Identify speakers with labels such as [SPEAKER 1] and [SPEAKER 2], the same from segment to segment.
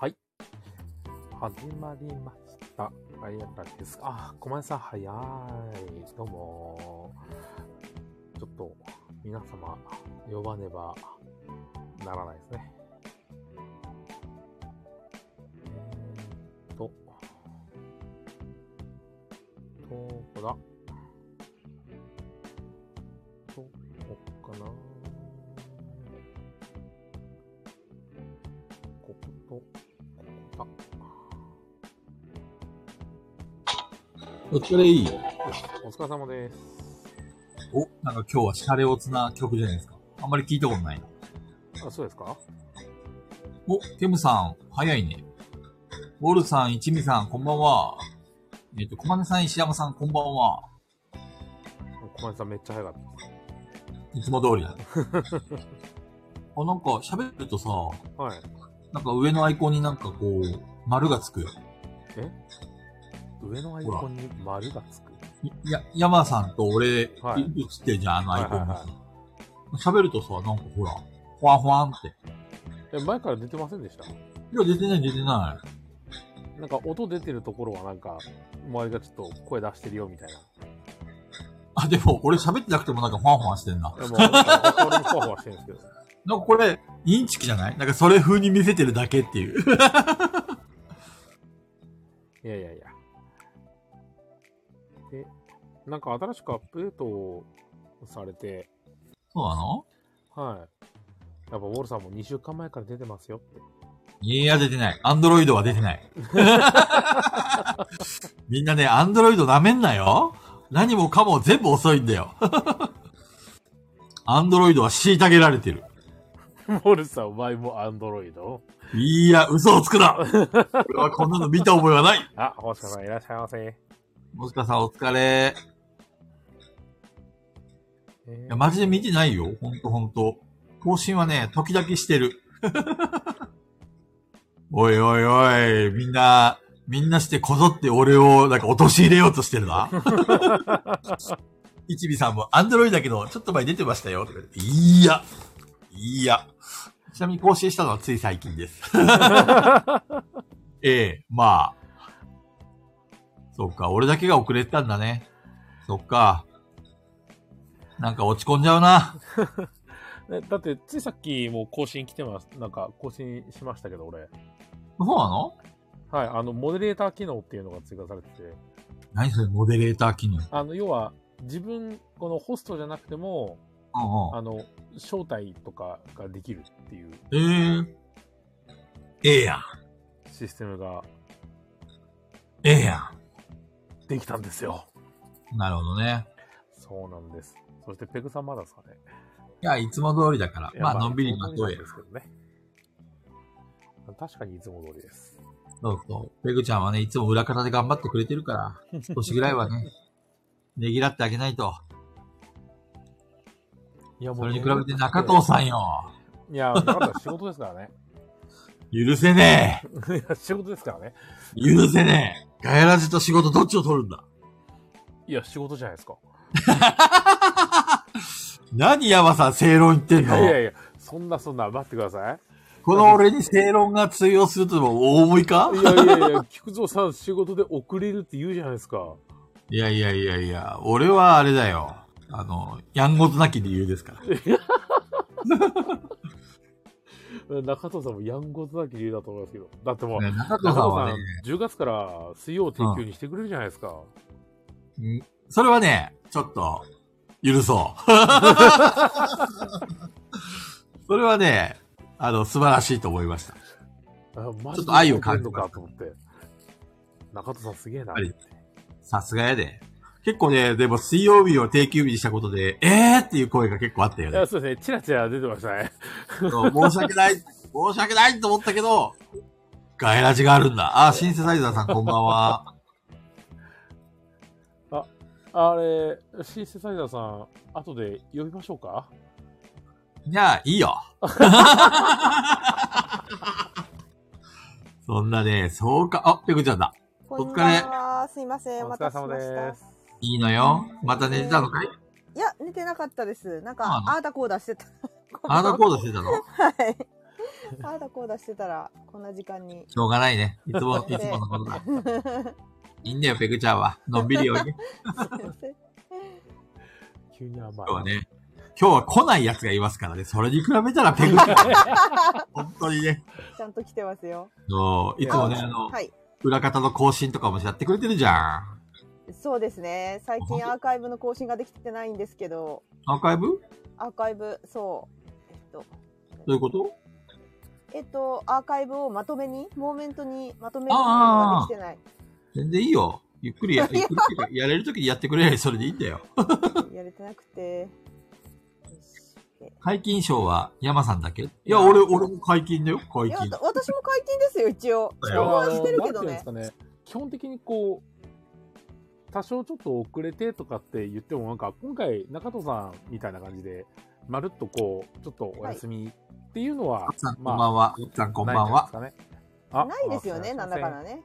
[SPEAKER 1] はい。始まりました。あやらです。あ、小林さん早い。どうも。ちょっと、皆様、呼ばねばならないですね。えーっと、どこだどこかなここと、ここ
[SPEAKER 2] お疲れい。
[SPEAKER 1] だ。お疲れ様です。
[SPEAKER 2] お、なんか今日はシャレオツな曲じゃないですか。あんまり聞いたことないな。
[SPEAKER 1] あ、そうですか
[SPEAKER 2] お、ケムさん、早いね。ウォルさん、一味さん、こんばんは。えっ、と、コマネさん、石山さん、こんばんは。
[SPEAKER 1] 小林さんめっちゃ早かった。
[SPEAKER 2] いつも通り だね。あ、なんか喋るとさ、
[SPEAKER 1] はい。
[SPEAKER 2] なんか上のアイコンになんかこう、丸がつくよ。
[SPEAKER 1] 上のアイコンに丸がつく。
[SPEAKER 2] いいや、山さんと俺、
[SPEAKER 1] はい
[SPEAKER 2] 映ってるじゃん、あのアイコン
[SPEAKER 1] はい
[SPEAKER 2] が
[SPEAKER 1] はい
[SPEAKER 2] さ。喋るとさ、なんかほら、ほわんほわんって。
[SPEAKER 1] え、前から出てませんでした
[SPEAKER 2] いや、出てない、出てない。
[SPEAKER 1] なんか音出てるところはなんか、周りがちょっと声出してるよみたいな。
[SPEAKER 2] あ、でも、俺喋ってなくてもなんかほわんほわんしてんな。
[SPEAKER 1] で も、なんか俺もふわふわしてるんですけど。
[SPEAKER 2] なんかこれ、インチキじゃないなんかそれ風に見せてるだけって いう。
[SPEAKER 1] いやいやいや。で、なんか新しくアップデートされて、
[SPEAKER 2] そうなの
[SPEAKER 1] はい。やっぱウォルさんも2週間前から出てますよって。
[SPEAKER 2] いや、出てない。アンドロイドは出て ない。みんなね、アンドロイド舐めんなよ。何もかも全部遅いんだよ。 アンドロイドは虐げられてる。
[SPEAKER 1] ウォルさん、お前もアンドロイド
[SPEAKER 2] いや、嘘をつくな。 俺はこんなの見た覚えはない。
[SPEAKER 1] あ、星川さんいらっしゃいませ。
[SPEAKER 2] もしかさんお疲れ。
[SPEAKER 1] え
[SPEAKER 2] い
[SPEAKER 1] ー
[SPEAKER 2] や、マジで見てないよ。ほんとほんと。更新はね、時々してる。 おいおいおい、みんな、みんなしてこぞって俺を、なんか陥れようとしてるな。 一尾さんも、アンドロイドだけど、ちょっと前に出てましたよ。とか言っていや、いや。ちなみに更新したのはつい最近です。 ええ、まあ。そうか、俺だけが遅れてたんだね。そっか。なんか落ち込んじゃうな。
[SPEAKER 1] えだって、ついさっきもう更新来てます。なんか、更新しましたけど、俺。
[SPEAKER 2] そうなの
[SPEAKER 1] はい、あの、モデレーター機能っていうのが追加されてて、
[SPEAKER 2] 何それ、モデレーター機能。うん
[SPEAKER 1] あの、要は、自分、このホストじゃなくても、あの、招待とかができるっていう
[SPEAKER 2] うん。ええええやん。
[SPEAKER 1] システムが
[SPEAKER 2] ええや
[SPEAKER 1] できたんですよ。
[SPEAKER 2] ん。なるほどね。
[SPEAKER 1] そうなんです。そして、ペグさんまだですかね。
[SPEAKER 2] いや、いつも通りだから。
[SPEAKER 1] いや
[SPEAKER 2] まあ、のんびり待
[SPEAKER 1] いつ
[SPEAKER 2] と
[SPEAKER 1] も通
[SPEAKER 2] うや
[SPEAKER 1] りなん。ですけどね。確かにいつも通りです。
[SPEAKER 2] そうそう。ペグちゃんはね、いつも裏方で頑張ってくれてるから、少しぐらいはね、ねぎらってあげないと。
[SPEAKER 1] いや、
[SPEAKER 2] それに比べて中藤さんよ。
[SPEAKER 1] ん。いや、だから仕事ですからね。
[SPEAKER 2] 許せね
[SPEAKER 1] いや、仕事ですからね。
[SPEAKER 2] え。許せねえ。ガヤラジと仕事どっちを取るんだ。
[SPEAKER 1] いや、仕事じゃないですか。
[SPEAKER 2] 何山さん正論言ってん
[SPEAKER 1] い
[SPEAKER 2] の
[SPEAKER 1] やいやいや、そんなそんな、待ってくだ さい。
[SPEAKER 2] この俺に正論が通用するとでも大思いか
[SPEAKER 1] いやいやいや、菊蔵さん仕事で遅れるって言うじゃないですか。
[SPEAKER 2] いやいやいやいや、俺はあれだよ。あの、やんごとなき理由ですから。
[SPEAKER 1] 中藤さんもやんごとなき理由だと思いますけど。だってもう、
[SPEAKER 2] ね中藤
[SPEAKER 1] 中藤
[SPEAKER 2] さんは
[SPEAKER 1] さ
[SPEAKER 2] ね
[SPEAKER 1] ん、、10月から水曜定休にしてくれるじゃないですか。
[SPEAKER 2] うんそれはね、ちょっと、許そう。それはね、あの、素晴らしいと思いました。
[SPEAKER 1] あマ
[SPEAKER 2] ちょっと愛を感
[SPEAKER 1] る
[SPEAKER 2] じ
[SPEAKER 1] の
[SPEAKER 2] ま
[SPEAKER 1] か
[SPEAKER 2] す
[SPEAKER 1] と思って。中藤さんすげえな。
[SPEAKER 2] はいさすがやで。結構ね、でも水曜日を定休日にしたことで、えーっていう声が結構あったよ
[SPEAKER 1] い
[SPEAKER 2] ね
[SPEAKER 1] や、。そうですね。チラチラ出てましたね。
[SPEAKER 2] そう申し訳ない、申し訳ないと思ったけど、ガイラジがあるんだ。あ、シンセサイザーさんこんばんは。
[SPEAKER 1] あれ、シンセサイザーさん、後で呼びましょうか
[SPEAKER 2] じゃあ、いい よ。そんなね、そうか、あ、ペグちゃんだ。
[SPEAKER 3] こん
[SPEAKER 2] お
[SPEAKER 3] ば
[SPEAKER 2] 疲
[SPEAKER 3] ん
[SPEAKER 2] れ
[SPEAKER 3] は。すいません。お
[SPEAKER 1] お疲
[SPEAKER 3] 待
[SPEAKER 1] れ
[SPEAKER 3] た
[SPEAKER 1] 様
[SPEAKER 3] せしまし
[SPEAKER 1] で
[SPEAKER 3] た
[SPEAKER 1] す。
[SPEAKER 2] いいのよ。また寝てたのかい
[SPEAKER 3] いや、寝てなかったです。なん
[SPEAKER 2] そう
[SPEAKER 3] か、
[SPEAKER 2] なの
[SPEAKER 3] あーだこうだしてた。
[SPEAKER 2] あなたコードしてたの
[SPEAKER 3] はい。。
[SPEAKER 4] ああだこうだしてたら、こんな時間に。
[SPEAKER 2] しょうがないね。いつも、
[SPEAKER 4] 先生
[SPEAKER 2] いつものことだ。いいんだよ、ペグちゃんは。のんびりよ り。
[SPEAKER 1] 急に甘い。
[SPEAKER 2] 今日はね、今日は来ない奴がいますからね。それに比べたらペグ ちゃん。本当にね。
[SPEAKER 4] ちゃんと来てますよ。
[SPEAKER 2] そう、いつもね、
[SPEAKER 1] いや
[SPEAKER 2] あの、
[SPEAKER 4] はい。
[SPEAKER 2] 裏方の更新とかもやってくれてるじゃん。
[SPEAKER 4] そうですね。最近アーカイブの更新ができてないんですけど、
[SPEAKER 2] アーカイブ
[SPEAKER 4] アーカイブ、そう。えっと、
[SPEAKER 2] どういうこと
[SPEAKER 4] えっと、アーカイブをまとめに、モーメントにまとめることができてない。
[SPEAKER 2] 全然いいよ。ゆっくり や、ゆっくりっていうかやれるときにやってくれりゃそれでいいんだよ。
[SPEAKER 4] やれてなくて。よしえ
[SPEAKER 2] 解禁賞は山さんだけいや、俺、俺も解禁だよ、
[SPEAKER 4] い
[SPEAKER 2] 解
[SPEAKER 4] や、
[SPEAKER 2] 禁。
[SPEAKER 4] わた私も解禁ですよ、一応。
[SPEAKER 2] だ
[SPEAKER 1] あ
[SPEAKER 2] よ
[SPEAKER 4] 応
[SPEAKER 1] の
[SPEAKER 4] はしてるけ
[SPEAKER 1] な
[SPEAKER 4] ど
[SPEAKER 1] ん
[SPEAKER 4] ね
[SPEAKER 1] てい。うんですかね。基本的にこう、多少ちょっと遅れてとかって言っても、なんか今回中戸さんみたいな感じで、まるっとこう、ちょっとお休みっていうのは、
[SPEAKER 2] 奥さん、こんばんは。奥さん、こんばん
[SPEAKER 1] ない
[SPEAKER 2] は
[SPEAKER 1] じ。ゃないですかね。あ
[SPEAKER 4] ないですよね、
[SPEAKER 1] あ
[SPEAKER 4] なんだかんだね。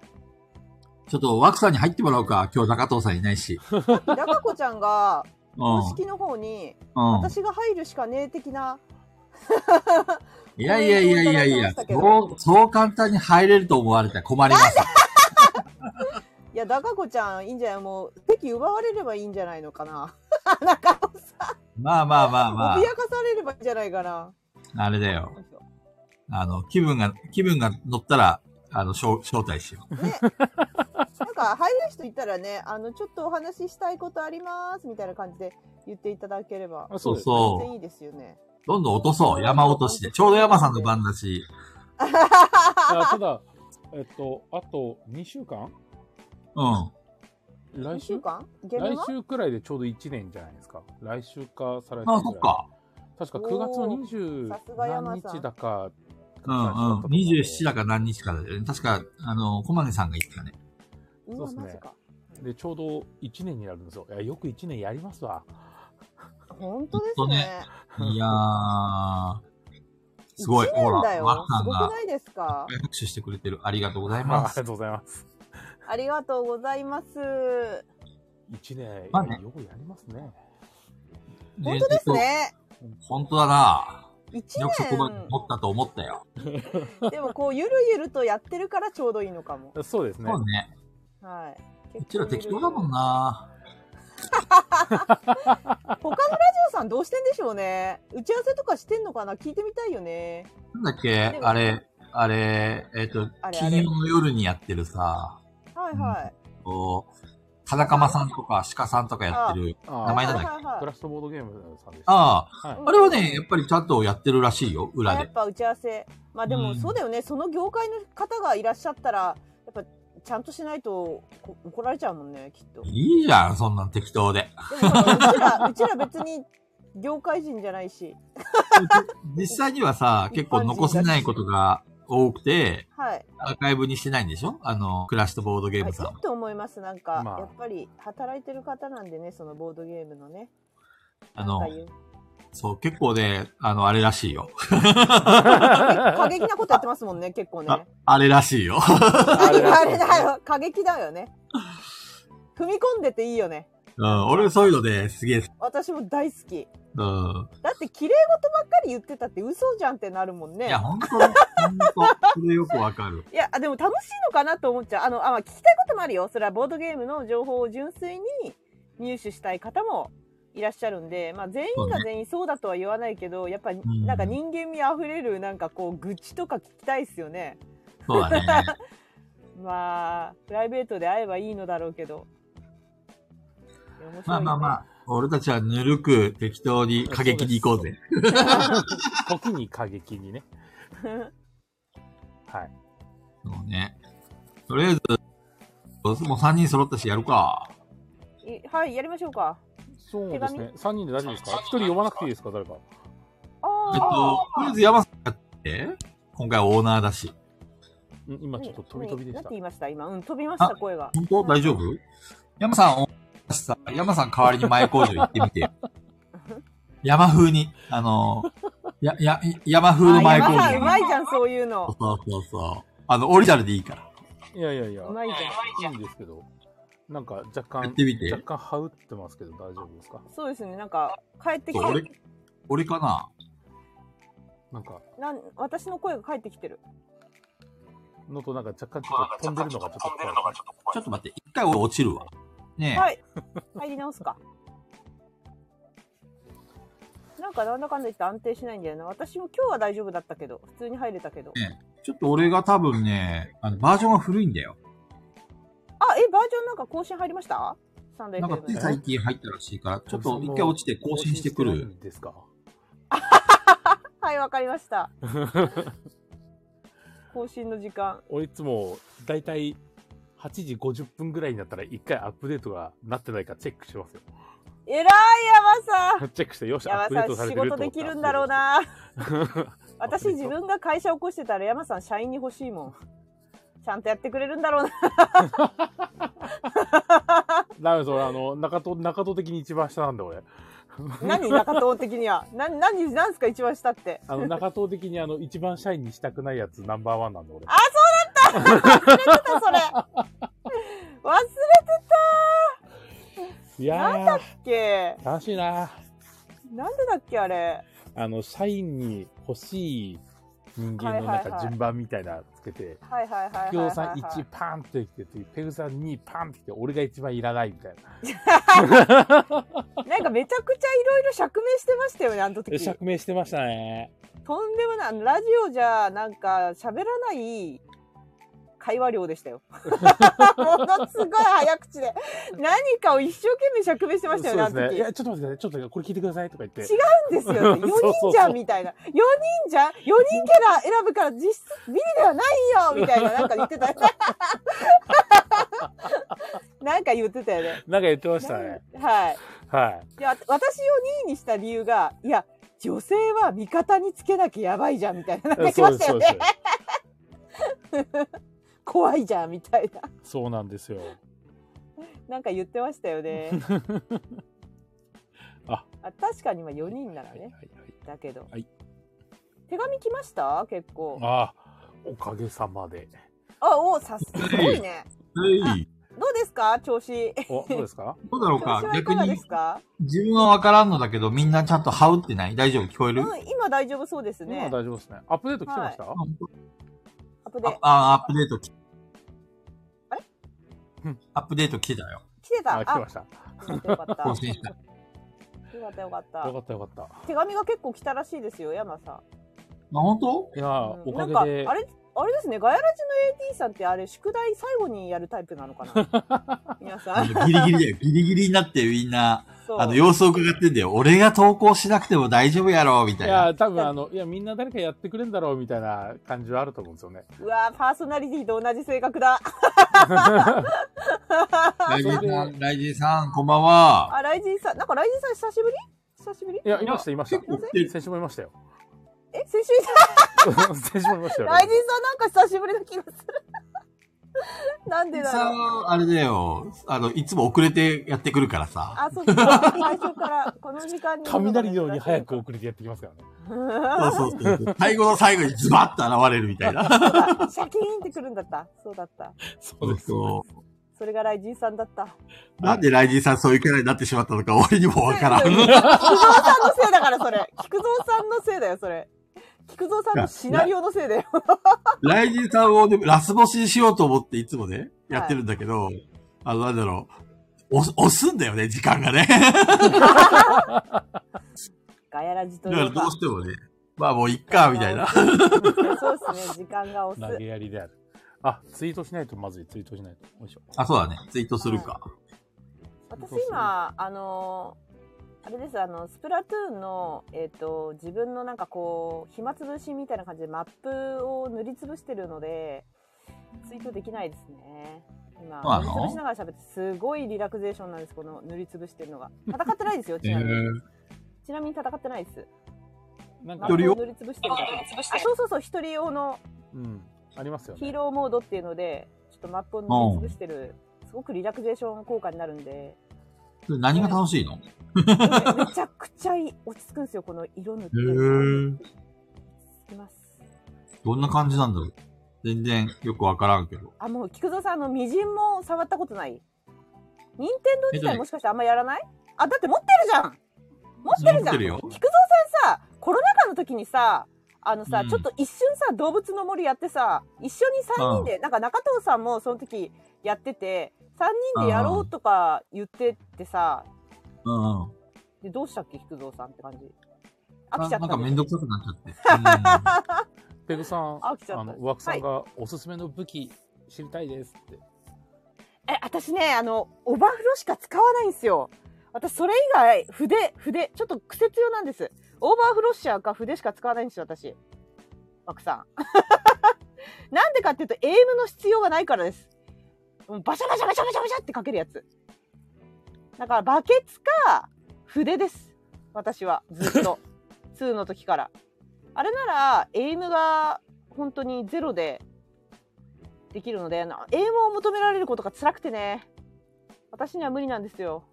[SPEAKER 2] ちょっと、枠さんに入ってもらおうか。今日中藤さんいないし。
[SPEAKER 4] 中子ちゃんが、
[SPEAKER 2] うん。う
[SPEAKER 4] 公
[SPEAKER 2] ん。
[SPEAKER 4] 式の方に、私が入るしかねえ的な、
[SPEAKER 2] いやいやいやいやいや
[SPEAKER 4] コメントいただきました、けど
[SPEAKER 2] そう、そう簡単に入れると思われたら困ります。
[SPEAKER 4] いや、中子ちゃん、いいんじゃないもう、席奪われればいいんじゃないのかな。中子さ
[SPEAKER 2] まあまあまあ
[SPEAKER 4] ん、
[SPEAKER 2] ま
[SPEAKER 4] 脅かされればいいんじゃないかな。
[SPEAKER 2] あ、あれだよ。あの、気分が、気分が乗ったら、あの、招招待しよう。
[SPEAKER 4] ね、なんか入る人いたらね、あの、ちょっとお話ししたいことありますみたいな感じで言っていただければ、
[SPEAKER 1] あそうです
[SPEAKER 2] そう
[SPEAKER 4] 全然いいですよね。
[SPEAKER 2] どんどん落とそう。山落としで。ちょうど山さんの番だし。
[SPEAKER 1] あただ、えっと、あと2週間
[SPEAKER 2] うん。
[SPEAKER 1] 来
[SPEAKER 4] 2週
[SPEAKER 1] 週
[SPEAKER 4] 間ゲー
[SPEAKER 1] 来
[SPEAKER 4] ムは
[SPEAKER 1] 週くらいでちょうど1年じゃないですか。来週か再来週くら
[SPEAKER 2] あ
[SPEAKER 1] い。
[SPEAKER 2] そっか。
[SPEAKER 1] 確か9月の
[SPEAKER 4] おー
[SPEAKER 1] 20
[SPEAKER 4] さすが山
[SPEAKER 1] 何
[SPEAKER 4] さん
[SPEAKER 1] 日だか。
[SPEAKER 2] うんうん。27だか何日かだよね。確か、あの、コマネさんが言ってたね。
[SPEAKER 4] う
[SPEAKER 1] そうっ
[SPEAKER 4] わ、
[SPEAKER 1] すね
[SPEAKER 4] マジか。
[SPEAKER 1] で、ちょうど1年になるんですよ。いや、よく1年やりますわ。
[SPEAKER 4] 本当です
[SPEAKER 2] ほんと
[SPEAKER 4] ね。
[SPEAKER 2] ねいやー。すごい。
[SPEAKER 4] 1
[SPEAKER 2] ほら、
[SPEAKER 4] 年だよ
[SPEAKER 2] ワッ。さ
[SPEAKER 4] す
[SPEAKER 2] ん
[SPEAKER 4] ごく
[SPEAKER 2] が
[SPEAKER 4] ないですか
[SPEAKER 2] 拍手してくれてる。ありがとうござ い
[SPEAKER 1] あ
[SPEAKER 2] ま
[SPEAKER 1] りが
[SPEAKER 2] す。
[SPEAKER 1] とうございます。
[SPEAKER 4] ありがとうございます。
[SPEAKER 1] 1年、
[SPEAKER 2] まあね
[SPEAKER 1] よくやりますね。
[SPEAKER 4] 本当です
[SPEAKER 2] ね。
[SPEAKER 4] ね。
[SPEAKER 2] 本当だな。
[SPEAKER 4] 1
[SPEAKER 2] よくそこまで持
[SPEAKER 4] 年。
[SPEAKER 2] ったと思ったよ。
[SPEAKER 4] でもこう、ゆるゆるとやってるからちょうどいいのかも。
[SPEAKER 1] そうですね
[SPEAKER 2] そ。うね。
[SPEAKER 4] はい。
[SPEAKER 2] うちら適当だもん。な。
[SPEAKER 4] 他のラジオさんどうしてんでしょうね。打ち合わせとかしてんのかな聞いてみたいよね。
[SPEAKER 2] なんだっけあれ、あれ、えっ、と
[SPEAKER 4] あ、れあれ
[SPEAKER 2] 金曜の夜にやってるさ、
[SPEAKER 4] はいはい。
[SPEAKER 2] こう、田中間さんとか鹿さんとかやってる。
[SPEAKER 1] あー
[SPEAKER 2] 名前なんだっけ
[SPEAKER 4] はいはいはい
[SPEAKER 1] ク
[SPEAKER 4] は
[SPEAKER 1] ラッシュボードゲームさんです。
[SPEAKER 2] あ
[SPEAKER 1] はい
[SPEAKER 4] うん
[SPEAKER 2] あ、あれはね、やっぱりちゃんとやってるらしいよ、
[SPEAKER 4] いあ
[SPEAKER 2] 裏
[SPEAKER 4] やっ
[SPEAKER 2] で。
[SPEAKER 4] ぱ打ち合わせ。まあで
[SPEAKER 2] う
[SPEAKER 4] も
[SPEAKER 2] ん
[SPEAKER 4] そうだよね。その業界の方がいらっしゃったら、やっぱちゃんとしないとこ怒られちゃうもんね、きっと。で
[SPEAKER 2] いいじゃん、そんなん適当で。
[SPEAKER 4] もほらう ちら、うちら別に業界人じゃないし。
[SPEAKER 2] 実際にはさ、結構残せないことが多くて、
[SPEAKER 4] はい。
[SPEAKER 2] アーカイブにしてないんでしょあの、クラッシュとボードゲー
[SPEAKER 4] あい
[SPEAKER 2] ム
[SPEAKER 4] い
[SPEAKER 2] さん。
[SPEAKER 4] と思います。なんか、
[SPEAKER 1] まあ
[SPEAKER 4] やっぱり働いてる方なんでね、そのボードゲームのね。
[SPEAKER 2] あの
[SPEAKER 4] なんか言う
[SPEAKER 2] そう、結構ね、あの、あれらしいよ。
[SPEAKER 4] 過激なことやってますもんね、結構ね。
[SPEAKER 2] ああれらしいよ。
[SPEAKER 4] あれ
[SPEAKER 1] あれ
[SPEAKER 4] だよ。過激だよね。踏み込んでていいよね。
[SPEAKER 2] うん、俺そういうので、すげえ、
[SPEAKER 4] 私も大好き。
[SPEAKER 2] うん。
[SPEAKER 4] だって綺麗事ばっかり言ってたって嘘じゃんってなるもんね。
[SPEAKER 2] い
[SPEAKER 4] い
[SPEAKER 2] や、
[SPEAKER 4] や、
[SPEAKER 2] ほんと、ほんと、それよくわかる。
[SPEAKER 4] あでも楽しいのかなと思っちゃう。あの、あ、まあ聞きたいこともあるよ。それはボードゲームの情報を純粋に入手したい方もいらっしゃるんで、まあ全員が全員そうだとは言わないけど、やっぱ
[SPEAKER 2] ん
[SPEAKER 4] なんか人間味あふれるなんかこう愚痴とか聞きたいっすよね。
[SPEAKER 2] そうだ ね。
[SPEAKER 4] まあ、プライベートで会えばいいのだろうけど。いや面白いね
[SPEAKER 2] まあまあまあ、俺たちはぬるく適当に過激に行こうぜ。
[SPEAKER 1] 時に過激にね。 はい。
[SPEAKER 2] そうね。とりあえず、もう3人揃ったしやるか。
[SPEAKER 4] いはい、やりましょうか。
[SPEAKER 1] そうですね。3人で大丈夫ですか ?1 人呼ばなくていいですか誰か。
[SPEAKER 4] あ
[SPEAKER 2] えっと、
[SPEAKER 4] あ
[SPEAKER 2] とりあえず山さんやって、今回オーナーだし。
[SPEAKER 1] ん今ちょっと飛び飛びでし
[SPEAKER 4] なん
[SPEAKER 1] た
[SPEAKER 4] て。言いました今、うん、飛びました、
[SPEAKER 2] あ
[SPEAKER 4] 声が。
[SPEAKER 2] 本当大丈夫山さん、オーナーだしさ、山さん代わりに前工場行ってみて よ。山風に、あの、や、や、山風の前工
[SPEAKER 4] あ山さんう
[SPEAKER 2] 場。
[SPEAKER 4] まいじゃん、そういうの。
[SPEAKER 2] そうそうそう。あの、オリジナルでいいから。
[SPEAKER 1] いやいやいや、
[SPEAKER 4] うまいじ
[SPEAKER 1] いいんですけど。なんか若
[SPEAKER 2] やっ
[SPEAKER 1] 干
[SPEAKER 2] て、みて。
[SPEAKER 1] 若干羽打ってますけど大丈夫ですか
[SPEAKER 4] そうですね、なんか、帰ってき
[SPEAKER 2] そう
[SPEAKER 4] た。
[SPEAKER 2] 俺、俺かな
[SPEAKER 1] なんか、
[SPEAKER 4] なん私の声が返ってきてる。
[SPEAKER 1] のとなんか若干ちょっと飛んでるのがちょっと怖い。
[SPEAKER 2] ちょっと待って、一回俺落ちるわ。ねえ。
[SPEAKER 4] はい。入り直すか。なんかなんだかんだ言って安定しないんだよな。私も今日は大丈夫だったけど、普通に入れたけど。
[SPEAKER 2] ちょっと俺が多分ね、あの、バージョンが古いんだよ。
[SPEAKER 4] あ、え、バージョンなんか更新入りましたサンド
[SPEAKER 2] なんか
[SPEAKER 4] FM
[SPEAKER 2] つい最近入ったらしいから、ちょっと一回落ちて更新してく
[SPEAKER 1] 更新
[SPEAKER 2] る
[SPEAKER 1] し。てないんですか
[SPEAKER 4] はい、わかり ました。更新の時間。
[SPEAKER 1] 俺いつも、だいたい8時50分ぐらいになったら一回アップデートがなってないかチェックし ますよ。
[SPEAKER 4] えらい、山さん。
[SPEAKER 1] チェックして、よし、 アッ
[SPEAKER 4] 山
[SPEAKER 1] プデー
[SPEAKER 4] さ
[SPEAKER 1] トさ
[SPEAKER 4] ん、
[SPEAKER 1] れ
[SPEAKER 4] 仕
[SPEAKER 1] てると思
[SPEAKER 4] 事で
[SPEAKER 1] った
[SPEAKER 4] きるんだろ う。な。私、
[SPEAKER 1] アップデート
[SPEAKER 4] 自分が会社起こしてたら、山さん、社員に欲しいもん。ちゃんとやってくれるんだろうな。
[SPEAKER 1] ダメです、俺、あの、中戸、中戸的に一番下なんだ、俺。
[SPEAKER 4] 何、中藤的には。な、何、何すか、一番下って。
[SPEAKER 1] あ の、中東的にあの、一番社員にしたくないやつナンバーワンなんで、俺。
[SPEAKER 4] あ、そうだったそれ。忘れ
[SPEAKER 1] いや
[SPEAKER 4] っけ。
[SPEAKER 1] ー、楽しいな
[SPEAKER 4] なんでだっけ、あれ。
[SPEAKER 1] あの、社員に欲しい人間の
[SPEAKER 4] は
[SPEAKER 1] ないん
[SPEAKER 4] はいは
[SPEAKER 1] か
[SPEAKER 4] い
[SPEAKER 1] 順番みたいなのつけて、
[SPEAKER 4] はいはいはいはい
[SPEAKER 1] ピョ
[SPEAKER 4] は
[SPEAKER 1] ウ
[SPEAKER 4] い
[SPEAKER 1] さん
[SPEAKER 4] はい。
[SPEAKER 1] 1パンって来てて、ペグさん2パンって来て、俺が一番いらないみたいな。
[SPEAKER 4] なんかめちゃくちゃいろいろ釈明してましたよね、あの時。
[SPEAKER 1] 釈明してましたね。
[SPEAKER 4] とんでもないあの。ラジオじゃ、なんか、喋らない会話量でしたよ。ものすごい早口で。何かを一生懸命釈明してましたよね、あ
[SPEAKER 1] そうで
[SPEAKER 4] の
[SPEAKER 1] すね。い
[SPEAKER 4] 時。
[SPEAKER 1] や、ちょっと待ってください。ちょっとこれ聞いてくださいとか言って。
[SPEAKER 4] 違うんですよ、ね。4人じゃん、みたいな。4人じゃん ?4 人キャラ選ぶから実質ビリではないよみたいな、なんか言ってたよね。 なんか言ってたよね。
[SPEAKER 1] なんか言ってましたね。
[SPEAKER 4] はい。
[SPEAKER 1] はい。
[SPEAKER 4] いや、私を2位にした理由が、いや、女性は味方につけなきゃやばいじゃん、みたいな。なんか来ましたよね。怖いじゃん、みたいな。
[SPEAKER 1] そうなんですよ。
[SPEAKER 4] なんか言ってましたよね。
[SPEAKER 1] あ
[SPEAKER 4] あ確かに今4人なら
[SPEAKER 1] はいはい
[SPEAKER 4] ね。
[SPEAKER 1] はい。
[SPEAKER 4] だけど。
[SPEAKER 1] はい
[SPEAKER 4] 手紙来ました結構。
[SPEAKER 1] あーおかげさまで。
[SPEAKER 4] あ、お、さすすごいね。
[SPEAKER 2] はい。
[SPEAKER 4] どうですか調子。
[SPEAKER 1] お、どうですか
[SPEAKER 2] どうだろう
[SPEAKER 4] 調子
[SPEAKER 2] か
[SPEAKER 4] はい
[SPEAKER 2] 逆
[SPEAKER 4] かがで
[SPEAKER 2] に
[SPEAKER 4] す、か
[SPEAKER 2] 自分はわからんのだけど、みんなちゃんとハウってない大丈夫聞こえ
[SPEAKER 4] う
[SPEAKER 2] る
[SPEAKER 4] ん、今大丈夫そうです
[SPEAKER 1] 今
[SPEAKER 4] ね
[SPEAKER 1] 大。丈夫ですね。アップデート来てました、
[SPEAKER 2] あ
[SPEAKER 4] アップで
[SPEAKER 2] あ、。あアップデート来
[SPEAKER 4] あれ
[SPEAKER 1] うん
[SPEAKER 2] アップデート来てたよ。
[SPEAKER 4] 来てた。
[SPEAKER 1] あ、来てました。
[SPEAKER 4] よかったよ か
[SPEAKER 2] 更
[SPEAKER 4] っ
[SPEAKER 2] 新した。
[SPEAKER 4] た。よかったよか
[SPEAKER 1] よ
[SPEAKER 4] っ
[SPEAKER 1] か
[SPEAKER 4] た。
[SPEAKER 1] ったよかった。
[SPEAKER 4] 手紙が結構来たらしいですよ、山さん。
[SPEAKER 2] あ、本当
[SPEAKER 1] いやー、
[SPEAKER 4] う
[SPEAKER 1] お
[SPEAKER 4] ん
[SPEAKER 1] か
[SPEAKER 4] なん
[SPEAKER 1] げで
[SPEAKER 4] か、あれあれですね、ガヤラジの AT さんってあれ、宿題最後にやるタイプなのかな 皆さ
[SPEAKER 2] あ
[SPEAKER 4] ん。
[SPEAKER 2] のギリギリだよ。ギリギリになってみんな、
[SPEAKER 4] そう
[SPEAKER 2] あの、様子を伺ってんだよ。俺が投稿しなくても大丈夫やろ、みた
[SPEAKER 1] い
[SPEAKER 2] いな。
[SPEAKER 1] や、多分あの、いや、みんな誰かやってくれんだろうみたいな感じはあると思うんですよ ね。
[SPEAKER 4] うわーパーソナリティと同じ性格だ。
[SPEAKER 2] ライジンさん、ライジンさん、こんばんは。
[SPEAKER 4] あ、ライジンさん、なんかライジンさん久しぶり久しぶり
[SPEAKER 1] いや、いました、いました。
[SPEAKER 2] 結構来てる
[SPEAKER 1] 先週もいました よ。
[SPEAKER 4] え、先週いた
[SPEAKER 1] 先週もいましたよ。
[SPEAKER 4] ライジンさんなんか久しぶりな気がする。 なんでだ
[SPEAKER 2] さ
[SPEAKER 4] ろう。
[SPEAKER 2] ん、あれだよ。あの、いつも遅れてやってくるからさ。
[SPEAKER 4] あ、そっか。最初から、この時間に。
[SPEAKER 1] 雷のように早く。遅れてやってきますからね。
[SPEAKER 2] そうそうそう。最後の最後にズバッと現れるみた いな。
[SPEAKER 4] シャキーンってくるんだった。そうだった。
[SPEAKER 1] そうです。
[SPEAKER 2] そう。
[SPEAKER 4] それがライジンさんだった。
[SPEAKER 2] なんでライジンさんそういうキャラになってしまったのか、俺にもわからん。
[SPEAKER 4] 菊蔵さんのせいだから、それ。菊蔵さんのせいだよ、それ。菊蔵さんのシナリオのせいだよ。
[SPEAKER 2] ライジンさんをね、ラスボスにしようと思っていつもね、やってるんだけど、あの、なんだろう。押す押すんだよね、時間が ね。
[SPEAKER 4] ガヤラジと
[SPEAKER 2] だ
[SPEAKER 4] い
[SPEAKER 2] から
[SPEAKER 4] う
[SPEAKER 2] ど
[SPEAKER 4] か
[SPEAKER 2] う。してもね、まあもういっか、みたいな。
[SPEAKER 4] そうですね、時間が押
[SPEAKER 1] 投
[SPEAKER 4] す。
[SPEAKER 1] げやりである。あ、ツイートしないとまずい、ツイートしないと。よいしょ。
[SPEAKER 2] あ、そうだね。ツイートするか。
[SPEAKER 4] 私今、あのーあれです、あの、スプラトゥーンの、えっ、と、自分のなんかこう、暇つぶしみたいな感じでマップを塗りつぶしてるので、ツイートできないですね。今、
[SPEAKER 2] そうな
[SPEAKER 4] 塗
[SPEAKER 2] の
[SPEAKER 4] りつぶしながら喋って、すごいリラクゼーションなんです、この塗りつぶしてるのが。戦ってない ですよ、ち
[SPEAKER 2] え
[SPEAKER 4] なみに。
[SPEAKER 2] ー、
[SPEAKER 4] ちなみに戦ってないです。
[SPEAKER 1] なん
[SPEAKER 4] マ
[SPEAKER 1] か
[SPEAKER 4] ッ、プ
[SPEAKER 2] 人用
[SPEAKER 4] を塗りつぶしてるから。あそうそうそう、一人用の
[SPEAKER 1] うん、ありますよ
[SPEAKER 4] ヒー
[SPEAKER 1] ね。
[SPEAKER 4] ローモードっていうので、ちょっとマップを塗りつぶしてる、すごくリラクゼーション効果になるんで、
[SPEAKER 2] それ何が楽しいの
[SPEAKER 4] でめちゃくちゃいい落ち着くんですよ、この色塗ってるのが。
[SPEAKER 2] ー
[SPEAKER 4] つきます。
[SPEAKER 2] どんな感じなんだろう全然よくわからんけど。
[SPEAKER 4] あ、もう、菊蔵さん、あの、みじんも触ったことない任天堂自
[SPEAKER 2] えっと
[SPEAKER 4] 体
[SPEAKER 2] ね
[SPEAKER 4] もしかしてあんまやらないあ、だって持ってるじゃん持ってるじゃん
[SPEAKER 2] よ。
[SPEAKER 4] 菊蔵さんさ、コロナ禍の時にさ、あのさ、
[SPEAKER 2] うん
[SPEAKER 4] ちょっと一瞬さ動物の森やってさ一緒に3人で、なんか中藤さんもその時やってて3人でやろうとか言ってってさ
[SPEAKER 2] うんうん。
[SPEAKER 4] でどうしたっけ菊蔵さんって感じ飽
[SPEAKER 2] な
[SPEAKER 4] きちゃった
[SPEAKER 2] なんかめんどくさくなっちゃ って。
[SPEAKER 1] ペグさん、
[SPEAKER 4] 飽きちゃった
[SPEAKER 1] あの、ワクさんがおすすめの武器知りたいですって。
[SPEAKER 4] え私ねあのオバフロしか使わないんですよ私それ以外筆筆ちょっと癖強なんですオーバーフロッシャーか筆しか使わないんですよ私枠さん なんでかっていうとエイムの必要がないからですもうバシャバシャバシャバシャバシャってかけるやつだからバケツか筆です私はずっと 2の時からあれならエイムが本当にゼロでできるのでなエイムを求められることが辛くてね私には無理なんですよ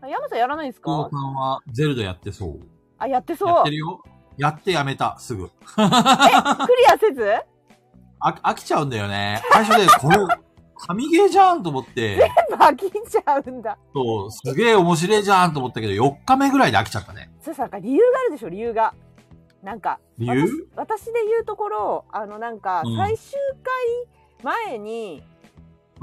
[SPEAKER 4] あ山さんやらないんです
[SPEAKER 2] 久保
[SPEAKER 4] か
[SPEAKER 2] さんはゼルダやってそう。
[SPEAKER 4] あやって
[SPEAKER 2] や
[SPEAKER 4] そ
[SPEAKER 2] っ
[SPEAKER 4] う
[SPEAKER 2] てるよ。やってやめた、すぐ。
[SPEAKER 4] クリアせず
[SPEAKER 2] あ飽きちゃうんだよね。最初で、これ、神ゲーじゃんと思って、
[SPEAKER 4] 飽きちゃうんだ。
[SPEAKER 2] そう、すげえ面白いじゃんと思ったけど、4日目ぐらいで飽きちゃったね。
[SPEAKER 4] それさ、なんか理由があるでしょ、理由が。なんか、
[SPEAKER 2] 理由
[SPEAKER 4] 私私で言うところ、あの、なんか
[SPEAKER 2] う、ん
[SPEAKER 4] 最終回前に、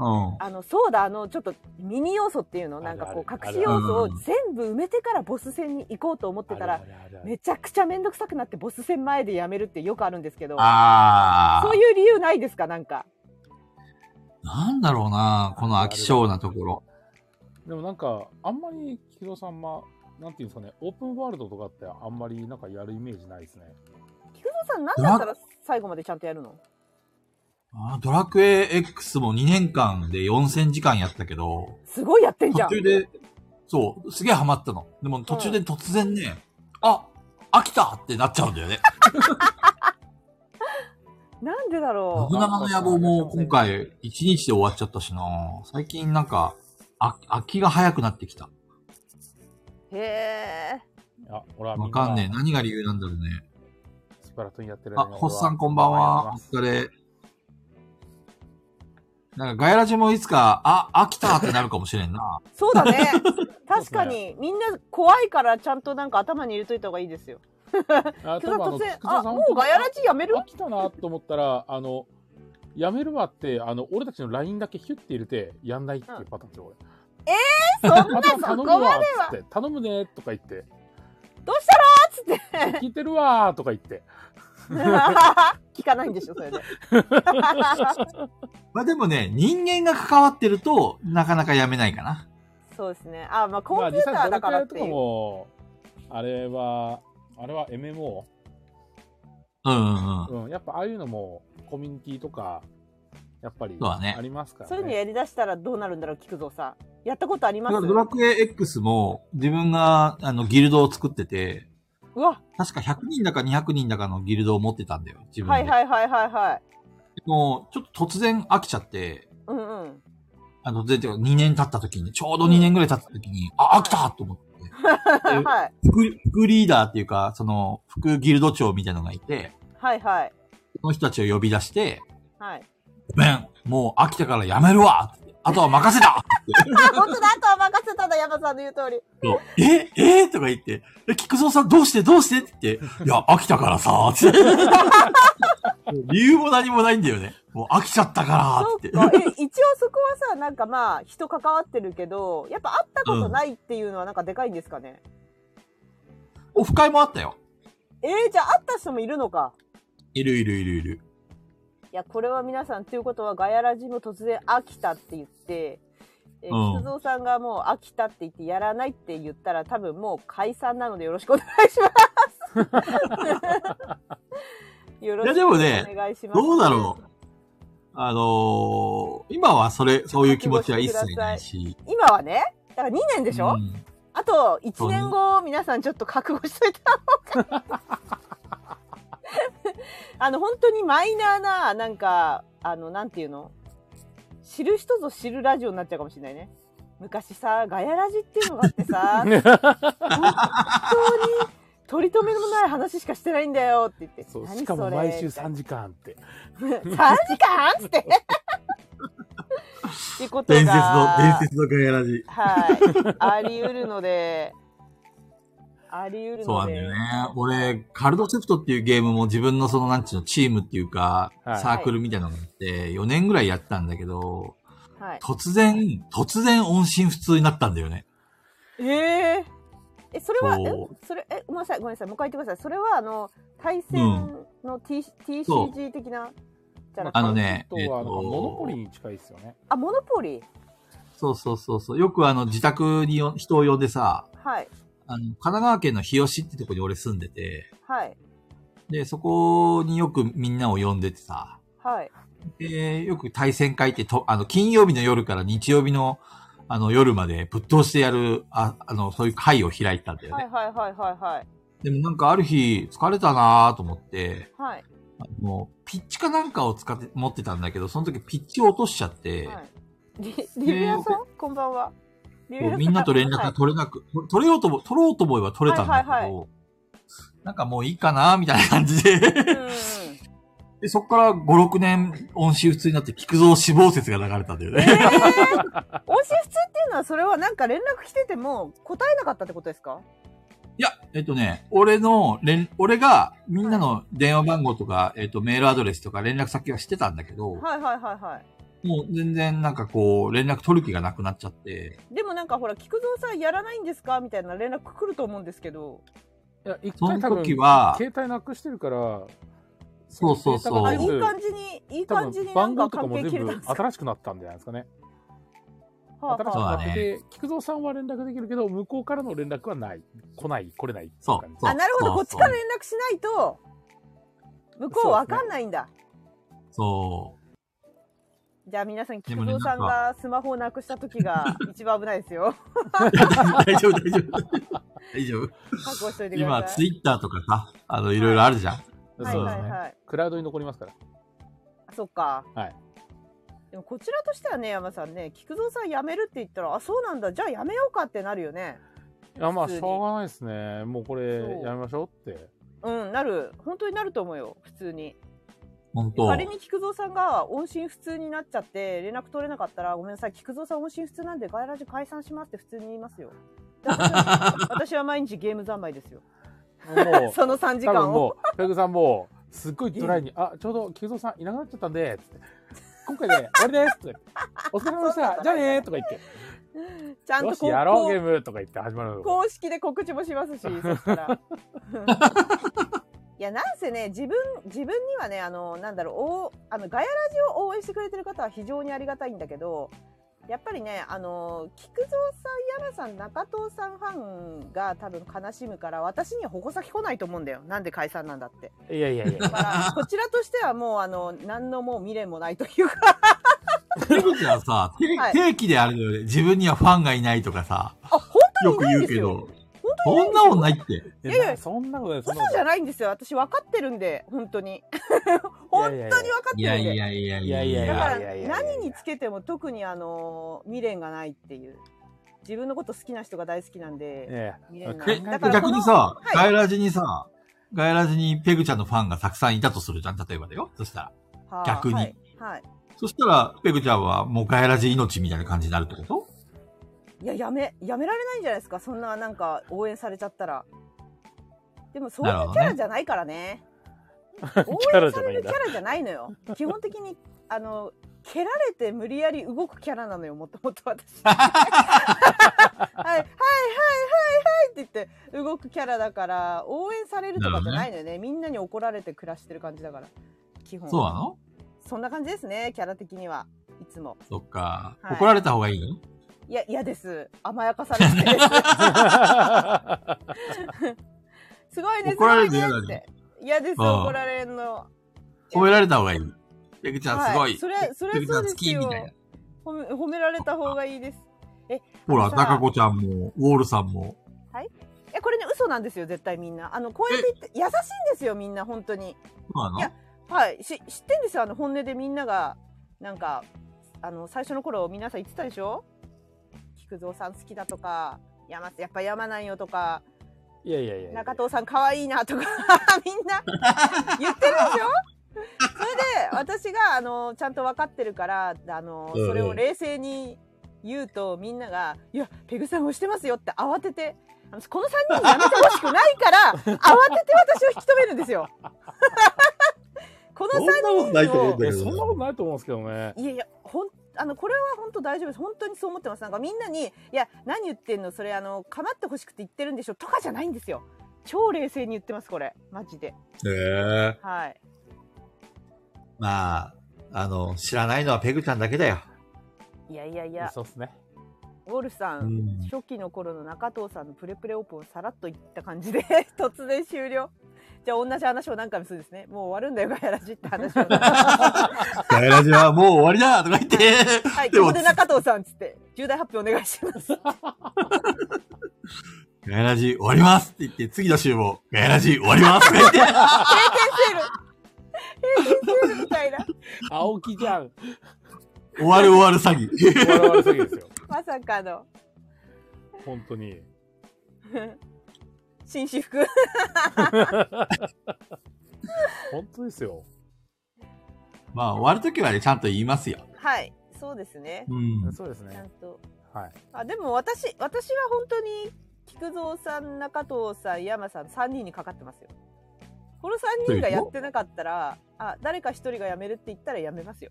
[SPEAKER 2] うん。
[SPEAKER 4] あの、そうだ、あの、ちょっとミニ要素っていうの、なんかこ
[SPEAKER 1] あ
[SPEAKER 4] う、
[SPEAKER 1] るある
[SPEAKER 4] 隠し要素
[SPEAKER 2] あ
[SPEAKER 4] を
[SPEAKER 2] るある
[SPEAKER 4] 全部埋めてからボス戦に行こうと思ってたら、
[SPEAKER 1] あるあるある
[SPEAKER 4] めちゃくちゃめんどくさくなってボス戦前でやめるってよくあるんですけど、
[SPEAKER 2] あ
[SPEAKER 4] そう
[SPEAKER 2] ー。
[SPEAKER 4] いう理由ないですか、なんか。
[SPEAKER 2] なんだろうな、この飽き性なところ。
[SPEAKER 1] でもなんか、あんまり、木戸さんは、なんていうんですかね、オープンワールドとかってあんまりなんかやるイメージないですね。
[SPEAKER 4] 菊蔵さん、なんだったら最後までちゃんとやるの
[SPEAKER 2] あードラクエ X も2年間で4000時間やったけど、
[SPEAKER 4] すごいやってんじゃ
[SPEAKER 2] 途
[SPEAKER 4] ん。
[SPEAKER 2] 中で、そう、すげえハマったの。でも途中で突然ね、あ、飽きたってなっちゃうんだよね。
[SPEAKER 4] なんでだろう。
[SPEAKER 2] 信長の野望も今回一日で終わっちゃったしな最近なんか、あ飽きが早くなってきた。
[SPEAKER 4] へえ。
[SPEAKER 1] あ、俺はみ
[SPEAKER 2] わ
[SPEAKER 1] んな
[SPEAKER 2] かんねえ。何が理由なんだろうね。
[SPEAKER 1] スプラトゥーンやってる
[SPEAKER 2] あ、ホッさんこんばんは。お疲れ。なんかガヤラジもいつか、あ、飽きたってなるかもしれんな。
[SPEAKER 4] そうだね。
[SPEAKER 1] そうっ
[SPEAKER 4] 確
[SPEAKER 1] すね
[SPEAKER 4] かに、みんな怖いからちゃんとなんか頭に入れといた方がいいですよ。
[SPEAKER 1] あ
[SPEAKER 4] 今日は突然、あ、もう
[SPEAKER 1] 本当
[SPEAKER 4] ガヤラジやめる
[SPEAKER 1] 飽きたなと思ったら、あの、やめるわって、あの、俺たちの LINE だけヒュッて入れて、やんないっていうパターンですよ、俺。
[SPEAKER 4] そんな
[SPEAKER 1] あ
[SPEAKER 4] そこま
[SPEAKER 1] 頼む
[SPEAKER 4] で
[SPEAKER 1] わ
[SPEAKER 4] は。
[SPEAKER 1] っつって、頼むねとか言って、
[SPEAKER 4] どうしたのっつって。
[SPEAKER 1] 聞いてるわーとか言って。
[SPEAKER 4] 聞かないんでしょ、それで。
[SPEAKER 2] まあでもね、人間が関わってると、なかなかやめないかな。
[SPEAKER 4] そうですね。あ、まあ コ
[SPEAKER 1] まあ
[SPEAKER 4] ンピューターだからっ
[SPEAKER 1] 実際ドラクエと
[SPEAKER 4] て
[SPEAKER 1] か
[SPEAKER 4] いう。
[SPEAKER 1] も、あれは、あれは MMO?
[SPEAKER 2] うんうんうん。
[SPEAKER 1] うん、やっぱああいうのもコミュニティとか、やっぱり
[SPEAKER 2] そうだね
[SPEAKER 1] ありますから、ね。
[SPEAKER 4] そういうのやりだしたらどうなるんだろう、菊蔵さん。やったことありま
[SPEAKER 2] だ
[SPEAKER 4] す
[SPEAKER 2] からドラクエ X も自分があのギルドを作ってて、
[SPEAKER 4] うわ、
[SPEAKER 2] 確か100人だか200人だかのギルドを持ってたんだよ、自分で。
[SPEAKER 4] はいはいはいはいはい。
[SPEAKER 2] もうちょっと突然飽きちゃって、
[SPEAKER 4] うんうん。
[SPEAKER 2] あの、全然2年経った時に、ちょうど2年ぐらい経った時に、あ、飽きたと思って。で
[SPEAKER 4] はい。
[SPEAKER 2] 副、副リーダーっていうか、その、副ギルド長みたいなのがいて、
[SPEAKER 4] はいはい。
[SPEAKER 2] その人たちを呼び出して、
[SPEAKER 4] はい。
[SPEAKER 2] ごめん、もう飽きたからやめるわってあとは任せたって
[SPEAKER 4] あ、本当だ、あとは任せたんだ、山さんの言う通り。
[SPEAKER 2] そうええとか言って、え、菊蔵さんどうしてどうしてって言って、いや、飽きたから さ、って。理由も何もないんだよね。もう飽きちゃったか
[SPEAKER 4] そ
[SPEAKER 2] ら、っ
[SPEAKER 4] う
[SPEAKER 2] て。
[SPEAKER 4] か。え、一応そこはさ、なんかまあ、人関わってるけど、やっぱ会ったことないっていうのはなんかでかいんですかね。
[SPEAKER 2] オフ会もあったよ。
[SPEAKER 4] えー、じゃあ会った人もいるのか。
[SPEAKER 2] いるいるいるいる。
[SPEAKER 4] いや、これは皆さん、ということは、ガヤラジも突然飽きたって言って、え
[SPEAKER 2] う
[SPEAKER 4] ー、
[SPEAKER 2] ん
[SPEAKER 4] 菊蔵さんがもう飽きたって言ってやらないって言ったら、多分もう解散なのでよろしくお願いし ます。よろしくお願いします。
[SPEAKER 2] どうだろう。あのー、今はそれ、そういう気持ちは一切ないし。
[SPEAKER 4] 今はね、だから2年でしょ、
[SPEAKER 2] うん
[SPEAKER 4] あと1年後、皆さんちょっと覚悟しといた方が。 あの、本当にマイナーな、なんか、あの、なんていうの知る人ぞ知るラジオになっちゃうかもしれないね。昔さ、ガヤラジっていうのがあって さ、本当に取り留めのない話しかしてないんだよって言って。
[SPEAKER 1] そう
[SPEAKER 4] 何
[SPEAKER 1] しかも
[SPEAKER 4] それ
[SPEAKER 1] 毎週3時 間って。
[SPEAKER 4] 3時間つって。 ってことが
[SPEAKER 2] 伝説の、伝説のガヤラジ。
[SPEAKER 4] はい。あり得るので、あり得るので。
[SPEAKER 2] そうなんだよね。俺、カルドセプトっていうゲームも自分のその、なんちゅうの、チームっていうか、
[SPEAKER 1] はい
[SPEAKER 2] サークルみたいなのがあって、4年ぐらいやったんだけど、
[SPEAKER 4] はい。
[SPEAKER 2] 突然、突然音信不通になったんだよね。
[SPEAKER 4] えええ、それは、
[SPEAKER 2] そ
[SPEAKER 4] え、それ、え、ごめんなさい、ごめんなさい、もう一回言ってください。それは、あの、対戦の T、
[SPEAKER 2] そう
[SPEAKER 4] TCG 的な、じゃなくて
[SPEAKER 2] あのね
[SPEAKER 1] カルトはなんか
[SPEAKER 2] えっと
[SPEAKER 1] モノポリーに近いですよね。
[SPEAKER 4] あ、モノポリー。そう
[SPEAKER 2] そうそうそう。よくあの、自宅によ人を呼んでさ、
[SPEAKER 4] はい。
[SPEAKER 2] あの、神奈川県の日吉ってとこに俺住んでて、
[SPEAKER 4] はい。
[SPEAKER 2] で、そこによくみんなを呼んでてさ、
[SPEAKER 4] はい。
[SPEAKER 2] で、よく対戦会ってと、あの、金曜日の夜から日曜日の、あの、夜までぶっ通してやる、ああの、そういう会を開いたんだよ
[SPEAKER 4] は
[SPEAKER 2] ね。
[SPEAKER 4] いはいはいはいはい。
[SPEAKER 2] でもなんかある日、疲れたなぁと思って、
[SPEAKER 4] はい。
[SPEAKER 2] あの、ピッチかなんかを使って、持ってたんだけど、その時ピッチを落としちゃって、
[SPEAKER 4] はい、リリベアさん、こんばんは。リ
[SPEAKER 2] こうみんなと連絡が取れなく、と取れようとも、取ろうと思えば取れたんだけど、
[SPEAKER 4] はいはい
[SPEAKER 2] なんかもういいかなぁみたいな感じで
[SPEAKER 4] れうんうんうん。
[SPEAKER 2] で、そこから5、6年音信不通になって、菊蔵死亡説が流れたんだよね。
[SPEAKER 4] えー、音信不通っていうのは、それはなんか連絡来てても答えなかったってことですか
[SPEAKER 2] いや、えっとね、俺の連、俺がみんなの電話番号とか、えっと、メールアドレスとか連絡先は知ってたんだけど、
[SPEAKER 4] はいはいはいはい。
[SPEAKER 2] もう全然なんかこう、連絡取る気がなくなっちゃって、
[SPEAKER 4] でもなんかほら、菊蔵さんやらないんですかみたいな連絡来ると思うんですけど。
[SPEAKER 1] いや、一
[SPEAKER 2] そ
[SPEAKER 1] 回
[SPEAKER 2] の
[SPEAKER 1] 多分
[SPEAKER 2] 時、は、
[SPEAKER 1] 携帯なくしてるから、
[SPEAKER 2] そうそうそう
[SPEAKER 4] あ、
[SPEAKER 1] 携
[SPEAKER 4] いい
[SPEAKER 1] 帯がな
[SPEAKER 4] 感
[SPEAKER 1] い
[SPEAKER 4] じに、いい
[SPEAKER 1] 多
[SPEAKER 4] 感じ
[SPEAKER 1] 分
[SPEAKER 4] になん
[SPEAKER 1] 番
[SPEAKER 4] か
[SPEAKER 1] 号とか
[SPEAKER 4] 関
[SPEAKER 1] も
[SPEAKER 4] 係切
[SPEAKER 1] 全部
[SPEAKER 4] れたんですか
[SPEAKER 1] 新しくなったんじゃないですかね。
[SPEAKER 4] は
[SPEAKER 1] 新しく
[SPEAKER 4] あは
[SPEAKER 1] なっ
[SPEAKER 2] そうだ
[SPEAKER 1] て
[SPEAKER 2] ね
[SPEAKER 1] て、菊蔵さんは連絡できるけど、向こうからの連絡はない。来ない、来れない。
[SPEAKER 2] そう
[SPEAKER 1] ってい感じ
[SPEAKER 2] そう
[SPEAKER 4] あ、なるほど。
[SPEAKER 2] そう
[SPEAKER 4] こっちから連絡しないと、向こうわかんないんだ。
[SPEAKER 2] そ
[SPEAKER 4] じゃあ皆さん、
[SPEAKER 2] で
[SPEAKER 4] 菊
[SPEAKER 2] もね
[SPEAKER 4] 蔵さんがスマホをなくした時が一番危ないですよ。
[SPEAKER 2] う。いや大大丈夫、大丈夫。大丈夫。
[SPEAKER 4] 覚悟しといてく
[SPEAKER 2] 今、
[SPEAKER 4] ださ
[SPEAKER 2] ツ
[SPEAKER 4] い。
[SPEAKER 2] イッターとかさ、あの、いろいろあるじゃん。
[SPEAKER 1] そう
[SPEAKER 4] は
[SPEAKER 1] で
[SPEAKER 4] い
[SPEAKER 1] すね。
[SPEAKER 4] はいはい。
[SPEAKER 1] クラウドに残りますから。
[SPEAKER 4] あそっか。
[SPEAKER 1] はい。
[SPEAKER 4] でもこちらとしてはね、山さんね、菊蔵さん辞めるって言ったら、あ、そうなんだ、じゃあ辞めようかってなるよね。
[SPEAKER 1] いや、まあ、
[SPEAKER 4] 普
[SPEAKER 1] し
[SPEAKER 4] 通に
[SPEAKER 1] ょうがないですね。もうこれ、
[SPEAKER 4] そう
[SPEAKER 1] やめましょう って。
[SPEAKER 4] うん、なる。本当になると思うよ、普通に。
[SPEAKER 2] 本当
[SPEAKER 4] 仮に菊蔵さんが音信不通になっちゃって、連絡取れなかったら、ごめんなさい、菊蔵さん音信不通なんで、ガイラジ解散しますって普通に言いま すよ。で私は私は毎日ゲーム三昧ですよ。
[SPEAKER 1] もう、
[SPEAKER 4] その3時
[SPEAKER 1] 多
[SPEAKER 4] 間
[SPEAKER 1] 分
[SPEAKER 4] を。
[SPEAKER 1] もう、ペグさんもう、すっごいドライに、あ、ちょうど、菊蔵さんいなくなっちゃったんで、つって今回で終わりですとか言って、お疲れ様でし
[SPEAKER 4] そんなこ
[SPEAKER 1] た、
[SPEAKER 4] と
[SPEAKER 1] じゃあ
[SPEAKER 4] ない
[SPEAKER 1] ねーとか言って、
[SPEAKER 4] ちゃん
[SPEAKER 1] よ
[SPEAKER 4] と
[SPEAKER 1] し、やろう
[SPEAKER 4] こう
[SPEAKER 1] ゲームとか言って始まるの。
[SPEAKER 4] 公式で告知もします し、そしたら。いや、なんせね、自分、自分にはね、あの、なんだろう、おあの、ガヤラジを応援してくれてる方は非常にありがたいんだけど、やっぱりね、あの、菊蔵さん、山さん、中藤さんファンが多分悲しむから、私には矛先来ないと思うんだよ。なんで解散なんだ って。
[SPEAKER 1] いやいやいやい
[SPEAKER 4] だ
[SPEAKER 1] や。
[SPEAKER 4] から、こちらとしてはもう、あの、何のもう未練もないというか、
[SPEAKER 2] ペグちゃんさ、定
[SPEAKER 4] はい
[SPEAKER 2] 定期であるのよね。自分にはファンがいないとかさ、
[SPEAKER 4] あ、本
[SPEAKER 2] よ
[SPEAKER 4] 当にい
[SPEAKER 2] く
[SPEAKER 4] ない
[SPEAKER 2] 言
[SPEAKER 4] ん
[SPEAKER 2] う
[SPEAKER 4] です
[SPEAKER 2] け
[SPEAKER 4] よ。
[SPEAKER 2] ど、
[SPEAKER 4] 本当にいない
[SPEAKER 2] そん
[SPEAKER 4] んで
[SPEAKER 2] な
[SPEAKER 4] すよ
[SPEAKER 2] もんないって。
[SPEAKER 1] い
[SPEAKER 4] いやいや
[SPEAKER 1] や、そんなことない、そ
[SPEAKER 4] 嘘
[SPEAKER 1] んなこと
[SPEAKER 4] じゃ
[SPEAKER 1] ない。
[SPEAKER 4] ないんですよ。私分かってるんで、本当に。本
[SPEAKER 1] いやいやいや
[SPEAKER 4] 当に分かってるんで。
[SPEAKER 2] いやいやいやいや
[SPEAKER 1] いやいやいや
[SPEAKER 4] だか
[SPEAKER 1] いや
[SPEAKER 4] ら
[SPEAKER 1] いやいや
[SPEAKER 4] 何につけても特にあの未練がないっていう自分のこと好きな人が大好きなんで
[SPEAKER 1] え
[SPEAKER 4] 未練がな
[SPEAKER 1] え
[SPEAKER 4] い
[SPEAKER 1] だ
[SPEAKER 4] だ
[SPEAKER 1] か
[SPEAKER 4] かららこ
[SPEAKER 2] 逆
[SPEAKER 4] の
[SPEAKER 2] にさ、
[SPEAKER 4] はい
[SPEAKER 2] ガイラジにさ、ガイラジにペグちゃんのファンがたくさんいたとするじゃん、例えばだよ。そしたら。
[SPEAKER 4] はあ
[SPEAKER 2] 逆に
[SPEAKER 4] はい、はい
[SPEAKER 2] そしたら、ペグちゃんはもうガイラジ命みたいな感じになるってこと
[SPEAKER 4] いややめやめられないんじゃないですかそんななんか応援されちゃったらでもそうい
[SPEAKER 2] なる
[SPEAKER 4] う
[SPEAKER 2] ほ
[SPEAKER 4] キ
[SPEAKER 2] ど
[SPEAKER 4] ャ
[SPEAKER 2] ね
[SPEAKER 4] ラじゃないからね応
[SPEAKER 1] キャラ
[SPEAKER 4] 援
[SPEAKER 1] じゃ
[SPEAKER 4] さ
[SPEAKER 1] ない
[SPEAKER 4] れ
[SPEAKER 1] ん
[SPEAKER 4] る
[SPEAKER 1] だ
[SPEAKER 4] キャラじゃないのよ基本的にあの蹴られて無理やり動くキャラなのよもともと私はいはいはいはいはいって言って動くキャラだから応援されるとかじゃないのよねみんなに怒られて暮らしてる感じだから基本
[SPEAKER 2] そうなの
[SPEAKER 4] そんな感じですねキャラ的にはいつも
[SPEAKER 2] そっか、
[SPEAKER 4] はい
[SPEAKER 2] 怒られた方がいいの
[SPEAKER 4] いや嫌です甘やかされてすごいね
[SPEAKER 2] 怒
[SPEAKER 4] すご
[SPEAKER 2] られ
[SPEAKER 4] い
[SPEAKER 2] るの嫌だ
[SPEAKER 4] ね
[SPEAKER 2] ね
[SPEAKER 4] って嫌です
[SPEAKER 2] ああ
[SPEAKER 4] 怒られるの
[SPEAKER 2] 褒められた方がいい。ペグちゃんすご。
[SPEAKER 4] はいそれそれ
[SPEAKER 2] ペグちゃん好
[SPEAKER 4] そうです
[SPEAKER 2] き
[SPEAKER 4] よ
[SPEAKER 2] みたいな。
[SPEAKER 4] 褒め褒められた方がいいです
[SPEAKER 2] ほ
[SPEAKER 4] あ
[SPEAKER 2] ら、
[SPEAKER 4] のさ
[SPEAKER 2] 中子ちゃんも、ウォールさんも。
[SPEAKER 4] えこれね嘘なんですよ絶対みんなあのこうやって言って優しいんですよみんな本当に
[SPEAKER 2] そうない
[SPEAKER 4] や
[SPEAKER 2] の
[SPEAKER 4] はいし知ってんですよあの本音でみんながなんかあの最初の頃皆さん言ってたでしょ菊蔵さん好きだとか山やっぱ山なんよとか
[SPEAKER 1] いやいやいやいや。
[SPEAKER 4] 中藤さん可愛いなとか みんな言ってるでしょそれで私があのちゃんと分かってるからあの
[SPEAKER 2] うんうん
[SPEAKER 4] それを冷静に言うとみんなが「いやペグさん押してますよ」って慌てて私この3人にやめてほしくないから 慌てて私を引き止めるんですよ この
[SPEAKER 2] そんなことない
[SPEAKER 4] 3
[SPEAKER 2] と思う
[SPEAKER 4] 人を
[SPEAKER 2] んだ
[SPEAKER 1] え
[SPEAKER 2] け
[SPEAKER 1] そんな
[SPEAKER 2] ど
[SPEAKER 1] こ
[SPEAKER 2] な
[SPEAKER 1] と。ないと思うんですけどね。
[SPEAKER 4] いやいや、ほん、あの、これは本当大丈夫です。本当にそう思ってます。なんかみんなに、いや、何言ってんの、それ、あの、構ってほしくて言ってるんでしょとかじゃないんですよ。超冷静に言ってます、これ。マジで。
[SPEAKER 2] へえ
[SPEAKER 4] はい。
[SPEAKER 2] まあ、あの、知らないのはペグちゃんだけだよ。
[SPEAKER 4] いやいやいや、
[SPEAKER 1] そうですね。
[SPEAKER 4] ウォルフさ、
[SPEAKER 2] うんん。
[SPEAKER 4] 初期の頃の中藤さんのプレプレオープンをさらっと言った感じで、 突然終了。じゃあ、同じ話を何回もするんですね。もう終わるんだよ、ガヤラジって話を。
[SPEAKER 2] ガヤラジはもう終わりだとか言 って。
[SPEAKER 4] はい、
[SPEAKER 2] で
[SPEAKER 4] こ
[SPEAKER 2] も
[SPEAKER 4] こで中藤さんっつって、重大発表お願いします。
[SPEAKER 2] ガヤラジ終わりますって言って、次の週も、ガヤラジ終わりますとか 言って。
[SPEAKER 4] 閉店セール閉店セールみたいな。
[SPEAKER 1] 青木じゃん。
[SPEAKER 2] 終わる終わる詐欺。
[SPEAKER 1] 笑われすぎですよ。
[SPEAKER 4] まさかの。
[SPEAKER 1] 本当に。
[SPEAKER 4] 紳士服。
[SPEAKER 1] 本当ですよ。
[SPEAKER 2] まあ、終わるときはね、ちゃんと言いますよ。
[SPEAKER 4] はい、そうですね。
[SPEAKER 2] うん。
[SPEAKER 1] そうです
[SPEAKER 4] ちゃ
[SPEAKER 1] ね
[SPEAKER 4] ん。と。
[SPEAKER 1] はい。
[SPEAKER 4] あ、でも私、私は本当に、菊蔵さん、中藤さん、山さん、3人にかかってますよ。この3人がやってなかったら、あ、誰か1人が辞めるって言ったら辞めますよ。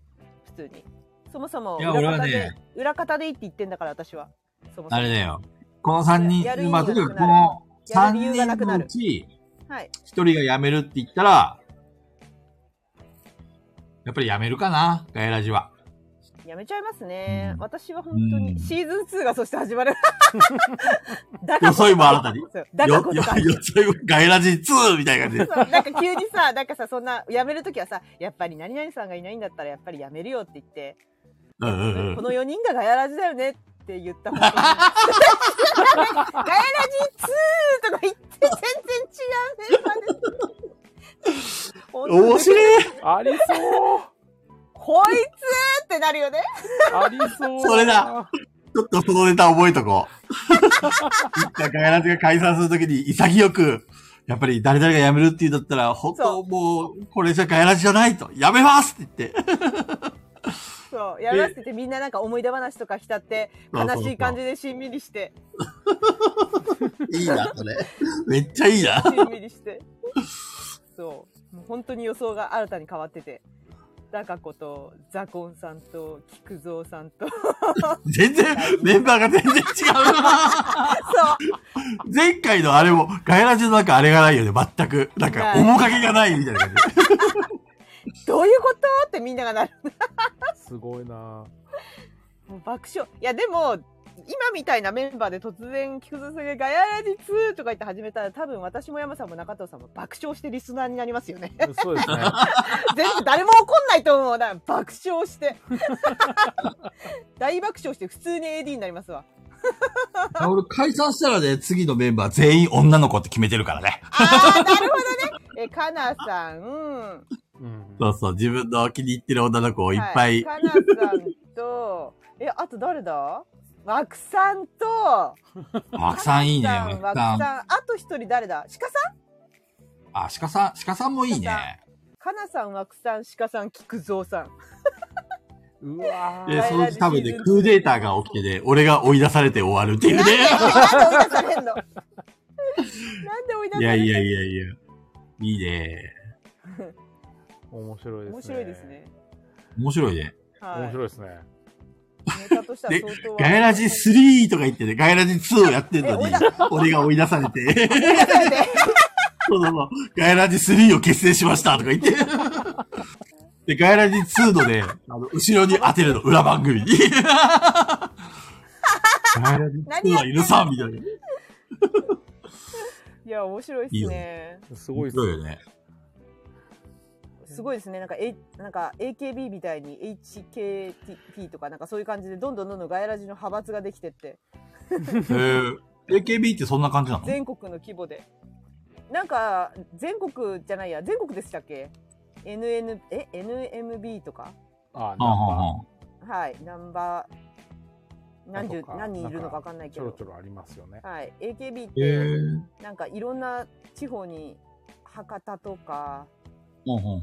[SPEAKER 4] 普通に。そもそも
[SPEAKER 2] いや
[SPEAKER 4] 裏方
[SPEAKER 2] 俺
[SPEAKER 4] で、
[SPEAKER 2] はね
[SPEAKER 4] 裏方でいいって言ってんだから、私は。そもそも。
[SPEAKER 2] あれだよ。この三人
[SPEAKER 4] やる、意味
[SPEAKER 2] まあ、
[SPEAKER 4] が
[SPEAKER 2] と
[SPEAKER 4] な
[SPEAKER 2] に
[SPEAKER 4] く
[SPEAKER 2] か
[SPEAKER 4] なる
[SPEAKER 2] くこの
[SPEAKER 4] や
[SPEAKER 2] 三
[SPEAKER 4] る理由
[SPEAKER 2] 人
[SPEAKER 4] がなく
[SPEAKER 2] の
[SPEAKER 4] な
[SPEAKER 2] う
[SPEAKER 4] る
[SPEAKER 2] ち、
[SPEAKER 4] はい。
[SPEAKER 2] 一人が辞めるって言ったら、やっぱり辞めるかな、ガヤラジは。
[SPEAKER 4] やめちゃいますね。
[SPEAKER 2] うん
[SPEAKER 4] 私は本当に、
[SPEAKER 2] うん
[SPEAKER 4] シーズン2がそして始 まる。だ
[SPEAKER 2] よそいも新たに。
[SPEAKER 4] そうだからことか。
[SPEAKER 2] よ、よ、そいもガヤラジ2みたいな感じで。
[SPEAKER 4] なんか急にさ、なんかさ、そんな、辞めるときはさ、やっぱり何々さんがいないんだったら、やっぱり辞めるよって言って、
[SPEAKER 2] うんうんう
[SPEAKER 4] こ
[SPEAKER 2] ん。
[SPEAKER 4] の4人がガヤラジだよねって言った方がいい。ガヤラジ2とか言って、全然違うメンバーです。
[SPEAKER 2] 面
[SPEAKER 4] い。
[SPEAKER 2] 白い
[SPEAKER 1] ありそう。
[SPEAKER 4] こいつってなるよね。
[SPEAKER 1] ありそう。
[SPEAKER 2] それだ。ちょっとそのネタ覚えとこう。一旦ガヤラジが解散するときに潔く、やっぱり誰々が辞めるって言うんだったら、本
[SPEAKER 4] そ
[SPEAKER 2] 当もう、これじゃガヤラジじゃないと、辞めますって言って。
[SPEAKER 4] そう、やらせててみんななんか思い出話とか浸って、
[SPEAKER 2] そうそうそ
[SPEAKER 4] 悲
[SPEAKER 2] う
[SPEAKER 4] しい感じでしんみりして、
[SPEAKER 2] いいな、それ。めっちゃいいな。
[SPEAKER 4] しんみりして。そう。もう本当に予想が新たに変わってて。ダカ子とザコンさんと菊蔵さんと。そう。
[SPEAKER 2] 全然、メンバーが全然違うな。前回のあれも、ガヤラジの中あれがないよね、全く。なんか、
[SPEAKER 4] ない
[SPEAKER 2] 面影がないみたいな感じ。
[SPEAKER 4] どういうことってみんながなる。
[SPEAKER 1] すごいな。
[SPEAKER 4] もう爆笑。いや、でも、今みたいなメンバーで突然菊蔵さんがガヤラジ2とか言って始めたら多分私も山さんも中藤さんも爆笑してリスナーになりますよね。
[SPEAKER 1] そうですね。
[SPEAKER 4] 全部誰も怒んないと思うな爆笑して 大爆笑して普通に AD になりますわ
[SPEAKER 2] あ 俺解散したらね、次のメンバー全員女の子って決めてるからね。
[SPEAKER 4] あーなるほどねえかなさん、うん
[SPEAKER 1] うん。
[SPEAKER 2] そうそう、自分の気に入ってる女の子をいっぱい。
[SPEAKER 4] かなさんとえあと誰だ枠さんと
[SPEAKER 2] 枠さんいいね、
[SPEAKER 4] 枠
[SPEAKER 2] 枠
[SPEAKER 4] さん
[SPEAKER 2] さん。
[SPEAKER 4] あと一人誰だ鹿さん
[SPEAKER 2] あ、鹿さん、鹿さんもいいね。
[SPEAKER 4] かなさん枠さん鹿さん菊蔵さ ん
[SPEAKER 1] うわ
[SPEAKER 4] え
[SPEAKER 2] で、
[SPEAKER 1] ー
[SPEAKER 2] そのうち多分ね、クーデーターが起きてね、俺が追い出されて終わるっていう
[SPEAKER 4] なんで
[SPEAKER 2] ね。
[SPEAKER 4] なんで追い出さ れんのなんで追い出さ
[SPEAKER 2] い
[SPEAKER 4] れ
[SPEAKER 2] や
[SPEAKER 4] んの
[SPEAKER 2] いやいやいや。いいね。
[SPEAKER 1] 面白いですね。
[SPEAKER 4] 面白いです。ね、
[SPEAKER 2] 面白いね。
[SPEAKER 4] はい、
[SPEAKER 1] 面白いですね。
[SPEAKER 4] ネタとしては相当は
[SPEAKER 2] ガヤラジ3とか言ってね、ガヤラジ2をやってんのに
[SPEAKER 4] え追い出、
[SPEAKER 2] 俺が追い出されて、
[SPEAKER 4] 追い出され て
[SPEAKER 2] そうそうそうガヤラジ3を結成しましたとか言って。で、ガヤラジ2のね、あの、後ろに当てるの、裏番組に。ガヤラジ2は許さんみたいな。
[SPEAKER 4] いや、面白いですね。
[SPEAKER 1] すごいです
[SPEAKER 2] そうよね。
[SPEAKER 4] すごいですね。なんか、A、なんか AKB みたいに HKP とか、なんかそういう感じで、どんどんどんどんガヤラジの派閥ができてって、
[SPEAKER 2] えー、AKB ってそんな感じなの
[SPEAKER 4] 全国の規模で。なんか、全国じゃないや、全国でしたっけ ?NN、え ?NMB とか
[SPEAKER 1] あ
[SPEAKER 2] うんうん
[SPEAKER 1] なんか
[SPEAKER 2] うん
[SPEAKER 4] はい、ナンバー、何十
[SPEAKER 1] と、か
[SPEAKER 4] 何人いるのかわかんない
[SPEAKER 1] ち
[SPEAKER 4] け
[SPEAKER 1] ょろ
[SPEAKER 4] ど
[SPEAKER 1] ち。ょろありますよね。
[SPEAKER 4] はい、AKB っ
[SPEAKER 2] えー
[SPEAKER 4] て、なんかいろんな地方に、博多とか、
[SPEAKER 2] うんうんうん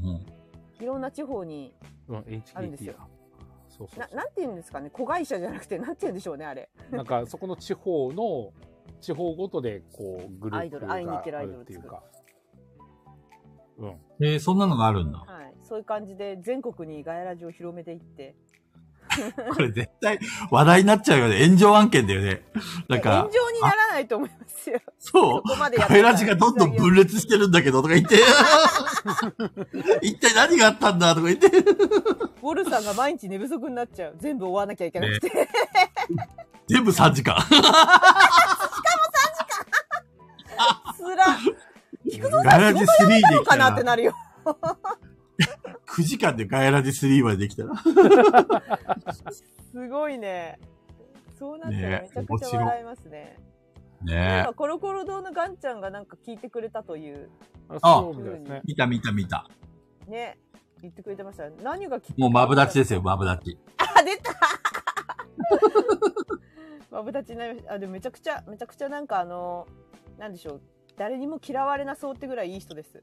[SPEAKER 4] いろんな地方に
[SPEAKER 1] うん、
[SPEAKER 4] あるんです
[SPEAKER 1] HKT
[SPEAKER 4] よ
[SPEAKER 1] だ。そうそう
[SPEAKER 4] な
[SPEAKER 1] そ
[SPEAKER 4] なんて言うんですかね子会社じゃなくてなんて言うんでしょうねあれ
[SPEAKER 1] う。なんか、そこの地方の地方ごとで、こう、グル
[SPEAKER 4] アイ
[SPEAKER 1] ー
[SPEAKER 4] ド
[SPEAKER 1] プ
[SPEAKER 4] ル
[SPEAKER 1] があ
[SPEAKER 4] 会いに行けるアイドル
[SPEAKER 1] るっていうか。うん。
[SPEAKER 2] えー、そんなのがあるんだ。
[SPEAKER 4] はい、そういう感じで全国にガヤラジを広めていって
[SPEAKER 2] これ絶対話題になっちゃうよね。炎上案件だよね。なん
[SPEAKER 4] いや
[SPEAKER 2] か
[SPEAKER 4] 炎、上にならないと思います よ。
[SPEAKER 2] そう。
[SPEAKER 4] こまで
[SPEAKER 2] カフェラジがどんどん分
[SPEAKER 4] 裂。
[SPEAKER 2] 裂してるんだけどとか言って、一体何があったんだとか言って、
[SPEAKER 4] ウォルさんが毎日寝不足になっちゃう。全部終わらなきゃいけなくて。
[SPEAKER 2] 全部3時間。
[SPEAKER 4] つら。
[SPEAKER 1] 菊
[SPEAKER 2] ガヤラジ3で
[SPEAKER 4] ど
[SPEAKER 2] き
[SPEAKER 4] うか
[SPEAKER 2] た
[SPEAKER 4] なって
[SPEAKER 2] ら、
[SPEAKER 4] なるよ。
[SPEAKER 2] 9時間でガヤラジ3までできたら、
[SPEAKER 4] すごいね。そうなったらめ
[SPEAKER 2] ね
[SPEAKER 4] ちゃくちゃ笑いますね。なん
[SPEAKER 2] ねえ
[SPEAKER 4] か。コロコロ堂のガンちゃんがなんか聞いてくれたという、
[SPEAKER 1] あ、そうみたいですね。
[SPEAKER 2] 見た見た見た。
[SPEAKER 4] ね、言ってくれてました。何が聞。
[SPEAKER 2] もうマブダチですすよ、マブダチ。
[SPEAKER 4] あ、出た マブダチになりました。あ、でもめちゃくちゃ、めちゃくちゃなんかあの、なんでしょう。誰にも嫌われなそうってぐらいいい人です。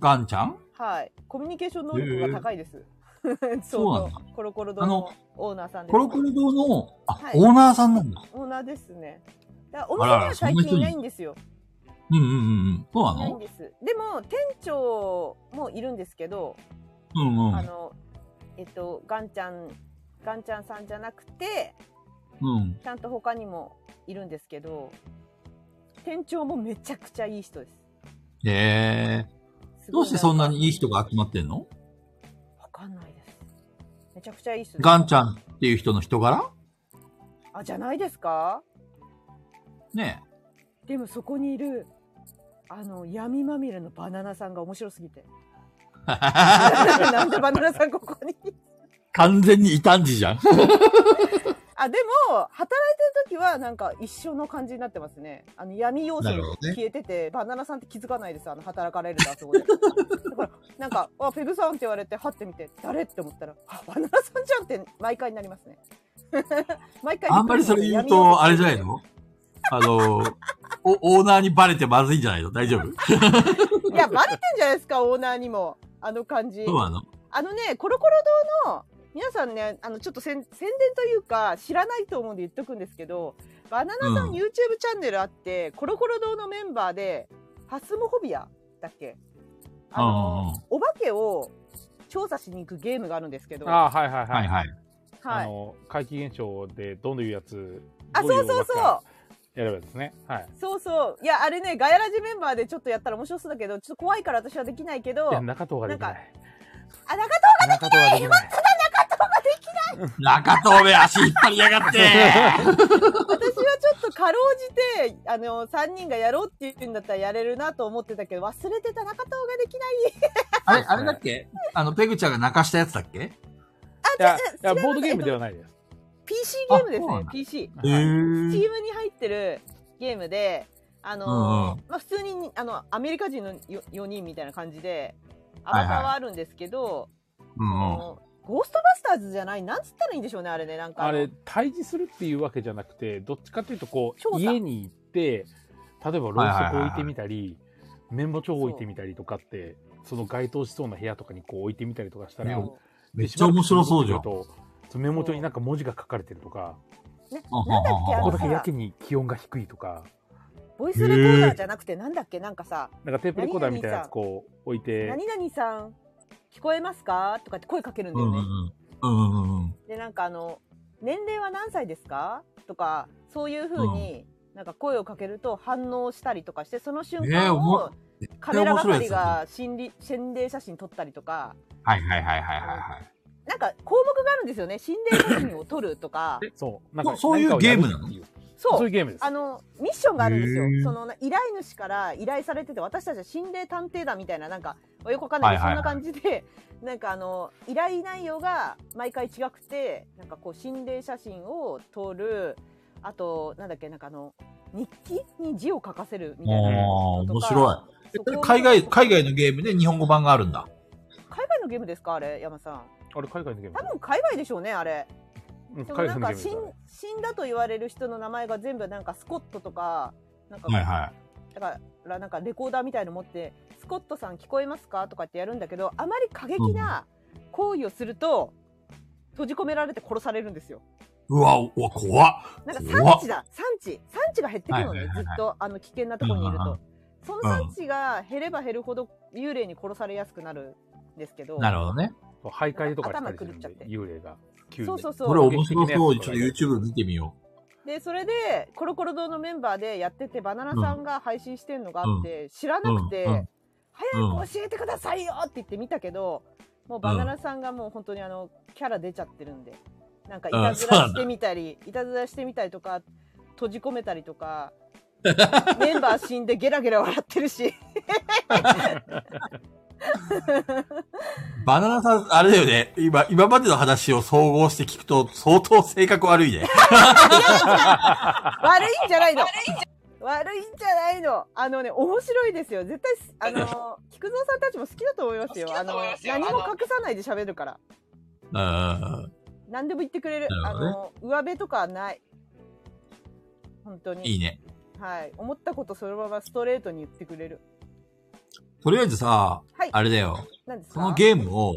[SPEAKER 2] ガンちゃん
[SPEAKER 4] はい。コミュニケーション能力が高いです。
[SPEAKER 2] そうなんだ
[SPEAKER 4] そうそうコロコロ堂
[SPEAKER 2] あの
[SPEAKER 4] の、オーナーさんです。
[SPEAKER 2] コロコロ堂の、あ、
[SPEAKER 4] はい
[SPEAKER 2] オーナーさんなんだ。
[SPEAKER 4] オーナーですね。だから
[SPEAKER 2] あらあ
[SPEAKER 4] お店には
[SPEAKER 2] ら
[SPEAKER 4] 最
[SPEAKER 2] そんな人
[SPEAKER 4] 近
[SPEAKER 2] に
[SPEAKER 4] いないんですよ。
[SPEAKER 2] うんうんうんうん。そうない
[SPEAKER 4] ないん
[SPEAKER 2] の
[SPEAKER 4] です。でも、店長もいるんですけど、
[SPEAKER 2] うんう
[SPEAKER 4] あ
[SPEAKER 2] ん。
[SPEAKER 4] の、えっと、ガンちゃん、ガンちゃんさんじゃなくて、
[SPEAKER 2] うん。
[SPEAKER 4] ちゃんと他にもいるんですけど、店長もめちゃくちゃいい人です。
[SPEAKER 2] へえ。
[SPEAKER 4] す
[SPEAKER 2] ど
[SPEAKER 4] ごいう
[SPEAKER 2] してそんなにいい人が集まってんの
[SPEAKER 4] わかんないです。めちゃくちゃいい人です。
[SPEAKER 2] ガンちゃんっていう人の人柄
[SPEAKER 4] あ、じゃないですか
[SPEAKER 2] ねえ。
[SPEAKER 4] でもそこにいる、あの、闇まみれのバナナさんが面白すぎて。 なんでバナナさんここに
[SPEAKER 2] 完全に異端児じゃん。
[SPEAKER 4] あ、でも、働いてる時はなんか一緒の感じになってますね。あの、闇要素
[SPEAKER 2] なるほどね
[SPEAKER 4] 消えてて、バナナさんって気づかないです。あの、働かれるとあそこで。だから、なんか、あ、ペグさんって言われて、はってみて、誰って思ったら、あ、バナナさんじゃんって毎回になりますね。 毎回。
[SPEAKER 2] あんまりそれ言うと、あれじゃないのあの、お、オーナーにバレてまずいんじゃないの大丈夫
[SPEAKER 4] いや、バレてんじゃないですか、オーナーにも。あの感じ。
[SPEAKER 2] そうなの
[SPEAKER 4] あのね、コロコロ堂の、皆さんね、あの、ちょっとせん宣伝というか、知らないと思うんで言っとくんですけど、バナナさん
[SPEAKER 2] うん
[SPEAKER 4] YouTube チャンネルあって、コロコロ堂のメンバーで、ハスモホビアだっけあの、お化けを調査しに行くゲームがあるんですけど、
[SPEAKER 1] あーはいはいは。
[SPEAKER 2] はいいはい。
[SPEAKER 1] あ
[SPEAKER 4] はい。
[SPEAKER 1] の、怪奇現象でどういうやつ、
[SPEAKER 4] あ、
[SPEAKER 1] どい
[SPEAKER 4] そうそう
[SPEAKER 1] お化け
[SPEAKER 4] そう
[SPEAKER 1] が。やればですね。はい。
[SPEAKER 4] そうそう。いや、あれね、ガヤラジメンバーでちょっとやったら面白そうだけど、ちょっと怖いから私はできないけど、
[SPEAKER 1] いや、
[SPEAKER 4] あ、
[SPEAKER 1] 中藤ができな
[SPEAKER 4] なん
[SPEAKER 1] い。
[SPEAKER 4] 中
[SPEAKER 1] 中藤ができない。
[SPEAKER 2] 中東め足引っ張りやが って
[SPEAKER 4] 私はちょっとかろうじて、あの、3人がやろうって言うんだったらやれるなと思ってたけど、忘れてた中藤ができない。
[SPEAKER 2] あれ、あれだっけあの、ペグちゃんが泣かしたやつだっけ
[SPEAKER 1] いや、いやボードゲームではないです。
[SPEAKER 4] PC ゲームで
[SPEAKER 2] あそうなんだ
[SPEAKER 4] すね、PC。
[SPEAKER 2] へ
[SPEAKER 4] チ
[SPEAKER 2] ー
[SPEAKER 4] ームに入ってるゲームで、あのー
[SPEAKER 2] うん
[SPEAKER 4] まあ、普通に、あの、アメリカ人のよ4人みたいな感じで、ア
[SPEAKER 2] はい
[SPEAKER 4] バ
[SPEAKER 2] はい
[SPEAKER 4] ターはあるんですけど、
[SPEAKER 2] うん
[SPEAKER 4] あのゴーストバスターズじゃない、なんつったらいいんでしょうね、あれね、なんか。
[SPEAKER 1] あれ、対峙するっていうわけじゃなくて、どっちかというと、こ
[SPEAKER 4] 調
[SPEAKER 1] う、
[SPEAKER 4] 査
[SPEAKER 1] 家に行って、例えばろうそく置いてみたり、綿棒帳を置いてみたりとかって、その該当しそうな部屋とかにこう置いてみたりとかしたら、
[SPEAKER 2] ね
[SPEAKER 1] で
[SPEAKER 2] めっちゃ面白そうじゃん
[SPEAKER 1] しば。らく戻ってくるとそのメモ帳になんか文字が書かれてるとか、
[SPEAKER 4] ね
[SPEAKER 2] あは
[SPEAKER 4] なんだっけ、
[SPEAKER 2] は
[SPEAKER 4] あ
[SPEAKER 1] ここ
[SPEAKER 4] の
[SPEAKER 1] だけやけ
[SPEAKER 4] さ、
[SPEAKER 1] に気温が低いとか、
[SPEAKER 4] ボイスレコーダーじゃなくて、なんだっけ、なんかさ、
[SPEAKER 1] なんかテープレコーダーみたいなやつこう置いて、
[SPEAKER 4] 何々さん、聞こえますかとかって声かけるん
[SPEAKER 2] う
[SPEAKER 4] だ
[SPEAKER 2] ん
[SPEAKER 4] よ
[SPEAKER 2] う
[SPEAKER 4] ね。
[SPEAKER 2] んうん。うんうんうん。
[SPEAKER 4] でなんかあの年齢は何歳ですかとかそういうふうに、なんか声をかけると反応したりとかしてその瞬
[SPEAKER 2] ねえ
[SPEAKER 4] 間
[SPEAKER 2] おも
[SPEAKER 4] をカメラ係
[SPEAKER 2] 絶対面白い
[SPEAKER 4] が心理心霊写真撮ったりとか
[SPEAKER 2] はいはいはいはいはいはい。
[SPEAKER 4] なんか項目があるんですよね心霊写真を撮る とか
[SPEAKER 1] そう、なんか
[SPEAKER 2] そういうゲームなの
[SPEAKER 1] 何かをやるっていう
[SPEAKER 4] そう
[SPEAKER 1] そういうゲームです
[SPEAKER 4] あ。のミッションがあるんですよ
[SPEAKER 2] へえ
[SPEAKER 4] その依頼主から依頼されてて私たちは心霊探偵だみたいななんかよくわかんないけど、
[SPEAKER 2] はいはいはい
[SPEAKER 4] そんな感じで なんかあの依頼内容が毎回違くてなんかこう心霊写真を撮るあとなんだっけなんかあの日記に字を書かせるみたいな
[SPEAKER 2] ああー、
[SPEAKER 4] のと
[SPEAKER 2] 面
[SPEAKER 4] か
[SPEAKER 2] 白
[SPEAKER 4] そ
[SPEAKER 2] い。
[SPEAKER 4] こ
[SPEAKER 2] 海外、海外のゲームで日本語版があるんだ。
[SPEAKER 4] 海外のゲームですかあれ山さん
[SPEAKER 1] あれ、海外のゲーム
[SPEAKER 4] 多分海外でしょうねあれ
[SPEAKER 1] うん
[SPEAKER 4] で
[SPEAKER 1] 海
[SPEAKER 4] も
[SPEAKER 1] 外
[SPEAKER 4] なん
[SPEAKER 1] のゲー
[SPEAKER 4] か
[SPEAKER 1] ム
[SPEAKER 4] 死
[SPEAKER 1] で
[SPEAKER 4] ん
[SPEAKER 1] すあれ
[SPEAKER 4] 死んだと言われる人の名前が全部なんかスコットとかなんか
[SPEAKER 2] はいはい。
[SPEAKER 4] だからなんかレコーダーみたいの持って「スコットさん聞こえますか?」とかってやるんだけどあまり過激な行為をすると閉じ込められて殺されるんですよ。
[SPEAKER 2] うわ、うわ、怖っ。
[SPEAKER 4] なんか
[SPEAKER 2] 怖
[SPEAKER 4] 産
[SPEAKER 2] っ
[SPEAKER 4] 地だ産地産地が減ってくの
[SPEAKER 2] はいは
[SPEAKER 4] ね、
[SPEAKER 2] いはいはい
[SPEAKER 4] ずっとあの危険なところにいる
[SPEAKER 2] うんうんう
[SPEAKER 4] とその産地が減れば減るほど幽霊に殺されやすくなるんですけど
[SPEAKER 2] なるほどね。
[SPEAKER 1] そう徘徊とかしたりするんで
[SPEAKER 4] 頭狂っちゃって
[SPEAKER 1] 幽霊が急に
[SPEAKER 4] そうそうそう
[SPEAKER 2] これ面白そう。
[SPEAKER 1] 劇
[SPEAKER 2] ち
[SPEAKER 1] 的な
[SPEAKER 2] ょっと
[SPEAKER 1] やつ
[SPEAKER 2] YouTube 見てみよ
[SPEAKER 4] でそれでコロコロ堂のメンバーでやっててバナナさんが配信してんのがあって、知らなくて、
[SPEAKER 2] うんうん
[SPEAKER 4] 早く教えてくださいよって言ってみたけどもうバナナさんがもう本当にあのキャラ出ちゃってるんでなんかいた
[SPEAKER 2] う
[SPEAKER 4] ず
[SPEAKER 2] んそうな
[SPEAKER 4] ら
[SPEAKER 2] ん
[SPEAKER 4] し
[SPEAKER 2] だ
[SPEAKER 4] てみたり、いたずらしてみたりとか閉じ込めたりとかメンバー死んでゲラゲラ笑ってるし
[SPEAKER 2] う。バナナさん、あれだよね。今、今までの話を総合して聞くと、相当性格悪いね。
[SPEAKER 4] 悪いんじゃないの悪いんじゃないのあのね面白いですよ絶対すあの菊蔵さんたちも好きだと思いますよ
[SPEAKER 5] 好きだ
[SPEAKER 4] あ
[SPEAKER 5] と
[SPEAKER 4] の
[SPEAKER 5] 思いますよ
[SPEAKER 4] 何も隠さないで喋るから
[SPEAKER 2] うんうん
[SPEAKER 4] 何でも言ってくれる
[SPEAKER 2] な
[SPEAKER 4] あ
[SPEAKER 2] るほどね
[SPEAKER 4] の上辺とかはない本当
[SPEAKER 2] うん。
[SPEAKER 4] に
[SPEAKER 2] いいね。
[SPEAKER 4] はい思ったことそのままストレートに言ってくれる
[SPEAKER 2] とりあえずさ、
[SPEAKER 4] はい
[SPEAKER 2] あれだよ。
[SPEAKER 4] 何です
[SPEAKER 2] そ
[SPEAKER 4] か
[SPEAKER 2] のゲームを、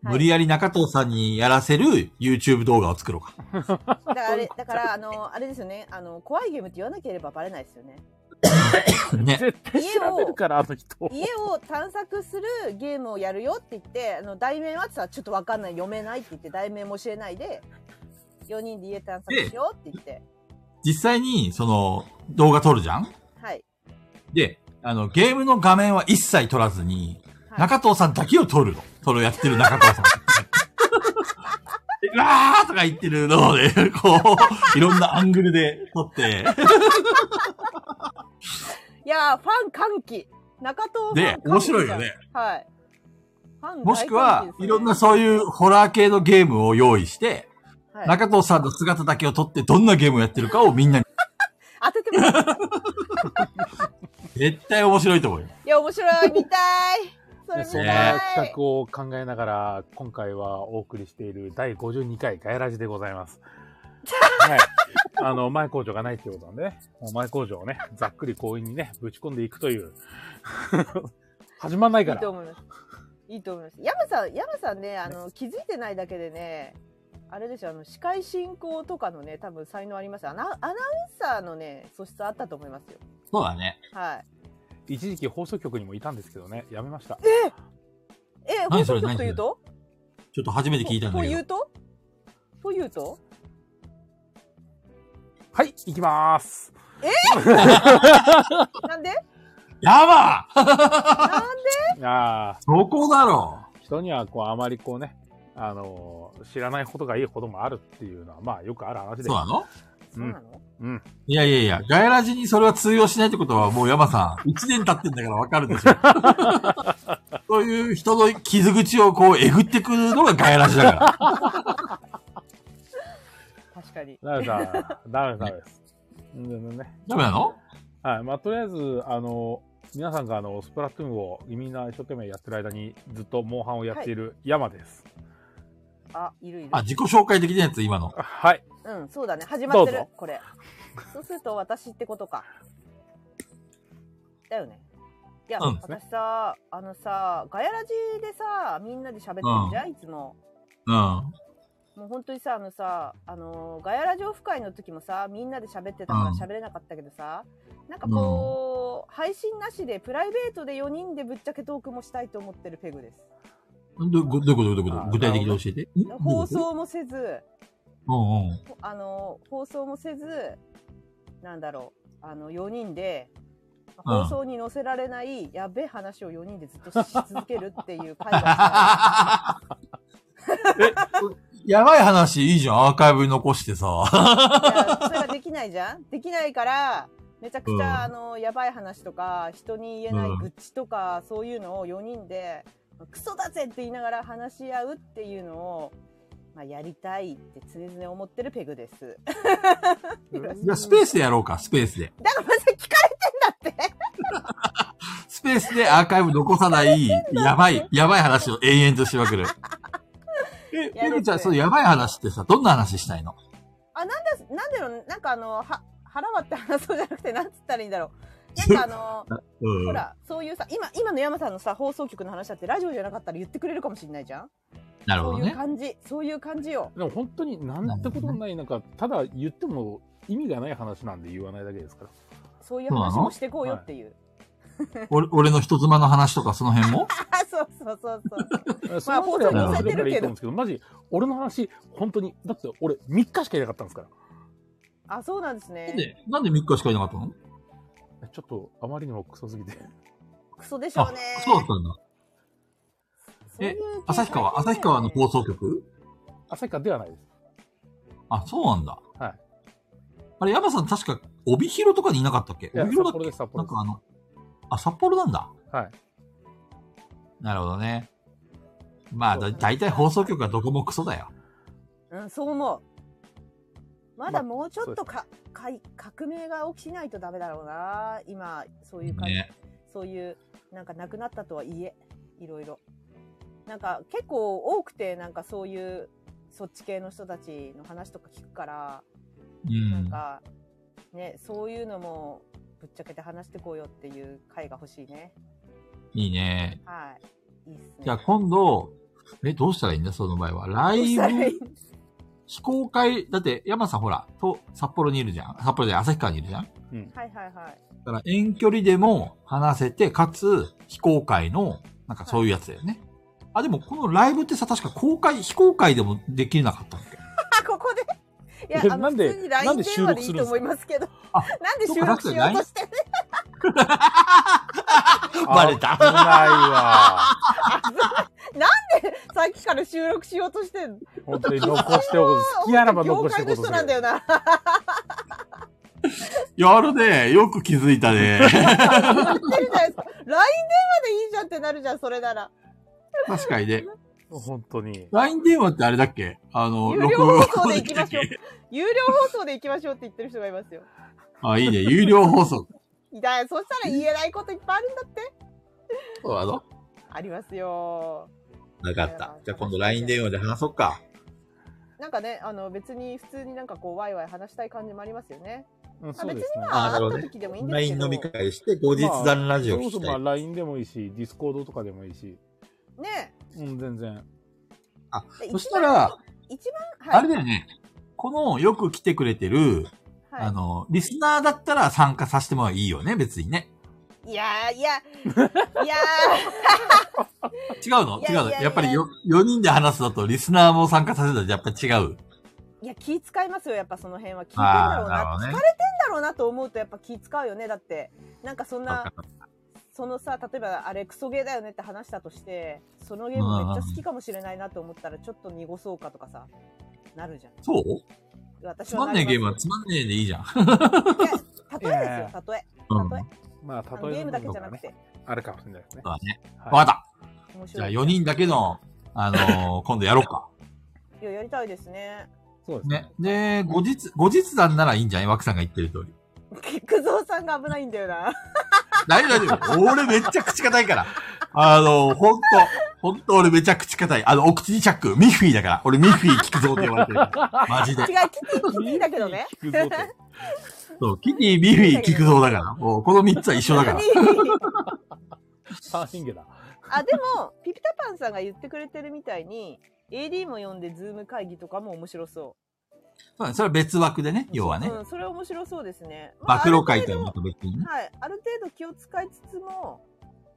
[SPEAKER 2] 無理やり中藤さんにやらせる YouTube 動画を作ろうか。
[SPEAKER 4] だからあれだからあのあれですよねあの怖いゲームって言わなければバレないですよね
[SPEAKER 2] ね。
[SPEAKER 1] 絶対調べるからあの人
[SPEAKER 4] 家を探索するゲームをやるよって言って、あの、題名はって言ったらちょっとわかんない、読めないって言って、題名も教えないで、4人で家探索しようって言って、
[SPEAKER 2] 実際に、その、動画撮るじゃん
[SPEAKER 4] はい。
[SPEAKER 2] で、あの、ゲームの画面は一切撮らずに、
[SPEAKER 4] はい
[SPEAKER 2] 中藤さんだけを撮るの。それをやってる中藤 さん。でうわーとか言ってるのをね、こう、いろんなアングルで撮って、
[SPEAKER 4] いやー、ファン歓喜中東ファン
[SPEAKER 2] で
[SPEAKER 4] 歓喜、
[SPEAKER 2] 面白いよね。
[SPEAKER 4] はい。ファン大歓喜ですね
[SPEAKER 2] もしくは、いろんな、そういうホラー系のゲームを用意して、
[SPEAKER 4] はい
[SPEAKER 2] 中藤さんの姿だけを撮って、どんなゲームをやってるかをみんなに、
[SPEAKER 4] 当ててもらう。
[SPEAKER 2] 絶対面白いと思うよ。
[SPEAKER 4] いや、面白い、見たい。そ
[SPEAKER 1] で
[SPEAKER 4] れ見
[SPEAKER 1] そん
[SPEAKER 4] た。
[SPEAKER 1] ない企画を考えながら、今回はお送りしている第52回ガイラジでございます。はい。あの、前工場がないってことなんで、ね、もう前工場をね、ざっくり強引にね、ぶち込んでいくという。 始まんない
[SPEAKER 4] い
[SPEAKER 1] か
[SPEAKER 4] いと
[SPEAKER 1] ら。
[SPEAKER 4] 思います。いいと思います。山さん、山さんね、あの、気づいてないだけでね、あれですよ、あの、司会進行とかのね、多分才能ありますよアナアナウンサーのね、素質あったと思いますよ。
[SPEAKER 2] そうだね。
[SPEAKER 4] はい。
[SPEAKER 1] 一時期放送局にもいたんですけどね、やめました。
[SPEAKER 4] え、
[SPEAKER 2] 何
[SPEAKER 4] 放
[SPEAKER 2] それ
[SPEAKER 4] 送局というと
[SPEAKER 2] ちょっと初めて聞いたんだ
[SPEAKER 4] と
[SPEAKER 2] け
[SPEAKER 4] い
[SPEAKER 2] ど
[SPEAKER 4] う。とというと
[SPEAKER 1] はい、行きまーす。
[SPEAKER 4] なんで
[SPEAKER 2] やばー
[SPEAKER 4] なんで
[SPEAKER 1] ああ、
[SPEAKER 2] そこだろ
[SPEAKER 1] 人にはこう、あまりこうね、あのー知らないことがいいこともあるっていうのは、まあ、よくある話で
[SPEAKER 2] そうなの
[SPEAKER 4] そうなの
[SPEAKER 1] うん。
[SPEAKER 2] いやいやいや、ガヤラジにそれは通用しないってことはもう山さん、一年経ってんだからわかるでしょ。 そういう人の傷口をこうえぐってくるのがガヤラジだから。
[SPEAKER 4] 確かに。
[SPEAKER 1] ダメだ、ダメです、ダメです。全然ね。
[SPEAKER 2] ダメなの
[SPEAKER 1] はい、まあ、とりあえず、あの、皆さんがあのスプラトゥーンをみんな一生懸命やってる間にずっとモンハンをやっている山です。
[SPEAKER 4] あ、いるいる。
[SPEAKER 2] あ、自己紹介的なやつ、今の。
[SPEAKER 1] はい。
[SPEAKER 4] うん、そうだね。始まって
[SPEAKER 1] どう
[SPEAKER 4] る
[SPEAKER 1] ぞ、
[SPEAKER 4] これ。そうすると私ってことか。だよね。いや、
[SPEAKER 2] うん
[SPEAKER 4] 私さ、あのさ、ガヤラジでさ、みんなで喋ってるじゃん、いつも。
[SPEAKER 2] うん。あ
[SPEAKER 4] もう本当にさ、あのさ、あのーガヤラジオフ会の時もさ、みんなで喋ってたから
[SPEAKER 2] うん
[SPEAKER 4] 喋れなかったけどさ、なんかこう、配信なしで、プライベートで4人でぶっちゃけトークもしたいと思ってるペグです。
[SPEAKER 2] どどういうことどういうこ
[SPEAKER 1] あ
[SPEAKER 2] と具体的に教えて。ん
[SPEAKER 4] 放。送もせず、
[SPEAKER 2] うん うん。
[SPEAKER 4] ほあの放送もせずなんだろうあの4人で
[SPEAKER 2] うん
[SPEAKER 4] 放送に載せられないやべえ話を4人でずっとしし続けるっていう会話
[SPEAKER 2] やばい話いいじゃん、アーカイブに残して さ。
[SPEAKER 4] いやそれができないじゃんできないからめちゃくちゃ、
[SPEAKER 2] うん
[SPEAKER 4] あのやばい話とか人に言えない
[SPEAKER 2] うん
[SPEAKER 4] 愚痴とか、そういうのを4人でクソだぜって言いながら話し合うっていうのを、まあ、やりたいって常々思ってるペグです。
[SPEAKER 2] いや、スペースでやろうか、スペースで。
[SPEAKER 4] だからまさに聞かれてんだって
[SPEAKER 2] スペースでアーカイブ残さない、やばい、やばい話を延々としまくる。え、
[SPEAKER 4] や
[SPEAKER 2] ペ
[SPEAKER 4] る
[SPEAKER 2] グちゃん、そのやばい話ってさ、どんな話したいの
[SPEAKER 4] あ、なんだ、なんだろう、なんかあの、は、腹割って話そうじゃなくて、なんつったらいいんだろう。なんかあの、
[SPEAKER 2] う
[SPEAKER 4] ほら、そういうさ、今、今の山さんのさ、放送局の話だって、ラジオじゃなかったら言ってくれるかもしれないじゃん
[SPEAKER 2] なるほ
[SPEAKER 4] そう
[SPEAKER 2] ど
[SPEAKER 4] いう
[SPEAKER 2] ね。
[SPEAKER 4] 感じ、そういう感じよ。
[SPEAKER 1] でも本当になんてこともない中、ただ言っても意味がない話なんで言わないだけですから。
[SPEAKER 4] そういう話もしてこうよっていう。
[SPEAKER 2] 俺俺の人妻の話とかその辺も
[SPEAKER 4] あ、そうそうそうそう。
[SPEAKER 1] その辺りはもうそれからいいと思うん
[SPEAKER 4] 放送に載せてるけど
[SPEAKER 1] ですけど、マジ、俺の話、本当に、だって俺3日しかいなかったんですから。
[SPEAKER 4] あ、そうなんです
[SPEAKER 2] なん
[SPEAKER 4] ね。
[SPEAKER 2] で、なんで3日しかいなかったの
[SPEAKER 1] ちょっとあまりにもクソすぎて。
[SPEAKER 4] クソでしょ
[SPEAKER 2] あ
[SPEAKER 4] うね。、
[SPEAKER 2] そうだったんだ。
[SPEAKER 4] そういう
[SPEAKER 2] え
[SPEAKER 4] 経験
[SPEAKER 2] 旭川、旭川の放送局
[SPEAKER 1] 旭川ではないです。
[SPEAKER 2] あ、そうなんだ。
[SPEAKER 1] はい。
[SPEAKER 2] あれ、ヤマさん確か、帯広とかにいなかったっけ
[SPEAKER 1] いや
[SPEAKER 2] 帯広
[SPEAKER 1] 札幌
[SPEAKER 2] だっ
[SPEAKER 1] で
[SPEAKER 2] け
[SPEAKER 1] す札幌
[SPEAKER 2] なん
[SPEAKER 1] です
[SPEAKER 2] かあの、あ、札幌なんだ。
[SPEAKER 1] はい。
[SPEAKER 2] なるほどね。まあ、
[SPEAKER 1] そう
[SPEAKER 2] だ大体放送局はどこもクソだよ。
[SPEAKER 4] うん、そう思う。まだもうちょっと
[SPEAKER 1] ま
[SPEAKER 4] か、かい革命が起きないとダメだろうな。今、そういう感じ、
[SPEAKER 2] ね。
[SPEAKER 4] そういう、なんかなくなったとはいえ、いろいろ。なんか結構多くて、なんかそういう、そっち系の人たちの話とか聞くから、
[SPEAKER 2] う
[SPEAKER 4] なん
[SPEAKER 2] ん。
[SPEAKER 4] か、ね、そういうのも、ぶっちゃけて話してこうよっていう回が欲しいね。
[SPEAKER 2] いいね。
[SPEAKER 4] はい。いいっすね。
[SPEAKER 2] じゃあ今度、え、どうしたらいいんだその場合は。ラ
[SPEAKER 4] どう
[SPEAKER 2] イ
[SPEAKER 4] したらいい
[SPEAKER 2] ブ、非公開、だって、ヤマさんほら、と、札幌にいるじゃん。札幌で旭川にいるじゃん。だ
[SPEAKER 1] うん。
[SPEAKER 4] はいはいはい。
[SPEAKER 2] から遠距離でも話せて、かつ、非公開の、なんかそういうやつだよね。あ、でもこのライブってさ、確か公開、非公開でもできなかったっけ
[SPEAKER 4] あ、ここでいや、
[SPEAKER 1] いや
[SPEAKER 4] あの
[SPEAKER 1] なんで
[SPEAKER 4] 普通に
[SPEAKER 1] な
[SPEAKER 4] LINE
[SPEAKER 1] んで収
[SPEAKER 4] 電話
[SPEAKER 1] 録
[SPEAKER 4] ですいい
[SPEAKER 1] るんですか
[SPEAKER 4] と思いますけど。
[SPEAKER 2] あ
[SPEAKER 4] なんで収録しようとしてんの
[SPEAKER 2] バレた
[SPEAKER 1] 危ない
[SPEAKER 4] さっきから収録しようとしてんの
[SPEAKER 1] わ。本当に残しておく。好きならば
[SPEAKER 4] 業
[SPEAKER 1] 残して
[SPEAKER 4] 界
[SPEAKER 1] おく
[SPEAKER 4] の
[SPEAKER 1] とす
[SPEAKER 4] 人
[SPEAKER 1] る
[SPEAKER 4] なんだよな。
[SPEAKER 2] やるね。よく気づいたね。
[SPEAKER 4] 言ってるじゃないですか。LINE 電話でいいじゃんってなるじゃん、それなら。
[SPEAKER 2] 確かにね。
[SPEAKER 1] 本当に。
[SPEAKER 2] LINE 電話ってあれだっけあの、
[SPEAKER 4] 有料
[SPEAKER 2] 録音
[SPEAKER 4] 放送で行きま
[SPEAKER 2] でき
[SPEAKER 4] しょう
[SPEAKER 2] たっけ
[SPEAKER 4] 有料放送で行きましょうって言ってる人がいますよ。
[SPEAKER 2] あ、いいね。有料放送。
[SPEAKER 4] いや、そしたら言えないこといっぱいあるんだって。
[SPEAKER 2] そうなの
[SPEAKER 4] ありますよ。
[SPEAKER 2] なかった。じゃあ今度 LINE 電話で話そっか。
[SPEAKER 4] なんかね、あの別に普通になんかこうワイワイ話したい感じもありますよね。
[SPEAKER 1] うん、
[SPEAKER 4] あ
[SPEAKER 1] そう
[SPEAKER 4] 別
[SPEAKER 1] で
[SPEAKER 4] に
[SPEAKER 1] すね。
[SPEAKER 4] まあ
[SPEAKER 2] あなる
[SPEAKER 4] 会っ
[SPEAKER 2] ほど
[SPEAKER 4] た
[SPEAKER 2] ね
[SPEAKER 4] 時でもいいんですけ
[SPEAKER 2] LINE
[SPEAKER 4] ど。
[SPEAKER 2] 飲み会して、後日談ラジ
[SPEAKER 1] そ
[SPEAKER 2] オ
[SPEAKER 1] れこ
[SPEAKER 2] 聞
[SPEAKER 1] そ
[SPEAKER 2] き
[SPEAKER 1] ま
[SPEAKER 2] た
[SPEAKER 1] あ
[SPEAKER 2] い。
[SPEAKER 1] LINE でもいいし、Discord とかでもいいし。
[SPEAKER 4] ね
[SPEAKER 1] うん、全然。
[SPEAKER 4] え。
[SPEAKER 2] そしたら、
[SPEAKER 4] 一番、一番
[SPEAKER 2] あれだよね。この、よく来てくれてる、
[SPEAKER 4] はい
[SPEAKER 2] あの、リスナーだったら参加させてもいいよね、別にね。
[SPEAKER 4] いやー いや、いや
[SPEAKER 2] 違うの
[SPEAKER 4] いや
[SPEAKER 2] 違
[SPEAKER 4] いや
[SPEAKER 2] うの
[SPEAKER 4] いや
[SPEAKER 2] やっぱりよ4人で話すのと、リスナーも参加させるのとやっぱり違う。
[SPEAKER 4] ーいや、気使いますよ、やっぱその辺は。聞いてんだ
[SPEAKER 2] あ
[SPEAKER 4] ろ
[SPEAKER 2] あ、な
[SPEAKER 4] うな。
[SPEAKER 2] るほどね。
[SPEAKER 4] なんだろうなと思うとやっぱ気使うよね。だって、なんかそんな、そのさ、例えばあれクソゲーだよねって話したとして、そのゲームめっちゃ好きかもしれないなと思ったらちょっと濁そうかとかさ、なるじゃん。
[SPEAKER 2] そう
[SPEAKER 4] 私
[SPEAKER 2] つ
[SPEAKER 4] は
[SPEAKER 2] まんねえゲームは
[SPEAKER 4] な
[SPEAKER 2] つまんねえでいいじ ゃん。
[SPEAKER 4] りますいや例えですよ、例え。
[SPEAKER 2] うん。
[SPEAKER 4] 例え
[SPEAKER 1] ま
[SPEAKER 4] あ
[SPEAKER 1] あ、
[SPEAKER 4] の
[SPEAKER 1] 例え
[SPEAKER 4] ゲームだけ
[SPEAKER 1] の
[SPEAKER 4] じ
[SPEAKER 1] 部
[SPEAKER 4] ゃ
[SPEAKER 1] 分
[SPEAKER 4] な
[SPEAKER 1] が
[SPEAKER 4] く
[SPEAKER 1] ね
[SPEAKER 4] て。
[SPEAKER 1] あるかもしれないですね
[SPEAKER 2] そう。だね。
[SPEAKER 1] はい
[SPEAKER 2] わかった。
[SPEAKER 4] 面白い。
[SPEAKER 2] じゃあ4人だけの、あのー今度やろうか。
[SPEAKER 4] いや、やりたいですね。
[SPEAKER 1] そうですね
[SPEAKER 2] ね。。で、後日、後日談ならいいんじゃない枠さんが言ってる通り。
[SPEAKER 4] 菊蔵さんが危ないんだよな。
[SPEAKER 2] 大丈夫大丈夫。俺めっちゃ口固いから。あのー、ほんと、ほんと俺めちゃ口固い。あの、お口にチャック、ミッフィーだから。俺ミッフィー聞くぞって言われてるから。マジで
[SPEAKER 4] 違う、。キティ、キティだけどね。
[SPEAKER 1] 聞くぞと
[SPEAKER 2] そう、キティ、ミッフィー聞くぞだから。もう、この3つは一緒だ から。
[SPEAKER 1] 三神家だ。
[SPEAKER 4] あ、でも、ピピタパンさんが言ってくれてるみたいに、AD も読んで、ズーム会議とかも面白そ
[SPEAKER 2] そうそれは別枠でね、
[SPEAKER 4] う。
[SPEAKER 2] 要はね。
[SPEAKER 4] うん、それ面白そうですね。ま
[SPEAKER 2] 暴
[SPEAKER 4] あ
[SPEAKER 2] 露会とは
[SPEAKER 4] ある
[SPEAKER 2] また別に
[SPEAKER 4] 程
[SPEAKER 2] ね
[SPEAKER 4] 度。はい、ある程度気を使いつつも、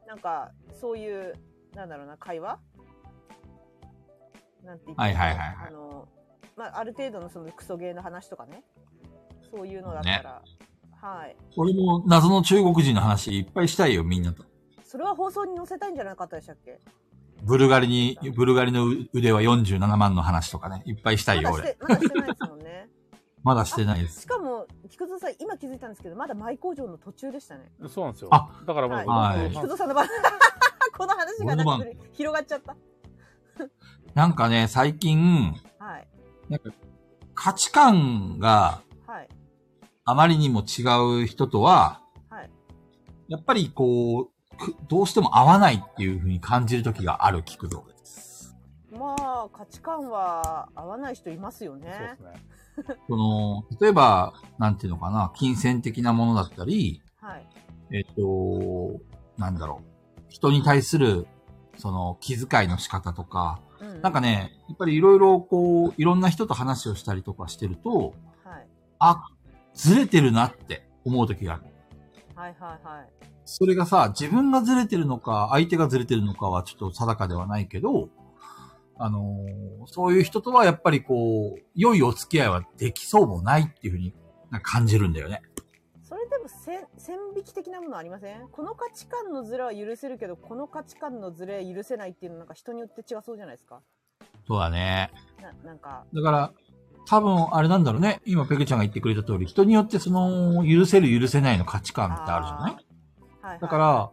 [SPEAKER 4] なんか、そういう、なんだろうな、会話なんて言って
[SPEAKER 2] はいはいはいはい
[SPEAKER 4] あの、まあ、ある程度のそのクソゲーの話とかね。そういうのだったら、はい。
[SPEAKER 2] 俺も謎の中国人の話いっぱいしたいよ、みんなと。
[SPEAKER 4] それは放送に載せたいんじゃなかったでしたっけ
[SPEAKER 2] ブルガリに、ブルガリの腕は47万の話とかね、いっぱいしたい
[SPEAKER 4] ま
[SPEAKER 2] よ、
[SPEAKER 4] だし
[SPEAKER 2] 俺。
[SPEAKER 4] て、まだしてないですもんね。
[SPEAKER 2] まだしてないです
[SPEAKER 4] し。かも、菊蔵さん、今気づいたんですけど、まだ舞工場の途中でしたね。
[SPEAKER 1] そうなんですよ。
[SPEAKER 2] あ
[SPEAKER 1] だからもう、
[SPEAKER 2] はい
[SPEAKER 1] 僕
[SPEAKER 4] 菊
[SPEAKER 1] の
[SPEAKER 4] 蔵さんの番、 この話がなんか広がっちゃった。
[SPEAKER 2] なんかね、最近、
[SPEAKER 4] はい。
[SPEAKER 2] 価値観が
[SPEAKER 4] はい。
[SPEAKER 2] あまりにも違う人とは、
[SPEAKER 4] はい
[SPEAKER 2] やっぱりこう、くどうしても合わないっていうふうに感じる時がある聞くぞです。
[SPEAKER 4] まあ、価値観は合わない人いますよ
[SPEAKER 1] そうで
[SPEAKER 4] ね
[SPEAKER 1] す。ね。
[SPEAKER 2] その、例えば、なんていうのかな、金銭的なものだったり、
[SPEAKER 4] はい。
[SPEAKER 2] えっと、なんだろう。人に対する、その、気遣いの仕方とか、
[SPEAKER 4] うん
[SPEAKER 2] なんかね、やっぱりいろいろこう、いろんな人と話をしたりとかしてると、
[SPEAKER 4] はい
[SPEAKER 2] ずれてるなって思う時がある。
[SPEAKER 4] はいはいはい
[SPEAKER 2] それがさ、自分がずれてるのか、相手がずれてるのかはちょっと定かではないけど、あのーそういう人とはやっぱりこう、良いお付き合いはできそうもないっていうふうになんか感じるんだよね。
[SPEAKER 4] それでも線線引き的なものありませんこの価値観のズレは許せるけどこの価値観のズレ許せないっていうのなんか人によって違そうじゃないですか
[SPEAKER 2] そうだね。
[SPEAKER 4] ななんか
[SPEAKER 2] だから、多分あれなんだろうね。今ペグちゃんが言ってくれた通り、人によってその、許せる許せないの価値観ってあるじゃない
[SPEAKER 4] あーはいはい
[SPEAKER 2] だから、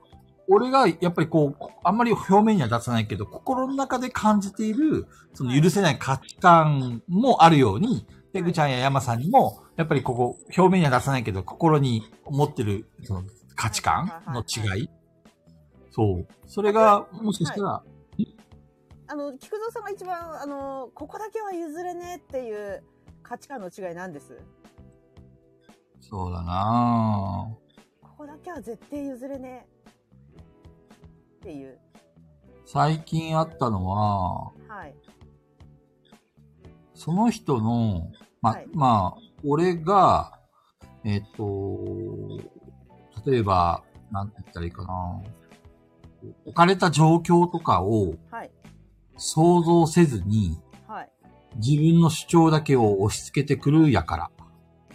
[SPEAKER 2] 俺がやっぱりこうこ、あんまり表面には出さないけど、心の中で感じている、その許せない価値観もあるように、ペグちゃんやヤマさんにも、やっぱりここ、表面には出さないけど、心に持ってる、その価値観の違い。そう。それが、もしかしたら、
[SPEAKER 4] あの菊蔵さんが一番あのここだけは譲れねえっていう価値観の違いなんです
[SPEAKER 2] そうだなぁ
[SPEAKER 4] ここだけは絶対譲れねえっていう
[SPEAKER 2] 最近あったのは、
[SPEAKER 4] はい
[SPEAKER 2] その人の、ま、
[SPEAKER 4] はい
[SPEAKER 2] まあ、俺が、えっ、と、例えば、なんて言ったらいいかな。置かれた状況とかを
[SPEAKER 4] はい
[SPEAKER 2] 想像せずに、
[SPEAKER 4] はい
[SPEAKER 2] 自分の主張だけを押し付けてくるやから。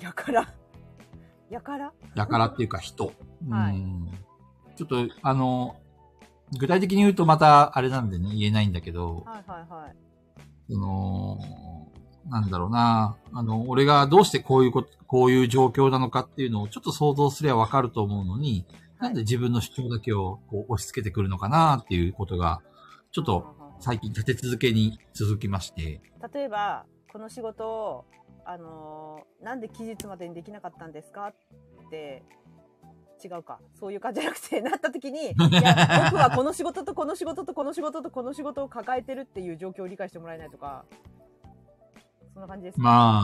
[SPEAKER 4] やからやから
[SPEAKER 2] やからっていうか人。
[SPEAKER 4] はい
[SPEAKER 2] うんちょっと、あの、具体的に言うとまたあれなんでね、言えないんだけど、
[SPEAKER 4] はいはいはい
[SPEAKER 2] その、なんだろうな、あの、俺がどうしてこういうこと、こういう状況なのかっていうのをちょっと想像すればわかると思うのに、
[SPEAKER 4] はい
[SPEAKER 2] なんで自分の主張だけをこう押し付けてくるのかなっていうことが、ちょっと最近立て続けに続きまして、
[SPEAKER 4] 例えばこの仕事をあのーなんで期日までにできなかったんですかって違うかそういう感じじゃなくてなった 時にいや僕はこの仕事とこの仕事とこの仕事とこの仕事を抱えてるっていう状況を理解してもらえないとかそんな感じですか、
[SPEAKER 2] まあ、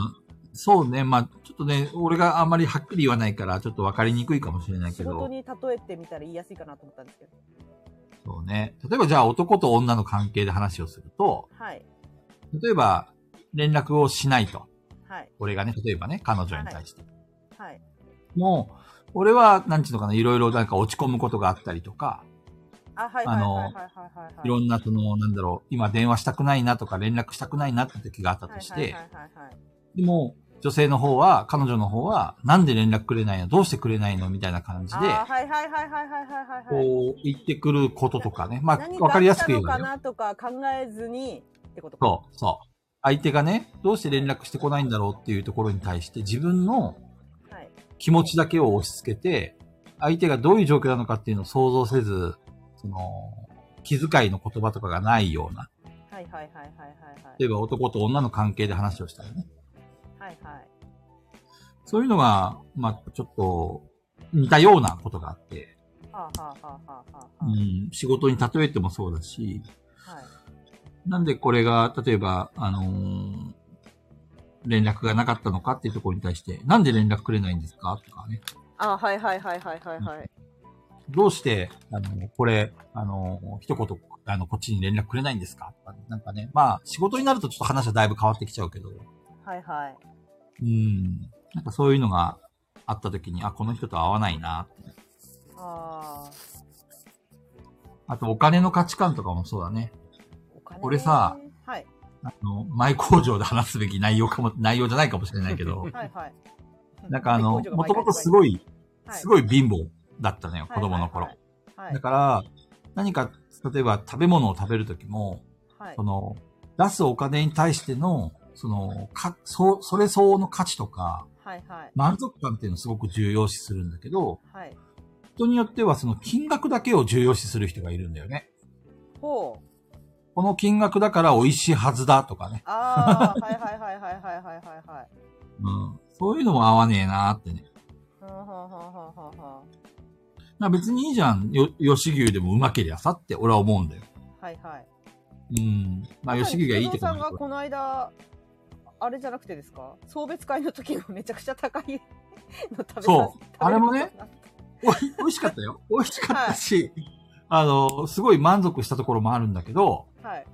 [SPEAKER 2] そうね、まあ、ちょっとね、俺があんまりはっきり言わないから、ちょっとわかりにくいかもしれないけ
[SPEAKER 4] 仕事
[SPEAKER 2] ど、
[SPEAKER 4] に例えてみたら言いやすいかなと思ったんですけど
[SPEAKER 2] そうね。例えばじゃあ男と女の関係で話をすると、
[SPEAKER 4] はい
[SPEAKER 2] 例えば連絡をしないと。
[SPEAKER 4] はい
[SPEAKER 2] 俺がね、例えばね、彼女に対して。
[SPEAKER 4] はい
[SPEAKER 2] もう、俺は、なんちゅうのかな、いろいろなんか落ち込むことがあったりとか、
[SPEAKER 4] あはいはい
[SPEAKER 2] あの
[SPEAKER 4] はいはいはいはいはい
[SPEAKER 2] いろんなその、なんだろう、今電話したくないなとか連絡したくないなって時があったとし
[SPEAKER 4] はいはい
[SPEAKER 2] て
[SPEAKER 4] は、いはいはい
[SPEAKER 2] でも、女性の方は、彼女の方は、なんで連絡くれないのどうしてくれないのみたいな感じで、
[SPEAKER 4] あーはいはいはいはいはいはいはいはい
[SPEAKER 2] こう、言ってくることとかね。ま
[SPEAKER 4] 何
[SPEAKER 2] あ、わかりやすく言え
[SPEAKER 4] があ
[SPEAKER 2] ば
[SPEAKER 4] ったの
[SPEAKER 2] ね。
[SPEAKER 4] かなとか考えずにってことか。
[SPEAKER 2] そう、そう。相手がね、どうして連絡してこないんだろうっていうところに対して、自分の
[SPEAKER 4] はい。
[SPEAKER 2] 気持ちだけを押し付けて、相手がどういう状況なのかっていうのを想像せず、その、気遣いの言葉とかがないような。
[SPEAKER 4] はいはいはいはいはい
[SPEAKER 2] 例えば男と女の関係で話をしたらね。
[SPEAKER 4] はい。はいはい。
[SPEAKER 2] そういうのが、まあ、ちょっと、似たようなことがあって、
[SPEAKER 4] はあはあはあはあはあ
[SPEAKER 2] う。ん、仕事に例えてもそうだし、
[SPEAKER 4] はい。
[SPEAKER 2] なんでこれが、例えば、あのー連絡がなかったのかっていうところに対して、なんで連絡くれないんですかとかね。
[SPEAKER 4] あはいはいはいはいはいはい。
[SPEAKER 2] どうして、あの、これ、あの、一言、あの、こっちに連絡くれないんですかとかなんかね、まあ、仕事になるとちょっと話はだいぶ変わってきちゃうけど、う
[SPEAKER 4] はいはい。
[SPEAKER 2] ん、なんかそういうのがあった時に、あ、この人と合わないな。
[SPEAKER 4] ああ。
[SPEAKER 2] あと、お金の価値観とかもそうだね。
[SPEAKER 4] お金。
[SPEAKER 2] 俺さ。
[SPEAKER 4] はい、
[SPEAKER 2] あの、前工場で話すべき内容かも、内容じゃないかもしれないけど
[SPEAKER 4] はいはい。
[SPEAKER 2] なんかあの、もともとす
[SPEAKER 4] い、
[SPEAKER 2] ごい、
[SPEAKER 4] はい
[SPEAKER 2] すごい貧乏だったのよ、子供の頃。。
[SPEAKER 4] はい
[SPEAKER 2] だ。から、何か、例えば食べ物を食べる時も、
[SPEAKER 4] はい
[SPEAKER 2] そ。の、出すお金に対しての、その、か、そ、それ相応の価値とか、
[SPEAKER 4] はいはい。
[SPEAKER 2] 満足感っていうのをすごく重要視するんだけど、
[SPEAKER 4] はい。
[SPEAKER 2] 人によってはその金額だけを重要視する人がいるんだよね。
[SPEAKER 4] ほう。
[SPEAKER 2] この金額だから美味しいはずだとかね。
[SPEAKER 4] ああ。はいはいはいはいはいはいはいはい。
[SPEAKER 2] うん。そういうのも合わねえなーってね。
[SPEAKER 4] ほうほうほうほうほうほ
[SPEAKER 2] まあ別にいいじゃん。よ、吉牛でもうまけりゃさって俺は思うんだよ。
[SPEAKER 4] う。はいはい。
[SPEAKER 2] うん。まあ吉牛がいいってこ
[SPEAKER 4] 菊
[SPEAKER 2] と
[SPEAKER 4] 蔵さ
[SPEAKER 2] だ
[SPEAKER 4] んが
[SPEAKER 2] けど
[SPEAKER 4] この間あれじゃなくてですか送別会の時のめちゃくちゃ高いの食べさせ
[SPEAKER 2] そう
[SPEAKER 4] 食べる
[SPEAKER 2] あれもね
[SPEAKER 4] ことになっ
[SPEAKER 2] おい美味しかったよ。 美味しかったし、あの、すごい満足したところもあるんだけど、
[SPEAKER 4] たはい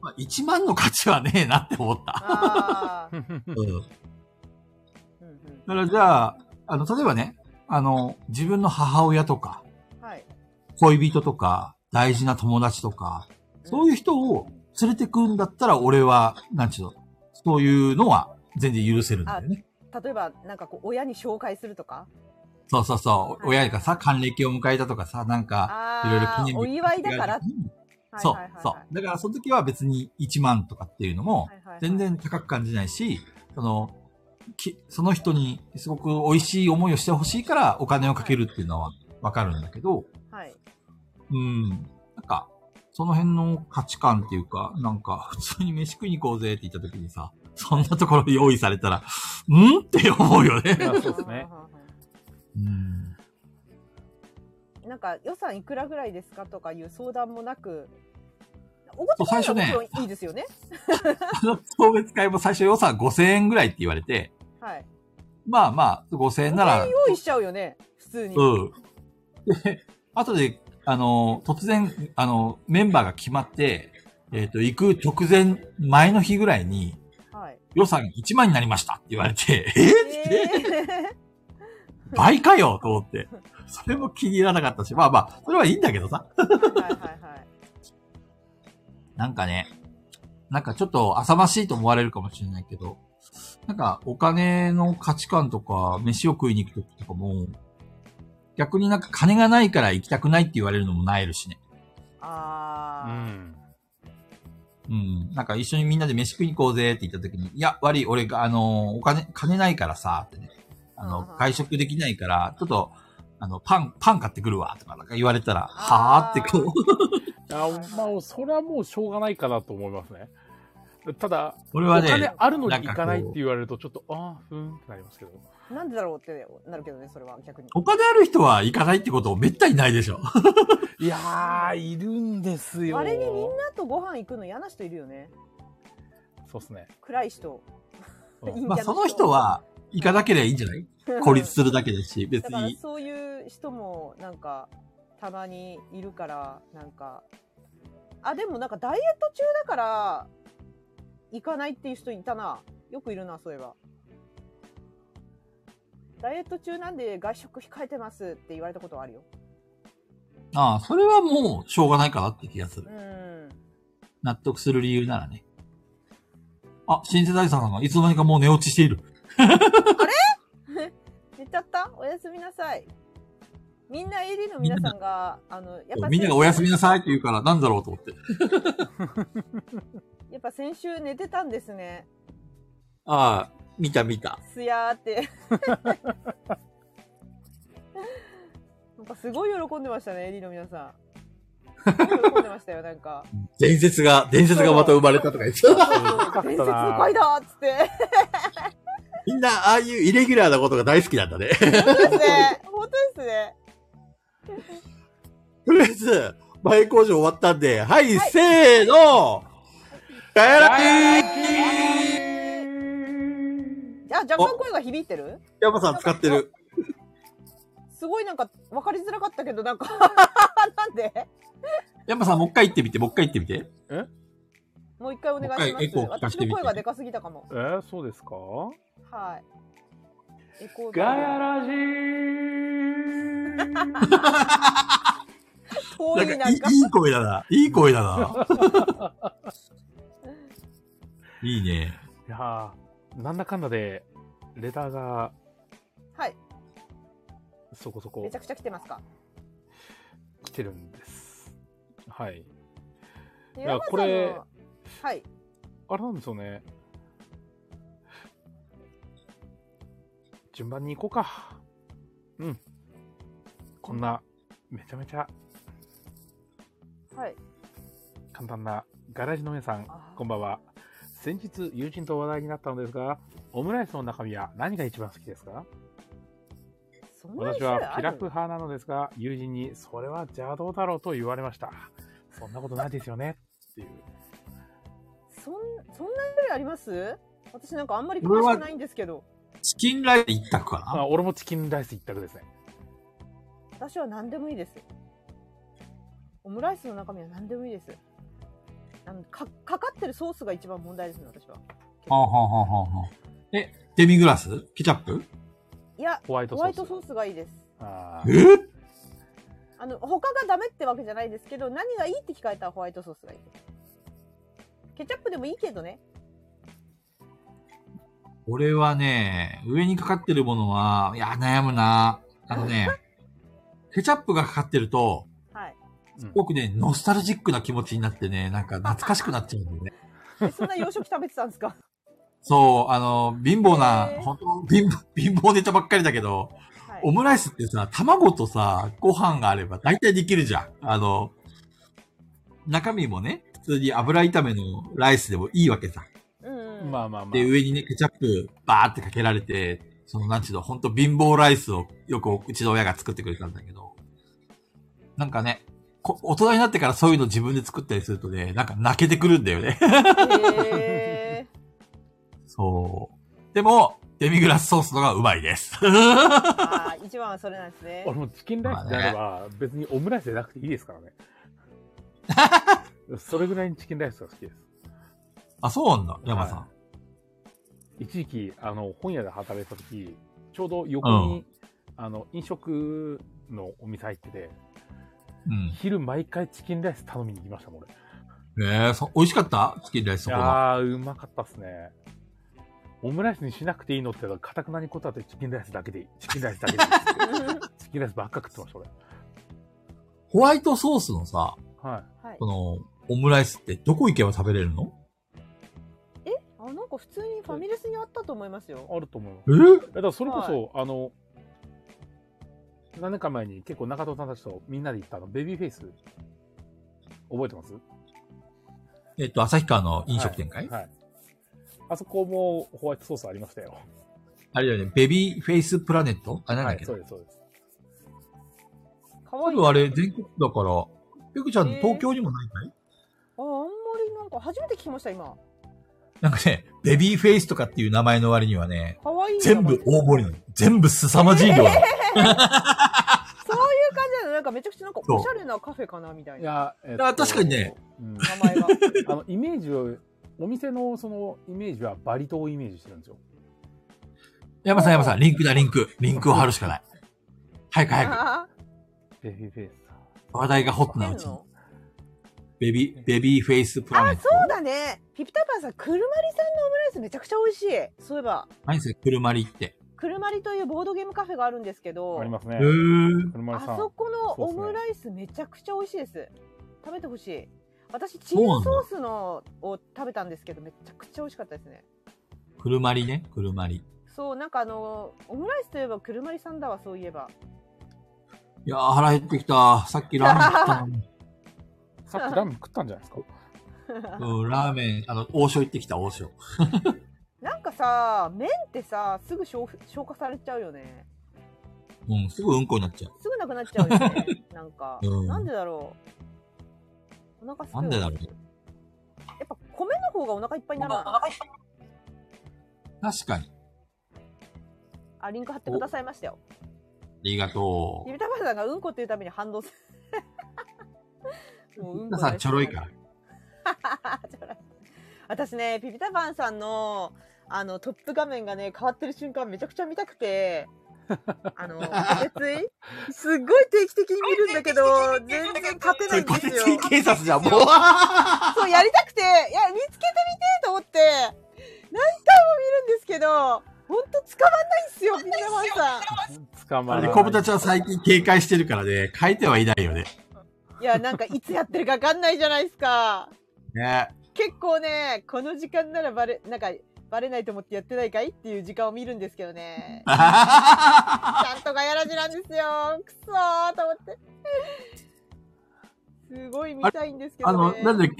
[SPEAKER 2] まあ、1万の価値はねえなって思った。
[SPEAKER 4] あー
[SPEAKER 2] うん。だ
[SPEAKER 4] うんうん
[SPEAKER 2] からじゃあ、あの、例えばね、あの、自分の母親とか、
[SPEAKER 4] はい。
[SPEAKER 2] 恋人とか、大事な友達とか、そういう人を連れてくんだったら、俺は、なんちゅうの、そういうのは全然許せるんだよね。
[SPEAKER 4] 例えば、なんかこう、親に紹介するとか。
[SPEAKER 2] そうそうそう。親がさ、還暦を迎えたとかさ、なんか、
[SPEAKER 4] あ
[SPEAKER 2] いろいろ記
[SPEAKER 4] あ
[SPEAKER 2] 念
[SPEAKER 4] ー、
[SPEAKER 2] 日
[SPEAKER 4] お祝いだから。
[SPEAKER 2] うんそう
[SPEAKER 4] はいはいはい、
[SPEAKER 2] そう。だから、その時は別に1万とかっていうのも
[SPEAKER 4] はいはいはい、
[SPEAKER 2] 全然高く感じないし、その、きその人にすごく美味しい思いをしてほしいから、お金をかけるっていうのはわかるんだけど、
[SPEAKER 4] はい。
[SPEAKER 2] うん。なんか、その辺の価値観っていうか、なんか、普通に飯食いに行こうぜって言った時にさ、そんなところで用意されたら、んって思うよね。
[SPEAKER 1] あそうですね。
[SPEAKER 2] うん。
[SPEAKER 4] なんか予算いくらぐらいですかとかいう相談もなく。おごって
[SPEAKER 2] そう最初ね
[SPEAKER 4] もらうのはもちろんいいですよね。
[SPEAKER 2] あの、送別会も最初予算5000円ぐらいって言われて、
[SPEAKER 4] はい。
[SPEAKER 2] まあまあ、5000円なら、
[SPEAKER 4] 用意しちゃうよね。普通に。
[SPEAKER 2] うん。で、後で、あの、突然、あの、メンバーが決まって、えっ、と、行く直前、前の日ぐらいに、
[SPEAKER 4] はい。
[SPEAKER 2] 予算1万になりましたって言われて、え
[SPEAKER 4] え
[SPEAKER 2] ー、倍かよと思って。それも気に入らなかったし、まあまあ、それはいいんだけどさ。
[SPEAKER 4] ーはいはいはいはい。
[SPEAKER 2] なんかね、なんかちょっと浅ましいと思われるかもしれないけど、なんかお金の価値観とか、飯を食いに行くときとかも、逆になんか金がないから行きたくないって言われるのもなえるしね。
[SPEAKER 1] う
[SPEAKER 4] あ
[SPEAKER 1] ん。
[SPEAKER 2] うん。なんか一緒にみんなで飯食いに行こうぜって言った時に、いや、悪い、俺が、あの、お金、金ないからさ、ってね。あ
[SPEAKER 4] うんう
[SPEAKER 2] の
[SPEAKER 4] ん、
[SPEAKER 2] 外食できないから、ちょっと、あの、パン、パン買ってくるわ、とかなんか言われたら、は
[SPEAKER 4] あ
[SPEAKER 2] あ
[SPEAKER 4] ー
[SPEAKER 2] ってこう、
[SPEAKER 1] あまあ、それはもうしょうがないかなと思いますね。ただ、
[SPEAKER 2] 俺
[SPEAKER 1] お
[SPEAKER 2] はね
[SPEAKER 1] 金、あるのに
[SPEAKER 2] な
[SPEAKER 1] 行
[SPEAKER 2] んかこ
[SPEAKER 1] か
[SPEAKER 2] う
[SPEAKER 1] ないって言われると、ちょっと、ああ、ふーんってなりますけど。
[SPEAKER 4] あ。なんでだろうってなるけどね、それは逆に。
[SPEAKER 2] お金ある人は行かないってことめったにないでしょ。
[SPEAKER 1] いやー、いるんですよ。
[SPEAKER 4] あれにみんなとご飯行くの嫌な人いるよね。
[SPEAKER 1] そうですね。
[SPEAKER 4] 暗い人。
[SPEAKER 1] うん
[SPEAKER 4] 陰キャ
[SPEAKER 2] まあ、その人。は、行かなければいいんじゃない孤立するだけですし、別
[SPEAKER 4] だから
[SPEAKER 2] に。
[SPEAKER 4] そういう人もなんかたまにいるからなんかあでもなんかダイエット中だから行かないっていう人いたなよくいるなそういえばダイエット中なんで外食控えてますって言われたことはあるよ
[SPEAKER 2] ああ、それはもう、しょうがないかなって気がす
[SPEAKER 4] う
[SPEAKER 2] る。
[SPEAKER 4] ん
[SPEAKER 2] 納得する理由ならね。あ、シンセサイザーさんがいつの間にかもう寝落ちしている。
[SPEAKER 4] 寝ちゃったおやすみなさいみんな AD の皆さんがあのやっぱ
[SPEAKER 2] みんながおやすみなさいって言うから、なんだろうと思って。
[SPEAKER 4] やっぱ先週寝てたんですね
[SPEAKER 2] ああ、見た見た。
[SPEAKER 4] すやーって なんかすごい喜んでましたね AD の皆さんすごい喜んでましたよな んか
[SPEAKER 2] 伝説が、伝説がまた生まれたとか言ってた。
[SPEAKER 1] ったな
[SPEAKER 4] 伝説の回だーっつって
[SPEAKER 2] みんな、ああいうイレギュラーなことが大好きなんだね。
[SPEAKER 4] 本当ですね本当ですね
[SPEAKER 2] とりあえず、前工場終わったんで、はい、せーの帰られ
[SPEAKER 4] じゃあ若干声が響いてる
[SPEAKER 2] 山さん使ってる。
[SPEAKER 4] すごいなんか分かりづらかったけ どなんかなんで
[SPEAKER 2] 山さん、もう一回言ってみて、もう一回言ってみて。
[SPEAKER 4] もう一回お願い
[SPEAKER 2] も
[SPEAKER 4] し
[SPEAKER 2] う一回エコー
[SPEAKER 4] ま
[SPEAKER 2] 聞
[SPEAKER 4] す
[SPEAKER 2] か
[SPEAKER 4] 私
[SPEAKER 2] せてみて
[SPEAKER 4] の声がでかすぎたかも
[SPEAKER 1] えー、そうですか
[SPEAKER 4] はいエコー
[SPEAKER 1] ガ
[SPEAKER 4] が
[SPEAKER 1] ヤラジ ー
[SPEAKER 4] 遠
[SPEAKER 2] ない
[SPEAKER 4] なんん
[SPEAKER 2] か、
[SPEAKER 4] か
[SPEAKER 2] いいいい声だな。いい声だな。いいね。
[SPEAKER 1] いやー、なんだかんだで、レターが
[SPEAKER 4] はい
[SPEAKER 1] そこそこ
[SPEAKER 4] めちゃくちゃ来てますか
[SPEAKER 1] 来てるんです。はい。
[SPEAKER 4] で
[SPEAKER 1] いや
[SPEAKER 4] 山さんの
[SPEAKER 1] これ
[SPEAKER 4] はい
[SPEAKER 1] あれなんですよね。順番に行こうか。うん。こんな、めちゃめちゃ
[SPEAKER 4] はい
[SPEAKER 1] 簡単なガラージの皆さん
[SPEAKER 4] あー、
[SPEAKER 1] こんばんは。先日、友人と話題になったのですが、オムライスの中身は何が一番好きですか
[SPEAKER 4] そんなに
[SPEAKER 1] 私
[SPEAKER 4] 種類
[SPEAKER 1] はピ
[SPEAKER 4] ある
[SPEAKER 1] ラフ派なのですが、友人に、それは邪道だろうと言われました。そんなことないですよね。っていう。
[SPEAKER 4] そんそんな種類あります私なんかあんまり
[SPEAKER 2] これ
[SPEAKER 4] 詳
[SPEAKER 2] は
[SPEAKER 4] しくないんですけど
[SPEAKER 2] チキンライス一択か
[SPEAKER 1] あ
[SPEAKER 2] な
[SPEAKER 1] 俺もチキンライス一択ですね。
[SPEAKER 4] 私は何でもいいですオムライスの中身は何でもいいですあのかかかってるソースが一番問題ですね私は
[SPEAKER 2] はあ、はあはあはあはあ、え、デミグラスケチャップ
[SPEAKER 4] いや
[SPEAKER 1] ホワイト
[SPEAKER 4] ホ
[SPEAKER 1] ソ
[SPEAKER 4] ワ
[SPEAKER 1] ー
[SPEAKER 4] イ
[SPEAKER 1] ス
[SPEAKER 4] ト。ソースがいいです
[SPEAKER 1] あ
[SPEAKER 2] え
[SPEAKER 1] ー
[SPEAKER 2] ー
[SPEAKER 4] あの他がダメってわけじゃないですけど何がいいって聞かれたらホワイトソースがいいですケチャップでもいいけどね
[SPEAKER 2] 俺はね、上にかかってるものは、いや、悩むな。あのね、ケチャップがかかってると、
[SPEAKER 4] はい
[SPEAKER 1] うん
[SPEAKER 2] 僕ね、ノスタルジックな気持ちになってね、なんか懐かしくなっちゃうんだよね。
[SPEAKER 4] えそんな洋食食べてたんですか
[SPEAKER 2] そう、あの、貧乏な
[SPEAKER 4] へー、
[SPEAKER 2] 本当貧乏、貧乏ネタばっかりだけど、
[SPEAKER 4] はい
[SPEAKER 2] オムライスってさ、卵とさ、ご飯があれば大体できるじゃん。あの、中身もね、普通に油炒めのライスでもいいわけさ。
[SPEAKER 4] うんうん
[SPEAKER 1] まあまあまあ
[SPEAKER 2] で、。上にね、ケチャップバーってかけられて、その、なんちゅうの、ほんと貧乏ライスをよくうちの親が作ってくれたんだけど、なんかね、こ大人になってからそういうの自分で作ったりするとね、なんか泣けてくるんだよね。
[SPEAKER 4] へー
[SPEAKER 2] そう。でも、デミグラスソースのがうまいです。
[SPEAKER 4] あー一番はそれなんですね
[SPEAKER 1] 俺もチキンライスであれば、別にオムライスじゃなくていいですから ね。それぐらいにチキンライスが好きです。
[SPEAKER 2] あ、そうなんだ、山さん。
[SPEAKER 1] は一時期、あの、本屋で働いてた時、ちょうど横に、あの、飲食のお店入ってて、
[SPEAKER 2] うん。
[SPEAKER 1] 昼毎回チキンライス頼みに行きましたもん、俺。
[SPEAKER 2] えー、そ美味しかったチキンライス
[SPEAKER 1] い
[SPEAKER 2] そこは。
[SPEAKER 1] やー、うまかったっすね。オムライスにしなくていいのって言ったら、かたくなに答えてチキンライスだけでいい。チキンライスだ けでいいっつって。チキンライスばっか食ってました、俺。
[SPEAKER 2] ホワイトソースのさ、
[SPEAKER 1] はい。
[SPEAKER 4] はい
[SPEAKER 2] この、オムライスってどこ行けば食べれるの
[SPEAKER 4] あなんか普通にファミレスにあったと思いますよ
[SPEAKER 1] あると思い ます。
[SPEAKER 2] えー
[SPEAKER 1] だからそれこそ、あの、何年か前に結構中藤さんたちとみんなで行ったあの、ベビーフェイス。覚えてます
[SPEAKER 2] えっと、旭川の飲食店かい、
[SPEAKER 1] はい。あそこもホワイトソースありましたよ。
[SPEAKER 2] あれだよね、ベビーフェイスプラネットあれなんだ
[SPEAKER 1] は
[SPEAKER 2] っけ
[SPEAKER 1] い、
[SPEAKER 2] ど、
[SPEAKER 1] そうです、そうです。
[SPEAKER 4] か
[SPEAKER 2] 多
[SPEAKER 4] わいい
[SPEAKER 2] 分あれ全国だから、ペグちゃん
[SPEAKER 4] えー
[SPEAKER 2] 東京にもないかい
[SPEAKER 4] ああんまりなんか初めて聞きました今
[SPEAKER 2] なんかね、ベビーフェイスとかっていう名前の割にはね、
[SPEAKER 4] かわいい
[SPEAKER 2] 全部大盛りなの。全部凄まじい量なの。
[SPEAKER 4] そういう感じなのなんかめちゃくちゃなんか
[SPEAKER 2] そう
[SPEAKER 4] おしゃれなカフェかなみたい
[SPEAKER 1] い
[SPEAKER 4] な
[SPEAKER 1] や、えっ
[SPEAKER 2] いや確かにね。
[SPEAKER 1] うん
[SPEAKER 4] 名 前が
[SPEAKER 1] あの、イメージを、お店のそのイメージはバリ島をイメージしてるんですよ。
[SPEAKER 2] 山さん、山さん、リンクだ、リンク。リンクを貼るしかない。早く早く。
[SPEAKER 4] あ
[SPEAKER 1] ベビーフェイス。
[SPEAKER 2] 話題がホット
[SPEAKER 4] ー
[SPEAKER 2] な
[SPEAKER 4] 出
[SPEAKER 2] う
[SPEAKER 4] る
[SPEAKER 2] ちに。
[SPEAKER 4] の
[SPEAKER 2] ベビー、ベビーフェイスプラネ
[SPEAKER 4] あ
[SPEAKER 2] ット
[SPEAKER 4] そ。うだねピピタパンさんくるまりさんのオムライスめちゃくちゃ美味しいそういえば
[SPEAKER 2] 何それ、くるまりって。
[SPEAKER 4] くるまりというボードゲームカフェがあるんですけど
[SPEAKER 1] ありますね
[SPEAKER 2] へ。ー。
[SPEAKER 1] 車
[SPEAKER 4] あ
[SPEAKER 1] さん。
[SPEAKER 4] そこの
[SPEAKER 1] そうっ
[SPEAKER 4] オ
[SPEAKER 1] すね
[SPEAKER 4] ムライスめちゃくちゃ美味しいです食べてほしい私チーズソースのを食べたんですけどめちゃくちゃ美味しかったですね
[SPEAKER 2] くるまりね、くるまり。
[SPEAKER 4] そうなんかあのオムライスといえばくるまりさんだわそういえば
[SPEAKER 2] いやー、腹減ってきた。さっきラーメン食ったのに。
[SPEAKER 1] さっきラーメン食ったんじゃないですか。
[SPEAKER 2] うん、ラーメン、あの、王将行ってきた、王将。
[SPEAKER 4] なんかさ麺ってさすぐ消費消化されちゃうよね
[SPEAKER 2] うん、すぐうんこになっちゃう。
[SPEAKER 4] すぐなくなっちゃうよね なんか、
[SPEAKER 2] うん
[SPEAKER 4] なんでだろうお腹すくよ
[SPEAKER 2] なんでだろう
[SPEAKER 4] やっぱ米の方がお腹いっぱいにならない
[SPEAKER 2] 確かに。
[SPEAKER 4] あリンク貼ってくださいましたよ
[SPEAKER 2] ありがと
[SPEAKER 4] ゆりたばさんがうんこっていうために反応す るもう
[SPEAKER 2] う。
[SPEAKER 4] うん
[SPEAKER 2] 皆
[SPEAKER 4] こ
[SPEAKER 2] さん、ちょろいから。
[SPEAKER 4] ら私ねピピタパンさんのあのトップ画面がね変わってる瞬間めちゃくちゃ見たく てあの別にすっごい定期的に見るんだけど全然勝て
[SPEAKER 2] そ
[SPEAKER 4] な
[SPEAKER 2] れ、
[SPEAKER 4] いん
[SPEAKER 2] こ
[SPEAKER 4] です
[SPEAKER 2] て
[SPEAKER 4] よ
[SPEAKER 2] つい警察じゃん、もう。
[SPEAKER 4] そう、やりたくて、いや、見つけてみてと思って、何回も見るんですけど、ほんと捕まんないんすよ、みんなマンさ
[SPEAKER 1] 捕ま
[SPEAKER 2] あ
[SPEAKER 1] らな
[SPEAKER 2] れ、
[SPEAKER 1] い。
[SPEAKER 2] 小豚ちゃん最近警戒してるからね、書いてはいないよね。
[SPEAKER 4] ん。いや、なんかいつやってるかわかんないじゃないですか。
[SPEAKER 2] ね。
[SPEAKER 4] 結構ね、この時間ならバレ、なんか、バレないと思ってやってないかいっていう時間を見るんですけどね。ち ゃんとがやらじなんですよ。くそーと思って。 すごい見たいんですけ
[SPEAKER 2] あ
[SPEAKER 4] ど
[SPEAKER 2] の
[SPEAKER 4] ね。、
[SPEAKER 2] なんだっけ、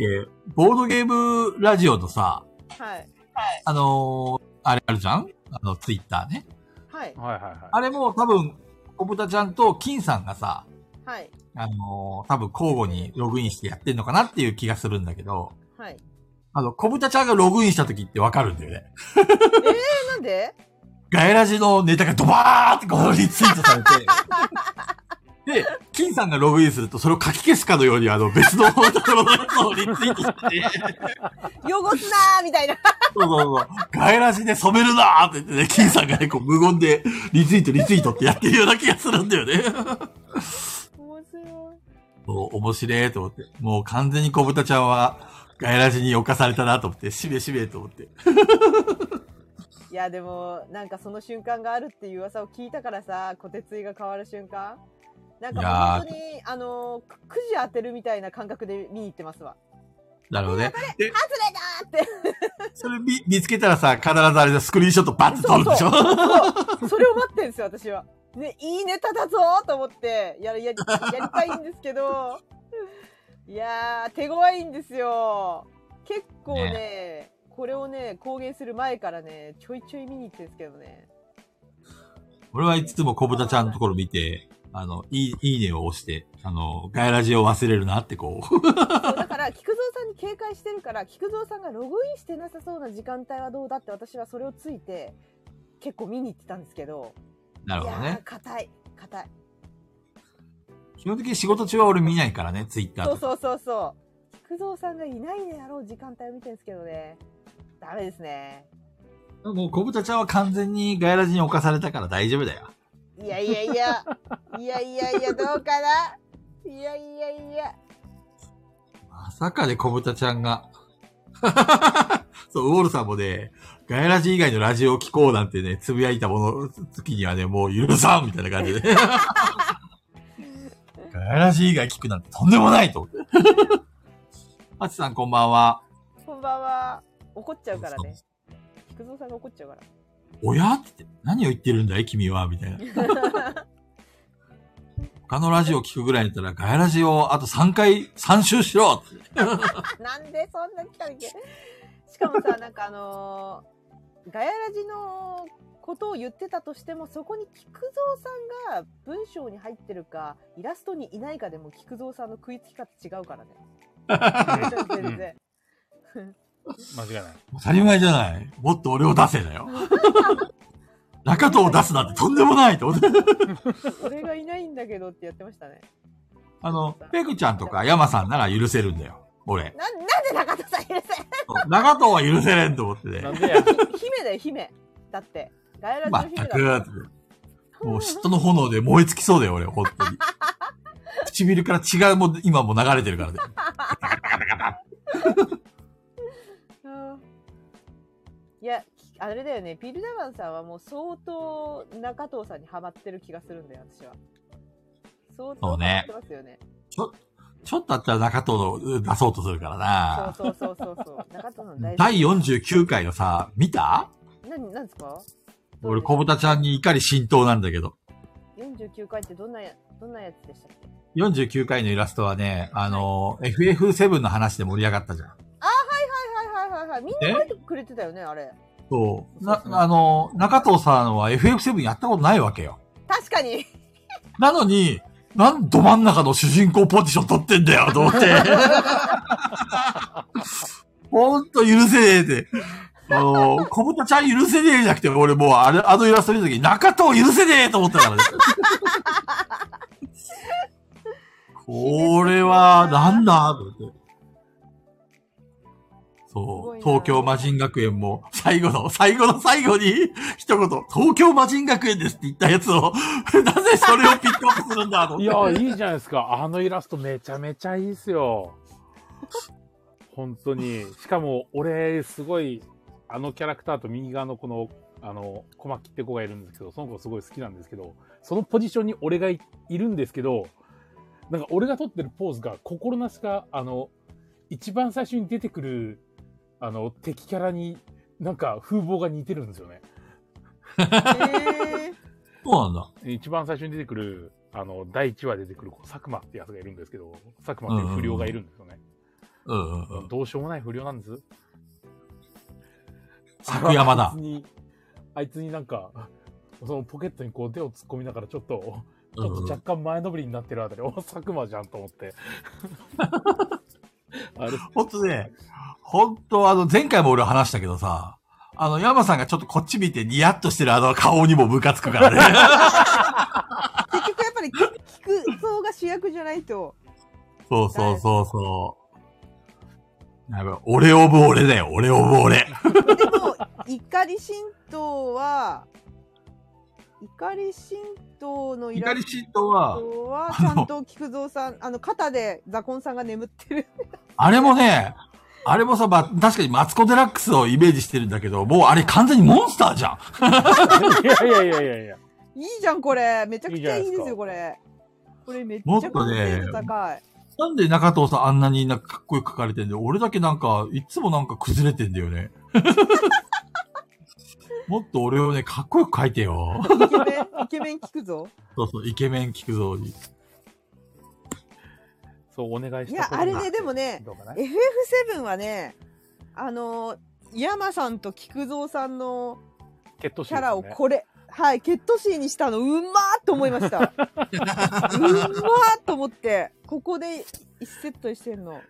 [SPEAKER 2] ボードゲームラジオのさ、
[SPEAKER 4] はい。
[SPEAKER 2] あのーあれあるじゃんあの、ツイッターね。
[SPEAKER 4] はい。
[SPEAKER 1] はいはいはい。
[SPEAKER 2] あれも多分、小豚ちゃんと金さんがさ、
[SPEAKER 4] はい。
[SPEAKER 2] あのー多分交互にログインしてやってんのかなっていう気がするんだけど、
[SPEAKER 4] はい。
[SPEAKER 2] あの、小豚ちゃんがログインした時ってわかるんだよね。
[SPEAKER 4] え、なんで
[SPEAKER 2] ガエラジのネタがドバーってこうリツイートされて、で、金さんがログインすると、それを書き消すかのように、あの、別のところのやつをリツイートして、
[SPEAKER 4] 汚すなーみたいな。
[SPEAKER 2] そうそうそう、ガエラジで染めるなーって言ってね、金さんがね、こう、無言で、リツイート、リツイートってやってるような気がするんだよね。
[SPEAKER 4] 面白い。
[SPEAKER 2] そう、面白えと思って。もう完全に小豚ちゃんは、ガエラジに侵されたなと思って、しめしめと思って。
[SPEAKER 4] いやでもなんかその瞬間があるっていう噂を聞いたからさ小鉄椎が変わる瞬間なん
[SPEAKER 2] いやー
[SPEAKER 4] か本当にあのくくじ当てるみたいな感覚で見に行ってますわ
[SPEAKER 2] なるほどね。で、
[SPEAKER 4] 外れだーって
[SPEAKER 2] それ見見つけたらさ、必ずあれだ、スクリーンショットバッと撮るでしょ
[SPEAKER 4] そうそれを待ってんですよ私はねいいネタだぞーと思ってやるやりやりたいんですけどいやー手強いんですよ結構ねこれをね公言する前からねちょいちょい見に行ってるんですけどね
[SPEAKER 2] 俺はいつも小豚ちゃんのところ見て、あの、いい、いいねを押して、あの、ガエラジを忘れるなってこ う。
[SPEAKER 4] そうだから菊蔵さんに警戒してるから菊蔵さんがログインしてなさそうな時間帯はどうだって私はそれをついて結構見に行ってたんですけど
[SPEAKER 2] なるほど
[SPEAKER 4] いや
[SPEAKER 2] ね
[SPEAKER 4] ー。硬い硬い
[SPEAKER 2] 基本的に仕事中は俺見ないからね、ツイッター
[SPEAKER 4] そ
[SPEAKER 2] と
[SPEAKER 4] う
[SPEAKER 2] か。
[SPEAKER 4] そうそうそう菊蔵さんがいないであろう時間帯を見てるんですけどねダメですね
[SPEAKER 2] もう小豚ちゃんは完全にガエラジに侵されたから大丈夫だよ。
[SPEAKER 4] いやいやいやいやいやいやどうかないやいやいや
[SPEAKER 2] まさかで小豚ちゃんが。 そう、ウォールさんもね、ガヤラジ以外のラジオを聞こうなんてね、つぶやいたもの、月にはね、もう許さんみたいな感じでね。ガヤラジ以外聞くなんてとんでもないと思って。ハチさんこんばんは。
[SPEAKER 4] こんばんは怒っちゃうからね菊蔵さんが怒っちゃうから
[SPEAKER 2] おやって、何を言ってるんだい君はみたいな。他のラジオ聞くぐらいだったら、ガヤラジをあと3回、3周しろって
[SPEAKER 4] なんでそんな来たっけしかもさ、なんかあのーガヤラジのことを言ってたとしても、そこに菊蔵さんが文章に入ってるか、イラストにいないかでも菊蔵さんの食いつき方違うからね。全然。
[SPEAKER 1] 間違いない。
[SPEAKER 2] 当たり前じゃない。もっと俺を出せだよ。中藤を出すなんてとんでもないと思って。
[SPEAKER 4] 俺がいないんだけどってやってましたね。
[SPEAKER 2] あの、ペグちゃんとか山さんなら許せるんだよ。俺。
[SPEAKER 4] な、なんで中田さん許せ
[SPEAKER 2] 中藤は許せれんと思って
[SPEAKER 1] な
[SPEAKER 2] ね
[SPEAKER 1] ん。でや。
[SPEAKER 4] ん姫だよ、姫。だって。ガヤラ
[SPEAKER 2] ま
[SPEAKER 4] ジ
[SPEAKER 2] っ
[SPEAKER 4] の
[SPEAKER 2] た
[SPEAKER 4] 姫だ
[SPEAKER 2] く。もう嫉妬の炎で燃え尽きそうだよ、俺、本当に。唇から血がもう今もう流れてるからね。
[SPEAKER 4] うんいや、きあれだよね、ビルダマンさんはもう相当中藤さんにハマってる気がするんだよ、私は。相当
[SPEAKER 2] そ
[SPEAKER 4] ハ
[SPEAKER 2] う
[SPEAKER 4] マっ
[SPEAKER 2] ね
[SPEAKER 4] てますよね。
[SPEAKER 2] ちょっとあったら中藤を出そうとするからな。
[SPEAKER 4] そうそうそうそうそう。中藤さん大好
[SPEAKER 2] 第49回のさ、見た
[SPEAKER 4] き。な、なんですか
[SPEAKER 2] 俺、小豚ちゃんに怒り浸透なんだけど。
[SPEAKER 4] 49回ってどんなや、どんなやつでしたっけ
[SPEAKER 2] 49回のイラストはね、あの、FF7 の話で盛り上がったじゃん。
[SPEAKER 4] はいはいはいはいはい。みんな書いてくれてたよね、あれ。
[SPEAKER 2] そう。
[SPEAKER 1] そう
[SPEAKER 2] な
[SPEAKER 1] で、すね
[SPEAKER 2] あの、中藤さんは FF7 やったことないわけよ。
[SPEAKER 4] 確かに。
[SPEAKER 2] なのに、なん、ど真ん中の主人公ポジション取ってんだよ、と思って。 ほんと許せねえって。あの、小豚ちゃん許せねえじゃなくて、俺もうあれ、あのイラスト見た時、中藤許せねえと思ったから ね。これは、なんだと思って。
[SPEAKER 4] すご
[SPEAKER 2] そ、
[SPEAKER 4] いうな
[SPEAKER 2] 東京魔人学園も、最後の、最後の最後に、一言、東京魔人学園ですって言ったやつを、 なぜそれをピックアップするんだと
[SPEAKER 1] い
[SPEAKER 2] 思って。
[SPEAKER 1] や、いいじゃないですか。あのイラストめちゃめちゃいいっすよ。本当に。しかも、俺、すごい、あのキャラクターと右側のこの、あの、小牧って子がいるんですけど、その子すごい好きなんですけど、そのポジションに俺がいいるんですけど、なんか俺が撮ってるポーズが、心なしか、あの、一番最初に出てくる、あの、敵キャラに、なんか風貌が似てるんですよね。
[SPEAKER 4] え
[SPEAKER 2] そうなんだ。
[SPEAKER 1] 一番最初に出てくる、あの、第1話で出てくる子、佐久間ってやつがいるんですけど、佐久間っていう不良がいるんですよね。
[SPEAKER 2] うんうんうん。
[SPEAKER 1] どうしようもない不良なんです。
[SPEAKER 2] 作山
[SPEAKER 1] あい
[SPEAKER 2] だ
[SPEAKER 1] つ。に、あいつになんか、そのポケットにこう手を突っ込みながらちょっと、ち
[SPEAKER 2] うん
[SPEAKER 1] ょっと
[SPEAKER 2] うん
[SPEAKER 1] 若干前のぶりになってるあたり、お、佐久間じゃんと思 って。あれ、
[SPEAKER 2] ほんとね、ほんとあの、前回も俺話したけどさ、あの、山さんが ちょっとこっち見てニヤッとしてるあの顔にもムカつくからね。
[SPEAKER 4] 結局やっぱぱり聞く像が主役じゃないと。
[SPEAKER 2] そうそうそうそう。やばい、俺オブ俺だよ、俺オブ俺。
[SPEAKER 4] でも、怒り神道は、怒り神道のイラ
[SPEAKER 2] 怒り
[SPEAKER 4] ス
[SPEAKER 2] シートは、
[SPEAKER 4] トは、ちゃんと菊蔵さん、あの、肩でザコンさんが眠ってる。
[SPEAKER 2] あれもね、あれもさ、ま、確かにマツコデラックスをイメージしてるんだけど、もうあれ完全にモンスターじゃん。
[SPEAKER 1] いやいやいやいやいや。
[SPEAKER 4] いいじゃん、これ。めちゃくちゃいいで
[SPEAKER 1] いい
[SPEAKER 4] す
[SPEAKER 1] じゃな
[SPEAKER 4] よ、これ。これめっち
[SPEAKER 2] も
[SPEAKER 4] ゃ
[SPEAKER 2] っと
[SPEAKER 4] 完
[SPEAKER 2] ね
[SPEAKER 4] 成度高い。
[SPEAKER 2] なんで中藤さんあんなになんかかっこよく書かれてんで、俺だけなんか、いつもなんか崩れてんだよね。 もっと俺をね、かっこよく書いてよ。
[SPEAKER 4] イケメン、イケメン聞くぞ。
[SPEAKER 2] そうそう、イケメン聞くぞに。
[SPEAKER 1] そう、お願いし
[SPEAKER 4] い
[SPEAKER 1] た
[SPEAKER 4] や、
[SPEAKER 1] こと
[SPEAKER 4] あ
[SPEAKER 1] に
[SPEAKER 4] れ
[SPEAKER 1] なって
[SPEAKER 4] ね、でもね、
[SPEAKER 1] どうかな
[SPEAKER 4] FF7 はね、あのー、山さんと菊蔵さんの
[SPEAKER 1] 決闘し
[SPEAKER 4] キ
[SPEAKER 1] て
[SPEAKER 4] ャ
[SPEAKER 1] る
[SPEAKER 4] ラ
[SPEAKER 1] ん
[SPEAKER 4] を
[SPEAKER 1] ですね
[SPEAKER 4] これ、はい、血統シーンにしたの、うまーと思いました。うまーと思って、ここで一セットにしてんの。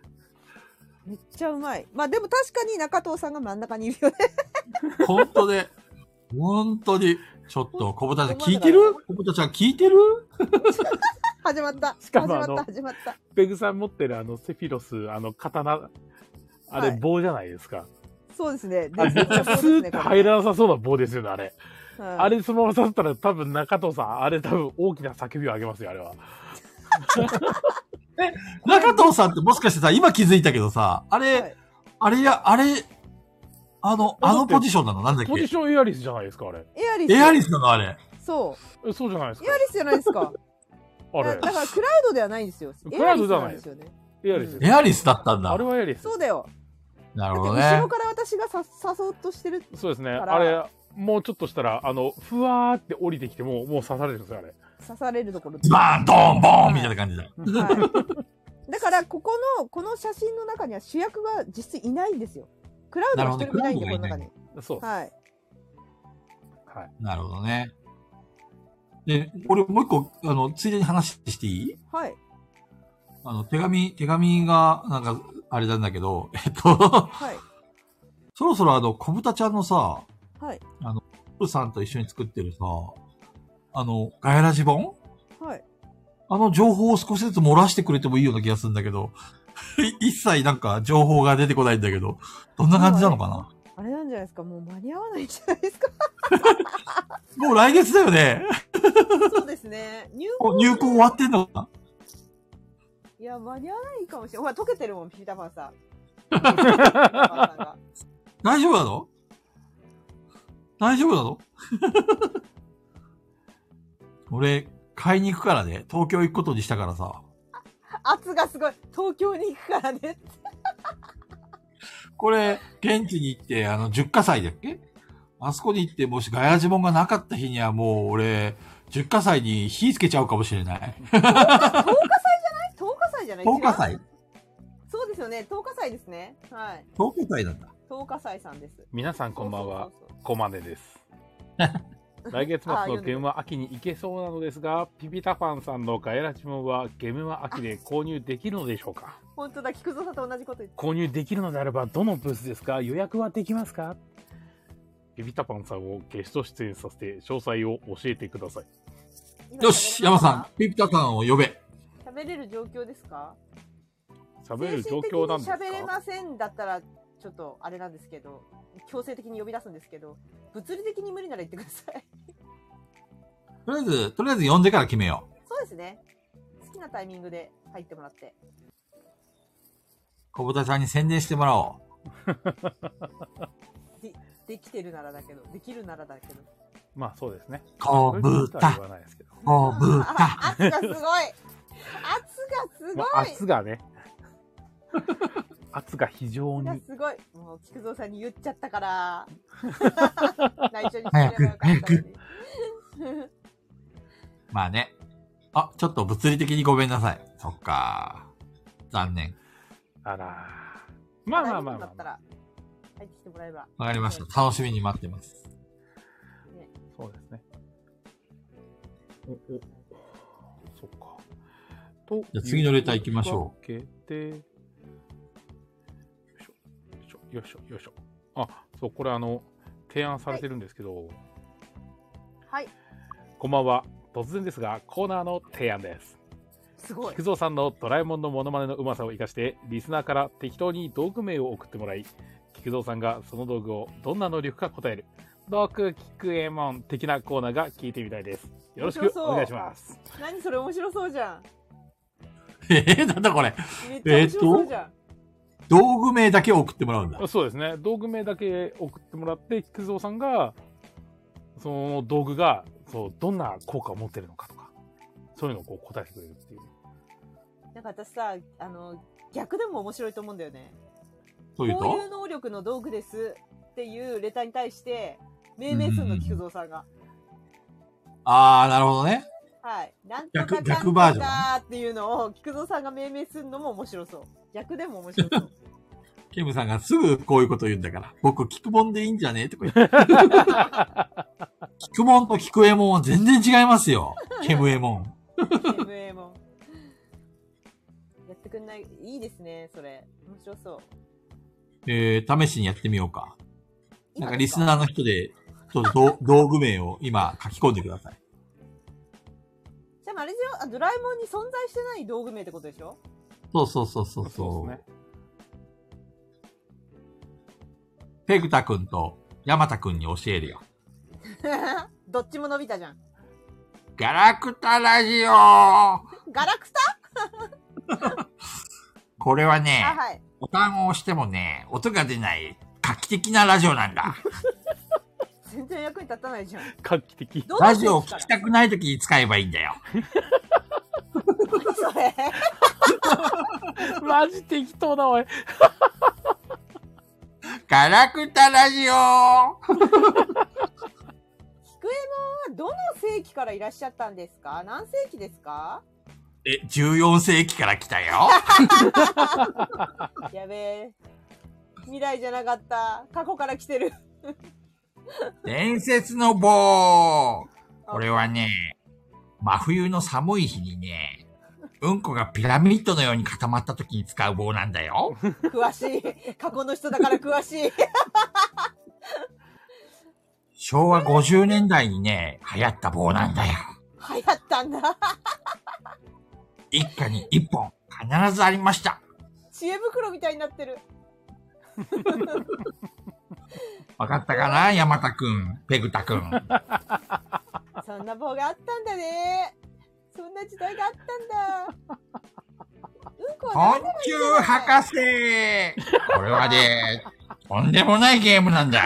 [SPEAKER 4] めっちゃうまい。まあでも確かに中藤さんが真ん中にいるよね。
[SPEAKER 2] 本当で、本当に。ちょっと、小豚ちゃん聞いてる小豚ちゃん聞いてる
[SPEAKER 4] 始まった。
[SPEAKER 1] しかも
[SPEAKER 4] 始まっ
[SPEAKER 1] あ
[SPEAKER 4] た、始まった。
[SPEAKER 1] ペグさん持ってるあの、セフィロス、あの、刀、あれ
[SPEAKER 4] はい
[SPEAKER 1] 棒じゃないですか。
[SPEAKER 4] そうですね。
[SPEAKER 1] あれ
[SPEAKER 4] 伝説の
[SPEAKER 1] スー
[SPEAKER 4] 棒ですね
[SPEAKER 1] ッと入
[SPEAKER 4] こ
[SPEAKER 1] らなさそうな棒ですよね、あれ。
[SPEAKER 4] れはい
[SPEAKER 1] あれそのまま刺さったら多分中藤さん、あれ多分大きな叫びをあげますよ、あれは。
[SPEAKER 2] 中藤さんってもしかしてさ、今気づいたけどさ、あれ、
[SPEAKER 4] はい
[SPEAKER 2] あれや、あれ、あの、あのポジションなのなんだっ
[SPEAKER 1] ポジ
[SPEAKER 2] け
[SPEAKER 1] ションエアリスじゃないですか、あれ。
[SPEAKER 4] エアリス。
[SPEAKER 2] エアリスなのあれ。
[SPEAKER 4] そ
[SPEAKER 1] えそうじゃないです
[SPEAKER 4] う。
[SPEAKER 1] か
[SPEAKER 4] エア。リスじゃないです
[SPEAKER 1] あ
[SPEAKER 4] か。だ
[SPEAKER 1] れ
[SPEAKER 4] だ。からクラウドではないんですよ。
[SPEAKER 1] クラウドじゃない
[SPEAKER 4] エアリスんですよね。
[SPEAKER 1] エアリスです。
[SPEAKER 2] エアリスだったんだ
[SPEAKER 1] あれ。はエアリス。
[SPEAKER 4] そうだよ。
[SPEAKER 2] な
[SPEAKER 4] だ
[SPEAKER 2] る
[SPEAKER 4] って
[SPEAKER 2] ほ
[SPEAKER 4] 後
[SPEAKER 2] ど
[SPEAKER 4] ろ
[SPEAKER 2] ね。
[SPEAKER 4] から私がさ誘おうとしてる。
[SPEAKER 1] そうですね。
[SPEAKER 4] から
[SPEAKER 1] あれ、もうちょっとしたら、あの、ふわーって降りてきて、もう、もう刺されるんですよ、あれ。
[SPEAKER 4] 刺されるところ。
[SPEAKER 2] ズバーン、ドーン、ボーンみたいな感じだ。
[SPEAKER 4] はい、だからここのこの写真の中には主役が実質いないんですよクラウドが一人もいないんで
[SPEAKER 2] な
[SPEAKER 4] こ
[SPEAKER 2] るほど
[SPEAKER 4] の中に
[SPEAKER 1] そうです。
[SPEAKER 4] はい
[SPEAKER 1] はい。
[SPEAKER 2] なるほどね。で、俺もう一個、あの、ついでに話していい
[SPEAKER 4] はい
[SPEAKER 2] あの、手紙、手紙が、なんか、あれなんだけど、 えっと、
[SPEAKER 4] はい
[SPEAKER 2] そろそろあの、小豚ちゃんのさ、
[SPEAKER 4] はい
[SPEAKER 2] プーさんと一緒に作ってるさ、あの、ガヤラジ本
[SPEAKER 4] はい
[SPEAKER 2] あの情報を少しずつ漏らしてくれてもいいような気がするんだけど、 一切なんか情報が出てこないんだけど、どんな感じなのかな
[SPEAKER 4] あれなんじゃないですかもう間に合わないんじゃないですか
[SPEAKER 2] もう来月だよね。
[SPEAKER 4] そうですね入
[SPEAKER 2] もう入校終わってんのかない
[SPEAKER 4] や間に合わないかもしれないほら溶けてるもんピーターパンさん
[SPEAKER 2] 大丈夫なの大丈 夫なの俺、買いに行くからね。東京行くことにしたからさ。
[SPEAKER 4] 圧がすごい東京に行くからね
[SPEAKER 2] これ、現地に行って、あの、10火祭だっけあそこに行って、もしガヤジモンがなかった日にはもう俺、10火祭に火つけちゃうかもしれない。
[SPEAKER 4] 10日祭じゃない
[SPEAKER 2] 10火
[SPEAKER 4] 違う
[SPEAKER 2] 祭
[SPEAKER 4] そうですよね10日祭ですねはい
[SPEAKER 2] ?10 火祭なんだ。
[SPEAKER 4] 10日祭さんです
[SPEAKER 1] 皆さんこんばんは
[SPEAKER 4] そう。そうそう
[SPEAKER 1] コマネ です。来月末のゲームは秋に行けそうなのですが、ピピタファンさんのガエラジモンはゲームは秋で購入できるのでしょうか
[SPEAKER 4] そう本当だ菊蔵さんと同じこと言って
[SPEAKER 1] 購入できるのであればどのブースですか予約はできますかピピタパンさんをゲスト出演させて詳細を教えてください。
[SPEAKER 2] よし、山さん、ピピタさんを呼べ。
[SPEAKER 4] ん。喋れる状況ですか
[SPEAKER 1] 喋れる状況なんですか
[SPEAKER 4] 精神的に喋れませんだったら、ちょっとあれなんですけど、強制的に呼び出すんですけど、物理的に無理なら言ってくださ い。
[SPEAKER 2] とりあえず、とりあえず呼んでから決めよう。
[SPEAKER 4] そうですね。好きなタイミングで入ってもらって。
[SPEAKER 2] 小豚さんに宣伝してもらおう。
[SPEAKER 4] でできてるならだけど、できるならだけど。
[SPEAKER 1] まあそうですね。
[SPEAKER 2] 小
[SPEAKER 1] そういうことは言
[SPEAKER 2] 豚、
[SPEAKER 1] わないですけど。
[SPEAKER 2] 小豚。
[SPEAKER 4] あ圧がすごい圧
[SPEAKER 1] まあ
[SPEAKER 4] がすご
[SPEAKER 1] 圧が ね、圧が非常
[SPEAKER 4] い圧が
[SPEAKER 1] に。
[SPEAKER 4] すごいもう、菊蔵さんに言っちゃっ たから。内緒にしてればよ
[SPEAKER 2] 早
[SPEAKER 4] か
[SPEAKER 2] く
[SPEAKER 4] ったのに
[SPEAKER 2] 早くまあね。あ、ちょっと物理的にごめんなさい。そっか。残念。
[SPEAKER 1] あらー。まあまあまあま
[SPEAKER 4] だ
[SPEAKER 1] あ
[SPEAKER 4] っ
[SPEAKER 1] ま
[SPEAKER 4] た
[SPEAKER 1] あ。
[SPEAKER 4] ら、入ってきてもらえば。
[SPEAKER 2] わかりました。楽しみに待ってます。
[SPEAKER 1] そうですね。お、お、そっか。と
[SPEAKER 2] じゃあ次のレター行きましょ
[SPEAKER 1] う。けで、よいしょ、よいしょ、よいしょ、よいしょ。あ、そう、これあの、提案されてるんですけど、
[SPEAKER 4] はい。
[SPEAKER 1] こんばんは。突然ですが、コーナーの提案です。
[SPEAKER 4] すごい
[SPEAKER 1] 菊。蔵さんのドラえもんのモノマネのうまさを生かして、リスナーから適当に道具名を送ってもらい、菊蔵さんがその道具をどんな能力か答える、僕、菊右衛門的なコーナーが聞いてみたいです。よろしくお願いします。
[SPEAKER 4] 何それ面白そうじゃん。
[SPEAKER 2] えー、なんだこれ。
[SPEAKER 4] めっちゃ面白そうじゃん。
[SPEAKER 2] 道具名だけ送ってもらうんだ。
[SPEAKER 1] そうですね。道具名だけ送ってもらって、菊蔵さんが、その道具が、そう、どんな効果を持ってるのかとか、そういうのをこう答えてくれるっていう。
[SPEAKER 4] なんか私さ、あの、逆でも面白いと思うんだよね。
[SPEAKER 2] という
[SPEAKER 4] ことういう能力の道具ですっていうレターに対して、命名
[SPEAKER 2] う
[SPEAKER 4] する
[SPEAKER 2] んうんう
[SPEAKER 4] の、
[SPEAKER 2] ん
[SPEAKER 4] 菊蔵さんが。
[SPEAKER 2] あー、なるほどね。
[SPEAKER 4] はい。なんとか
[SPEAKER 2] 逆
[SPEAKER 4] か
[SPEAKER 2] 逆
[SPEAKER 4] ん
[SPEAKER 2] バー
[SPEAKER 4] と
[SPEAKER 2] ジョン
[SPEAKER 4] かっていうのを、菊蔵さんが命名するのも面白そう。逆でも面白そう。
[SPEAKER 2] ケムさんがすぐこういうこと言うんだから。僕、キクボンでいいんじゃねとか言 って。キクボンとキクエモンは全然違います よ。ケムエモン。
[SPEAKER 4] MA も。やってくんない、いいですね、それ。面白そう。
[SPEAKER 2] えー、試しにやってみようか。なんかリス
[SPEAKER 4] ー。
[SPEAKER 2] ナーの人で、ちょっと道道具名を今書き込んでください。
[SPEAKER 4] じゃあ、あれじゃあ、ドラえもんに存在してない道具名ってことでしょ
[SPEAKER 2] そうそうそうそうそう。
[SPEAKER 1] ですね。
[SPEAKER 2] ペグタ君とヤマタ君に教えるよ。
[SPEAKER 4] どっちも伸びたじゃん。
[SPEAKER 2] ガラクタラジオ
[SPEAKER 4] ガラクタ
[SPEAKER 2] これは
[SPEAKER 4] あ、
[SPEAKER 2] ね、
[SPEAKER 4] はい。
[SPEAKER 2] ボタンを押してもね、音が出ない画期的なラジオなんだ。
[SPEAKER 4] 全然役に立たないじゃん。
[SPEAKER 1] 画期的。
[SPEAKER 4] どうな
[SPEAKER 2] ラ
[SPEAKER 4] って
[SPEAKER 2] ジ
[SPEAKER 4] る
[SPEAKER 2] オ
[SPEAKER 4] ん
[SPEAKER 2] を
[SPEAKER 4] です
[SPEAKER 2] 聞
[SPEAKER 4] か
[SPEAKER 2] きたくない時に使えばいいんだよ。
[SPEAKER 4] 何そ れ
[SPEAKER 1] マジ適当だ、おい。
[SPEAKER 2] ガラクタラジオ
[SPEAKER 4] 菊右衛門はどの世紀からいらっしゃったんですか何世紀ですか
[SPEAKER 2] え、14世紀から来た よ。
[SPEAKER 4] やべえ。未来じゃなかった。過去から来てる。
[SPEAKER 2] 伝説の棒これはね、真冬の寒い日にね、うんこがピラミッドのように固まった時に使う棒なんだよ。
[SPEAKER 4] 詳しい。過去の人だから詳しい。
[SPEAKER 2] 昭和50年代にね、流行った棒なんだよ。
[SPEAKER 4] 流行ったんだ。
[SPEAKER 2] 一家に一本必ずありました。
[SPEAKER 4] 知恵袋みたいになってる。
[SPEAKER 2] わかったかな山田くん、ペグタくん。
[SPEAKER 4] そんな棒があったんだね。そんな時代があったんだ。うんこ
[SPEAKER 2] 昆
[SPEAKER 4] は何でもい
[SPEAKER 2] 虫
[SPEAKER 4] いんじゃない
[SPEAKER 2] 博士これはね、とんでもないゲームなんだ。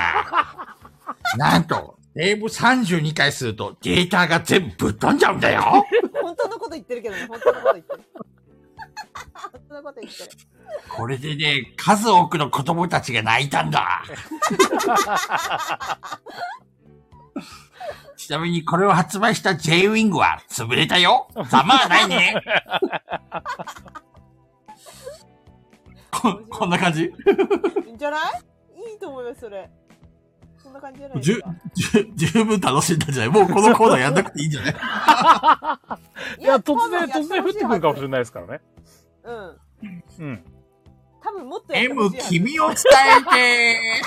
[SPEAKER 2] なんと、テーブ32回するとデータが全部ぶっ飛んじゃうんだよ。
[SPEAKER 4] 本当のこと言ってるけどね。本当のこと言ってる。本当のこと言ってる。
[SPEAKER 2] これでね、数多くの子供たちが泣いたんだ。ちなみにこれを発売した J ウィングは潰れたよ。ざまはないね。こ、こんな感じ
[SPEAKER 4] いいんじゃないいいと思います、それ。そんな感じじゃないで
[SPEAKER 2] じ
[SPEAKER 4] す
[SPEAKER 2] ゅ
[SPEAKER 4] か。
[SPEAKER 2] じゅ十分楽しんだんじゃないもうこのコーナーやんなくていいんじゃな
[SPEAKER 1] い
[SPEAKER 2] い
[SPEAKER 1] や、突然、
[SPEAKER 4] 今度
[SPEAKER 1] 突然
[SPEAKER 4] や
[SPEAKER 1] 降ってくるかもしれ
[SPEAKER 4] い。
[SPEAKER 1] ないですからね。
[SPEAKER 4] うん。
[SPEAKER 1] うん。
[SPEAKER 4] 多分もっとやってほ
[SPEAKER 2] ?M
[SPEAKER 4] しいはず。
[SPEAKER 2] 君を伝えて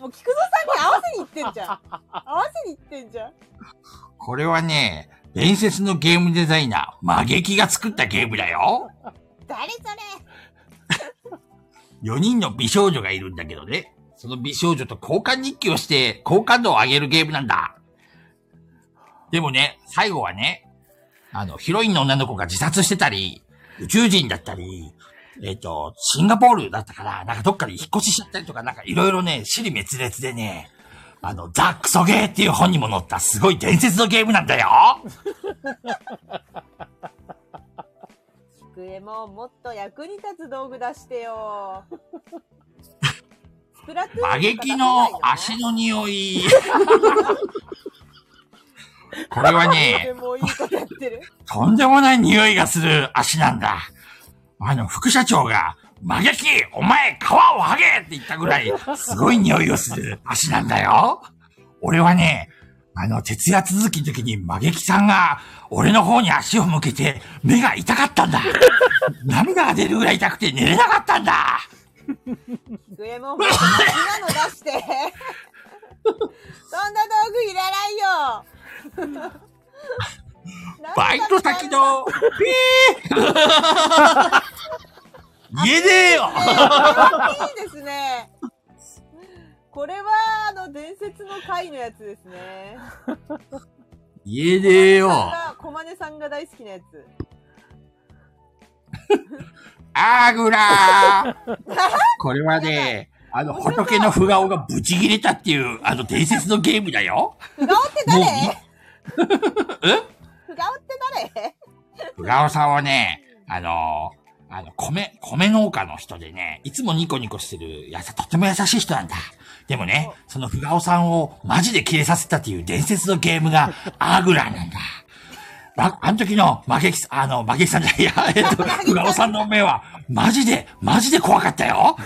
[SPEAKER 4] もう菊蔵さんに合わせにいってんじゃん。合わせにいってんじゃん。
[SPEAKER 2] これはね、伝説のゲームデザイナー、マゲキが作ったゲームだよ。
[SPEAKER 4] 誰それ
[SPEAKER 2] 4人の美少女がいるんだけどね。その美少女と交換日記をして、好感度を上げるゲームなんだ。でもね、最後はね、あの、ヒロインの女の子が自殺してたり、宇宙人だったり、えっ、と、シンガポールだったから、なんかどっかで引っ越ししちゃったりとか、なんかいろいろね、死に滅裂でね、あの、ザ・クソゲーっていう本にも載ったすごい伝説のゲームなんだよ
[SPEAKER 4] 机ももっと役に立つ道具出してよ。スプラトゥーンとか
[SPEAKER 2] 打撃の足の匂い。 これはね、
[SPEAKER 4] でもいいことやってる。
[SPEAKER 2] とんでもない匂いがする足なんだ。あの、副社長が、真逆お前、皮を剥げって言ったぐらい、すごい匂いをする足なんだよ。俺はね、あの、徹夜続きの時に真逆さんが、俺の方に足を向けて、目が痛かったんだ。涙が出るぐらい痛くて寝れなかったんだ。
[SPEAKER 4] 机ももっと好きなの出して。そ んな道具いらないよ。
[SPEAKER 2] バイト先の、ピー 家でよ
[SPEAKER 4] いいですね。これは、あの、伝説の回のやつですね。
[SPEAKER 2] 家でよあ
[SPEAKER 4] さんが小金さんが大好きなやつ。
[SPEAKER 2] ーぐらーこれはね、あの、仏の不顔がブチ切れたっていう、あの伝説のゲームだよ。
[SPEAKER 4] ふがおって誰
[SPEAKER 2] もう
[SPEAKER 4] ふがおって誰
[SPEAKER 2] ふがおさんはね、あのあの、米、米農家の人でね、いつもニコニコしてる、やさ、とっても優しい人なんだ。でもね、そのふがおさんをマジでキレさせたっていう伝説のゲームが、アグラなんだ。ま、あの時の、マゲキさん、あの、マゲキさんじゃない、いや、えっと、ふがおさんの目は、マジで、マジで怖かったよ。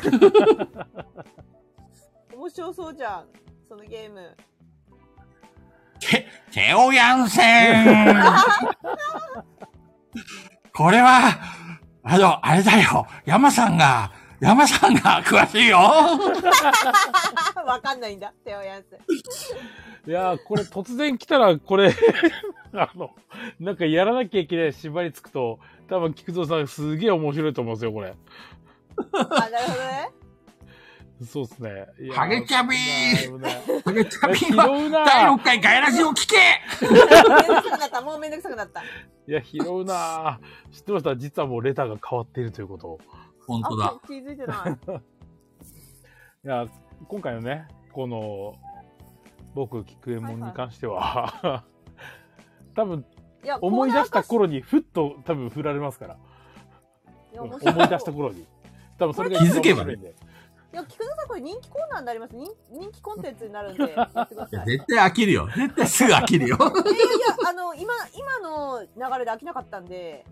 [SPEAKER 4] 面白そうじゃん。そのゲーム。
[SPEAKER 2] て、テオヤンセンこれは、あの、あれだよ。山さんが、山さんが詳しいよ。
[SPEAKER 4] わかんないんだ。手をやつ。
[SPEAKER 1] いやー、これ突然来たら、これ、 あの、なんかやらなきゃいけない縛りつくと、多分菊蔵さんすげえ面白いと思うんですよ、これ。
[SPEAKER 4] あ、なるほどね。
[SPEAKER 1] そうですね。いや
[SPEAKER 2] ハゲチャビ
[SPEAKER 1] ー危ない 危ない
[SPEAKER 2] ハゲチャピン
[SPEAKER 1] いや拾うな
[SPEAKER 2] は、第6回ガヤラジを聞け
[SPEAKER 4] めんどくさくなった。もうめんどくさくなった。
[SPEAKER 1] いや、拾うなー知ってました実はもうレターが変わっているということを。
[SPEAKER 2] 本当
[SPEAKER 4] あ
[SPEAKER 2] だ。、
[SPEAKER 4] 気づいてない。
[SPEAKER 1] いや、今回のね、この、僕、菊右衛門に関しては、多分、
[SPEAKER 4] いや、
[SPEAKER 1] 思い出した
[SPEAKER 4] コー
[SPEAKER 1] 頃に、ふっと多分振られますから。
[SPEAKER 4] ナ
[SPEAKER 1] 思
[SPEAKER 4] ー
[SPEAKER 1] い
[SPEAKER 4] 化。や面白
[SPEAKER 1] 出した頃に。多分それが
[SPEAKER 2] 気づけば
[SPEAKER 1] 一番面白
[SPEAKER 2] ね
[SPEAKER 1] いんで。
[SPEAKER 4] いや、菊田さん、これ人気コーナーになります。人人気コンテンツになるんで、やってくだ
[SPEAKER 2] い
[SPEAKER 4] さ
[SPEAKER 2] や
[SPEAKER 4] い。いやい
[SPEAKER 2] 絶対飽きるよ。絶対すぐ飽きるよ。
[SPEAKER 4] や、あの、今、今の流れで飽きなかったんで、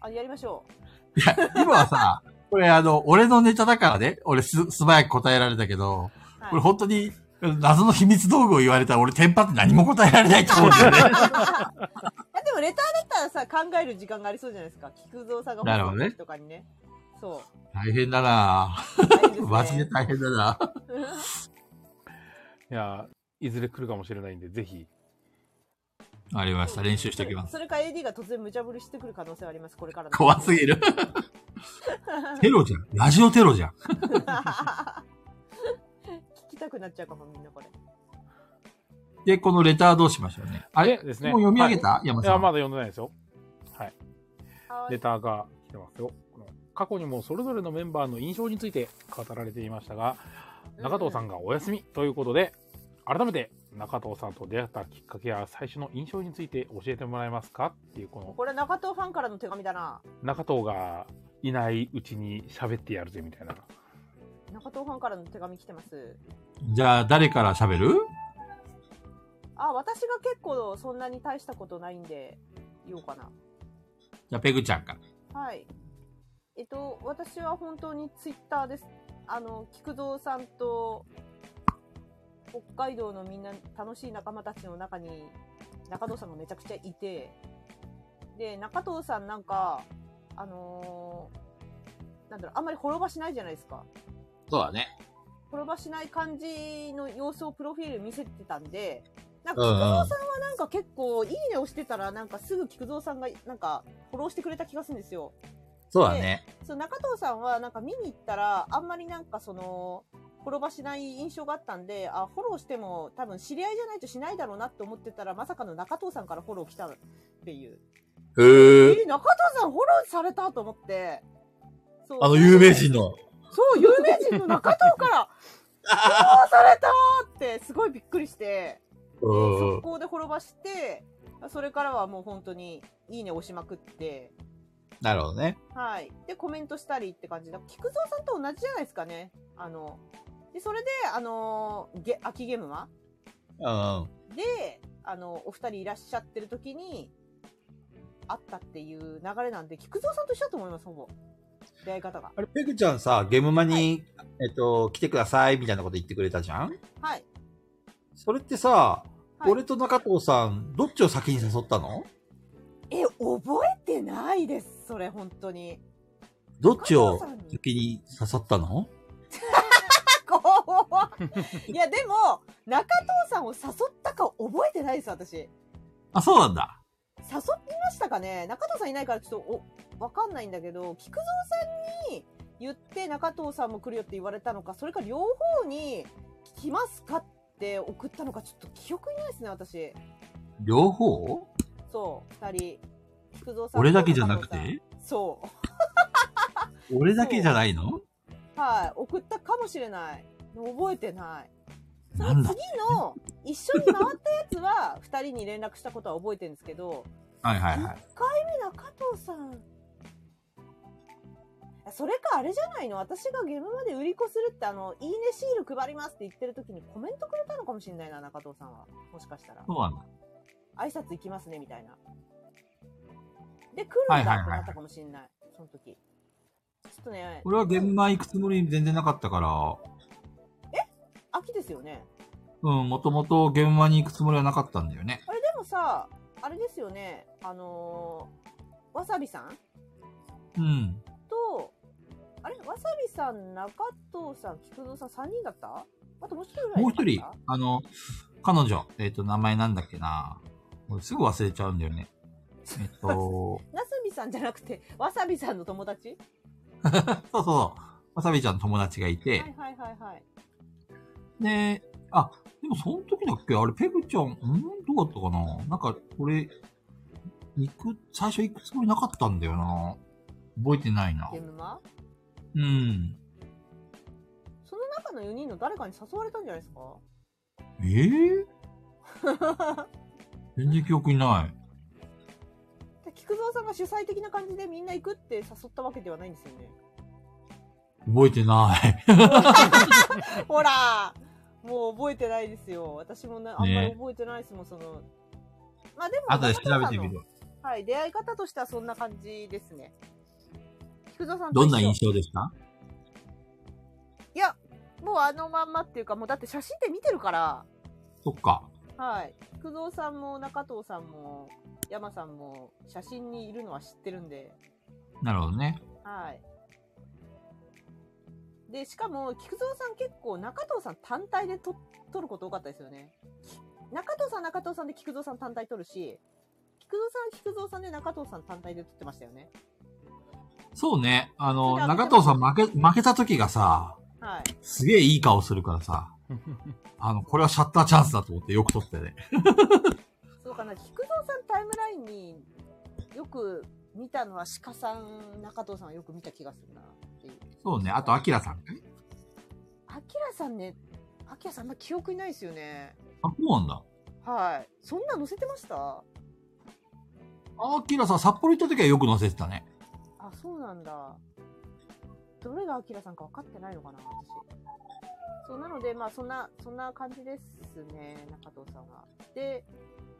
[SPEAKER 4] あの、やりましょ
[SPEAKER 2] いや、今はさ、これあの、俺のネタだからね、俺す、素早く答えられたけど、
[SPEAKER 4] う。はい
[SPEAKER 2] これ本当に、謎の秘密道具を言われたら俺テンパって何も答えられないと思うんだよね。
[SPEAKER 4] いやでもレターだったらさ考える時間がありそうじゃないですか菊蔵さんが
[SPEAKER 2] なるほどね
[SPEAKER 4] とかにねそ
[SPEAKER 2] 大変だな
[SPEAKER 4] う大変です
[SPEAKER 2] ぁ。
[SPEAKER 4] ね
[SPEAKER 2] マジで大変だなぁ。
[SPEAKER 1] いや、いずれ来るかもしれないんで、ぜひ。
[SPEAKER 2] ありました。練習しておきます。
[SPEAKER 4] それか AD が突然無茶ぶりしてくる可能性はありますこれからの
[SPEAKER 2] 怖 すぎる。 テロじゃん。ラジオテロじゃん。
[SPEAKER 4] 聞きたくなっちゃうかもみんなこれ
[SPEAKER 2] で、このレターどうしましょうね。あれ
[SPEAKER 1] でですね
[SPEAKER 2] もう読み上げた、山
[SPEAKER 1] い
[SPEAKER 2] さ
[SPEAKER 1] や、
[SPEAKER 2] ん。
[SPEAKER 1] まだ読んでないですよ。
[SPEAKER 4] はー
[SPEAKER 1] レ
[SPEAKER 4] い
[SPEAKER 1] ターが来てますよ。過去にもそれぞれのメンバーの印象について語られていましたが、中藤さんがお休みということで、改めて中藤さんと出会ったきっかけや最初の印象について教えてもらえますかっていう、この
[SPEAKER 4] これ中藤ファンからの手紙だな
[SPEAKER 1] 中藤がいないうちに喋ってやるぜみたいな。
[SPEAKER 4] 中藤ファンからの手紙来てます
[SPEAKER 2] じゃあ、誰から喋る
[SPEAKER 4] あ私が結構そんなに大したことないんで言おうかな
[SPEAKER 2] じゃあ、ペグちゃんから。
[SPEAKER 4] はい。えっと、私は本当にツイッターです。あの、菊蔵さんと、北海道のみんな楽しい仲間たちの中に、中藤さんがめちゃくちゃいて、で、中藤さんなんか、あのーなんだろう、あんまり滅ばしないじゃないですか。
[SPEAKER 2] そうだね。
[SPEAKER 4] 転ばしない感じの様子をプロフィール見せてたんで、なん
[SPEAKER 2] うんうん
[SPEAKER 4] か菊蔵さんはなんか結構いいね押してたらなんかすぐ菊蔵さんがなんかフォローしてくれた気がするんですよ。
[SPEAKER 2] そうだね。
[SPEAKER 4] そう中藤さんはなんか見に行ったらあんまりなんかその転ばしない印象があったんであフォローしても多分知り合いじゃないとしないだろうなって思ってたらまさかの中藤さんからフォロー来たっていう
[SPEAKER 2] へ
[SPEAKER 4] え
[SPEAKER 2] ー。
[SPEAKER 4] ー中藤さんフォローされたと思ってそう
[SPEAKER 2] あの、有名人の。
[SPEAKER 4] そう有名人の中藤からフォローされたってすごいびっくりして
[SPEAKER 2] う
[SPEAKER 4] で
[SPEAKER 2] んう
[SPEAKER 4] 速
[SPEAKER 2] ん。
[SPEAKER 4] 攻で転ばしてそれからはもう本当にいいね押しまくって
[SPEAKER 2] なるほどね。
[SPEAKER 4] はい。で、コメントしたりって感じだ。菊蔵さんと同じじゃないですかね。あの、で、それで、あの、ゲ、秋ゲームは
[SPEAKER 2] うんうん。
[SPEAKER 4] で、あの、お二人いらっしゃってる時に、あったっていう流れなんで、菊蔵さんと一緒だと思います、ほぼ。出会い方が。
[SPEAKER 2] あれ、ペグちゃんさ、ゲームマに、えっと、来てください、みたいなこと言ってくれたじゃん
[SPEAKER 4] はい。
[SPEAKER 2] それってさ、
[SPEAKER 4] はい
[SPEAKER 2] 俺と中藤さん、どっちを先に誘ったの
[SPEAKER 4] え、覚えてないです、それ、本当に。
[SPEAKER 2] どっちを
[SPEAKER 4] 中藤さんに
[SPEAKER 2] 先に誘ったの
[SPEAKER 4] 怖いいや、でも、中藤さんを誘ったか覚えてないです、私。
[SPEAKER 2] あ、そうなんだ。
[SPEAKER 4] 誘いましたかね中藤さんいないからちょっとおわかんないんだけど菊蔵さんに言って中藤さんも来るよって言われたのかそれか両方に「来ますか?」って送ったのかちょっと記憶にないですね私
[SPEAKER 2] 両方
[SPEAKER 4] そう2人菊蔵さんと
[SPEAKER 2] 俺だけじゃなく
[SPEAKER 4] 中藤
[SPEAKER 2] て
[SPEAKER 4] さんそう
[SPEAKER 2] 俺だけじゃないの
[SPEAKER 4] はい送ったかもしれない覚えてないその
[SPEAKER 2] なんだ
[SPEAKER 4] 次の一緒に回ったやつは2人に連絡したことは覚えてるんですけど
[SPEAKER 2] はいはいはい。
[SPEAKER 4] 中藤さんそれかあれじゃないの私がゲームまで売り子するってあの「いいねシール配ります」って言ってる時にコメントくれたのかもしれないな中藤さんはもしかしたら
[SPEAKER 2] そうなんだ。
[SPEAKER 4] 挨拶行きますねみたいなで来るんだってなったかもしれない,、その時ちょっとね
[SPEAKER 2] 俺は現場行くつもり全然なかったから、
[SPEAKER 4] 秋ですよね
[SPEAKER 2] うん、もともと現場に行くつもりはなかったんだよね。
[SPEAKER 4] あれでもさあれですよねあのーわさびさん
[SPEAKER 2] うん。
[SPEAKER 4] とあれわさびさん中藤さん菊蔵さん3人だったあともう一人ぐらい
[SPEAKER 2] もう一
[SPEAKER 4] い
[SPEAKER 2] 人
[SPEAKER 4] たか、
[SPEAKER 2] あの、彼女、えっ、と、名前なんだっけな。俺すぐ忘れちゃうんだよね。えっ、と、
[SPEAKER 4] なすみさんじゃなくてわさびさんの友達
[SPEAKER 2] そうそう、わさびちゃんの友達がい
[SPEAKER 4] はい
[SPEAKER 2] て、
[SPEAKER 4] はいはいはい
[SPEAKER 2] で、あ、でもその時だっけあれ、ペグちゃん、んどうだったかななんか、俺、行く、最初行くつもりなかったんだよな。覚えてないな
[SPEAKER 4] ゲ。ームマ
[SPEAKER 2] うん。
[SPEAKER 4] その中の4人の誰かに誘われたんじゃないですか
[SPEAKER 2] え ー、全然記憶にない。
[SPEAKER 4] で菊蔵さんが主催的な感じでみんな行くって誘ったわけではないんですよね
[SPEAKER 2] 覚えてない。
[SPEAKER 4] ほらもう覚えてないですよ私もなあんまり
[SPEAKER 2] ね
[SPEAKER 4] 覚えてないですもん、そのまあでも
[SPEAKER 2] 後で調べ
[SPEAKER 4] 中
[SPEAKER 2] て
[SPEAKER 4] 藤さん
[SPEAKER 2] み
[SPEAKER 4] の
[SPEAKER 2] る。
[SPEAKER 4] はい、出会い方としてはそんな感じですね。菊蔵さんと
[SPEAKER 2] ど
[SPEAKER 4] 一緒
[SPEAKER 2] んな印象でした
[SPEAKER 4] いや、もうあのまんまっていうか、もうだって写真で見てるから、
[SPEAKER 2] そっか。
[SPEAKER 4] はい。菊蔵さんも中藤さんも山さんも写真にいるのは知ってるんで、
[SPEAKER 2] なるほどね。
[SPEAKER 4] はい。で、しかも菊蔵さん結構中藤さん単体でと撮ること多かったですよね。中藤さん中藤さんで菊蔵さん単体撮るし、菊蔵さん菊蔵さんで中藤さん単体で撮ってましたよね。
[SPEAKER 2] そうね。あの、
[SPEAKER 4] それで
[SPEAKER 2] 中藤さん負け、負けた時がさ、
[SPEAKER 4] はい。
[SPEAKER 2] すげえいい顔するからさ、 あの、これはシャッターチャンスだと思ってよく撮ってね。
[SPEAKER 4] そうかな、菊蔵さんタイムラインによく見たのは鹿さん、中藤さんはよく見た気がするなっていう。
[SPEAKER 2] そうね。あと、アキラさん。
[SPEAKER 4] アキラさんね、アキラさんあんま記憶にないですよね。
[SPEAKER 2] あ、そうなんだ。
[SPEAKER 4] はい。そんな載せてましたあ、
[SPEAKER 2] アキラさん、札幌行った時はよく乗せてたね。
[SPEAKER 4] そうなんだ。どれがアキラさんか分かってないのかな、私。そう、なので、まあ、そんな、そんな感じですね、中藤さんは。で、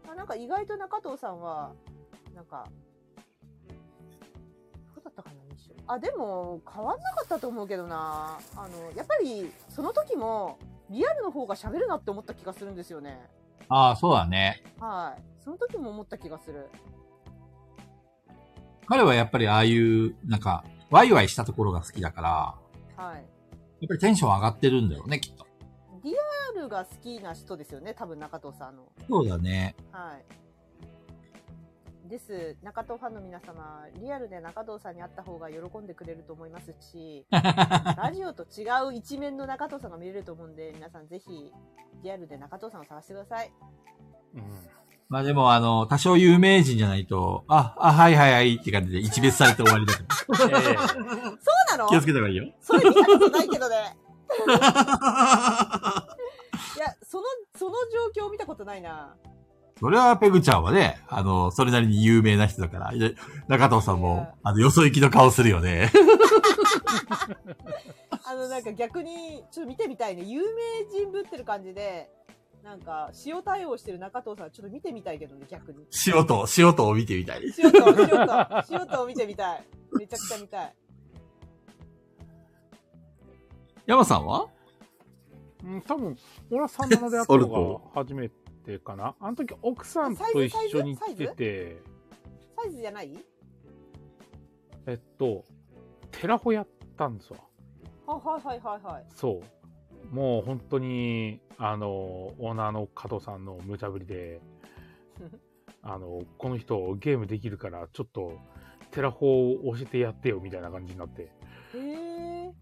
[SPEAKER 4] まあ、なんか意外と中藤さんは、なんか、どうだったかな、印象。あ、でも、変わんなかったと思うけどな。あの、やっぱり、その時も、リアルの方が喋るなって思った気がするんですよね。
[SPEAKER 2] ああ、そうだね。
[SPEAKER 4] はい。その時も思った気がする。
[SPEAKER 2] 彼はやっぱりああいう、なんか、ワイワイしたところが好きだから、
[SPEAKER 4] はい。
[SPEAKER 2] やっぱりテンション上がってるんだよね、きっと。
[SPEAKER 4] リアルが好きな人ですよね、多分中藤さんの。
[SPEAKER 2] そうだね。
[SPEAKER 4] はい。です。中藤ファンの皆様、リアルで中藤さんに会った方が喜んでくれると思います し、ラジオと違う一面の中藤さんが見れると思うんで、皆さんぜひ、リアルで中藤さんを探してください。
[SPEAKER 1] うん。
[SPEAKER 2] まあでも、あの、多少有名人じゃないと、あ、あ、はいはいはいって感じで一別されて終わりだから。
[SPEAKER 1] ええ
[SPEAKER 4] そうな の
[SPEAKER 2] 気をつけた方がいいよ。
[SPEAKER 4] それ見たことないけどね。いや、その、その状況を見たことないな。
[SPEAKER 2] それはペグちゃんはね、あの、それなりに有名な人だから、いや中藤さん
[SPEAKER 4] い
[SPEAKER 2] も
[SPEAKER 4] や、
[SPEAKER 2] あの、よそ行きの顔するよね。
[SPEAKER 4] あの、なんか逆に、ちょっと見てみたいね。有名人ぶってる感じで、なんか、塩対応してる中藤さん、ちょっと見てみたいけどね、逆に。
[SPEAKER 2] 塩と、塩とを見てみたい。
[SPEAKER 4] 塩と、塩と、塩とを見てみたい。めちゃくちゃ見たい。
[SPEAKER 2] 山さんは
[SPEAKER 1] うん、多分、俺はサンマナで会ったのが初めてかな。あの時、奥さんと一緒に来てて、
[SPEAKER 4] サイズじゃない
[SPEAKER 1] えっと、テラホやったんですわ。
[SPEAKER 4] ははいはいはいはい。
[SPEAKER 1] そう。もう本当に、あの、オーナーの加藤さんの無茶ぶりで、あの、この人ゲームできるから、ちょっと、テラフォーを教えてやってよ、みたいな感じになって、
[SPEAKER 4] へ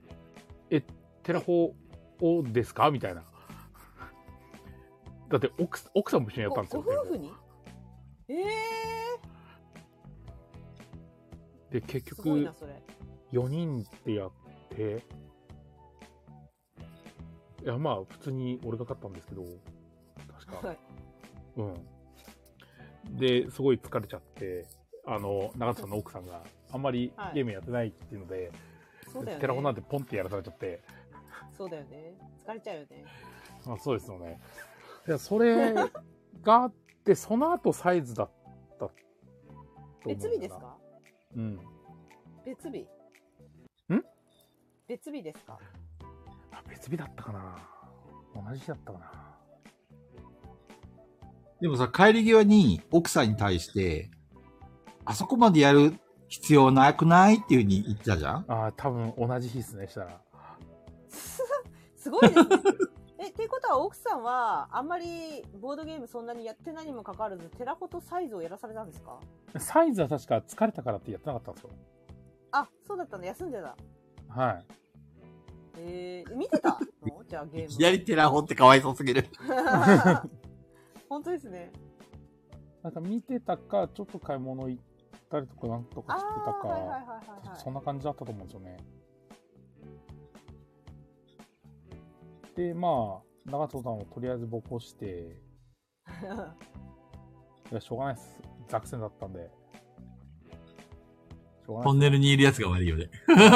[SPEAKER 4] え。
[SPEAKER 1] テラフォーをですかみたいな。だって奥さん、奥さんも一緒にやった
[SPEAKER 4] ご
[SPEAKER 1] んです
[SPEAKER 4] ご
[SPEAKER 1] よ。
[SPEAKER 4] 夫婦にええ
[SPEAKER 1] で、結
[SPEAKER 4] すごい
[SPEAKER 1] 局
[SPEAKER 4] な、それ。
[SPEAKER 1] 4人でやって、いや、まあ、普通に俺が勝ったんですけど、 確
[SPEAKER 4] は
[SPEAKER 1] か。
[SPEAKER 4] い
[SPEAKER 1] うん。で、すごい疲れちゃって、あの、長田さんの奥さんがあんまり
[SPEAKER 4] はい
[SPEAKER 1] ゲームやってないっていうので、
[SPEAKER 4] そうだよね。
[SPEAKER 1] テラフォーなんてポンってやらされちゃって、
[SPEAKER 4] そうだよね。疲れちゃうよね。
[SPEAKER 1] あそうですよね。 いや、それがあって、その後サイズだったと思うんだ
[SPEAKER 4] 別
[SPEAKER 1] よな
[SPEAKER 4] 日ですか
[SPEAKER 1] うん。
[SPEAKER 4] 別日。
[SPEAKER 1] ん
[SPEAKER 4] 別日ですか
[SPEAKER 1] あ、別日だったかな。同じ日だったかな。
[SPEAKER 2] でもさ、帰り際に奥さんに対して、あそこまでやる必要なくないっていうふうに言ってたじゃん
[SPEAKER 1] ああ、多分同じ日ですね、したら。
[SPEAKER 4] すごいですね。え、っていうことは奥さんは、あんまりボードゲームそんなにやってないにもかかわらず、テラフォとサイズをやらされたんですか
[SPEAKER 1] サイズは確か疲れたからってやってなかったんですよ。
[SPEAKER 4] あ、そうだったんだ。休んでた。
[SPEAKER 1] はい。
[SPEAKER 4] えー、見 てたのじゃあゲーム。
[SPEAKER 2] テラフォってかわいそうすぎる。
[SPEAKER 4] 本当ですね。
[SPEAKER 1] なんか見てたか、ちょっと買い物行ったりとか なんとか
[SPEAKER 4] あ
[SPEAKER 1] してた
[SPEAKER 4] あ、
[SPEAKER 1] か、
[SPEAKER 4] はいはいはいはい、
[SPEAKER 1] そ
[SPEAKER 4] は
[SPEAKER 1] んな感じだったと思うんですよね。で、まあ、長藤さんをとりあえずぼこ して、
[SPEAKER 4] い。
[SPEAKER 1] いや、しょうがないです。ザクセンだったんで。しょう
[SPEAKER 2] トンネルにいるやつが悪いよね。
[SPEAKER 1] が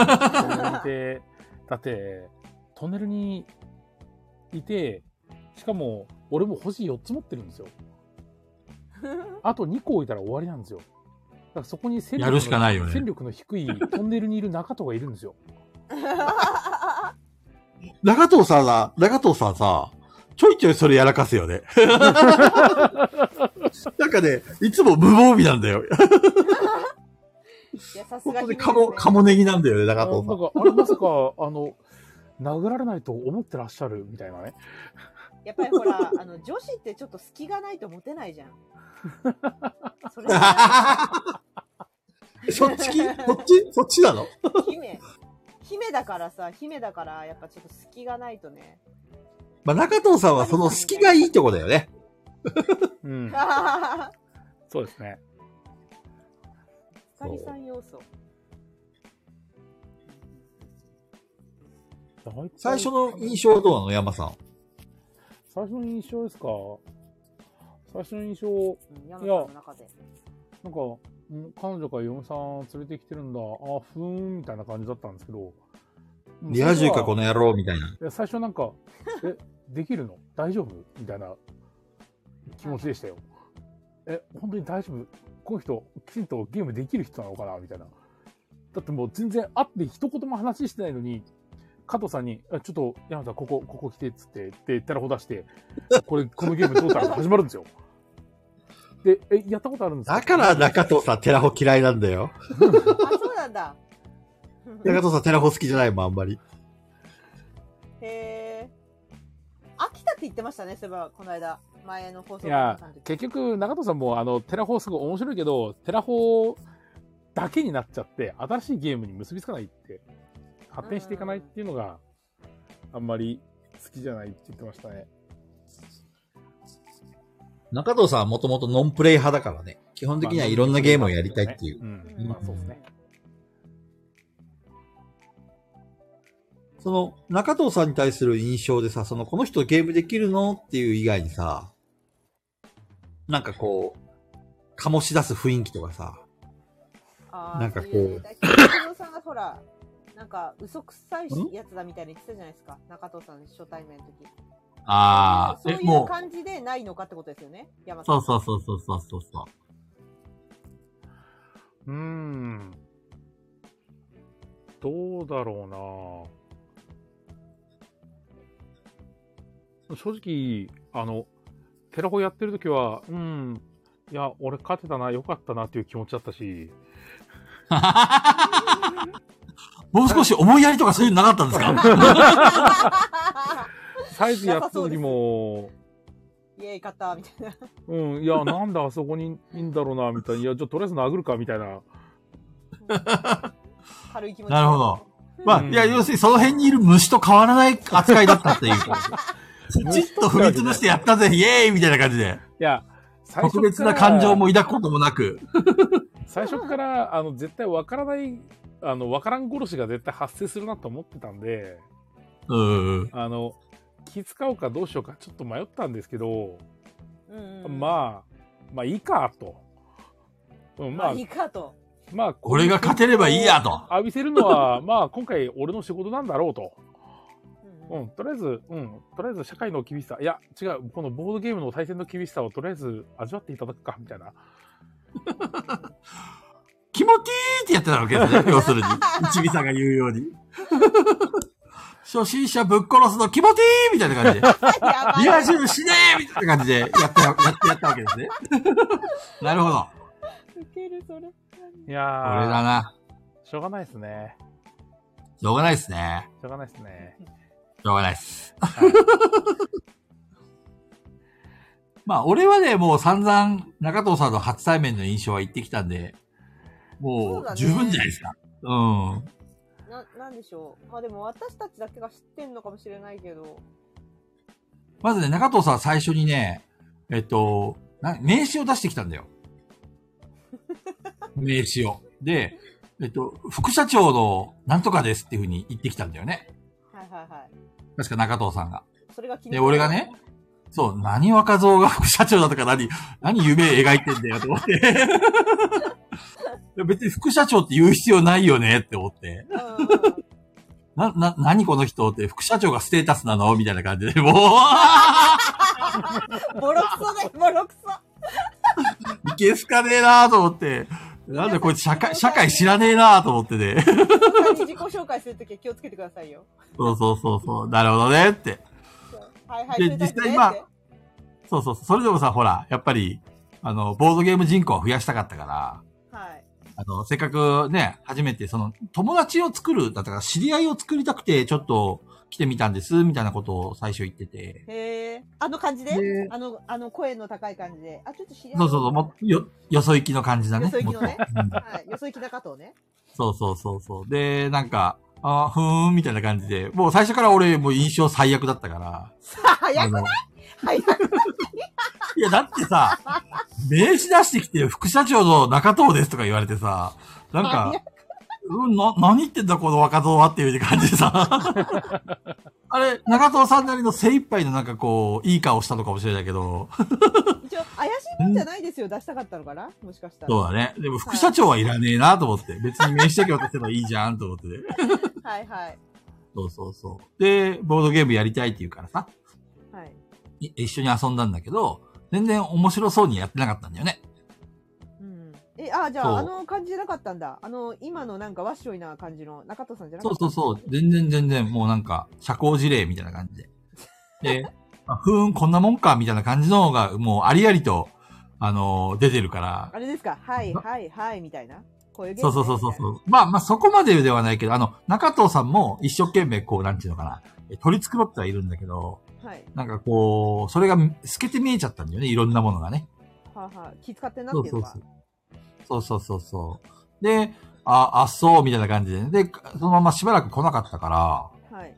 [SPEAKER 1] ないっす。で、だって、トンネルにいて、しかも、俺も星4つ持ってるんですよ。あと2個置いたら終わりなんですよ。だからそこに戦
[SPEAKER 2] やるしか
[SPEAKER 1] の
[SPEAKER 2] ないよね
[SPEAKER 1] 戦力の低いトンネルにいる中藤がいるんですよ。
[SPEAKER 2] 長藤さんさ、長藤さんさ、ちょいちょいそれやらかすよ ね。なんかね、いつも無防備なんだよ。
[SPEAKER 4] いや、さす
[SPEAKER 2] 本
[SPEAKER 4] が
[SPEAKER 2] 当に
[SPEAKER 4] 姫です
[SPEAKER 2] カモ、カモネギなんだよね、長
[SPEAKER 1] あ
[SPEAKER 2] 藤
[SPEAKER 1] なん
[SPEAKER 2] さん。
[SPEAKER 1] か、あれまさか、あの、殴られないと思ってらっしゃるみたいなね。
[SPEAKER 4] やっぱりほら、あの、女子ってちょっと隙がないとモテないじゃん。それ
[SPEAKER 2] そっちき、そっちそっちなの
[SPEAKER 4] 姫。姫だからさ、姫だから、やっぱちょっと隙がないとね。
[SPEAKER 2] まあ、中藤さんはその隙がいいとこだよね。
[SPEAKER 1] うん。そうですね。
[SPEAKER 4] ひかりさん要素。
[SPEAKER 2] 最初の印象はどうなの山さん。
[SPEAKER 1] 最初の印象ですか最初の印象、
[SPEAKER 4] うん、山さんの中で。
[SPEAKER 1] なんか、ん彼女が嫁さん連れてきてるんだ、あ、ふーん、みたいな感じだったんですけど。
[SPEAKER 2] リア充かこ
[SPEAKER 1] の。
[SPEAKER 2] の野郎みたいな。
[SPEAKER 1] いや最初なんか、え、できるの 大丈夫みたいな気持ちでしたよ。え、本当に大丈夫この人、きちんとゲームできる人なのかなみたいな。だってもう全然会って一言も話してないのに、加藤さんに、あちょっと、山田さん、ここ、ここ来て、っつって、で、たらほ出して、これ、このゲームどうたら始まるんですよ。で、え、やったことあるんです
[SPEAKER 2] だから中藤さん、テラホ嫌いなんだよ。
[SPEAKER 4] あ、そうなんだ。
[SPEAKER 2] 中藤さん、テラホ好きじゃないもん、あんまり。
[SPEAKER 4] へえ。飽きたって言ってましたね、そういえば、この間。前の放送
[SPEAKER 1] いや
[SPEAKER 4] の時、
[SPEAKER 1] 結局、中藤さんも、あの、テラフォーすごい面白いけど、テラフォーだけになっちゃって、新しいゲームに結びつかないって、発展していかないっていうのが、あんまり好きじゃないって言ってましたね。
[SPEAKER 2] 中藤さんはもともとノンプレイ派だからね。基本的にはいろんなゲームをやりたいってい
[SPEAKER 1] ん。
[SPEAKER 2] う。うん
[SPEAKER 1] まあそうですね。
[SPEAKER 2] その、中藤さんに対する印象でさ、その、この人ゲームできるのっていう以外にさ、なんかこう、醸し出す雰囲気とかさ、
[SPEAKER 4] あー
[SPEAKER 2] なんかこう
[SPEAKER 4] そいねだから中藤さんがほら、なんか嘘くさいし
[SPEAKER 2] ん
[SPEAKER 4] やつだみたいに言ってたじゃないですか。中藤さん初対面の時。
[SPEAKER 2] あ
[SPEAKER 4] そういう感じでないのかってことですよね。山さん。
[SPEAKER 2] そうそうそうそうそうそ
[SPEAKER 1] う
[SPEAKER 2] う。
[SPEAKER 1] ーん。どうだろうな正直、あの、テラフォやってる時は、うん、いや、俺勝てたな、良かったなっていう気持ちだったし、
[SPEAKER 2] もう少し思いやりとかそういうのなかったんですか
[SPEAKER 1] サイズやった時も、
[SPEAKER 4] イエーイ勝ったみたいな
[SPEAKER 1] うん、いや、なんであそこにいいんだろうな、みたいな。いや、じゃあとりあえず殴るか、みたいな。
[SPEAKER 4] 軽い気持ち
[SPEAKER 2] なるほど。まあ、
[SPEAKER 1] うん
[SPEAKER 2] いや、要するにその辺にいる虫と変わらない扱いだった っていう感じ。プチッと踏み潰してやったぜ、イエーイみたいな感じで。
[SPEAKER 1] いや、最初
[SPEAKER 2] 特別
[SPEAKER 1] から
[SPEAKER 2] な感情も抱くこともなく。
[SPEAKER 1] 最初から、あの、絶対わからない、あの、わからん殺しが絶対発生するなと思ってたんで、
[SPEAKER 2] うん。
[SPEAKER 1] あの、気使おうかどうしようか、ちょっと迷ったんですけど、
[SPEAKER 4] うんうん、あ
[SPEAKER 1] まあ、まあいいか、と。うん、
[SPEAKER 4] ま
[SPEAKER 1] ま
[SPEAKER 4] あ
[SPEAKER 1] あ
[SPEAKER 4] い、いかと
[SPEAKER 1] まあ、
[SPEAKER 2] 俺が勝てればいいやと。
[SPEAKER 1] 浴びせるのは、 まあ、今回俺の仕事なんだろうと。
[SPEAKER 4] う
[SPEAKER 1] うんん、とりあえず、うん、とりあえず社会の厳しさ、いや、違う、このボードゲームの対戦の厳しさをとりあえず味わっていただくか、みたいな。
[SPEAKER 2] 気持ちいいってやってたわけです ね。要するに。一味さんが言うように。初心者ぶっ殺すの気持ちいいみたいな感 じで。
[SPEAKER 4] やばい
[SPEAKER 2] リア充しねえみたいな感じでやって、やって、やったわけですね。なるほど。
[SPEAKER 4] ウケるそれ
[SPEAKER 1] いやー、
[SPEAKER 2] 俺だな。
[SPEAKER 1] しょうがないですね。
[SPEAKER 2] しょうがないですね。
[SPEAKER 1] しょうがないですね。
[SPEAKER 2] しょうがないです。
[SPEAKER 1] はい
[SPEAKER 2] まあ、俺はね、もう散々中藤さんの初対面の印象は言ってきたんで、
[SPEAKER 4] そ
[SPEAKER 2] も
[SPEAKER 4] うだ
[SPEAKER 2] う
[SPEAKER 4] ね
[SPEAKER 2] 十分じゃないですか。うん。
[SPEAKER 4] ななんでしょうまあでも私たちだけが知ってんのかもしれないけど
[SPEAKER 2] まずね、中藤さんは最初にね、えっと、な名刺を出してきたんだよ。名刺を。で、えっと、副社長のなんとかですっていうふうに言ってきたんだよね。
[SPEAKER 4] はいはいはい
[SPEAKER 2] 確か中藤さんが。
[SPEAKER 4] それが気に
[SPEAKER 2] で、俺がね、そう、何若造が 副社長だとか何、何夢描いてんだよと思って。い や別に副社長って言う必要ないよねって思って。
[SPEAKER 4] うんうんうん
[SPEAKER 2] な、な、何この人って副社長がステータスなのみたいな感じで、もう、
[SPEAKER 4] ボロクソだよ、ボロク ソ。
[SPEAKER 2] いけすかねえなと思って。なんでこいつ社会、社会知らねえなと思ってね。
[SPEAKER 4] 他に自己紹介するときは気をつけてくださいよ。
[SPEAKER 2] そうそうそうそう。なるほどねって。
[SPEAKER 4] そうはいはい、
[SPEAKER 2] で
[SPEAKER 4] それだけね
[SPEAKER 2] 実際まあ
[SPEAKER 4] って
[SPEAKER 2] そうそうそう。それでもさ、ほら、やっぱり、あの、ボードゲーム人口を増やしたかったから、
[SPEAKER 4] はい。
[SPEAKER 2] あの、せっかくね、初めてその、友達を作る、だったから知り合いを作りたくて、ちょっと来てみたんです、みたいなことを最初言ってて。
[SPEAKER 4] へえ。あの感じで、
[SPEAKER 2] で
[SPEAKER 4] あの、あの声の高い感じで。あ、ちょっと知り合い
[SPEAKER 2] そうそうそう、もうよ、よそ行きの感じだね。
[SPEAKER 4] よそ行きのね
[SPEAKER 2] もっとうん
[SPEAKER 4] はい。よそ行きな加藤ね。
[SPEAKER 2] そうそうそうそう。で、なんか、あーふーん、みたいな感じで、もう最初から俺、もう印象最悪だったから。
[SPEAKER 4] さあ、早
[SPEAKER 2] あ
[SPEAKER 4] く
[SPEAKER 2] の
[SPEAKER 4] 早く。
[SPEAKER 2] いや、だってさ、名刺出してきて、副社長の中藤ですとか言われてさ、なんか
[SPEAKER 4] 早、
[SPEAKER 2] うん、な、何言ってんだこの若造はっていう感じでさ。あれ、中藤さんなりの精一杯のなんかこう、いい顔したのかもしれないけど、
[SPEAKER 4] 一応、怪しいもんじゃないですよ。出したかったのかなもしかしたら。
[SPEAKER 2] そうだね。でも副社長はいらねえなと思って、別に名刺だけ渡せばいいじゃんと思ってね。
[SPEAKER 4] はいはい。
[SPEAKER 2] そうそうそう。で、ボードゲームやりたいって言うからさ、
[SPEAKER 4] は
[SPEAKER 2] い
[SPEAKER 4] い。
[SPEAKER 2] 一緒に遊んだんだけど、全然面白そうにやってなかったんだよね。
[SPEAKER 4] うん。え、あ、じゃ
[SPEAKER 2] そう
[SPEAKER 4] あ、あの感じじゃなかったんだ。あの、今のなんかわっしょいな感じの中藤さんじゃなか
[SPEAKER 2] そ
[SPEAKER 4] っ
[SPEAKER 2] う
[SPEAKER 4] た。
[SPEAKER 2] そうそう。全然全然、もうなんか、社交辞令みたいな感じで。 で、あふーん、こんなもんか、みたいな感じの方が、もうありありと、あのー出てるから
[SPEAKER 4] あ。れですかはいはいはい、みたいな。こういうゲー
[SPEAKER 2] そ
[SPEAKER 4] ム
[SPEAKER 2] う
[SPEAKER 4] ね
[SPEAKER 2] そうそうそう
[SPEAKER 4] みたいな
[SPEAKER 2] そう。まあまあ、そこまでではないけど、あの、中藤さんも一生懸命こう、なんていうのかな、え取り繕ってはいるんだけど、
[SPEAKER 4] はい。
[SPEAKER 2] なんかこう、それが透けて見えちゃったんだよね、いろんなものがね。
[SPEAKER 4] はあはあ、気使ってんな
[SPEAKER 2] そ
[SPEAKER 4] っ
[SPEAKER 2] う
[SPEAKER 4] ていう
[SPEAKER 2] そう
[SPEAKER 4] のが
[SPEAKER 2] そう。そうそうそうそう。で、あ、あ、そう、みたいな感じで、ね。で、そのまましばらく来なかったから、
[SPEAKER 4] はい。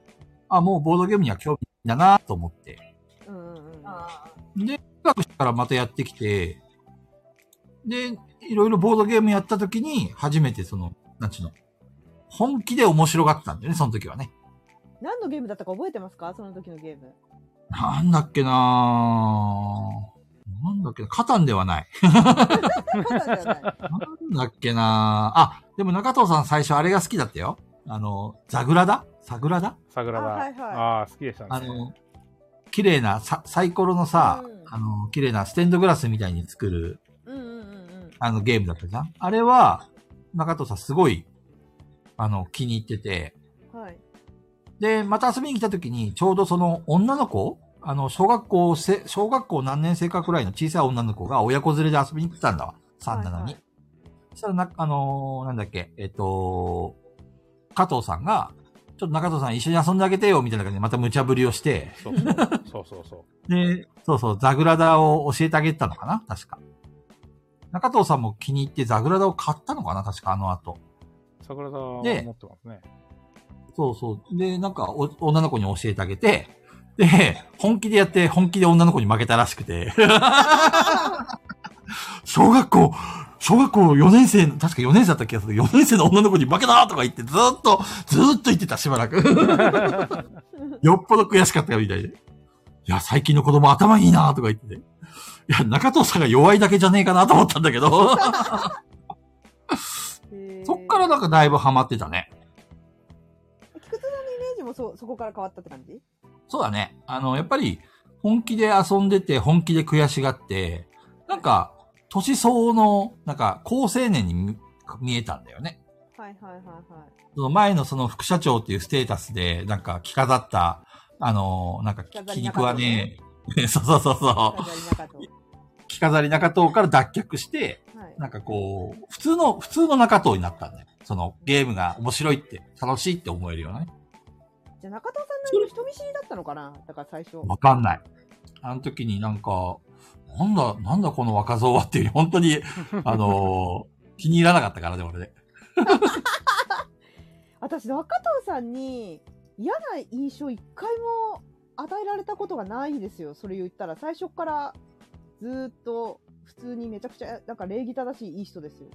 [SPEAKER 2] あ、もうボードゲームには興味ないなと思って。
[SPEAKER 4] うんうんうん。
[SPEAKER 2] で、学したらまたやってきて、で、いろいろボードゲームやった時に、初めてその、なんちゅうの、本気で面白がってたんだよね、その時はね。
[SPEAKER 4] 何のゲームだったか覚えてますかその時のゲー ム。
[SPEAKER 2] なんだっけなぁ。なんだっけな、カタンではない。
[SPEAKER 4] パターンじゃない。
[SPEAKER 2] なんだっけなぁ。あ、でも中藤さん最初あれが好きだったよ。あの、ザグラダサグラダ
[SPEAKER 1] 桜田。
[SPEAKER 4] あはいはい
[SPEAKER 1] ああ、好きでしたね。
[SPEAKER 2] あの、綺麗なササイコロのさ、
[SPEAKER 4] うん
[SPEAKER 2] あの、綺麗なステンドグラスみたいに作る
[SPEAKER 4] うんうんうん
[SPEAKER 2] あのゲームだったじゃんあれは、中藤さんすごい、あの、気に入ってて。
[SPEAKER 4] うん。はい。
[SPEAKER 2] で、また遊びに来た時に、ちょうどその女の子あの、小学校せ、小学校何年生かくらいの小さい女の子が親子連れで遊びに来たんだわ。3、7に。
[SPEAKER 4] はいはい
[SPEAKER 2] そしたらな、あのーなんだっけ、えっと、加藤さんが、ちょっと中藤さん一緒に遊んであげてよ、みたいな感じでまた無茶ぶりをして、
[SPEAKER 1] そうそう。そうそうそう。
[SPEAKER 2] で、そうそう、ザグラダを教えてあげたのかな確か。中藤さんも気に入ってザグラダを買ったのかな確かあの後。
[SPEAKER 1] 桜田は
[SPEAKER 2] で
[SPEAKER 1] 持ってますね。
[SPEAKER 2] そうそう。で、なんかお、女の子に教えてあげて、で、本気でやって、本気で女の子に負けたらしくて。小学校、小学校4年生の、確か4年生だった気がする。4年生の女の子に負けたとか言って、ずーっと、ずーっと言ってた、しばらく。よっぽど悔しかったみたいで。いや、最近の子供頭いいなとか言ってて。いや、中藤さんが弱いだけじゃねえかなと思ったんだけど。そっかららなんかだいぶハマってたね。
[SPEAKER 4] 菊池さんのイメージもそ、そこから変わったって感じ
[SPEAKER 2] そうだね。あの、やっぱり、本気で遊んでて、本気で悔しがって、なんか、年相応の、なんか、高青年に見見えたんだよね。
[SPEAKER 4] はいはいはいはい。
[SPEAKER 2] その前のその副社長っていうステータスで、なんか、着飾った、あの、なんか、
[SPEAKER 4] 着飾
[SPEAKER 2] 気
[SPEAKER 4] り
[SPEAKER 2] 肉
[SPEAKER 4] 中
[SPEAKER 2] は
[SPEAKER 4] 藤
[SPEAKER 2] ね
[SPEAKER 4] ね、
[SPEAKER 2] そうそうそうそ
[SPEAKER 4] 飾り中と。
[SPEAKER 2] う、着飾り中藤から脱却して、
[SPEAKER 4] はい。
[SPEAKER 2] なんかこう、普通の、普通の中藤になったんだよ。その、ゲームが面白いって、楽しいって思えるようなね。
[SPEAKER 4] じゃあ中藤さんなりの人見知りだったのかなだから最初。
[SPEAKER 2] わかんない。あの時になんか、なんだ、なんだこの若造はっていう、本当に、あのー 気に入らなかったからね、俺ね。
[SPEAKER 4] 私、中藤さんに嫌な印象一回も与えられたことがないですよ。それ言ったら。最初からずーっと普通にめちゃくちゃ、なんか礼儀正しいいい人ですよ。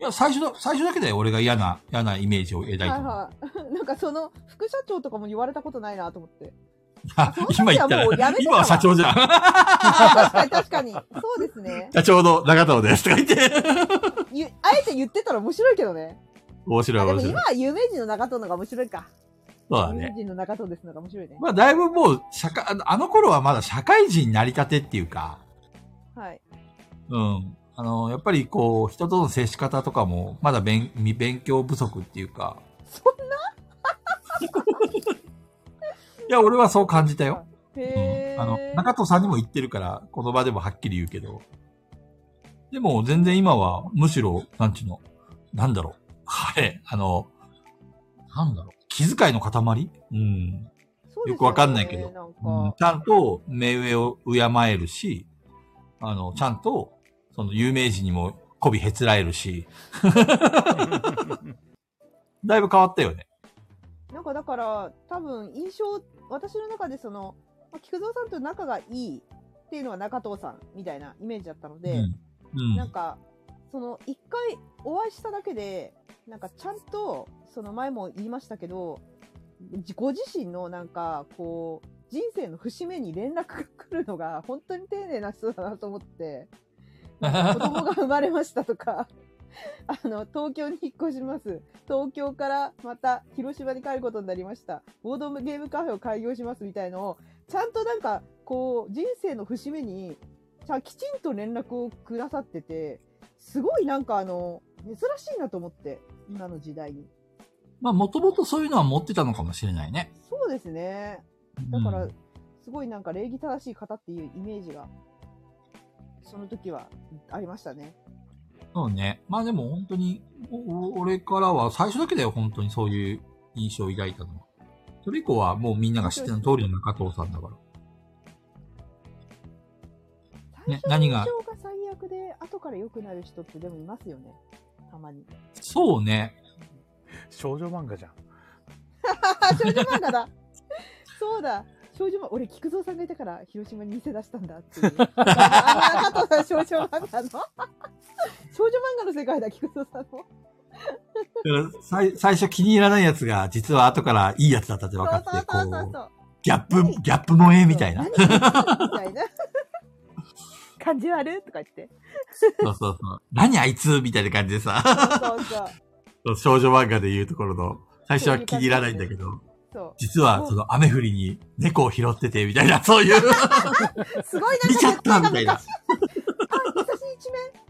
[SPEAKER 2] いや、最初だ、最初だけだよ、俺が嫌な、嫌なイメージを抱いて
[SPEAKER 4] は
[SPEAKER 2] る
[SPEAKER 4] いはい。 なんかその副社長とかも言われたことないなと 思って。
[SPEAKER 2] あ
[SPEAKER 4] その
[SPEAKER 2] 今
[SPEAKER 4] 時
[SPEAKER 2] 言
[SPEAKER 4] は
[SPEAKER 2] ったら
[SPEAKER 4] もうやめ、てた
[SPEAKER 2] 今
[SPEAKER 4] わ
[SPEAKER 2] は社長じゃん。
[SPEAKER 4] 確かに確かに。そうですね。
[SPEAKER 2] 社長の長藤ですとか言って。
[SPEAKER 4] ゆあえて言ってたら面白いけどね。
[SPEAKER 2] 面白い、
[SPEAKER 4] あで
[SPEAKER 2] 面
[SPEAKER 4] も
[SPEAKER 2] 白い
[SPEAKER 4] 今。は有名人の中藤の方が面白いか。
[SPEAKER 2] そうだ
[SPEAKER 4] 有
[SPEAKER 2] ね
[SPEAKER 4] 名。人の中藤ですのが面白いね。
[SPEAKER 2] まあ、だいぶもう、社会、あのあの頃はまだ社会人になりたてっていうか、
[SPEAKER 4] はい。
[SPEAKER 2] うん。あの、やっぱりこう、人との接し方とかも、まだ勉、未勉強不足っていうか、
[SPEAKER 4] そ
[SPEAKER 2] いや、俺はそう感じたよ。
[SPEAKER 4] ん
[SPEAKER 2] う
[SPEAKER 4] へえ、
[SPEAKER 2] んあの、中藤さんにも言ってるから、この場でもはっきり言うけど。でも、全然今は、むしろ、なんちゅうの、なんだろう。はい、あの、なんだろう。気遣いの塊うん。
[SPEAKER 4] そうですね
[SPEAKER 2] よくわかんないけど
[SPEAKER 4] なんか、
[SPEAKER 2] うんちゃんと、目上を敬えるし、あの、ちゃんと、その、有名人にも、媚びへつらえるし。だいぶ変わったよね。
[SPEAKER 4] なんかだから、多分印象、私の中でその、まあ菊蔵さんと仲がいいっていうのは中藤さんみたいなイメージだったので、
[SPEAKER 2] うん。うん。
[SPEAKER 4] なんか、その、一回お会いしただけで、なんかちゃんと、その前も言いましたけど、じご自身のなんか、こう、人生の節目に連絡が来るのが、本当に丁寧な人だなと思って、子供が生まれましたとか、 あの、東京に引っ越します。東京からまた広島に帰ることになりました。ボードゲームカフェを開業しますみたいのを、ちゃんとなんか、こう、人生の節目に、ちゃんきちんと連絡をくださってて、すごいなんかあの、珍しいなと思って、今の時代に。
[SPEAKER 2] まあ、もともとそういうのは持ってたのかもしれないね。
[SPEAKER 4] そうですね。だか
[SPEAKER 2] う
[SPEAKER 4] ら
[SPEAKER 2] ん、
[SPEAKER 4] すごいなんか礼儀正しい方っていうイメージが、その時はありましたね。
[SPEAKER 2] そうね。まあでも本当に、おお俺からは最初だけだよ、本当にそういう印象を抱いたのは。それ以降はもうみんなが知っての通りの中藤さんだから。ね
[SPEAKER 4] 最初の
[SPEAKER 2] 何
[SPEAKER 4] 印
[SPEAKER 2] が
[SPEAKER 4] 象が最悪で、後から良くなる人ってでもいますよね。た まに。
[SPEAKER 2] そうね。
[SPEAKER 1] 少女漫画じゃん。
[SPEAKER 4] あ、少女漫画だ そうだ少女漫画、俺、菊蔵さんがいたから、広島に店出したんだっていう。 あの、加藤さん少女漫画の少女漫画の世界だ、菊蔵さんの。
[SPEAKER 2] だから最最初気に入らないやつが、実は後からいいやつだったって分かって、こ
[SPEAKER 4] そうそうそうそう
[SPEAKER 2] う、
[SPEAKER 4] そう。
[SPEAKER 2] ギャップ、ギャップ萌えみたいな。
[SPEAKER 4] 何みたい な。感じ悪いとか言って。
[SPEAKER 2] そうそうそう。何あいつみたいな感じでさ、
[SPEAKER 4] そうそう。
[SPEAKER 2] 少女漫画で言うところの、最初は気に入らないんだけど、
[SPEAKER 4] そ
[SPEAKER 2] 実はその雨降りに猫を拾ってて、みたいな、そう いう、
[SPEAKER 4] う。すごいなんか
[SPEAKER 2] 見ちゃったみたいな。
[SPEAKER 4] 私一面。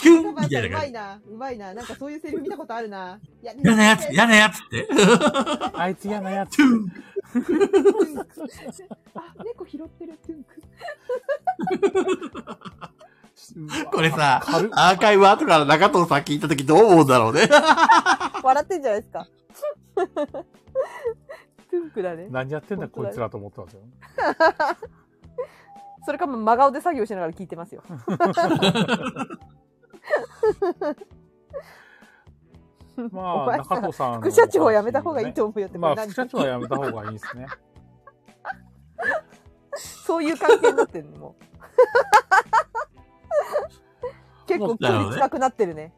[SPEAKER 2] キュン
[SPEAKER 4] みたい
[SPEAKER 2] みたいな
[SPEAKER 4] な。う
[SPEAKER 2] 感
[SPEAKER 4] ま
[SPEAKER 2] じ
[SPEAKER 4] いな、うまいな。なんかそういうセリフ見たことあるな。いや
[SPEAKER 2] 嫌なやつ、嫌なやつって。
[SPEAKER 1] あいつ嫌な やつ。
[SPEAKER 2] トゥン
[SPEAKER 4] あ、猫拾ってる、トゥンク。
[SPEAKER 2] これさ、
[SPEAKER 1] 軽っ
[SPEAKER 2] アーカイブ後から中藤さん聞いた時どう思うんだろうね。
[SPEAKER 4] 笑
[SPEAKER 3] 笑ってんじゃないですか。トゥンクだね。
[SPEAKER 1] 何やってんだ
[SPEAKER 3] 本当
[SPEAKER 1] こ
[SPEAKER 3] だ
[SPEAKER 1] いつらと思ったんですよ。
[SPEAKER 3] それかも真顔で作業しながら聞いてますよ。
[SPEAKER 1] ま
[SPEAKER 3] お
[SPEAKER 1] あ、
[SPEAKER 3] 前さ
[SPEAKER 1] 中藤さんのお話
[SPEAKER 3] 副
[SPEAKER 1] ね、
[SPEAKER 3] 社長はやめた方がいいと思うよって、
[SPEAKER 1] ま
[SPEAKER 3] こ
[SPEAKER 1] あ、
[SPEAKER 3] れ
[SPEAKER 1] 副
[SPEAKER 3] 何
[SPEAKER 1] 社長はやめた方がいいですね。
[SPEAKER 3] そういう関係になってるの もう結構距離近くなってるね。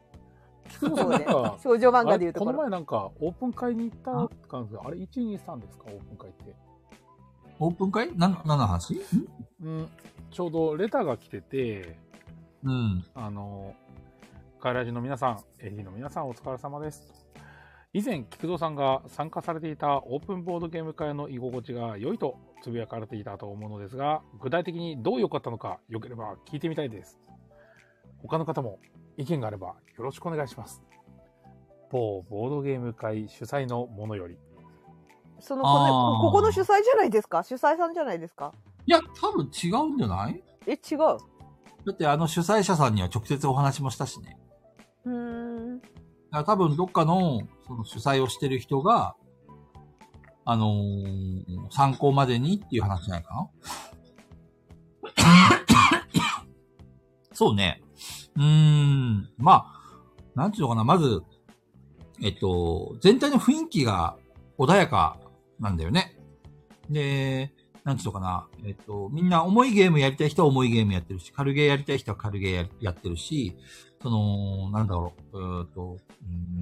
[SPEAKER 1] 菊野
[SPEAKER 3] そ
[SPEAKER 1] さ
[SPEAKER 3] う
[SPEAKER 1] んなん
[SPEAKER 3] ね
[SPEAKER 1] か。
[SPEAKER 3] 少女漫
[SPEAKER 1] あ
[SPEAKER 3] 画でい
[SPEAKER 1] れ
[SPEAKER 3] うと
[SPEAKER 1] こ
[SPEAKER 3] こ
[SPEAKER 1] の
[SPEAKER 3] ろ。
[SPEAKER 1] 前なんかオープン会に行ったって感じで、あれ123ですかオープン会って。
[SPEAKER 2] オープン会なん、何の話ん
[SPEAKER 1] うん、ちょうどレターが来てて、
[SPEAKER 2] うん。
[SPEAKER 1] あの、カイラジの皆さん、エリーの皆さんお疲れ様です。以前、菊蔵さんが参加されていたオープンボードゲーム会の居心地が良いとつぶやかれていたと思うのですが、具体的にどう良かったのか、良ければ聞いてみたいです。他の方も意見があればよろしくお願いします。某ボードゲーム会主催のものより、
[SPEAKER 3] そのこの
[SPEAKER 2] あー
[SPEAKER 3] ここの主催じゃないですか主催さんじゃないですか
[SPEAKER 2] いや、多分違うんじゃない
[SPEAKER 3] え、違う。
[SPEAKER 2] だってあの主催者さんには直接お話もしたしね。
[SPEAKER 3] うーん。
[SPEAKER 2] だから多分どっかの、その主催をしてる人が、あのー参考までにっていう話じゃないかなそうね。うーん。まあ、なんていうのかな。まず、えっと、全体の雰囲気が穏やかなんだよね。で、なんていうのかな。えっと、みんな重いゲームやりたい人は重いゲームやってるし、軽ゲーやりたい人は軽ゲーややってるし、その、なんだろう、うーんと、う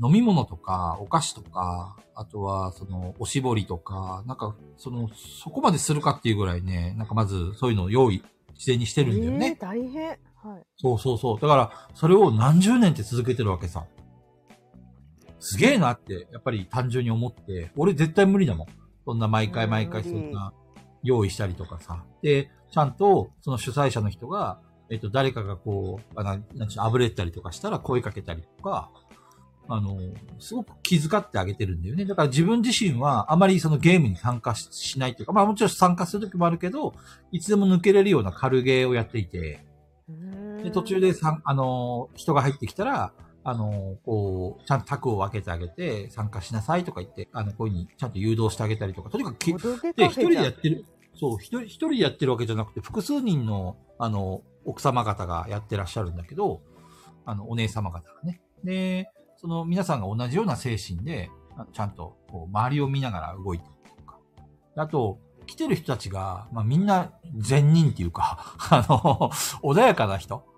[SPEAKER 2] ーん、飲み物とか、お菓子とか、あとは、その、おしぼりとか、なんか、その、そこまでするかっていうぐらいね、なんかまず、そういうのを用意、事前にしてるんだよね。
[SPEAKER 4] えー大変。はい。
[SPEAKER 2] そうそうそう。だから、それを何十年って続けてるわけさ。すげえなって、やっぱり単純に思って、俺絶対無理だもん。そんな毎回毎回
[SPEAKER 3] う
[SPEAKER 2] そ
[SPEAKER 3] ん
[SPEAKER 2] んな用意したりとかさ。で、ちゃんと、その主催者の人が、えっと、誰かがこう、あななんちゅうのあぶれたりとかしたら声かけたりとか、あの、すごく気遣ってあげてるんだよね。だから自分自身はあまりそのゲームに参加ししないというか、まあもちろん参加する時もあるけど、いつでも抜けれるような軽ゲーをやっていて、で、途中でさん、あのー、人が入ってきたら、あのー、こう、ちゃんと卓を分けてあげて、参加しなさいとか言って、あの、こういうふうにちゃんと誘導してあげたりとか、とにかくき、
[SPEAKER 4] ボドゲ
[SPEAKER 2] で、
[SPEAKER 4] カ
[SPEAKER 2] 一人
[SPEAKER 4] フェ
[SPEAKER 2] で
[SPEAKER 4] じゃん
[SPEAKER 2] やってる、そう、一人、一人でやってるわけじゃなくて、複数人の、あの、奥様方がやってらっしゃるんだけど、あの、お姉様方がね。で、その、皆さんが同じような精神で、あちゃんと、こう、周りを見ながら動いてるっていうか。あと、来てる人たちが、まあ、みんな、善人っていうか、 あの、穏やかな
[SPEAKER 3] うん
[SPEAKER 2] 人。
[SPEAKER 3] う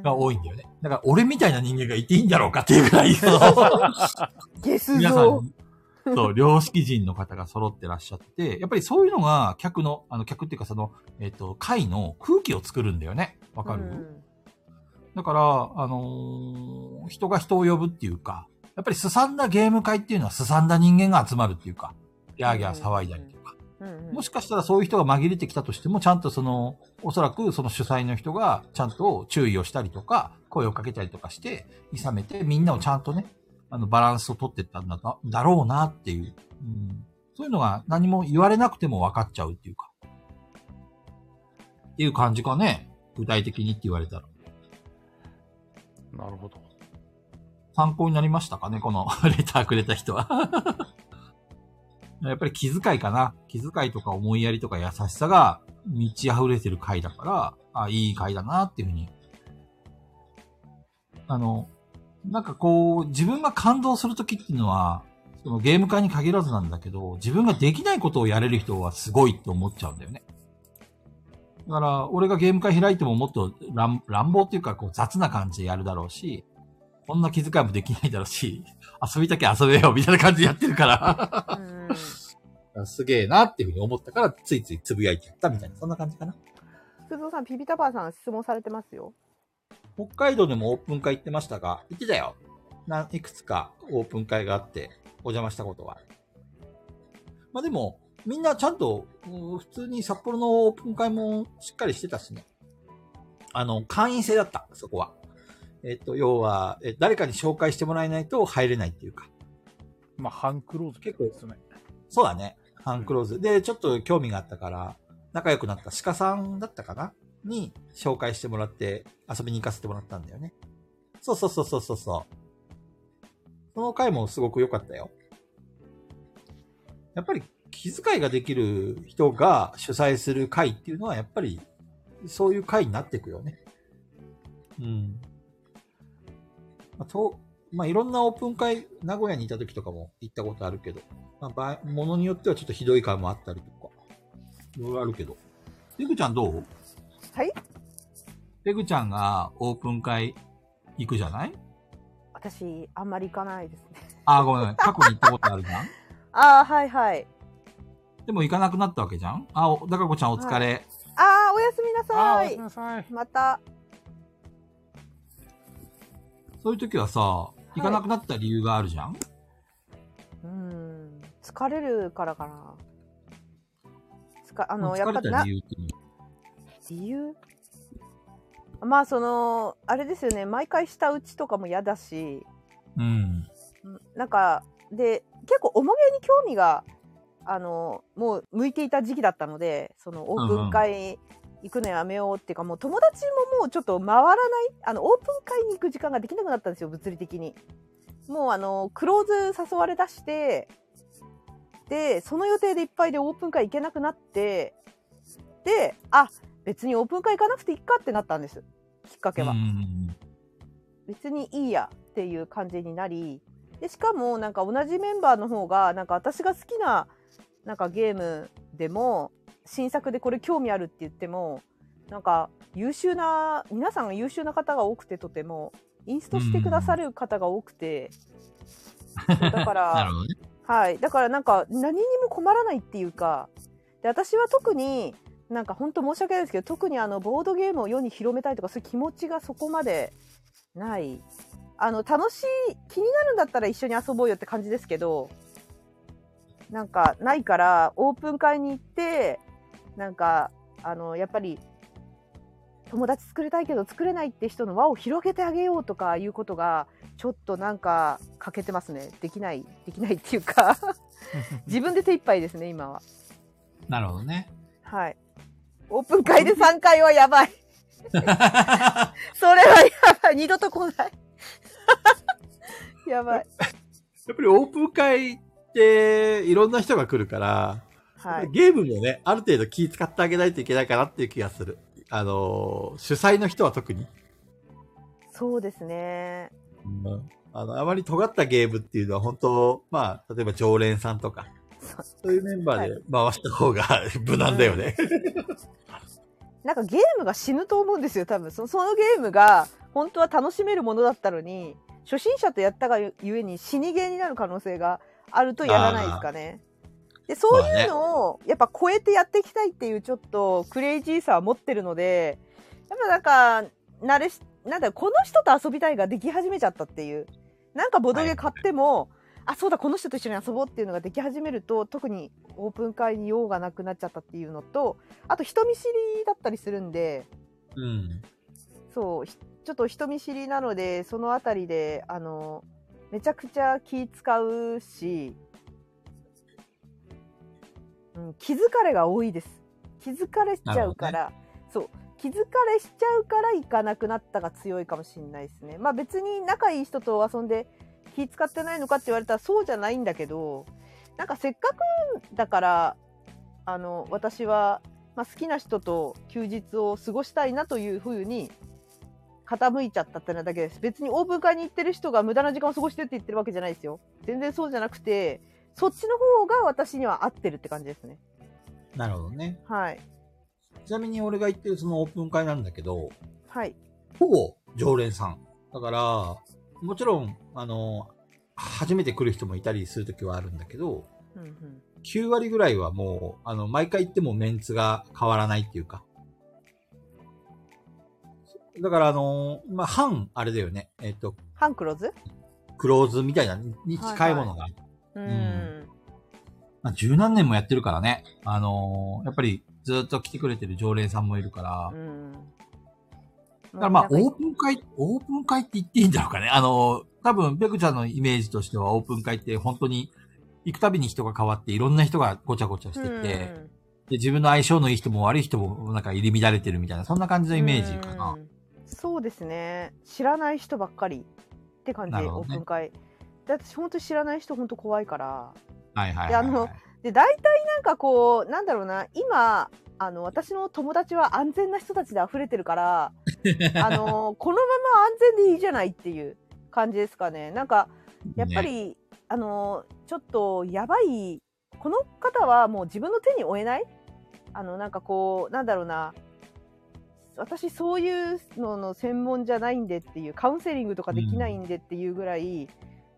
[SPEAKER 3] ん
[SPEAKER 2] が多いんだよね。だから、俺みたいな人間がいていいんだろうかっていうくらい、その
[SPEAKER 3] ゲス
[SPEAKER 2] 皆さ
[SPEAKER 3] 像。
[SPEAKER 2] ん、そう、良識人の方が揃ってらっしゃって、やっぱりそういうのが客の、あの、客っていうかその、えっ、と、会の空気を作るんだよね。わかる、
[SPEAKER 3] うん
[SPEAKER 2] だから、あのー人が人を呼ぶっていうか、やっぱりすさんだゲーム会っていうのはすさんだ人間が集まるっていうか、ギャーギャー騒いだり
[SPEAKER 3] うん
[SPEAKER 2] とか。
[SPEAKER 3] うん
[SPEAKER 2] もしかしたらそういう人が紛れてきたとしても、ちゃんとその、おそらくその主催の人が、ちゃんと注意をしたりとか、声をかけたりとかして、いさめて、みんなをちゃんとね、あの、バランスを取ってったんだなだろうなっていう、うん。そういうのが何も言われなくても分かっちゃうっていうか。っていう感じかね。具体的にって言われたら。
[SPEAKER 1] なるほど。
[SPEAKER 2] 参考になりましたかねこの レターくれた人は。 やっぱり気遣いかな。気遣いとか思いやりとか優しさが満ち溢れてる回だから、あ、いい回だなっていうふうに。あの、なんかこう、自分が感動するときっていうのは、そのゲーム界に限らずなんだけど、自分ができないことをやれる人はすごいって思っちゃうんだよね。だから、俺がゲーム会開いてももっと乱乱暴っていうか、こう雑な感じでやるだろうし、こんな気遣いもできないだろうし、 遊びだけ遊べよ、みたいな感じでやってるから、
[SPEAKER 3] うん
[SPEAKER 2] すげえなっていうふうに思ったから、ついついつぶやいちゃったみたいな、そんな感じかな。
[SPEAKER 3] 福蔵さん、ピピタパンさん質問されてますよ。
[SPEAKER 2] 北海道でもオープン会行ってましたが、行ってたよ。なんいくつかオープン会があって、お邪魔したことは。まあでも、みんなちゃんと、うん普通に札幌のオープン会もしっかりしてたしね。あの、会員制だった、そこは。えっと、要は、え誰かに紹介してもらえないと入れないっていうか。
[SPEAKER 1] まあ、ハンクローズ結構ですね。
[SPEAKER 2] そうだね。ハンクローズ。で、ちょっと興味があったから、仲良くなった鹿さんだったかなに紹介してもらって、遊びに行かせてもらったんだよね。そうそうそうそうそうそう。この回もすごく良かったよ。やっぱり気遣いができる人が主催する会っていうのは、やっぱりそういう会になっていくよね。うん。まあ、と、まあ、いろんなオープン会、名古屋にいた時とかも行ったことあるけど、まあ場合、ものによってはちょっとひどい会もあったりとか、いろいろあるけど。ペグちゃんどう
[SPEAKER 4] はい
[SPEAKER 2] ペグちゃんがオープン会行くじゃない
[SPEAKER 4] 私、あんまり行かないですね。
[SPEAKER 2] あ、ごめん。過去に行ったことあるじゃん
[SPEAKER 4] ああ、はいはい。
[SPEAKER 2] でも行かなくなったわけじゃんあ、お高子ちゃんお疲れ。
[SPEAKER 4] ああ、おやすみな
[SPEAKER 1] あー、お
[SPEAKER 4] さ
[SPEAKER 1] やす
[SPEAKER 4] い
[SPEAKER 1] み。なさい。
[SPEAKER 4] また。
[SPEAKER 2] そういう時はさ、行
[SPEAKER 4] い
[SPEAKER 2] かなくなった理由があるじゃん、
[SPEAKER 4] うーん、疲れるからかな。つか、あの、や
[SPEAKER 2] 疲
[SPEAKER 4] っぱ
[SPEAKER 2] れた
[SPEAKER 4] な
[SPEAKER 2] 理由っていうの
[SPEAKER 4] 理由まあそのあれですよね毎回下打ちとかも嫌だし
[SPEAKER 2] うん。
[SPEAKER 4] うんなんかで結構おもげに興味があのもう向いていた時期だったのでそのオープン会行くのやめようっていうか、もう友達ももうちょっと回らないあのオープン会に行く時間ができなくなったんですよ物理的にもうあのクローズ誘われだしてでその予定でいっぱいでオープン会行けなくなってであ別にオープン会行かなくていいかってなったんですきっかけは
[SPEAKER 2] う。ん
[SPEAKER 4] 別にいいやっていう感じになりでしかもなんか同じメンバーの方がなんか私が好きななんかゲームでも新作でこれ興味あるって言ってもなんか優秀な皆さんが優秀な方が多くてとてもインストしてくださる方が多くて、そうだか
[SPEAKER 2] な
[SPEAKER 4] ら
[SPEAKER 2] るほどね。
[SPEAKER 4] はい。だからなんか何にも困らないっていうか、で私は特に、なんか本当申し訳ないですけど、特にあのボードゲームを世に広めたいとかそういう気持ちがそこまでない。あの楽しい、気になるんだったら一緒に遊ぼうよって感じですけど、なんかないからオープン会に行って、なんかあのやっぱり友達作りたいけど作れないって人の輪を広げてあげようとかいうことがちょっとなんか欠けてますねできないできないっていうか自分で手一杯ですね今は
[SPEAKER 2] なるほどね。
[SPEAKER 4] はいオープン会で3回はやばいそれはやばい二度と来ない やばい
[SPEAKER 2] やっぱりオープン会って、いろんな人が来るから、
[SPEAKER 4] はい
[SPEAKER 2] ゲームもね、ある程度気使ってあげないといけないかなっていう気がする。あのー、主催の人は特に。
[SPEAKER 4] そうですね
[SPEAKER 2] あの、あまり尖ったゲームっていうのは本当、まあ、例えば常連さんとか、
[SPEAKER 4] そう
[SPEAKER 2] そういうメンバーで回した方が無難だよね。
[SPEAKER 4] なんかゲームが死ぬと思うんですよ多分そそのゲームが本当は楽しめるものだったのに初心者とやったがゆゆえに死にゲーになる可能性があるとやらないですかね。でそう
[SPEAKER 2] まあ
[SPEAKER 4] い
[SPEAKER 2] ね
[SPEAKER 4] うのをやっぱ超えてやっていきたいっていうちょっとクレイジーさは持ってるのでやっぱなんか慣れしなんだろうこの人と遊びたいができ始めちゃったっていうなんかボドゲ買っても、あそうだこの人と一緒に遊ぼうっていうのができ始めると特にオープン会に用がなくなっちゃったっていうのとあと人見知りだったりするんで
[SPEAKER 2] うん。
[SPEAKER 4] そうひちょっと人見知りなのでそのあたりであのめちゃくちゃ気使うし、うん、気づかれが多いです気づかれしちゃうから、そう気づかれしちゃうから行かなくなったが強いかもしれないですねまあ別に仲いい人と遊んで気使ってないのかって言われたらそうじゃないんだけどなんかせっかくだからあの私は、まあ、好きな人と休日を過ごしたいなというふうに傾いちゃったってなだけです別にオープン会に行ってる人が無駄な時間を過ごしてって言ってるわけじゃないですよ全然そうじゃなくてそっちの方が私には合ってるって感じですね
[SPEAKER 2] なるほどね。
[SPEAKER 4] はい
[SPEAKER 2] ちなみに俺が行ってるそのオープン会なんだけど、
[SPEAKER 4] はい
[SPEAKER 2] ほぼ常連さん。だから、もちろん、あの、初めて来る人もいたりするときはあるんだけど、
[SPEAKER 4] うんうん
[SPEAKER 2] 9割ぐらいはもう、あの、毎回行ってもメンツが変わらないっていうか。だから、あの、まあ、半、あれだよね。えっ、と、
[SPEAKER 4] ハンクローズ
[SPEAKER 2] クローズみたいなに近いものが、
[SPEAKER 4] うん、
[SPEAKER 2] んまあ、十何年もやってるからね。あのーやっぱりずっと来てくれてる常連さんもいるから。
[SPEAKER 4] うん、
[SPEAKER 2] だからまあ、
[SPEAKER 4] もうなん
[SPEAKER 2] オープン会、オープン会って言っていいんだろうかね。あの、多分、ペクちゃんのイメージとしては、オープン会って本当に、行くたびに人が変わって、いろんな人がごちゃごちゃしてて、
[SPEAKER 4] か
[SPEAKER 2] で、自分の相性のいい人も悪い人も、なんか入り乱れてるみたいな、そんな感じのイメージかな
[SPEAKER 4] う。んそうですね知らない人ばっかりって感じ、
[SPEAKER 2] なるほど
[SPEAKER 4] オー
[SPEAKER 2] ね
[SPEAKER 4] プン会で私本当に知らない人本当怖いから
[SPEAKER 2] はいはいはい、はい。
[SPEAKER 4] であので大体なんかこうなんだろうな今あの私の友達は安全な人たちで溢れてるからあのこのまま安全でいいじゃないっていう感じですかねなんかやっぱ
[SPEAKER 2] ね
[SPEAKER 4] り、あのちょっとやばいこの方はもう自分の手に負えないあのなんかこうなんだろうな私そういうのの専門じゃないんでっていうカウンセリングとかできないんでっていうぐらい、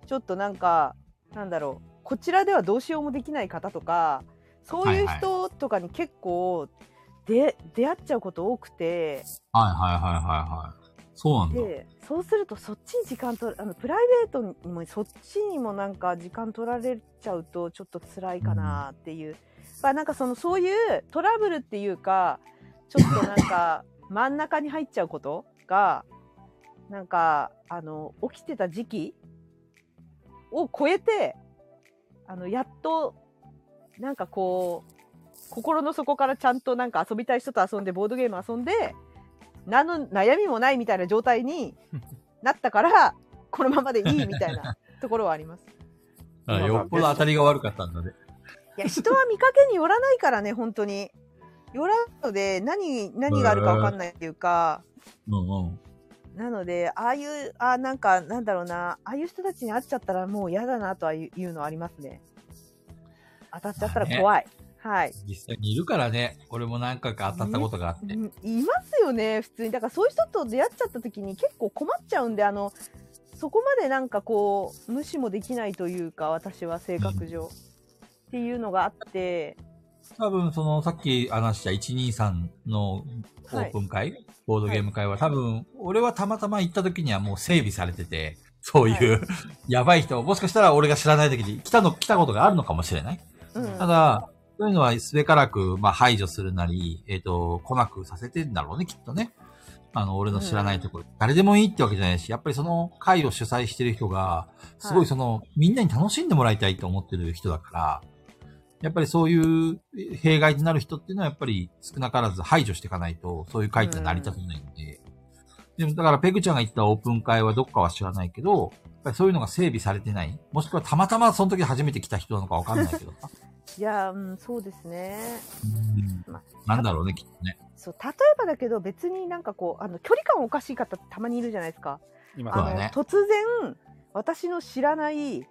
[SPEAKER 4] ちょっとなんかなんだろうこちらではどうしようもできない方とかそういう人とかに結構出,、出会っちゃうこと多くて
[SPEAKER 2] はいはいはいはいはい。そうなんだ。
[SPEAKER 4] でそうするとそっちに時間取るあのプライベートにもそっちにもなんか時間取られちゃうとちょっと辛いかなっていう、まあなんかそのそういうトラブルっていうかちょっとなんか真ん中に入っちゃうことがなんかあの起きてた時期を超えてあのやっとなんかこう心の底からちゃんとなんか遊びたい人と遊んでボードゲーム遊んで何の悩みもないみたいな状態になったからこのままでいいみたいなところはあります。
[SPEAKER 2] あよっぽど当たりが悪かったんだね。
[SPEAKER 4] いや人は見かけによらないからね本当によらんので何何があるか分かんないっていうか。
[SPEAKER 2] うんうん。
[SPEAKER 4] なので、ああいう、あなんか、なんだろうな、ああいう人たちに会っちゃったらもう嫌だなとはいういうのはありますね。当たっちゃったら怖い。はい。
[SPEAKER 2] 実際にいるからね。俺も何回か当たったことがあって。
[SPEAKER 4] うんいますよね、普通に。だからそういう人と出会っちゃった時に結構困っちゃうんで、あの、そこまでなんかこう、無視もできないというか、私は性格上。っていうのがあって、
[SPEAKER 2] 多分そのさっき話した123のオープン会、ボードゲーム会は多分、俺はたまたま行った時にはもう整備されてて、そういう、 やばい人、もしかしたら俺が知らない時に来たの、来たことがあるのかもしれない。
[SPEAKER 4] うん。
[SPEAKER 2] ただ、そういうのはすべからく、まあ、排除するなり、えっ、と、来なくさせてんだろうね、きっとね。あの、俺の知らないところ、誰でもいいってわけじゃないし、やっぱりその会を主催してる人が、すご
[SPEAKER 4] はい
[SPEAKER 2] いその、みんなに楽しんでもらいたいと思ってる人だから、やっぱりそういうえ弊害になる人っていうのはやっぱり少なからず排除していかないと、そういう会って成り立たないんで。でもだからペグちゃんが言ったオープン会はどっかは知らないけど、やっぱりそういうのが整備されてない。もしくはたまたまその時初めて来た人なのかわかんないけどさ。
[SPEAKER 4] いや、うん、そうですね。
[SPEAKER 2] うんなんだろうね、きっとね。
[SPEAKER 4] そう、例えばだけど別になんかこう、あの、距離感おかしい方たまにいるじゃないですか。
[SPEAKER 1] 今
[SPEAKER 2] そう
[SPEAKER 1] か
[SPEAKER 2] だ
[SPEAKER 1] ら
[SPEAKER 4] あ
[SPEAKER 1] ね
[SPEAKER 4] の
[SPEAKER 2] ね
[SPEAKER 4] 突然私の知らない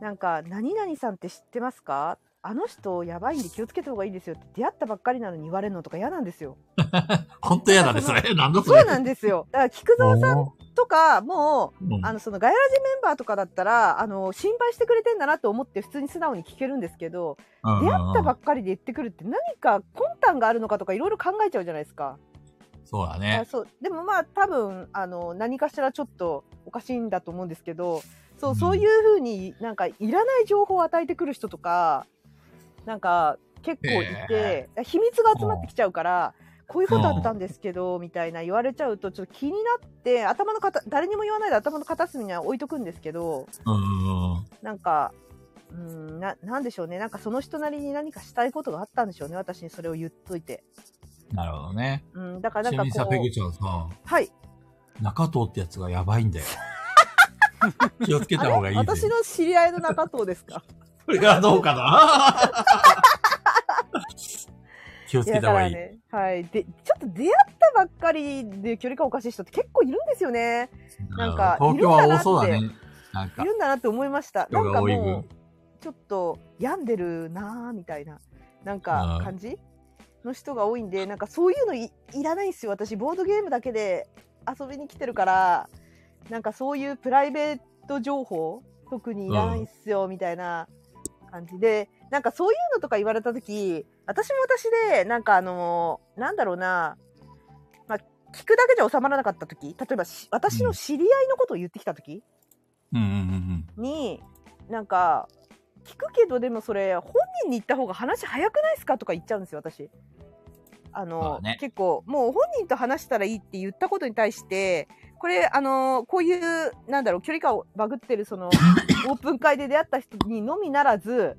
[SPEAKER 4] なんか「何々さんって知ってますか?」あの人やばいんで気をつけた方がいいですよって出会ったばっかりなのに言われるのとか嫌なんですよ。
[SPEAKER 2] ほんと嫌だね、それ。なんだそ
[SPEAKER 4] そ
[SPEAKER 2] れ。
[SPEAKER 4] うなんで すよ。だから菊蔵さん
[SPEAKER 2] お
[SPEAKER 4] とかもう
[SPEAKER 2] ーうん
[SPEAKER 4] あのそのガヤラジメンバーとかだったらあの心配してくれてんだなと思って普通に素直に聞けるんですけど
[SPEAKER 2] うんうん
[SPEAKER 4] 出会ったば
[SPEAKER 2] うん
[SPEAKER 4] っかりで言ってくるって何か魂胆があるのかとかいろいろ考えちゃうじゃないですか。
[SPEAKER 2] そうだ
[SPEAKER 4] あ
[SPEAKER 2] ね。
[SPEAKER 4] そうでもまあ多分あの何かしらちょっとおかしいんだと思うんですけどそう,、
[SPEAKER 2] うん
[SPEAKER 4] そういうふうになんかいらない情報を与えてくる人とかなんか結構いて、秘密が集まってきちゃうから、こういうことあったんですけど、みたいな言われちゃうとちょっと気になって頭の片誰にも言わないで頭の片隅には置いとくんですけど
[SPEAKER 2] うんうんうん。
[SPEAKER 4] なんか。うんななんでしょうねなんかその人なりに何かしたいことがあったんでしょうね私にそれを言っといて、
[SPEAKER 2] なるほどね。
[SPEAKER 4] うん、だから
[SPEAKER 2] ち
[SPEAKER 4] なん
[SPEAKER 2] なみ
[SPEAKER 4] か
[SPEAKER 2] にさ、
[SPEAKER 4] こ
[SPEAKER 2] ペグ
[SPEAKER 4] う
[SPEAKER 2] ちゃんさ、
[SPEAKER 4] はい
[SPEAKER 2] 中藤ってやつがやばいん だよ。気をつけた方がいい
[SPEAKER 4] あ
[SPEAKER 2] ぜ
[SPEAKER 4] れ。私の知り合いの中藤で すか
[SPEAKER 2] それがどうかな 気をつけた方がいい。
[SPEAKER 4] ね、はい。で、ちょっと出会ったばっかりで距離感おかしい人って結構いるんですよね。なんか
[SPEAKER 2] 東京は多そうだ
[SPEAKER 4] い
[SPEAKER 2] ね。なん
[SPEAKER 4] い
[SPEAKER 2] か、
[SPEAKER 4] るんだなって思いました。
[SPEAKER 2] 人
[SPEAKER 4] なん
[SPEAKER 2] が
[SPEAKER 4] か
[SPEAKER 2] 多い分
[SPEAKER 4] も。う、ちょっと病んでるなぁ、みたいな、なんか
[SPEAKER 2] うん
[SPEAKER 4] 感じの人が多いんで、なんかそういうのいいらないんですよ。私、ボードゲームだけで遊びに来てるから、なんかそういうプライベート情報、特にいらないんすよ、みたいな感じで、なんかそういうのとか言われた時私も私で、なんかあのーなんだろうな、まあ、聞くだけじゃ収まらなかった時例えばし私の知り合いのことを言ってきた時
[SPEAKER 2] うんうんうん
[SPEAKER 4] になんか聞くけどでもそれ本人に言った方が話早くないですかとか言っちゃうんですよ私あ
[SPEAKER 2] そうだ、
[SPEAKER 4] の
[SPEAKER 2] ね
[SPEAKER 4] 結構もう本人と話したらいいって言ったことに対してこれあのこういうなんだろう距離感をバグってるそのオープン会で出会った人にのみならず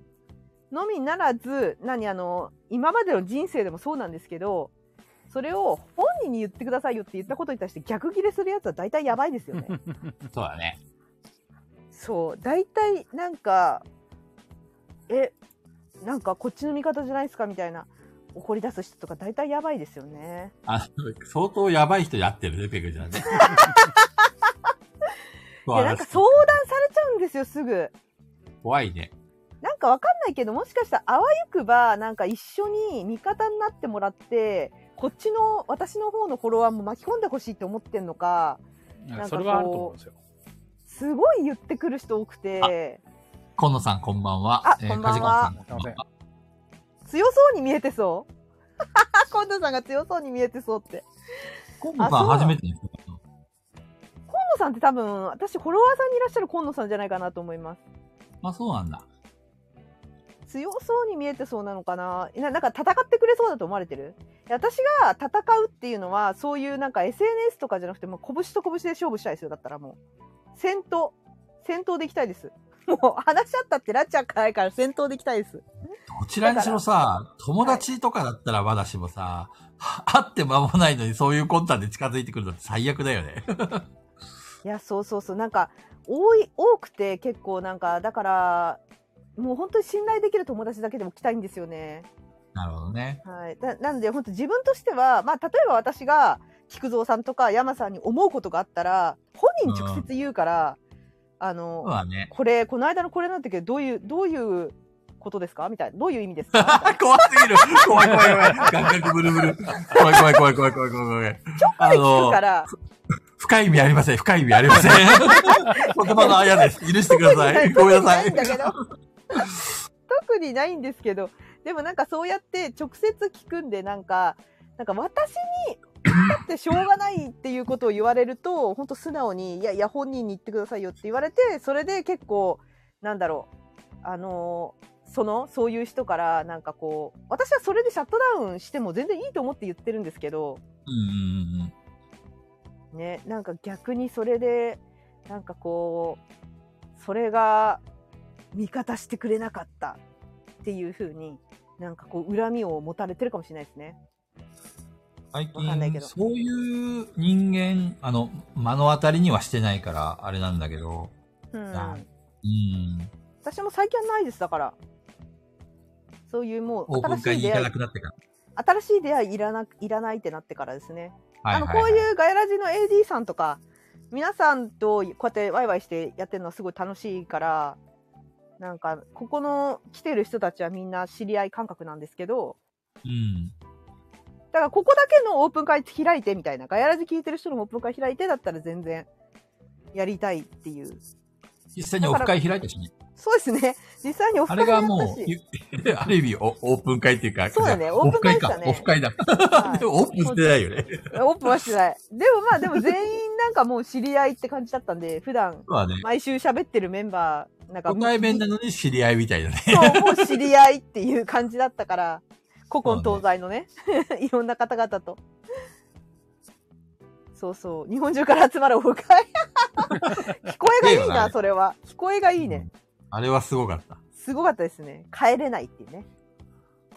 [SPEAKER 4] のみならず何あの今までの人生でもそうなんですけどそれを本人に言ってくださいよって言ったことに対して逆ギレするやつは大体やばいですよね。
[SPEAKER 2] うん。そうだね。
[SPEAKER 4] そう大体なんかえなんかこっちの味方じゃないですかみたいな怒り出す人とか大体やばいですよね
[SPEAKER 2] あの相当やばい人やってるね、ペグちゃんね。
[SPEAKER 4] いうや
[SPEAKER 2] わ
[SPEAKER 4] なんか相談されちゃうんですよすぐ
[SPEAKER 2] 怖いね。
[SPEAKER 4] なんかわかんないけどもしかしたらあわゆくばなんか一緒に味方になってもらってこっちの私の方のフォロワーも巻き込んでほしいって思ってんのか
[SPEAKER 1] なん
[SPEAKER 4] ん
[SPEAKER 1] か
[SPEAKER 4] か
[SPEAKER 1] それはあると思うんですよ。
[SPEAKER 4] すごい言ってくる人多くて
[SPEAKER 2] 今野さんこんばんは。
[SPEAKER 4] あこんばんは
[SPEAKER 2] 梶川さんこんばんは。
[SPEAKER 4] 強そうに見えてそう 今度さんが強そうに見えてそうって
[SPEAKER 2] 今野さん
[SPEAKER 4] あそう
[SPEAKER 2] 初めての人かな
[SPEAKER 4] 今野さんって多分私フォロワーさんにいらっしゃる今野さんじゃないかなと思います
[SPEAKER 2] あ、そうなんだ。
[SPEAKER 4] 強そうに見えてそうなのかなななんか戦ってくれそうだと思われてるいや私が戦うっていうのはそういうなんか SNS とかじゃなくてもう拳と拳で勝負したいですよだったらもう戦闘戦闘でいきたいです もう話し合ったってラッチャーかいから戦闘でいきたいです
[SPEAKER 2] こちらにしろさ、友達とかだったらまだしもさ、 会って間もないのにそういう魂胆で近づいてくるのって最悪だよね。
[SPEAKER 4] いやそうそうそうなんか多い多くて結構なんかだからもう本当に信頼できる友達だけでも来たいんですよね
[SPEAKER 2] なるほどね。
[SPEAKER 4] はい、ななんで本当自分としては、まあ、例えば私が菊蔵さんとか山さんに思うことがあったら本人直接言うから、あの、
[SPEAKER 2] そうだね。
[SPEAKER 4] これこの間のこれなんだけどどういうどういうことですかみたいなどういう意味ですかみたいな
[SPEAKER 2] 怖すぎる怖い怖い怖いガクガクブルブル怖い怖い怖い怖い怖い怖い怖い。 あ
[SPEAKER 4] 聞くから
[SPEAKER 2] 深い意味ありません。深い意味ありま せん。言葉のあやです。許してくださ い。ごめんなさい
[SPEAKER 4] 特に。ないんだけど 特にないんですけどでもなんかそうやって直接聞くんでなんかなんか私にだってしょうがないっていうことを言われると本当素直に「いやいや本人に言ってくださいよ」って言われてそれで結構なんだろうあのーそのそういう人からなんかこう私はそれでシャットダウンしても全然いいと思って言ってるんですけど
[SPEAKER 2] うんうんうん。
[SPEAKER 4] ねなんか逆にそれでなんかこうそれが味方してくれなかったっていう風になんかこう恨みを持たれてるかもしれないですね。
[SPEAKER 2] 最
[SPEAKER 4] わかんない
[SPEAKER 2] 近、
[SPEAKER 4] けど
[SPEAKER 2] そういう人間、あの、目の当たりにはしてないから、あれなんだけど、
[SPEAKER 4] うん
[SPEAKER 2] あうん。
[SPEAKER 4] 私も最近はないですだからそういうも
[SPEAKER 2] オ
[SPEAKER 4] う
[SPEAKER 2] ープン
[SPEAKER 4] 新
[SPEAKER 2] 会
[SPEAKER 4] しい
[SPEAKER 2] に行
[SPEAKER 4] 出
[SPEAKER 2] か
[SPEAKER 4] 会い
[SPEAKER 2] なくなってか
[SPEAKER 4] 新しい出会いいらないらないってなってからですね。
[SPEAKER 2] ら。
[SPEAKER 4] あのこういうガイラジの AD さんとか皆さんとこうやってワイワイしてやってるのはすごい楽しいからなんかここの来てる人たちはみんな知り合い感覚なんですけど
[SPEAKER 2] うん。
[SPEAKER 4] だからここだけのオープン会開いてみたいなガヤラジ聞いてる人のオープン会開いてだったら全然やりたいっていう
[SPEAKER 2] 実際にオフ会開いたしね。
[SPEAKER 4] そうですね実際にオフ
[SPEAKER 2] あ
[SPEAKER 4] 会や
[SPEAKER 2] れ
[SPEAKER 4] った
[SPEAKER 2] が
[SPEAKER 4] し
[SPEAKER 2] もう、 ある意味オオープン会っていうか、
[SPEAKER 4] そうだね
[SPEAKER 2] オフ会
[SPEAKER 4] オープン会
[SPEAKER 2] か
[SPEAKER 4] でした。ね
[SPEAKER 2] オフ会だ。
[SPEAKER 4] はい
[SPEAKER 2] でもオープンしてないよね。
[SPEAKER 4] オープンはしてないでもまあでも全員なんかもう知り合いって感じだったんで普段
[SPEAKER 2] そうだね。
[SPEAKER 4] 毎週喋ってるメンバーなんか
[SPEAKER 2] 初対面なのに知り合いみたいだね。
[SPEAKER 4] そう、もう知り合いっていう感じだった から、古今東西のね、いろんな方々と。そうそう、日本中から集まるオフ会。 聞こえがいい
[SPEAKER 2] いいよな
[SPEAKER 4] な、それは。聞こえがいいね。
[SPEAKER 2] あれはすごかった。
[SPEAKER 4] すごかったですね。帰れないっていうね。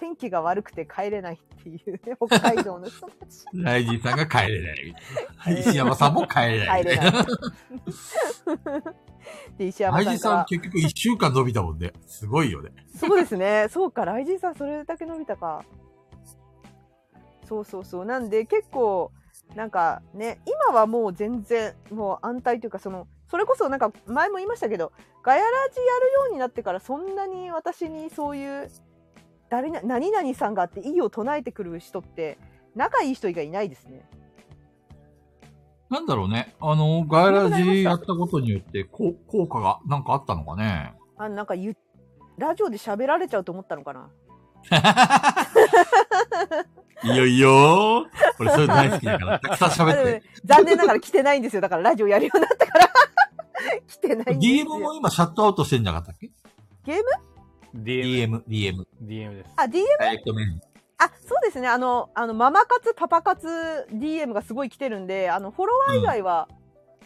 [SPEAKER 4] 天気が悪くて帰れないっていうね、北海道の人たち。
[SPEAKER 2] ライジンさんが帰れないみたい な。
[SPEAKER 4] えー
[SPEAKER 2] 石山さんも帰れない
[SPEAKER 4] 帰
[SPEAKER 2] みた
[SPEAKER 4] れ
[SPEAKER 2] い
[SPEAKER 4] ない
[SPEAKER 2] な。。
[SPEAKER 4] で、石
[SPEAKER 2] ラ
[SPEAKER 4] 山
[SPEAKER 2] イジ
[SPEAKER 4] さ
[SPEAKER 2] ン
[SPEAKER 4] ん
[SPEAKER 2] さん
[SPEAKER 4] から。
[SPEAKER 2] 結局1週間伸びたもんね。すごいよね。
[SPEAKER 4] そうですね。そうか、ライジンさんそれだけ伸びたか。そうそうそう。なんで結構、なんかね、今はもう全然、もう安泰というか、その、それこそなんか前も言いましたけど、ガヤラジやるようになってからそんなに私にそういう、誰な、何々さんがあって意を唱えてくる人って、仲いい人以外いないですね。
[SPEAKER 2] なんだろうね。あの、ガイラジやったことによって、こう効果がなんかあったのかね。
[SPEAKER 4] あの、なんかゆラジオで喋られちゃうと思ったのかな。
[SPEAKER 2] いいよいいよ俺そういうの大好きだ から、たくさん
[SPEAKER 4] あ
[SPEAKER 2] 喋っ
[SPEAKER 4] でもね
[SPEAKER 2] て。
[SPEAKER 4] 残念ながら来てないんですよ。だからラジオやるようになったから。 来てないんです
[SPEAKER 2] DM
[SPEAKER 4] よ。
[SPEAKER 2] も今シャットアウトしてんじゃなかったっけ
[SPEAKER 1] DM、
[SPEAKER 2] ?DM、DM。
[SPEAKER 1] DM です。
[SPEAKER 4] あ、DM
[SPEAKER 2] ダイレクトメール。
[SPEAKER 4] あ、そうですね。あの、あの、ママ活、パパ活 DM がすごい来てるんで、あの、フォロワー以外は、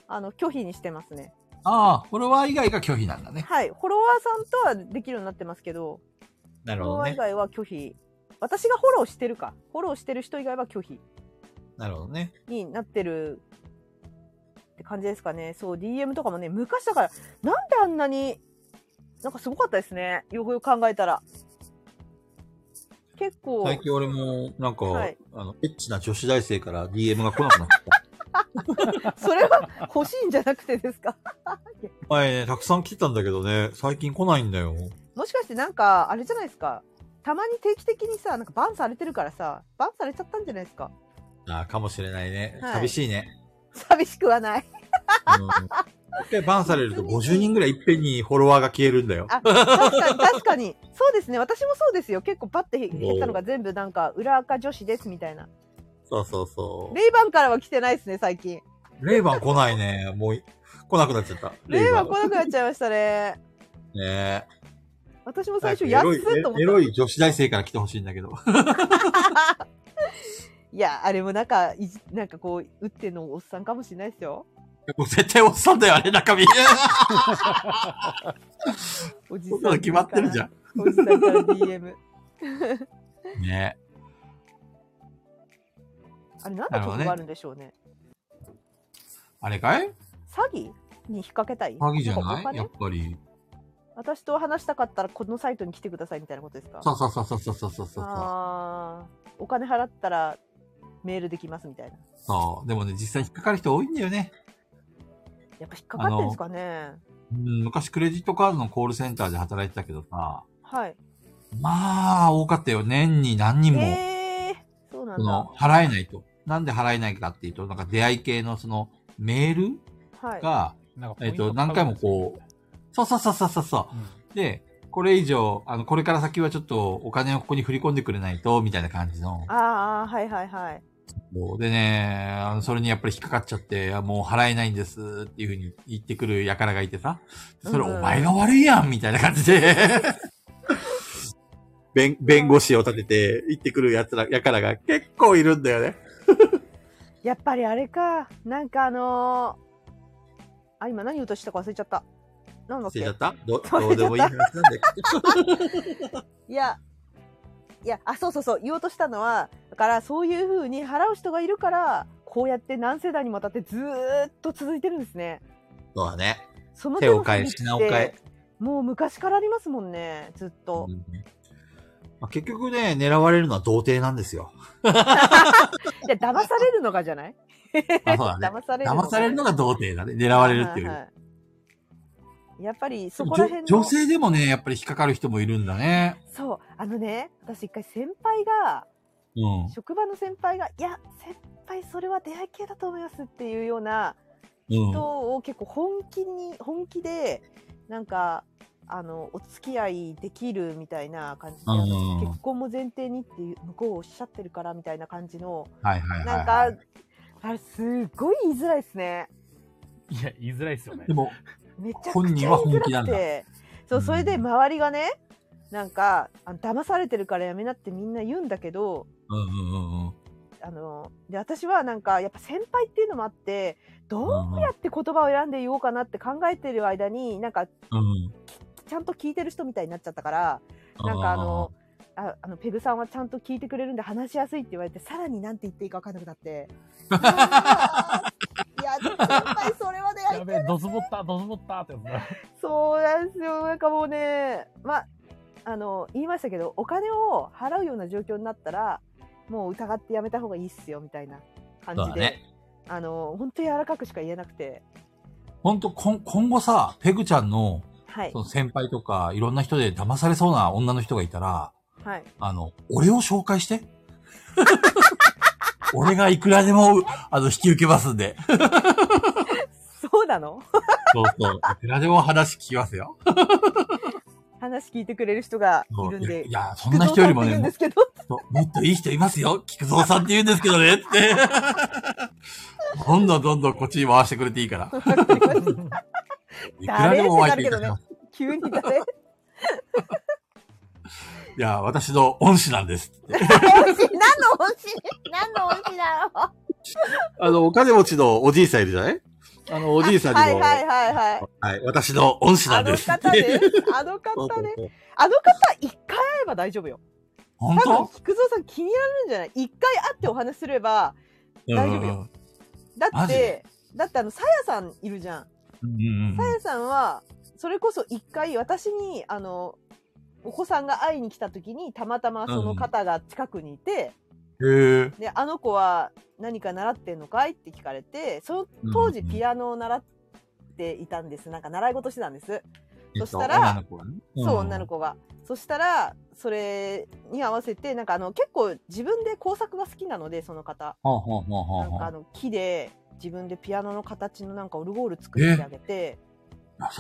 [SPEAKER 4] あの、拒否にしてますね。
[SPEAKER 2] ああ、フォロワー以外が拒否なんだね。
[SPEAKER 4] はい。フォロワーさんとはできるようになってますけど、
[SPEAKER 2] な
[SPEAKER 4] フ
[SPEAKER 2] る
[SPEAKER 4] ォ
[SPEAKER 2] ほ
[SPEAKER 4] ロ
[SPEAKER 2] ど
[SPEAKER 4] ワー以
[SPEAKER 2] ね。
[SPEAKER 4] 外は拒否。私がフォローしてるか。フォローしてる人以外は拒否
[SPEAKER 2] なるほどね。
[SPEAKER 4] になってるってって感じですかね。そう、DM とかもね、昔だから、なんであんなに、なんかすごかったですね。よくよく考えたら。結構、
[SPEAKER 2] 最近俺も、なんか、
[SPEAKER 4] はい
[SPEAKER 2] あの、エッチな女子大生から DM が来なくなってきた。
[SPEAKER 4] それは欲しいんじゃなくてですか
[SPEAKER 2] 前ね、たくさん来てたんだけどね、最近来ないんだよ。
[SPEAKER 4] もしかしてなんか、あれじゃないですか。たまに定期的にさ、なんかバンされてるからさ、バンされちゃったんじゃないですか。
[SPEAKER 2] ああ、かもしれないね。
[SPEAKER 4] はい
[SPEAKER 2] 寂しいね。
[SPEAKER 4] 寂しく はない。
[SPEAKER 2] うん。一回バンされ ると50人ぐらいいっぺんにフォロワーが消えるんだよ。
[SPEAKER 4] あ、確かに、確かに。そうですね。私もそうですよ。結構パッて減ったのが全部なんか、裏垢女子ですみたいな。
[SPEAKER 2] そうそうそ
[SPEAKER 4] レイバンからは来てないですね、最近。
[SPEAKER 2] う。レイバン来ないね。もうい、来なくなっちゃった。
[SPEAKER 4] レイバン
[SPEAKER 2] ン
[SPEAKER 4] 来なくなっちゃいましたね。
[SPEAKER 2] ね
[SPEAKER 4] 私も
[SPEAKER 2] え。
[SPEAKER 4] 最初、
[SPEAKER 2] エ
[SPEAKER 4] 安
[SPEAKER 2] ロ
[SPEAKER 4] っ
[SPEAKER 2] い
[SPEAKER 4] と思っ
[SPEAKER 2] エ
[SPEAKER 4] た。
[SPEAKER 2] ロい女子大生から来てほしいんだけど。
[SPEAKER 4] いや、あれもなんか、いじなんかこう、打ってんのおっさんかもしれないですよ。
[SPEAKER 2] もう絶対おっさんだよ、あれ、中身。
[SPEAKER 4] おじ
[SPEAKER 2] そん
[SPEAKER 4] さ。
[SPEAKER 2] なんの決まってるじゃ
[SPEAKER 4] ん。おじさんから DM。
[SPEAKER 2] ん。ね
[SPEAKER 4] あれ、なんで曲があるんでしょうね。
[SPEAKER 2] あれかい
[SPEAKER 4] 詐欺に引っ掛けたい
[SPEAKER 2] 詐欺じゃ
[SPEAKER 4] んかお
[SPEAKER 2] ないや
[SPEAKER 4] 金
[SPEAKER 2] っぱり。
[SPEAKER 4] 私と話したかったら、このサイトに来てくださいみたいなことですか
[SPEAKER 2] そうそうそうそうそうそうそうそう。
[SPEAKER 4] あーお金払ったらメールできますみたいな。
[SPEAKER 2] そう。でもね、実際引っかかる人多いんだよね。
[SPEAKER 4] やっぱ引っかかってるんですかね。
[SPEAKER 2] うん、昔クレジットカードのコールセンターで働いてたけどさ、
[SPEAKER 4] はい。
[SPEAKER 2] まあ、多かったよ。年に何人も、
[SPEAKER 4] えー、そうな
[SPEAKER 2] そ
[SPEAKER 4] んだ
[SPEAKER 2] の、。払えないと。なんで払えないかっていうと、なんか出会い系のその、メール
[SPEAKER 4] はい。
[SPEAKER 2] が、
[SPEAKER 1] なんか、
[SPEAKER 2] えっと、何回もこう、そうそうそうそうそうそう
[SPEAKER 1] うん
[SPEAKER 2] う。で、これ以上、あの、これから先はちょっとお金をここに振り込んでくれないと、みたいな感じの。
[SPEAKER 4] ああ、はいはいはい。
[SPEAKER 2] そうでね、あのそれにやっぱり引っかかっちゃって、あもう払えないんですっていうふうに言ってくる輩がいてさ、それ
[SPEAKER 4] うんうん
[SPEAKER 2] お前が悪いやんみたいな感じで、 弁、弁護士を立てて言ってくる奴ら、輩が結構いるんだよね。
[SPEAKER 4] やっぱりあれか。なんかあのーあ、今何言おうとしたか忘れちゃった。なんだっ
[SPEAKER 2] 忘
[SPEAKER 4] け
[SPEAKER 2] れちゃったど
[SPEAKER 4] 忘れちゃった
[SPEAKER 2] どうでもいい話なんだけ
[SPEAKER 4] いや、いや、あ、そうそうそう、言おうとしたのは、だからそういうふうに払う人がいるから、こうやって何世代にもわたってずーっと続いてるんですね。
[SPEAKER 2] ど。そうだね。
[SPEAKER 4] その
[SPEAKER 2] 手を
[SPEAKER 4] の
[SPEAKER 2] 変え、
[SPEAKER 4] 詐欺って
[SPEAKER 2] 品を変え。
[SPEAKER 4] もう昔からありますもんね、ずっと。
[SPEAKER 2] うんまあ結局ね、狙われるのは童貞なんです よ。
[SPEAKER 4] いや、騙されるのがじゃない
[SPEAKER 2] あそうだね
[SPEAKER 4] 騙される
[SPEAKER 2] 騙されるのが童貞だね。狙われるっていう。
[SPEAKER 4] はははいやっぱりそこら辺の
[SPEAKER 2] 女女性でもね、やっぱり引っかかる人もいるんだね。
[SPEAKER 4] そうあのね私一回先輩が
[SPEAKER 2] うん。
[SPEAKER 4] 職場の先輩が「いや先輩それは出会い系だと思います」っていうような
[SPEAKER 2] うん。
[SPEAKER 4] 人を結構本気に本気でなんかあのお付き合いできるみたいな感じで、
[SPEAKER 2] うんうんうん
[SPEAKER 4] 結婚も前提にっていう向こうおっしゃってるからみたいな感じの
[SPEAKER 2] はいはいはい、
[SPEAKER 4] なん
[SPEAKER 2] は
[SPEAKER 4] か
[SPEAKER 2] い。
[SPEAKER 4] あれすごい言いづらいですね。
[SPEAKER 1] いや、言いづらいですよね
[SPEAKER 2] で。も、
[SPEAKER 4] めちゃくちゃ
[SPEAKER 2] 本人は本気なんだ
[SPEAKER 4] 言いづらくてそううんそれで周りがねなんかあの騙されてるからやめなってみんな言うんだけど
[SPEAKER 2] うんうんうんうん。
[SPEAKER 4] あので私はなんかやっぱ先輩っていうのもあってどうやって言葉を選んで言おうかなって考えてる間になんか
[SPEAKER 2] うん。
[SPEAKER 4] ちゃんと聞いてる人みたいになっちゃったからなんかあのああのペグさんはちゃんと聞いてくれるんで話しやすいって言われてさらになんて言っていいか分かんなくな って。うわーいや先輩それはね
[SPEAKER 1] やべえ、ドズボった、ドズボったってやつだ。
[SPEAKER 4] そうなんですよ。なんかもうね、まあ、あの、言いましたけど、お金を払うような状況になったら、もう疑ってやめた方がいいっすよ、みたいな感
[SPEAKER 2] そう
[SPEAKER 4] じ
[SPEAKER 2] だ
[SPEAKER 4] で。
[SPEAKER 2] ね。
[SPEAKER 4] あの、本当柔らかくしか言えなくて。
[SPEAKER 2] ほんと、こん今後さ、ペグちゃんの、
[SPEAKER 4] はい
[SPEAKER 2] そ。の先輩とか、いろんな人で騙されそうな女の人がいたら、
[SPEAKER 4] はい。
[SPEAKER 2] あの、俺を紹介して。 俺がいくらでも、あの、引き受けますんで。
[SPEAKER 4] そうなの
[SPEAKER 2] そうそう。いくらでも話聞きますよ。
[SPEAKER 4] 話聞いてくれる人が
[SPEAKER 2] そ
[SPEAKER 4] いうるん
[SPEAKER 2] いや
[SPEAKER 4] で
[SPEAKER 2] い。や、そんな人よりも
[SPEAKER 4] 菊
[SPEAKER 2] ね、も
[SPEAKER 4] 蔵さんって言うんで
[SPEAKER 2] っ
[SPEAKER 4] すけど。
[SPEAKER 2] と、もっといい人いますよ。菊蔵さんって言うんですけどね、 って。どんどんどんどんこっちに回してくれていいから。 いくらでもお相手いたします。
[SPEAKER 4] 急 に誰
[SPEAKER 2] いや、私の恩師なんです。
[SPEAKER 4] 推し何の推し何の推しだろう
[SPEAKER 2] あの、お金持ちのおじいさんいるじゃないあの、おじいさんに
[SPEAKER 4] はい
[SPEAKER 2] も、
[SPEAKER 4] は
[SPEAKER 2] はい
[SPEAKER 4] はいはい。
[SPEAKER 2] 私の恩師な
[SPEAKER 4] あ
[SPEAKER 2] ん
[SPEAKER 4] の
[SPEAKER 2] です。
[SPEAKER 4] 方ね。あの
[SPEAKER 2] そう
[SPEAKER 4] 方
[SPEAKER 2] そう
[SPEAKER 4] ね。
[SPEAKER 2] そう
[SPEAKER 4] あの方、一回会えば大丈夫よ。
[SPEAKER 2] 本
[SPEAKER 4] 多分
[SPEAKER 2] 当
[SPEAKER 4] 菊蔵さん気になるんじゃない一回会ってお話しすれば大丈夫
[SPEAKER 2] う
[SPEAKER 4] よ
[SPEAKER 2] んうん
[SPEAKER 4] だ
[SPEAKER 2] マ
[SPEAKER 4] っ
[SPEAKER 2] ジで
[SPEAKER 4] てだってあの、さやさんいるじゃん。
[SPEAKER 2] うんうん
[SPEAKER 4] さやさんは、それこそ一回私に、あの、お子さんが会いに来た時に、たまたまその方が近くにいて、
[SPEAKER 2] うん。へえ。
[SPEAKER 4] で、あの子は何か習ってんのかいって聞かれて、その当時
[SPEAKER 2] うんうん
[SPEAKER 4] ピアノを習っていたんです。なんか習い事してたんです。そしたら
[SPEAKER 2] えっと女の子がね。
[SPEAKER 4] そう、女の
[SPEAKER 2] 子。
[SPEAKER 4] 子が。そしたら、それに合わせて、なんかあの、結構自分で工作が好きなので、その方。
[SPEAKER 2] ほうほうほうほ
[SPEAKER 4] な
[SPEAKER 2] うんほ
[SPEAKER 4] かあ
[SPEAKER 2] う。
[SPEAKER 4] の、木で、自分でピアノの形のなんかオルゴール作ってあげて、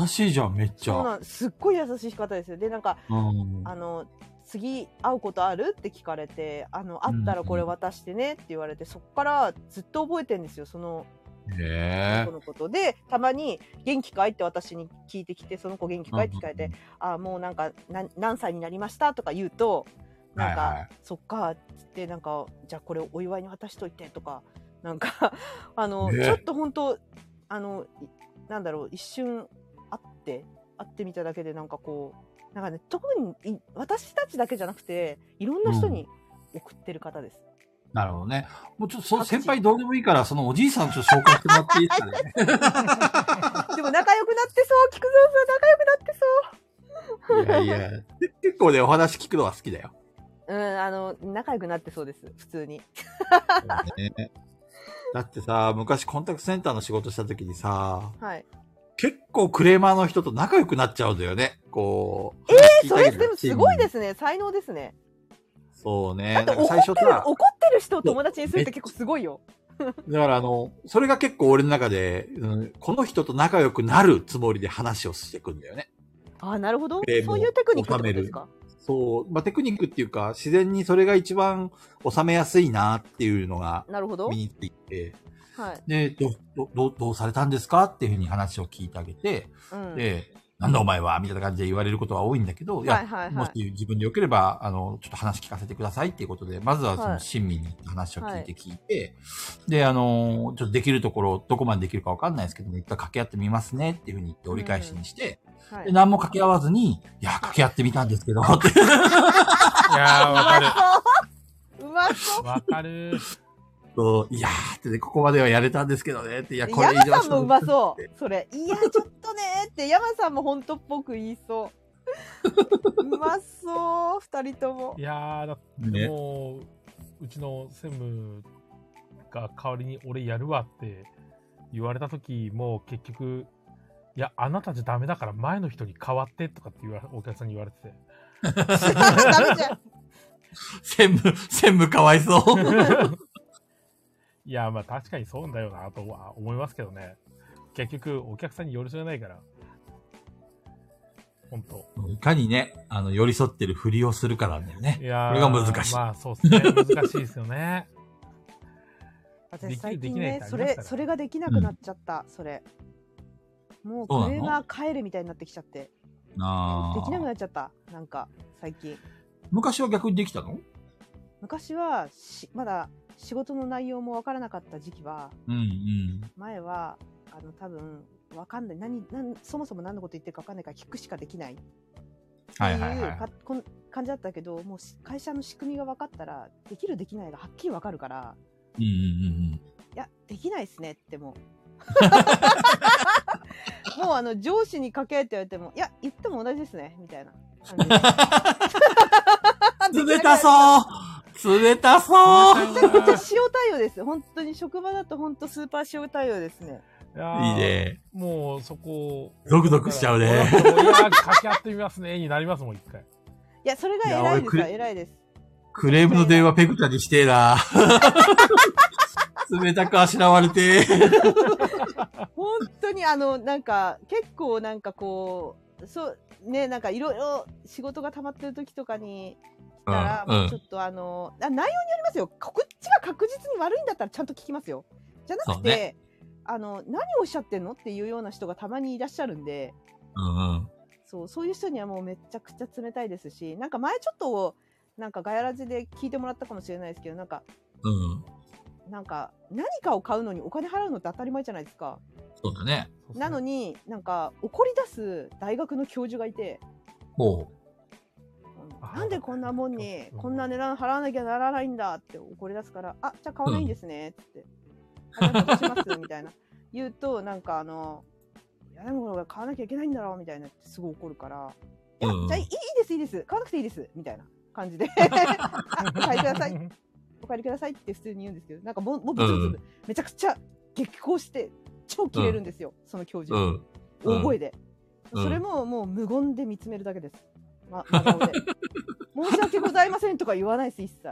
[SPEAKER 2] 優しいじゃん、めっち
[SPEAKER 4] そう
[SPEAKER 2] ゃ。
[SPEAKER 4] なんすっごい優しい方ですよ。で、なんか、
[SPEAKER 2] うん。
[SPEAKER 4] あの、次会うことあるって聞かれて、あの、会ったらこれ渡してねって言われて、そっからずっと覚えてんですよ、その
[SPEAKER 2] へえ
[SPEAKER 4] 子。のことで、たまに、元気かいって私に聞いてきて、その子元気かいって聞かれて、あもうなんかな何歳になりましたとか言うとなんか、
[SPEAKER 2] はいはい
[SPEAKER 4] そっかっつってなんかじゃあこれお祝いに渡しといてとかなんか あの、
[SPEAKER 2] ね
[SPEAKER 4] ちょっと本当あのいなんだろう一瞬会って会ってみただけでなんかこうなんかね特にい私たちだけじゃなくていろんな人に送ってる方です。
[SPEAKER 2] なるほどね。もうちょっと、その先輩どうでもいいから、そのおじいさんちょっと紹介してもらっていいですかね。
[SPEAKER 4] でも仲良くなってそう菊蔵さん仲良くなってそう。
[SPEAKER 2] い やいや。 結構ね、お話聞くのは好きだよ。
[SPEAKER 4] うんあの仲良くなってそうです普通に。
[SPEAKER 2] ねだってさ、昔コンタクトセンターの仕事した時にさ、
[SPEAKER 4] はい。
[SPEAKER 2] 結構クレーマーの人と仲良くなっちゃうんだよね。こう。。
[SPEAKER 4] えそれでもすごいですすね才能ですね。
[SPEAKER 2] そうね。
[SPEAKER 4] だっ
[SPEAKER 2] な
[SPEAKER 4] て
[SPEAKER 2] んか
[SPEAKER 4] 怒
[SPEAKER 2] 最
[SPEAKER 4] って
[SPEAKER 2] 初
[SPEAKER 4] る
[SPEAKER 2] さ、
[SPEAKER 4] 怒ってる人を友達にするって結構すごいよ。
[SPEAKER 2] だからあの、それが結構俺の中で、うんこの人と仲良くなるつもりで話をしていくんだよね。
[SPEAKER 4] あなるほど
[SPEAKER 2] えー。
[SPEAKER 4] そういうテクニックってことですか。
[SPEAKER 2] そう。まあ、テクニックっていうか、自然にそれが一番収めやすいなっていうのが
[SPEAKER 4] なるほど。は
[SPEAKER 2] 身
[SPEAKER 4] い。
[SPEAKER 2] について、で、ど、ど、どうどうされたんですかっていうふうに話を聞いてあげて、
[SPEAKER 4] うん。
[SPEAKER 2] で、なんだお前はみたいな感じで言われることは多いんだけど、いや、
[SPEAKER 4] はいはい
[SPEAKER 2] も
[SPEAKER 4] は
[SPEAKER 2] し
[SPEAKER 4] い。
[SPEAKER 2] 自分で良ければ、あの、ちょっと話聞かせてくださいっていうことで、まずはそ
[SPEAKER 4] は
[SPEAKER 2] の
[SPEAKER 4] い
[SPEAKER 2] 親身に話を聞いて聞いて、で、あの、ちょっとできるところ、どこまでできるかわかんないですけども、一回掛け合ってみますねっていうふうに言って折り返しにして、
[SPEAKER 4] は
[SPEAKER 2] で、
[SPEAKER 4] い。
[SPEAKER 2] 何も掛け合わずに、いや、掛け合ってみたんですけど、って。
[SPEAKER 1] いやー、わかる。
[SPEAKER 4] うまそう。
[SPEAKER 1] わかる。
[SPEAKER 2] そういやーってね、ここまではやれたんですけどねって、いや、これ以上
[SPEAKER 4] 山
[SPEAKER 2] は
[SPEAKER 4] さんもうまそう。それ。いや、ちょっとねーって、山さんも本当っぽく言い そう。うまそう、二人とも
[SPEAKER 1] い。やー、だっ
[SPEAKER 2] ね
[SPEAKER 1] てもう、うちの専務が代わりに俺やるわって言われた時もう結局、いや、あなたじゃダメだから前の人に代わってとかって言われ、お客さんに言われてて。
[SPEAKER 4] ダメじゃん。
[SPEAKER 2] 専務、専務かわいそう。
[SPEAKER 1] いや、まあ確かにそうなんだよなとは思いますけどね。結局、お客さんによるじゃないから。本当。
[SPEAKER 2] いかにね、あの、寄り添ってるふりをするからなんだよ
[SPEAKER 1] い
[SPEAKER 2] ね。
[SPEAKER 1] やー
[SPEAKER 2] これが難しい
[SPEAKER 1] まあそうですね。難しいですよ ね。で
[SPEAKER 4] 私
[SPEAKER 1] き
[SPEAKER 4] 最
[SPEAKER 1] で
[SPEAKER 4] 近
[SPEAKER 1] きないっ
[SPEAKER 4] ね
[SPEAKER 1] てありますか
[SPEAKER 4] そ
[SPEAKER 1] らね
[SPEAKER 4] れそれができなくなっちゃった、それもう
[SPEAKER 2] そうなの
[SPEAKER 4] クレーマー帰るみたいになってきちゃって
[SPEAKER 2] あー
[SPEAKER 4] できなくなっちゃったなんか最近
[SPEAKER 2] 昔は逆にできたの
[SPEAKER 4] 昔はしまだ仕事の内容も分からなかった時期は
[SPEAKER 2] うんうん。
[SPEAKER 4] 前はあの多分分かんない何何そもそも何のこと言ってるか分かんないから聞くしかできないっていう
[SPEAKER 2] はいはいはい。
[SPEAKER 4] かこん感じだったけどもうし会社の仕組みが分かったらできるできないがはっきり分かるから
[SPEAKER 2] うんうん
[SPEAKER 4] いやできないっすねっ てもうもうあの上司に書けって言われてもいや言っても同じですねみたいな感
[SPEAKER 2] うんう
[SPEAKER 4] じ
[SPEAKER 2] ん。
[SPEAKER 4] で
[SPEAKER 2] 冷たそう冷たそう
[SPEAKER 4] めちゃくちゃ塩対応です。本当に職場だと本当スーパー塩対応ですね。
[SPEAKER 1] いやー
[SPEAKER 2] いい。ね。
[SPEAKER 1] もうそこを。
[SPEAKER 2] ゾクゾクしちゃうね
[SPEAKER 1] 俺もいやー、掛け合ってみますね。になりますもん、一回。
[SPEAKER 4] いや、それが偉いです
[SPEAKER 2] いや俺
[SPEAKER 4] よ、偉いです。
[SPEAKER 2] クレームの電話ペグちゃんにしてえ な。冷たくあしらわれて。
[SPEAKER 4] 本当にあの、なんか、結構なんかこう、そう、ね、なんかいろいろ仕事が溜まってる時とかに来たら、
[SPEAKER 2] うんうん
[SPEAKER 4] もうちょっとあの、あ内容によりますよ。こっちが確実に悪いんだったらちゃんと聞きますよ。じゃな
[SPEAKER 2] そ
[SPEAKER 4] く
[SPEAKER 2] う
[SPEAKER 4] て、
[SPEAKER 2] ね
[SPEAKER 4] あの、何をおっしゃってんのっていうような人がたまにいらっしゃるんで、
[SPEAKER 2] うんうん。
[SPEAKER 4] そう、そういう人にはもうめちゃくちゃ冷たいですし、なんか前ちょっと、なんかガヤラジで聞いてもらったかもしれないですけど、なんか、
[SPEAKER 2] うん。
[SPEAKER 4] なんか、何かを買うのにお金払うのって当たり前じゃないですか。
[SPEAKER 2] そうだね。
[SPEAKER 4] なの
[SPEAKER 1] に。
[SPEAKER 4] に、なんか、怒り出す大学の教授がいて、
[SPEAKER 2] ほ
[SPEAKER 1] あ
[SPEAKER 4] なんでこんなもんに
[SPEAKER 1] うん、
[SPEAKER 4] こんな値段払わなきゃならないんだって怒り出すから、あ、じゃあ買わないんですね、つって。あなんかどうしますみたいな。言うと、なんかあの、いやでもこれ買わなきゃいけないんだろうみたいなってすぐ怒るから、いや、
[SPEAKER 2] うん
[SPEAKER 4] じゃあいいいいです、いいです、買わなくていいです、みたいな 感じで、あ、お帰りください、お帰りくださいって普通に言うんですけど、なんかもう、もうぶつぶつ、
[SPEAKER 2] うん
[SPEAKER 4] めちゃくちゃ激高して、超切れるんですよ、その教授。
[SPEAKER 2] うん。うん
[SPEAKER 4] 大声で、
[SPEAKER 2] うん
[SPEAKER 4] それももう無言で見つめるだけです、 ま、真顔で申し訳ございませんとか言わないです一切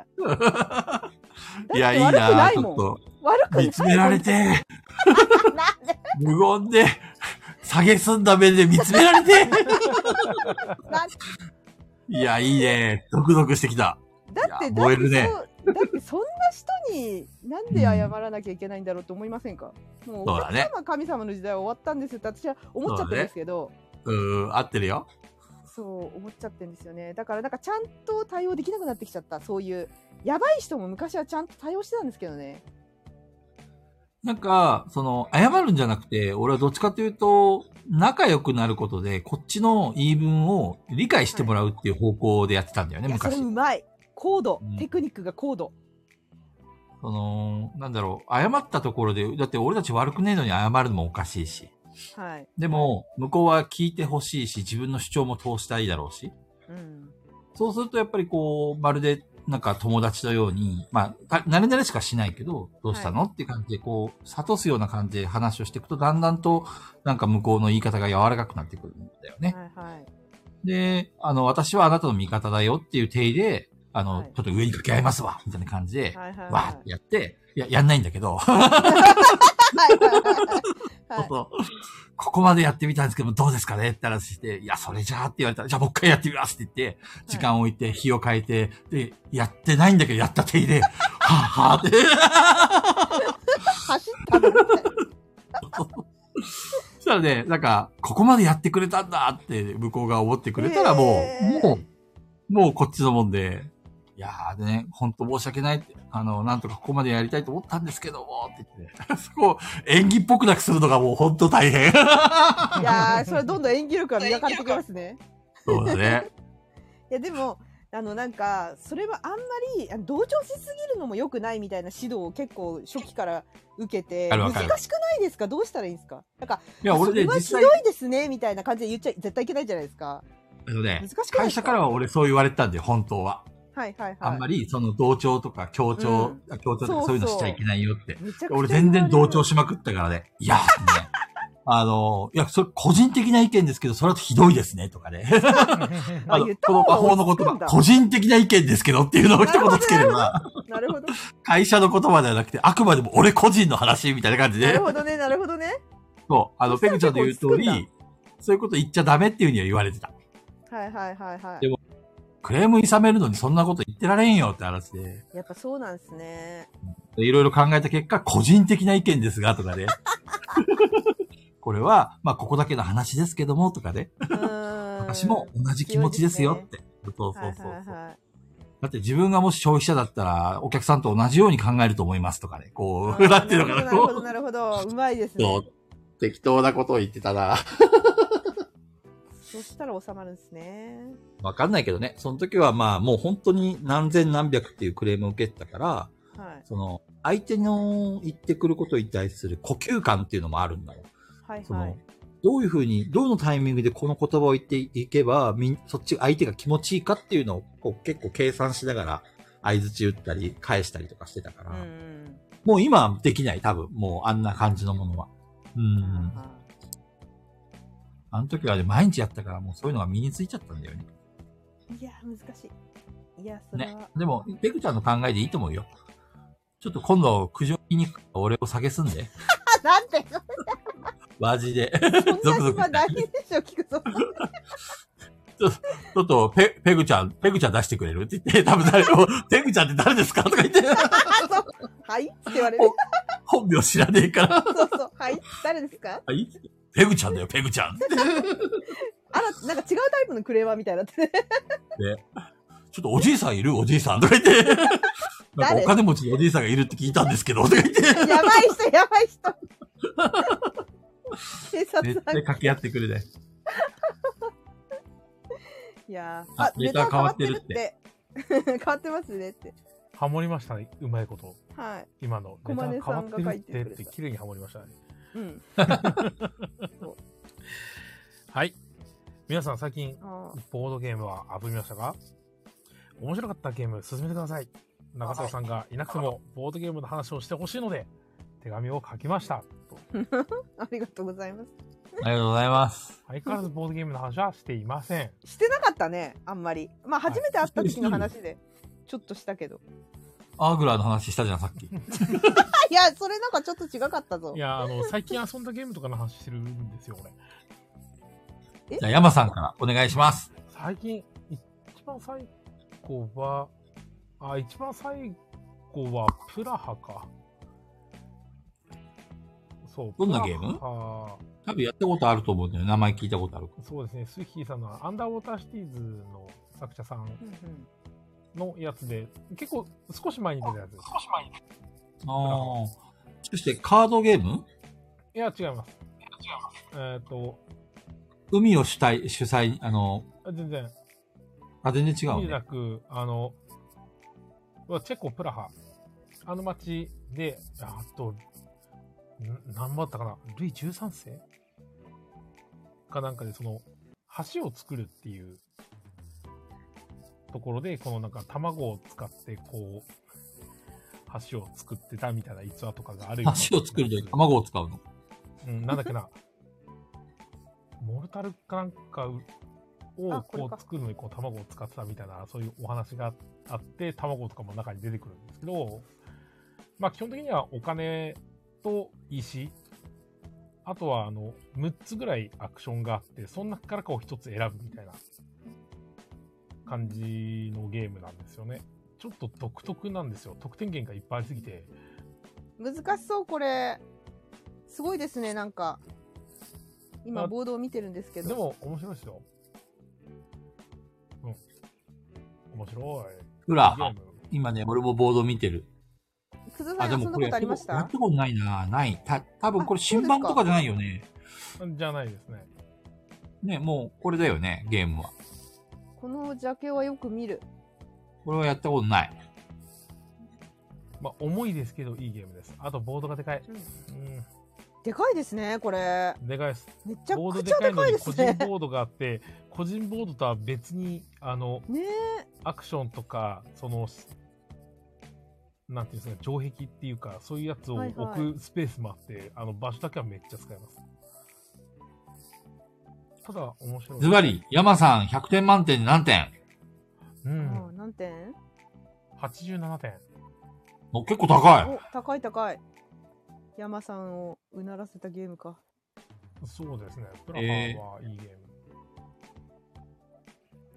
[SPEAKER 2] いや、いい
[SPEAKER 4] 悪く
[SPEAKER 2] な
[SPEAKER 4] な
[SPEAKER 2] ぁ、
[SPEAKER 4] い
[SPEAKER 2] ち
[SPEAKER 4] も
[SPEAKER 2] ょ
[SPEAKER 4] ん
[SPEAKER 2] っと。
[SPEAKER 4] 悪くない
[SPEAKER 2] 見つめら れて、無言で、下げすんだ目で見つめられ て。いや、いいね。ドクドクしてきた。
[SPEAKER 4] だって
[SPEAKER 2] いや
[SPEAKER 4] だっ
[SPEAKER 2] 燃え
[SPEAKER 4] て
[SPEAKER 2] るね
[SPEAKER 4] そうだってそんな人になんで謝らなきゃいけないんだろうと思いませんか、もうお
[SPEAKER 2] そうだ
[SPEAKER 4] 客
[SPEAKER 2] ね
[SPEAKER 4] 様神様の時代は終わったんですよって私は思っちゃってるんですけど
[SPEAKER 2] うーん、合ってるよ。
[SPEAKER 4] そう思っちゃってるんですよねだからなんかちゃんと対応できなくなってきちゃったそういうやばい人も昔はちゃんと対応してたんですけどね
[SPEAKER 2] なんか、その、謝るんじゃなくて、俺はどっちかというと、仲良くなることで、こっちの言い分を理解してもらうっていう方向でやってたんだよね、
[SPEAKER 4] いやそれ
[SPEAKER 2] 昔。
[SPEAKER 4] うまい高度、
[SPEAKER 2] うん
[SPEAKER 4] テクニックが高度
[SPEAKER 2] その、なんだろう、謝ったところで、だって俺たち悪くねえのに謝るのもおかしいし。
[SPEAKER 4] はい、
[SPEAKER 2] でも、向こうは聞いてほしいし、自分の主張も通したいだろうし。
[SPEAKER 4] うん、
[SPEAKER 2] そうすると、やっぱりこう、まるで、なんか友達のように、まあ、た慣れ慣れしかしないけど、どうしたの、っていう感じで、こう、諭すような感じで話をしていくと、だんだんと、なんか向こうの言い方が柔らかくなってくるんだよね。
[SPEAKER 4] はいはい。
[SPEAKER 2] で、あの、私はあなたの味方だよっていう定義で、あの、
[SPEAKER 4] はい
[SPEAKER 2] ちょっと上に掛け合いますわ、みたいな感じで、
[SPEAKER 4] はいはいはい。
[SPEAKER 2] わーってやって、いや、やんないんだけど、
[SPEAKER 4] はいはいはいはい。
[SPEAKER 2] そう ここまでやってみたんですけど、どうですかねって話して、いや、それじゃあって言われたら、じゃあもう一回やってみますって言って、時間を置いて、日を変えて、で、やってないんだけど、やった手入 れ、はぁはぁって、
[SPEAKER 4] 走ったの
[SPEAKER 2] そしたらね、なんか、ここまでやってくれたんだって、向こうが思ってくれたら、もう、
[SPEAKER 4] へー
[SPEAKER 2] もう、もうこっちのもんで、いやーでね、ほんと申し訳ないって、あの、なんとかここまでやりたいと思ったんですけども、って言ってね、 そこを演技っぽくなくするのがもうほんと大 変。
[SPEAKER 4] い やー、それどんどん演技力が磨かれてきますね。
[SPEAKER 2] そうだね。
[SPEAKER 4] いや、でも、あの、なんか、それはあんまり、あの同調しすぎるのも良くないみたいな指導を結構初期から受けて、
[SPEAKER 2] わかる
[SPEAKER 4] 難
[SPEAKER 2] わかる
[SPEAKER 4] しくないですかどうしたらいいんですかなんか、
[SPEAKER 2] いや、俺
[SPEAKER 4] それ
[SPEAKER 2] ね、
[SPEAKER 4] は
[SPEAKER 2] 実
[SPEAKER 4] ひど
[SPEAKER 2] 際
[SPEAKER 4] い、ですね、みたいな感じで言っちゃ絶対いけないじゃないですか。
[SPEAKER 2] あのね
[SPEAKER 4] 難しくないですか
[SPEAKER 2] 会社からは俺そう言われてたんで、本当は。
[SPEAKER 4] はいはいはい。
[SPEAKER 2] あんまり、その同調とか協調、あ協調とかそういうの
[SPEAKER 4] そ
[SPEAKER 2] し
[SPEAKER 4] うそう
[SPEAKER 2] ちゃいけないよって。
[SPEAKER 4] めちゃくちゃ
[SPEAKER 2] 俺全然同調
[SPEAKER 4] し
[SPEAKER 2] しまくったからね。いや、ね、 あの、いや、それ個人的な意見ですけど、それはひどいですね、とか ね。あの
[SPEAKER 4] 言っ た
[SPEAKER 2] この
[SPEAKER 4] 方
[SPEAKER 2] 魔
[SPEAKER 4] が
[SPEAKER 2] 法の言
[SPEAKER 4] 落ち着くん
[SPEAKER 2] 葉、
[SPEAKER 4] だ
[SPEAKER 2] 個人的な意見ですけどっていうの を一言つければ、
[SPEAKER 4] な るほど。
[SPEAKER 2] 会社の言葉ではなくて、あくまでも俺個人の話みたいな感じ
[SPEAKER 4] な
[SPEAKER 2] で
[SPEAKER 4] る、ほどね、なるほどね。
[SPEAKER 2] そう、あの、
[SPEAKER 4] そ
[SPEAKER 2] ペ
[SPEAKER 4] し
[SPEAKER 2] グ
[SPEAKER 4] たら
[SPEAKER 2] ちゃんの言う通
[SPEAKER 4] 結構落ち
[SPEAKER 2] り、そういうこと言っちゃダメっていうふうには言われてた。
[SPEAKER 4] はいはいはいは
[SPEAKER 2] でもクレームいさめるのにそんなこと言ってられんよって話で。
[SPEAKER 4] い。やっぱそうなんです ね。
[SPEAKER 2] でいろいろ考えた結果、個人的な意見ですが、と かね。これは、まあ、ここだけの話ですけども、とかね。
[SPEAKER 4] うーん
[SPEAKER 2] 私も同じ気持ちですよって。そうそう
[SPEAKER 4] はい
[SPEAKER 2] そう
[SPEAKER 4] はいはい
[SPEAKER 2] そう。だって自分がもし消費者だったら、お客さんと同じように考えると思いますとかね。こう、
[SPEAKER 4] あ ー
[SPEAKER 2] なんていうのかな。
[SPEAKER 4] なるほど、
[SPEAKER 2] こ
[SPEAKER 4] なるほど、なるほどうまいです
[SPEAKER 2] う
[SPEAKER 4] ね。
[SPEAKER 2] そう適当なことを言ってたな。
[SPEAKER 4] そしたら収まるんですね。
[SPEAKER 2] わかんないけどね。その時はまあ、もう本当に何千何百っていうクレームを受けてたから、
[SPEAKER 4] はい。
[SPEAKER 2] その、相手の言ってくることに対する呼吸感っていうのもあるんだよ。
[SPEAKER 4] はい
[SPEAKER 2] そ
[SPEAKER 4] は
[SPEAKER 2] の、
[SPEAKER 4] い。
[SPEAKER 2] どういうふうに、どのタイミングでこの言葉を言っていけば、みんそっち相手が気持ちいいかっていうのをこう結構計算しながら、相槌打ったり、返したりとかしてたから、
[SPEAKER 4] うん
[SPEAKER 2] もう今はできない、多分。もうあんな感じのものは。う
[SPEAKER 4] うん。
[SPEAKER 2] ん。
[SPEAKER 4] は
[SPEAKER 2] あの時はね、毎日やったから、もうそういうのが身についちゃったんだよね。
[SPEAKER 4] いはいいや、難しい。いや、それは。
[SPEAKER 2] ね。でも、ペグちゃんの考えでいいと思うよ。ちょっと今度、苦情言いに行くから俺を下げすんで。
[SPEAKER 4] あ、なんて、
[SPEAKER 2] マジで。
[SPEAKER 4] そんな
[SPEAKER 2] ゾクゾク
[SPEAKER 4] 暇ないでしょ、聞くぞ。
[SPEAKER 2] ちょっと、ペ、ペグちゃん、ペグちゃん出してくれるって言って、多分誰も、ペグちゃんって誰ですかとか言って。
[SPEAKER 4] はいって言われる。
[SPEAKER 2] 本名知らねえから。
[SPEAKER 4] そうそう。はい誰ですか
[SPEAKER 2] はいペグちゃんだよ、ペグちゃん。
[SPEAKER 4] あら、なんか違うタイプのクレーマーみたいになっ てね。
[SPEAKER 2] ちょっとおじいさんいるおじいさんとか言って。なんか
[SPEAKER 4] 誰
[SPEAKER 2] お金持ちのおじいさんがいるって聞いたんですけど、とか言って。
[SPEAKER 4] やばい人、やばい人。警察
[SPEAKER 2] 絶
[SPEAKER 4] さ
[SPEAKER 2] 対
[SPEAKER 4] ん。い
[SPEAKER 2] 掛け合ってくれない。
[SPEAKER 4] やー
[SPEAKER 2] あネタ変わってるって。
[SPEAKER 4] ネタ変わってるって 変わってますねって。
[SPEAKER 1] ハモりましたね、うまいこと。
[SPEAKER 4] はい。
[SPEAKER 1] 今の。
[SPEAKER 4] 小金さんが書いてくれ
[SPEAKER 1] ネタ変わって
[SPEAKER 4] た
[SPEAKER 1] るってって綺麗にハモりましたね。
[SPEAKER 4] うん。
[SPEAKER 1] はい。皆さん最近、
[SPEAKER 3] うん
[SPEAKER 1] ボードゲームは遊びましたか面白かったゲーム進めてください。長澤さんがいなくても、ボードゲームの話をしてほしいので、手紙を書きました。と
[SPEAKER 4] ありがとうございます。
[SPEAKER 2] ありがとうございます。
[SPEAKER 1] 相変わらずボードゲームの話はしていません。
[SPEAKER 4] してなかったね、あんまり。まあ、初めて会った時の話で、ちょっとしたけど。
[SPEAKER 2] アーグラーの話したじゃん、さっき。
[SPEAKER 4] あいや、それなんかちょっと違かった ぞ
[SPEAKER 1] い。や、あの、最近遊んだゲームとかの話してるんですよ、俺。
[SPEAKER 2] じゃあ、山さんからお願いします。
[SPEAKER 1] 最近、一番最後は、あ、一番最後はプラハか。そう。
[SPEAKER 2] どんなゲーム
[SPEAKER 1] あ
[SPEAKER 2] 多分やったことあると思うんだよ。名前聞いたことあるか
[SPEAKER 1] そうですね、スイヒーさんのアンダーウォーターシティーズの作者さん
[SPEAKER 4] うんうん
[SPEAKER 1] のやつで、結構少し前に出たやつです。
[SPEAKER 2] ら。ああ。そして、カードゲーム
[SPEAKER 1] いや、違います。えっ、と、
[SPEAKER 2] 海を主体、主催、あの、
[SPEAKER 1] 全然、
[SPEAKER 2] あ、全然違
[SPEAKER 1] 意
[SPEAKER 2] う
[SPEAKER 1] 味な
[SPEAKER 2] ね。
[SPEAKER 1] く、あの、うわチェコ、プラハ、あの街で、あと、ん何番だったかな、ルイ13世かなんかで、その、橋を作るっていうところで、このなんか卵を使って、こう、橋を作ってたみたいな逸話とかがあるよ
[SPEAKER 2] 橋を作るとき卵を使うの。
[SPEAKER 1] うん、なんだっけな。モルタルかなんかを
[SPEAKER 4] あこれ
[SPEAKER 1] こ
[SPEAKER 4] か
[SPEAKER 1] う作るのにこう卵を使ってたみたいな、そういうお話があって、卵とかも中に出てくるんですけど、まあ基本的にはお金と石、あとはあの、6つぐらいアクションがあって、その中からこう1つ選ぶみたいな感じのゲームなんですよね。ちょっと独特なんですよ。得点源がいっぱいありすぎて。
[SPEAKER 4] 難しそう、これ。すごいですね、なんか。
[SPEAKER 1] ま
[SPEAKER 4] 今、
[SPEAKER 1] あ
[SPEAKER 4] ボードを見てるんですけ
[SPEAKER 1] で
[SPEAKER 4] ど。
[SPEAKER 1] も、面白いですよ。うん。面白い。
[SPEAKER 2] ほ
[SPEAKER 1] ゲ
[SPEAKER 2] ら、
[SPEAKER 1] ーム。
[SPEAKER 2] 今ね、俺もボード見てる。
[SPEAKER 4] くずさ
[SPEAKER 2] あ、
[SPEAKER 4] ん、
[SPEAKER 2] で
[SPEAKER 4] 遊ん
[SPEAKER 2] も
[SPEAKER 4] だ
[SPEAKER 2] こ
[SPEAKER 4] こ
[SPEAKER 2] れや
[SPEAKER 4] と
[SPEAKER 2] っ
[SPEAKER 4] あり
[SPEAKER 2] た
[SPEAKER 4] ま
[SPEAKER 2] こ
[SPEAKER 4] し
[SPEAKER 2] とや
[SPEAKER 4] た
[SPEAKER 2] ったことないな。ない。た、多分これ
[SPEAKER 4] あそ
[SPEAKER 2] 新
[SPEAKER 4] うですか
[SPEAKER 2] 版とかじゃないよね。
[SPEAKER 1] じゃないですね。
[SPEAKER 2] ね、もうこれだよね、ゲームは。
[SPEAKER 4] このジャケはよく見る。
[SPEAKER 2] これはやったことない。
[SPEAKER 1] まあ、重いですけど、いいゲームです。あと、ボードがでかい。う
[SPEAKER 4] でかいですね、これ。
[SPEAKER 1] ん、でかいです。
[SPEAKER 4] めちゃ
[SPEAKER 1] ボード
[SPEAKER 4] く
[SPEAKER 1] で
[SPEAKER 4] ちゃ
[SPEAKER 1] かい
[SPEAKER 4] で
[SPEAKER 1] の
[SPEAKER 4] かい
[SPEAKER 1] に、個
[SPEAKER 4] です
[SPEAKER 1] 人
[SPEAKER 4] ね。
[SPEAKER 1] ボードがあって、個人ボードとは別に、あの、
[SPEAKER 4] ね
[SPEAKER 1] アクションとか、その、なんていうんですか、城壁っていうか、そういうやつを
[SPEAKER 4] はいはい
[SPEAKER 1] 置くスペースもあって、あの、場所だけはめっちゃ使えます。ただ、面白い。
[SPEAKER 2] ズバリ、山さん100点満点で何点
[SPEAKER 1] う
[SPEAKER 4] え。
[SPEAKER 1] ん
[SPEAKER 4] あ。何点
[SPEAKER 1] 87点。
[SPEAKER 2] お結構高
[SPEAKER 4] お、高い高い。山さんをうならせたゲームか。
[SPEAKER 1] そうですね。プラ
[SPEAKER 2] えー
[SPEAKER 1] ハはいいゲーム。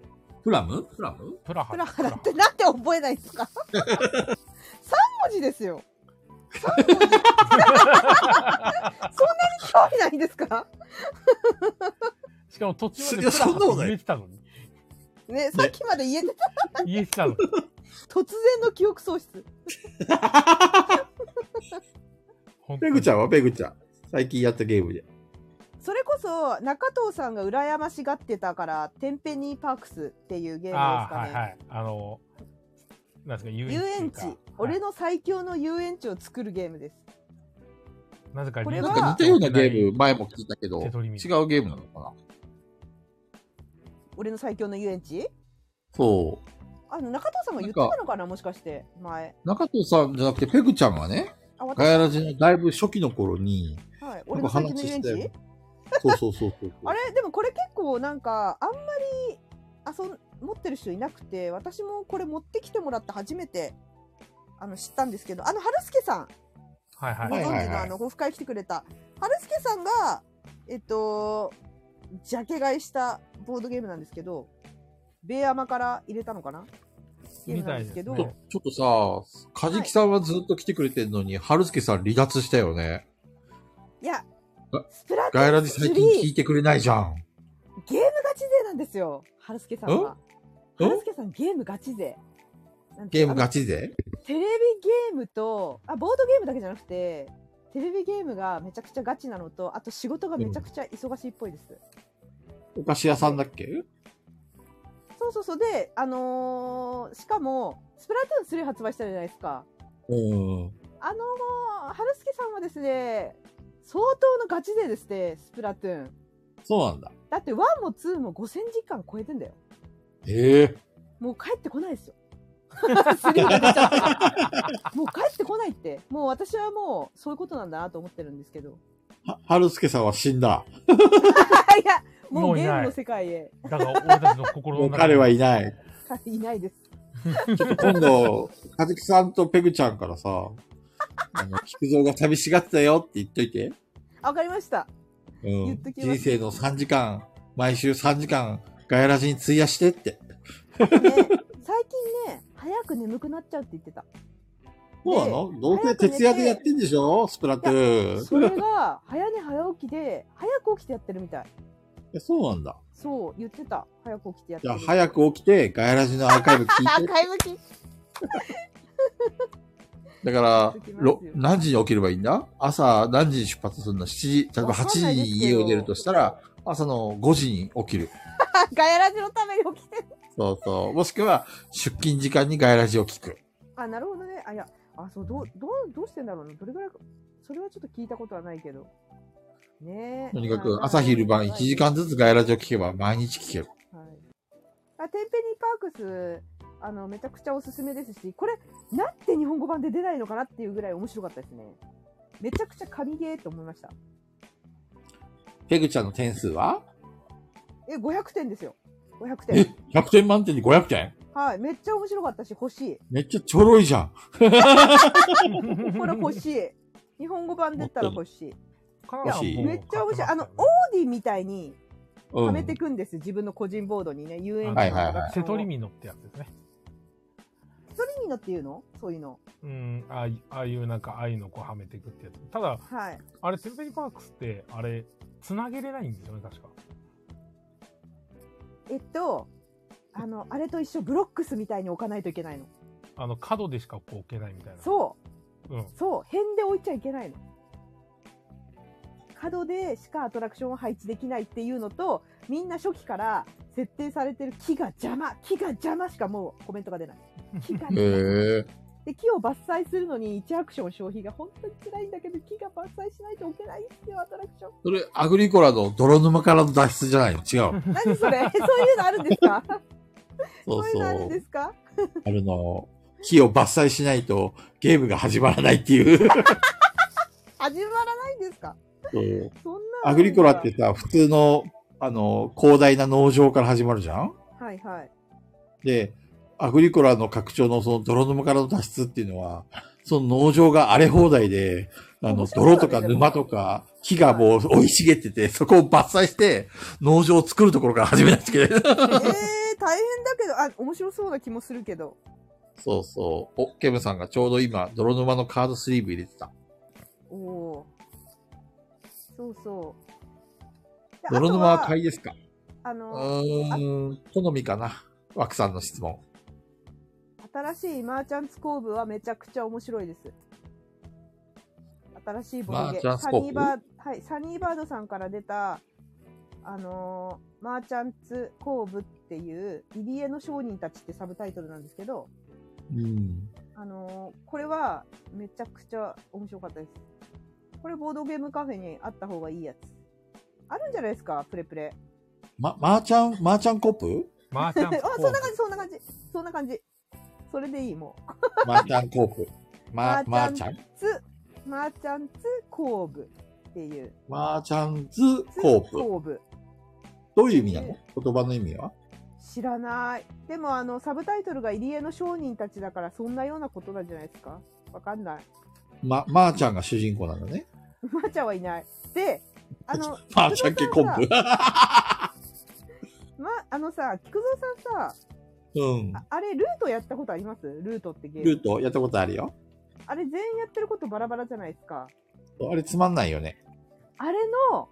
[SPEAKER 2] い。プラムプラム
[SPEAKER 1] プラハ。
[SPEAKER 4] プラハだっ
[SPEAKER 1] プ
[SPEAKER 4] て
[SPEAKER 1] ラ
[SPEAKER 4] なんで覚えないんで すか ?3 文字ですよ。3文字。そんなに興味ないんですか
[SPEAKER 1] しかも途中ま
[SPEAKER 2] す
[SPEAKER 1] で
[SPEAKER 2] げ
[SPEAKER 1] プ
[SPEAKER 2] え
[SPEAKER 1] ラハ
[SPEAKER 2] そんなこと
[SPEAKER 1] って
[SPEAKER 2] ない
[SPEAKER 1] 言えてたのに。
[SPEAKER 4] ね、さっきまで言えてた
[SPEAKER 1] 言えて たのに。
[SPEAKER 4] 突然の記憶喪失。
[SPEAKER 1] 本当
[SPEAKER 6] ペ
[SPEAKER 1] に
[SPEAKER 6] グちゃんはペグちゃん。最近やったゲームで。
[SPEAKER 4] それこそ中藤さんが羨ましがってたから、テンペニーパークスっていうゲームです
[SPEAKER 1] ああ、
[SPEAKER 4] か
[SPEAKER 1] は
[SPEAKER 4] ね。
[SPEAKER 1] いはい。あの、なんですか、遊園地
[SPEAKER 4] 遊園
[SPEAKER 1] と
[SPEAKER 4] 地、
[SPEAKER 1] いうか。
[SPEAKER 4] 俺
[SPEAKER 1] の。
[SPEAKER 4] の最強の遊園地を作るゲームです。
[SPEAKER 1] なぜか
[SPEAKER 4] これは
[SPEAKER 6] なんか似たようなゲーム、前も聞いたけど、違
[SPEAKER 1] 手
[SPEAKER 6] う
[SPEAKER 1] 取りみたい
[SPEAKER 6] ゲームなのかな
[SPEAKER 4] 俺の最強の遊園地
[SPEAKER 6] そ
[SPEAKER 4] あの中藤さんも言ってたのかなもしかして前
[SPEAKER 6] う。中藤さんじゃなくて、ペグちゃんがね、
[SPEAKER 4] あ
[SPEAKER 6] ガ
[SPEAKER 4] 私、
[SPEAKER 6] ヤラジのだいぶ初期の頃に、
[SPEAKER 4] はい、
[SPEAKER 6] な
[SPEAKER 4] 俺
[SPEAKER 6] ん
[SPEAKER 4] の
[SPEAKER 6] か
[SPEAKER 4] 最強の
[SPEAKER 6] 話
[SPEAKER 4] 遊
[SPEAKER 6] し
[SPEAKER 4] 園
[SPEAKER 6] たよ
[SPEAKER 4] 地
[SPEAKER 6] ね。そうそうそうそう。
[SPEAKER 4] あれでもこれ結構なんかあんまり遊ん持ってる人いなくて私もこれ持ってきてもらって初めてあの知ったんですけどあの春輔さん
[SPEAKER 1] はい
[SPEAKER 4] ご
[SPEAKER 1] は。
[SPEAKER 6] はいい
[SPEAKER 4] 存知のあのオフ会来てくれた春輔さんがえっとジャケ買いしたボードゲームなんですけどベーアマから入れたのかなゲームなんですけど
[SPEAKER 1] みたいですね
[SPEAKER 6] ちょっとさ、カジキさんはずっと来てくれてるのに、春助さん離脱したよね。
[SPEAKER 4] いや
[SPEAKER 6] あ
[SPEAKER 4] スプラトゥ
[SPEAKER 6] ガヤ
[SPEAKER 4] ー
[SPEAKER 6] ラ
[SPEAKER 4] ン
[SPEAKER 6] ジ
[SPEAKER 4] 3
[SPEAKER 6] 最
[SPEAKER 4] ゲ
[SPEAKER 6] 近聞
[SPEAKER 4] ーム
[SPEAKER 6] いてくれないじゃん。
[SPEAKER 4] ガチ勢なんですよ春輔さんは
[SPEAKER 6] んん
[SPEAKER 4] 春輔さんゲームガチ勢なんて
[SPEAKER 6] ゲームガチで
[SPEAKER 4] テレビゲームとあボードゲームだけじゃなくてテレビゲームがめちゃくちゃガチなのとあと仕事がめちゃくちゃ忙しいっぽいです、
[SPEAKER 6] お菓子屋さんだっけ
[SPEAKER 4] そうそうそうであのーしかもスプラトゥーン3発売したじゃないですか
[SPEAKER 6] うん。
[SPEAKER 4] あのー、春輔さんはですね相当のガチ勢ですって、スプラトゥーン。
[SPEAKER 2] そうなんだ。
[SPEAKER 4] だって1も2も5000時間超えてんだよ。
[SPEAKER 2] ええ
[SPEAKER 4] もう帰ってこないですよ。 スリーが出ちゃったもう帰ってこないって。もう私はもうそういうことなんだなと思ってるんですけど。
[SPEAKER 2] は、はるすけさんは死んだ。
[SPEAKER 4] あいや、
[SPEAKER 1] も
[SPEAKER 4] も
[SPEAKER 1] う
[SPEAKER 4] う
[SPEAKER 1] い
[SPEAKER 4] ゲ
[SPEAKER 1] ない
[SPEAKER 4] ームの世界へ。
[SPEAKER 1] だから俺たちの心
[SPEAKER 2] も
[SPEAKER 1] の
[SPEAKER 2] う
[SPEAKER 1] 中
[SPEAKER 2] 彼はいない。
[SPEAKER 4] いないです。
[SPEAKER 2] 今度、かじきさんとペグちゃんからさ、あの、菊蔵が寂しがってたよって言っといて。
[SPEAKER 4] あわかりました。
[SPEAKER 2] う
[SPEAKER 4] 言
[SPEAKER 2] ん
[SPEAKER 4] っと。きます
[SPEAKER 2] 人生の3時間、毎週3時間、ガヤラジに費やしてって。
[SPEAKER 4] ね、最近ね、早く眠くなっちゃうって言ってた。
[SPEAKER 2] そうなのどうせ
[SPEAKER 4] 早く寝て
[SPEAKER 2] 徹夜でやってんでしょスプラトゥーン
[SPEAKER 4] それが、早寝早起きで、早く起きてやってるみた
[SPEAKER 2] い
[SPEAKER 4] い。
[SPEAKER 2] や。そうなんだ。
[SPEAKER 4] そう、言ってた。早く起きてやっ
[SPEAKER 2] じゃ
[SPEAKER 4] て
[SPEAKER 2] あ、
[SPEAKER 4] る。
[SPEAKER 2] 早く起きて、ガヤラジのアーカイブ聞いて。
[SPEAKER 4] 買い向き。
[SPEAKER 2] だから
[SPEAKER 4] 行ってき、ますよ
[SPEAKER 2] ろ何時に起きればいいんだ朝何時に出発するの ?7 時、例えば
[SPEAKER 4] わ
[SPEAKER 2] 8
[SPEAKER 4] かん
[SPEAKER 2] 時
[SPEAKER 4] ない
[SPEAKER 2] に
[SPEAKER 4] ですけど
[SPEAKER 2] 家を出るとしたら、朝の5時に起きる。
[SPEAKER 4] あガヤラジのために起きてる。
[SPEAKER 2] そうそう。もしくは、出勤時間にガヤラジを聞く。
[SPEAKER 4] あ、なるほどね。あ、いや、あ、そう、どう、どう、どうしてんだろうな。どれぐらいか、それはちょっと聞いたことはないけど。ねえ。
[SPEAKER 2] とにか
[SPEAKER 4] ま
[SPEAKER 2] く、
[SPEAKER 4] あ
[SPEAKER 2] 朝昼晩1時間ずつガヤラジを聞けば、毎日聞ける。
[SPEAKER 4] はい。あ、テンペニーパークス、あの、めちゃくちゃおすすめですし、これ、なんて日本語版で出ないのかなっていうぐらい面白かったですね。めちゃくちゃ神ゲーと思いました。
[SPEAKER 2] ペグちゃんの点数は
[SPEAKER 4] え、500点ですよ。500
[SPEAKER 2] え
[SPEAKER 4] 点。
[SPEAKER 2] ?100 点満点に500点
[SPEAKER 4] はい。めっちゃ面白かったし、欲しい。
[SPEAKER 2] めっちゃちょろいじゃん。
[SPEAKER 4] これ欲し い。日本語版出たら欲しい。
[SPEAKER 2] い
[SPEAKER 4] めっちゃ面白い。あの、オーディみたいに、
[SPEAKER 2] う
[SPEAKER 4] は
[SPEAKER 2] ん。
[SPEAKER 4] めてくんです。自分の個人ボードにね、遊園地
[SPEAKER 1] い
[SPEAKER 4] の
[SPEAKER 2] はいはいはい
[SPEAKER 1] セトリミノってやつですね。
[SPEAKER 4] セトリミノっていうのそういうの。
[SPEAKER 1] うん、ああいああいうなんか愛の子はめていくってやつ。ただ、
[SPEAKER 4] はい。
[SPEAKER 1] あれ、テンペリパークスって、あれ、繋げれないんですよね、確か。
[SPEAKER 4] えっと、あの、あれと一緒、ブロックスみたいに置かないといけないの。
[SPEAKER 1] あの、角でしかこう置けないみたいな。う。
[SPEAKER 4] そう。
[SPEAKER 1] うん。
[SPEAKER 4] そう、辺で置いちゃいけないの。角でしかアトラクションを配置できないっていうのと、みんな初期から設定されてる木が邪魔、木が邪魔しかもうコメントが出ない。木が
[SPEAKER 2] へ
[SPEAKER 4] 邪魔。
[SPEAKER 2] え。
[SPEAKER 4] で、木を伐採するのに1アクション消費が本当に辛いんだけど、木が伐採しないと置けないんですよ、アトラクショ
[SPEAKER 2] それ、アグリコラの泥沼からの脱出じゃないの違う。
[SPEAKER 4] ン。何それそういうのあるんですか
[SPEAKER 2] そ
[SPEAKER 4] そうういう
[SPEAKER 2] そ
[SPEAKER 4] のあるんで
[SPEAKER 2] う。
[SPEAKER 4] すか
[SPEAKER 2] あの、木を伐採しないとゲームが始まらないっていう。
[SPEAKER 4] 始まらないんですか
[SPEAKER 2] そう
[SPEAKER 4] そんなのあ
[SPEAKER 2] ア
[SPEAKER 4] る
[SPEAKER 2] グ
[SPEAKER 4] んだ
[SPEAKER 2] リコラって。さ、普通の、あの、広大な農場から始まるじゃん
[SPEAKER 4] はいはい。
[SPEAKER 2] で、アグリコラの拡張のその泥沼からの脱出っていうのは、その農場が荒れ放題で、あの、
[SPEAKER 4] 面白い
[SPEAKER 2] 泥
[SPEAKER 4] ね
[SPEAKER 2] とか沼とか、木がもう生い茂ってて、そこを伐採して、農場を作るところから始めなきゃいけない。
[SPEAKER 4] えー、大変だけど、あ、面白そうな気もするけど。
[SPEAKER 2] そうそう。お、ケムさんがちょうど今、泥沼のカードスリーブ入れてた。
[SPEAKER 4] おおー。そうそう。で
[SPEAKER 2] 泥沼
[SPEAKER 4] あ
[SPEAKER 2] は
[SPEAKER 4] と
[SPEAKER 2] 買いですか
[SPEAKER 4] あ
[SPEAKER 2] う
[SPEAKER 4] の、
[SPEAKER 2] ーん、好みかな。枠さんの質問。
[SPEAKER 4] 新しいマーチャンツ工部はめちゃくちゃ面白いです。新しいボ
[SPEAKER 2] マ
[SPEAKER 4] ー
[SPEAKER 2] ー
[SPEAKER 4] ゲ
[SPEAKER 2] チャンツ
[SPEAKER 4] サ
[SPEAKER 2] 工部
[SPEAKER 4] ニーバー、はい、サニーバードさんから出た、あのーマーチャンツ工部っていう、入江の商人たちってサブタイトルなんですけど、
[SPEAKER 2] うん。
[SPEAKER 4] あのーこれはめちゃくちゃ面白かったです。これボードゲームカフェにあった方がいいやつ。あるんじゃないですかプレプレ。
[SPEAKER 2] ま、マーチャン、マーチャンコップ
[SPEAKER 1] マーチャン
[SPEAKER 4] あ
[SPEAKER 1] スコープ
[SPEAKER 4] そんな感じそんな感じそんな感じそれでいいもう
[SPEAKER 2] マーチャンコープ。マー、マ
[SPEAKER 4] マ
[SPEAKER 2] ー
[SPEAKER 4] ー
[SPEAKER 2] チ
[SPEAKER 4] チ
[SPEAKER 2] ャ
[SPEAKER 4] ャ
[SPEAKER 2] ン
[SPEAKER 4] つマーチャンツ工部っていう
[SPEAKER 2] マーチャンズコープ。
[SPEAKER 4] 工部
[SPEAKER 2] どういう意味なの言葉の意味は
[SPEAKER 4] 知らないでもあのサブタイトルが入江の商人たちだからそんなようなことなんじゃないですかわかんない
[SPEAKER 2] ま、まーちゃんが主人公なんだ ね。
[SPEAKER 4] マーチャンはいないであの
[SPEAKER 2] まーちゃん系コンプ
[SPEAKER 4] 菊。まあのさ菊蔵さんさ
[SPEAKER 2] うん。
[SPEAKER 4] ああれルートやったことありますルートってゲー
[SPEAKER 2] ル
[SPEAKER 4] ム
[SPEAKER 2] ートやったことあるよ。
[SPEAKER 4] あれ全員やってることバラバラじゃないですか
[SPEAKER 2] あれつまんないよね。
[SPEAKER 4] あれの、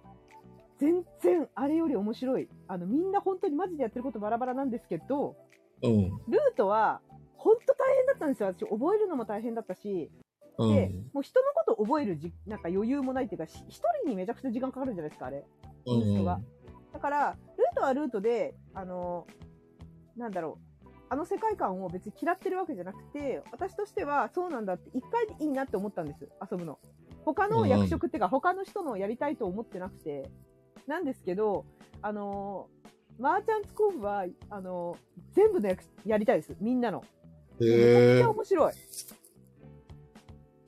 [SPEAKER 4] 全然あれより面白い。あの、みんな本当にマジでやってることバラバラなんですけど、
[SPEAKER 2] うん。
[SPEAKER 4] ルートは、本当大変だったんですよ。私、覚えるのも大変だったし、
[SPEAKER 2] う
[SPEAKER 4] で
[SPEAKER 2] ん。、
[SPEAKER 4] もう人のこと覚えるじ、なんか余裕もないっていうか、し一人にめちゃくちゃ時間かかるんじゃないですか、あれ。
[SPEAKER 2] う
[SPEAKER 4] ルートが
[SPEAKER 2] ん。
[SPEAKER 4] だから、ルートはルートで、あの、なんだろう、あの世界観を別に嫌ってるわけじゃなくて、私としては、そうなんだって、一回でいいなって思ったんです、遊ぶの。他の役職っていうか、他の人のやりたいと思ってなくて、なんですけど、あのーマーチャンツコーブは、あのー全部の役やりたいです。みんなの。めっ
[SPEAKER 2] へ
[SPEAKER 4] ち
[SPEAKER 2] え
[SPEAKER 4] ゃ。面白い。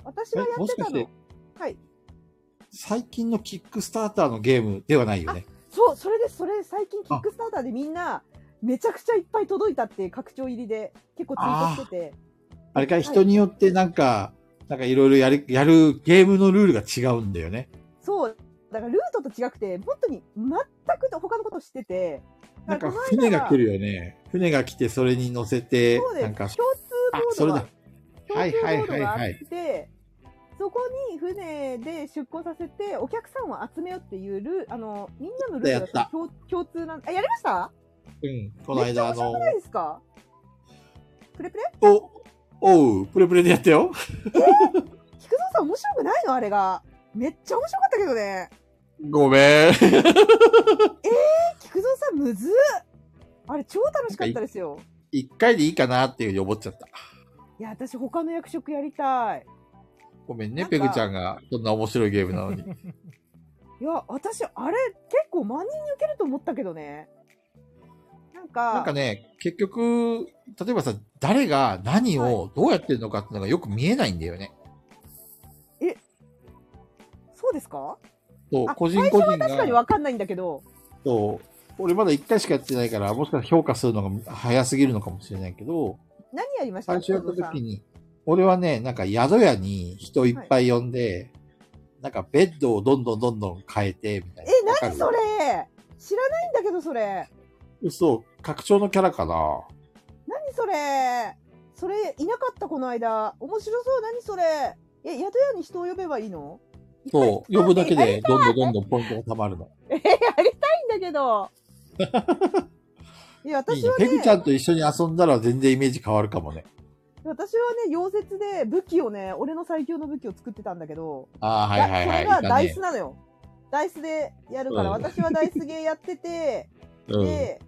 [SPEAKER 4] 私がや
[SPEAKER 2] えも
[SPEAKER 4] っ
[SPEAKER 2] してか
[SPEAKER 4] た
[SPEAKER 2] して
[SPEAKER 4] の。はい。
[SPEAKER 2] 最近のキックスターターのゲームではないよね。
[SPEAKER 4] そう、それです。それ、最近、キックスターターでみんな、めちゃくちゃいっぱい届いたって、拡張入りで、結構ツイートしてて。
[SPEAKER 2] あれか、人によってなんか、なんかいろいろやる、やるゲームのルールが違うんだよね。
[SPEAKER 4] そう。だからルートと違くて、本当に全く他のことしてて、
[SPEAKER 2] なんか
[SPEAKER 4] この間
[SPEAKER 2] 船が来るよね。船が来てそれに乗せて
[SPEAKER 4] そう、で
[SPEAKER 2] なん
[SPEAKER 4] す。
[SPEAKER 2] か
[SPEAKER 4] 共、通ボ
[SPEAKER 2] あ、
[SPEAKER 4] ー
[SPEAKER 2] そ
[SPEAKER 4] ド
[SPEAKER 2] れ
[SPEAKER 4] が
[SPEAKER 2] だ。、は
[SPEAKER 4] 共
[SPEAKER 2] い
[SPEAKER 4] 通ボ
[SPEAKER 2] はい
[SPEAKER 4] ー
[SPEAKER 2] は
[SPEAKER 4] ド
[SPEAKER 2] い
[SPEAKER 4] があ
[SPEAKER 2] は
[SPEAKER 4] っ
[SPEAKER 2] い。
[SPEAKER 4] て、そこに船で出航させて、お客さんを集めようっていうルー、あの、みんなのルール
[SPEAKER 2] やったや
[SPEAKER 4] が共共通なん、あ、やりました
[SPEAKER 2] うん。この間、あの、
[SPEAKER 4] ないですかプレプレ
[SPEAKER 2] お、おう、プレプレでやったよ。
[SPEAKER 4] 菊蔵さん面白くないのあれが。めっちゃ面白かったけどね。
[SPEAKER 2] ごめん。
[SPEAKER 4] 菊蔵さんむずっあれ超楽しかったですよ。
[SPEAKER 2] 一回でいいかなっていうふうに思っちゃった。
[SPEAKER 4] いや、私他の役職やりたい。
[SPEAKER 2] ごめんね、
[SPEAKER 4] なん
[SPEAKER 2] ペ
[SPEAKER 4] か
[SPEAKER 2] グちゃんが、そんな面白いゲームなのに。
[SPEAKER 4] いや、私あれ結構万人に受けると思ったけどね。なんか、
[SPEAKER 2] なんかね、結局、例えばさ、誰が何をどうやってるのかっていうのがよく見えないんだよね。
[SPEAKER 4] そうですか
[SPEAKER 2] そう、
[SPEAKER 4] あ
[SPEAKER 2] 個人個人
[SPEAKER 4] 最初は確かに
[SPEAKER 2] が。
[SPEAKER 4] わかんないんだけど、
[SPEAKER 2] そう。俺まだ一回しかやってないから、もしかしたら評価するのが早すぎるのかもしれないけど、
[SPEAKER 4] 何やりました
[SPEAKER 2] 最初やった
[SPEAKER 4] 菊蔵さ
[SPEAKER 2] 時
[SPEAKER 4] ん
[SPEAKER 2] に、俺はね、なんか宿屋に人いっぱい呼んで、なんかベッドをどんどんどんどん変えて、みたいな。
[SPEAKER 4] え、何それ知らないんだけど、それ。
[SPEAKER 2] 嘘、拡張のキャラかな
[SPEAKER 4] 何それそれいなかったこの間面白そう何それえ宿屋に人を呼べばいいの
[SPEAKER 2] そう、呼ぶだけ
[SPEAKER 4] や
[SPEAKER 2] でどんどんどんどんポイントが貯まるの。
[SPEAKER 4] えやりたいんだけどいや
[SPEAKER 2] いい
[SPEAKER 4] 私
[SPEAKER 2] ね
[SPEAKER 4] はね
[SPEAKER 2] ペグちゃんと一緒に遊んだら全然イメージ変わるかもね。
[SPEAKER 4] 私はね溶接で武器をね俺の最強の武器を作ってたんだけど、
[SPEAKER 2] ああ、はいはいはい。
[SPEAKER 4] いやそれがダイ
[SPEAKER 2] い
[SPEAKER 4] スなのよ、ダイスでやるから、
[SPEAKER 2] うん
[SPEAKER 4] 私はダイスゲーやってて、
[SPEAKER 2] たね
[SPEAKER 4] で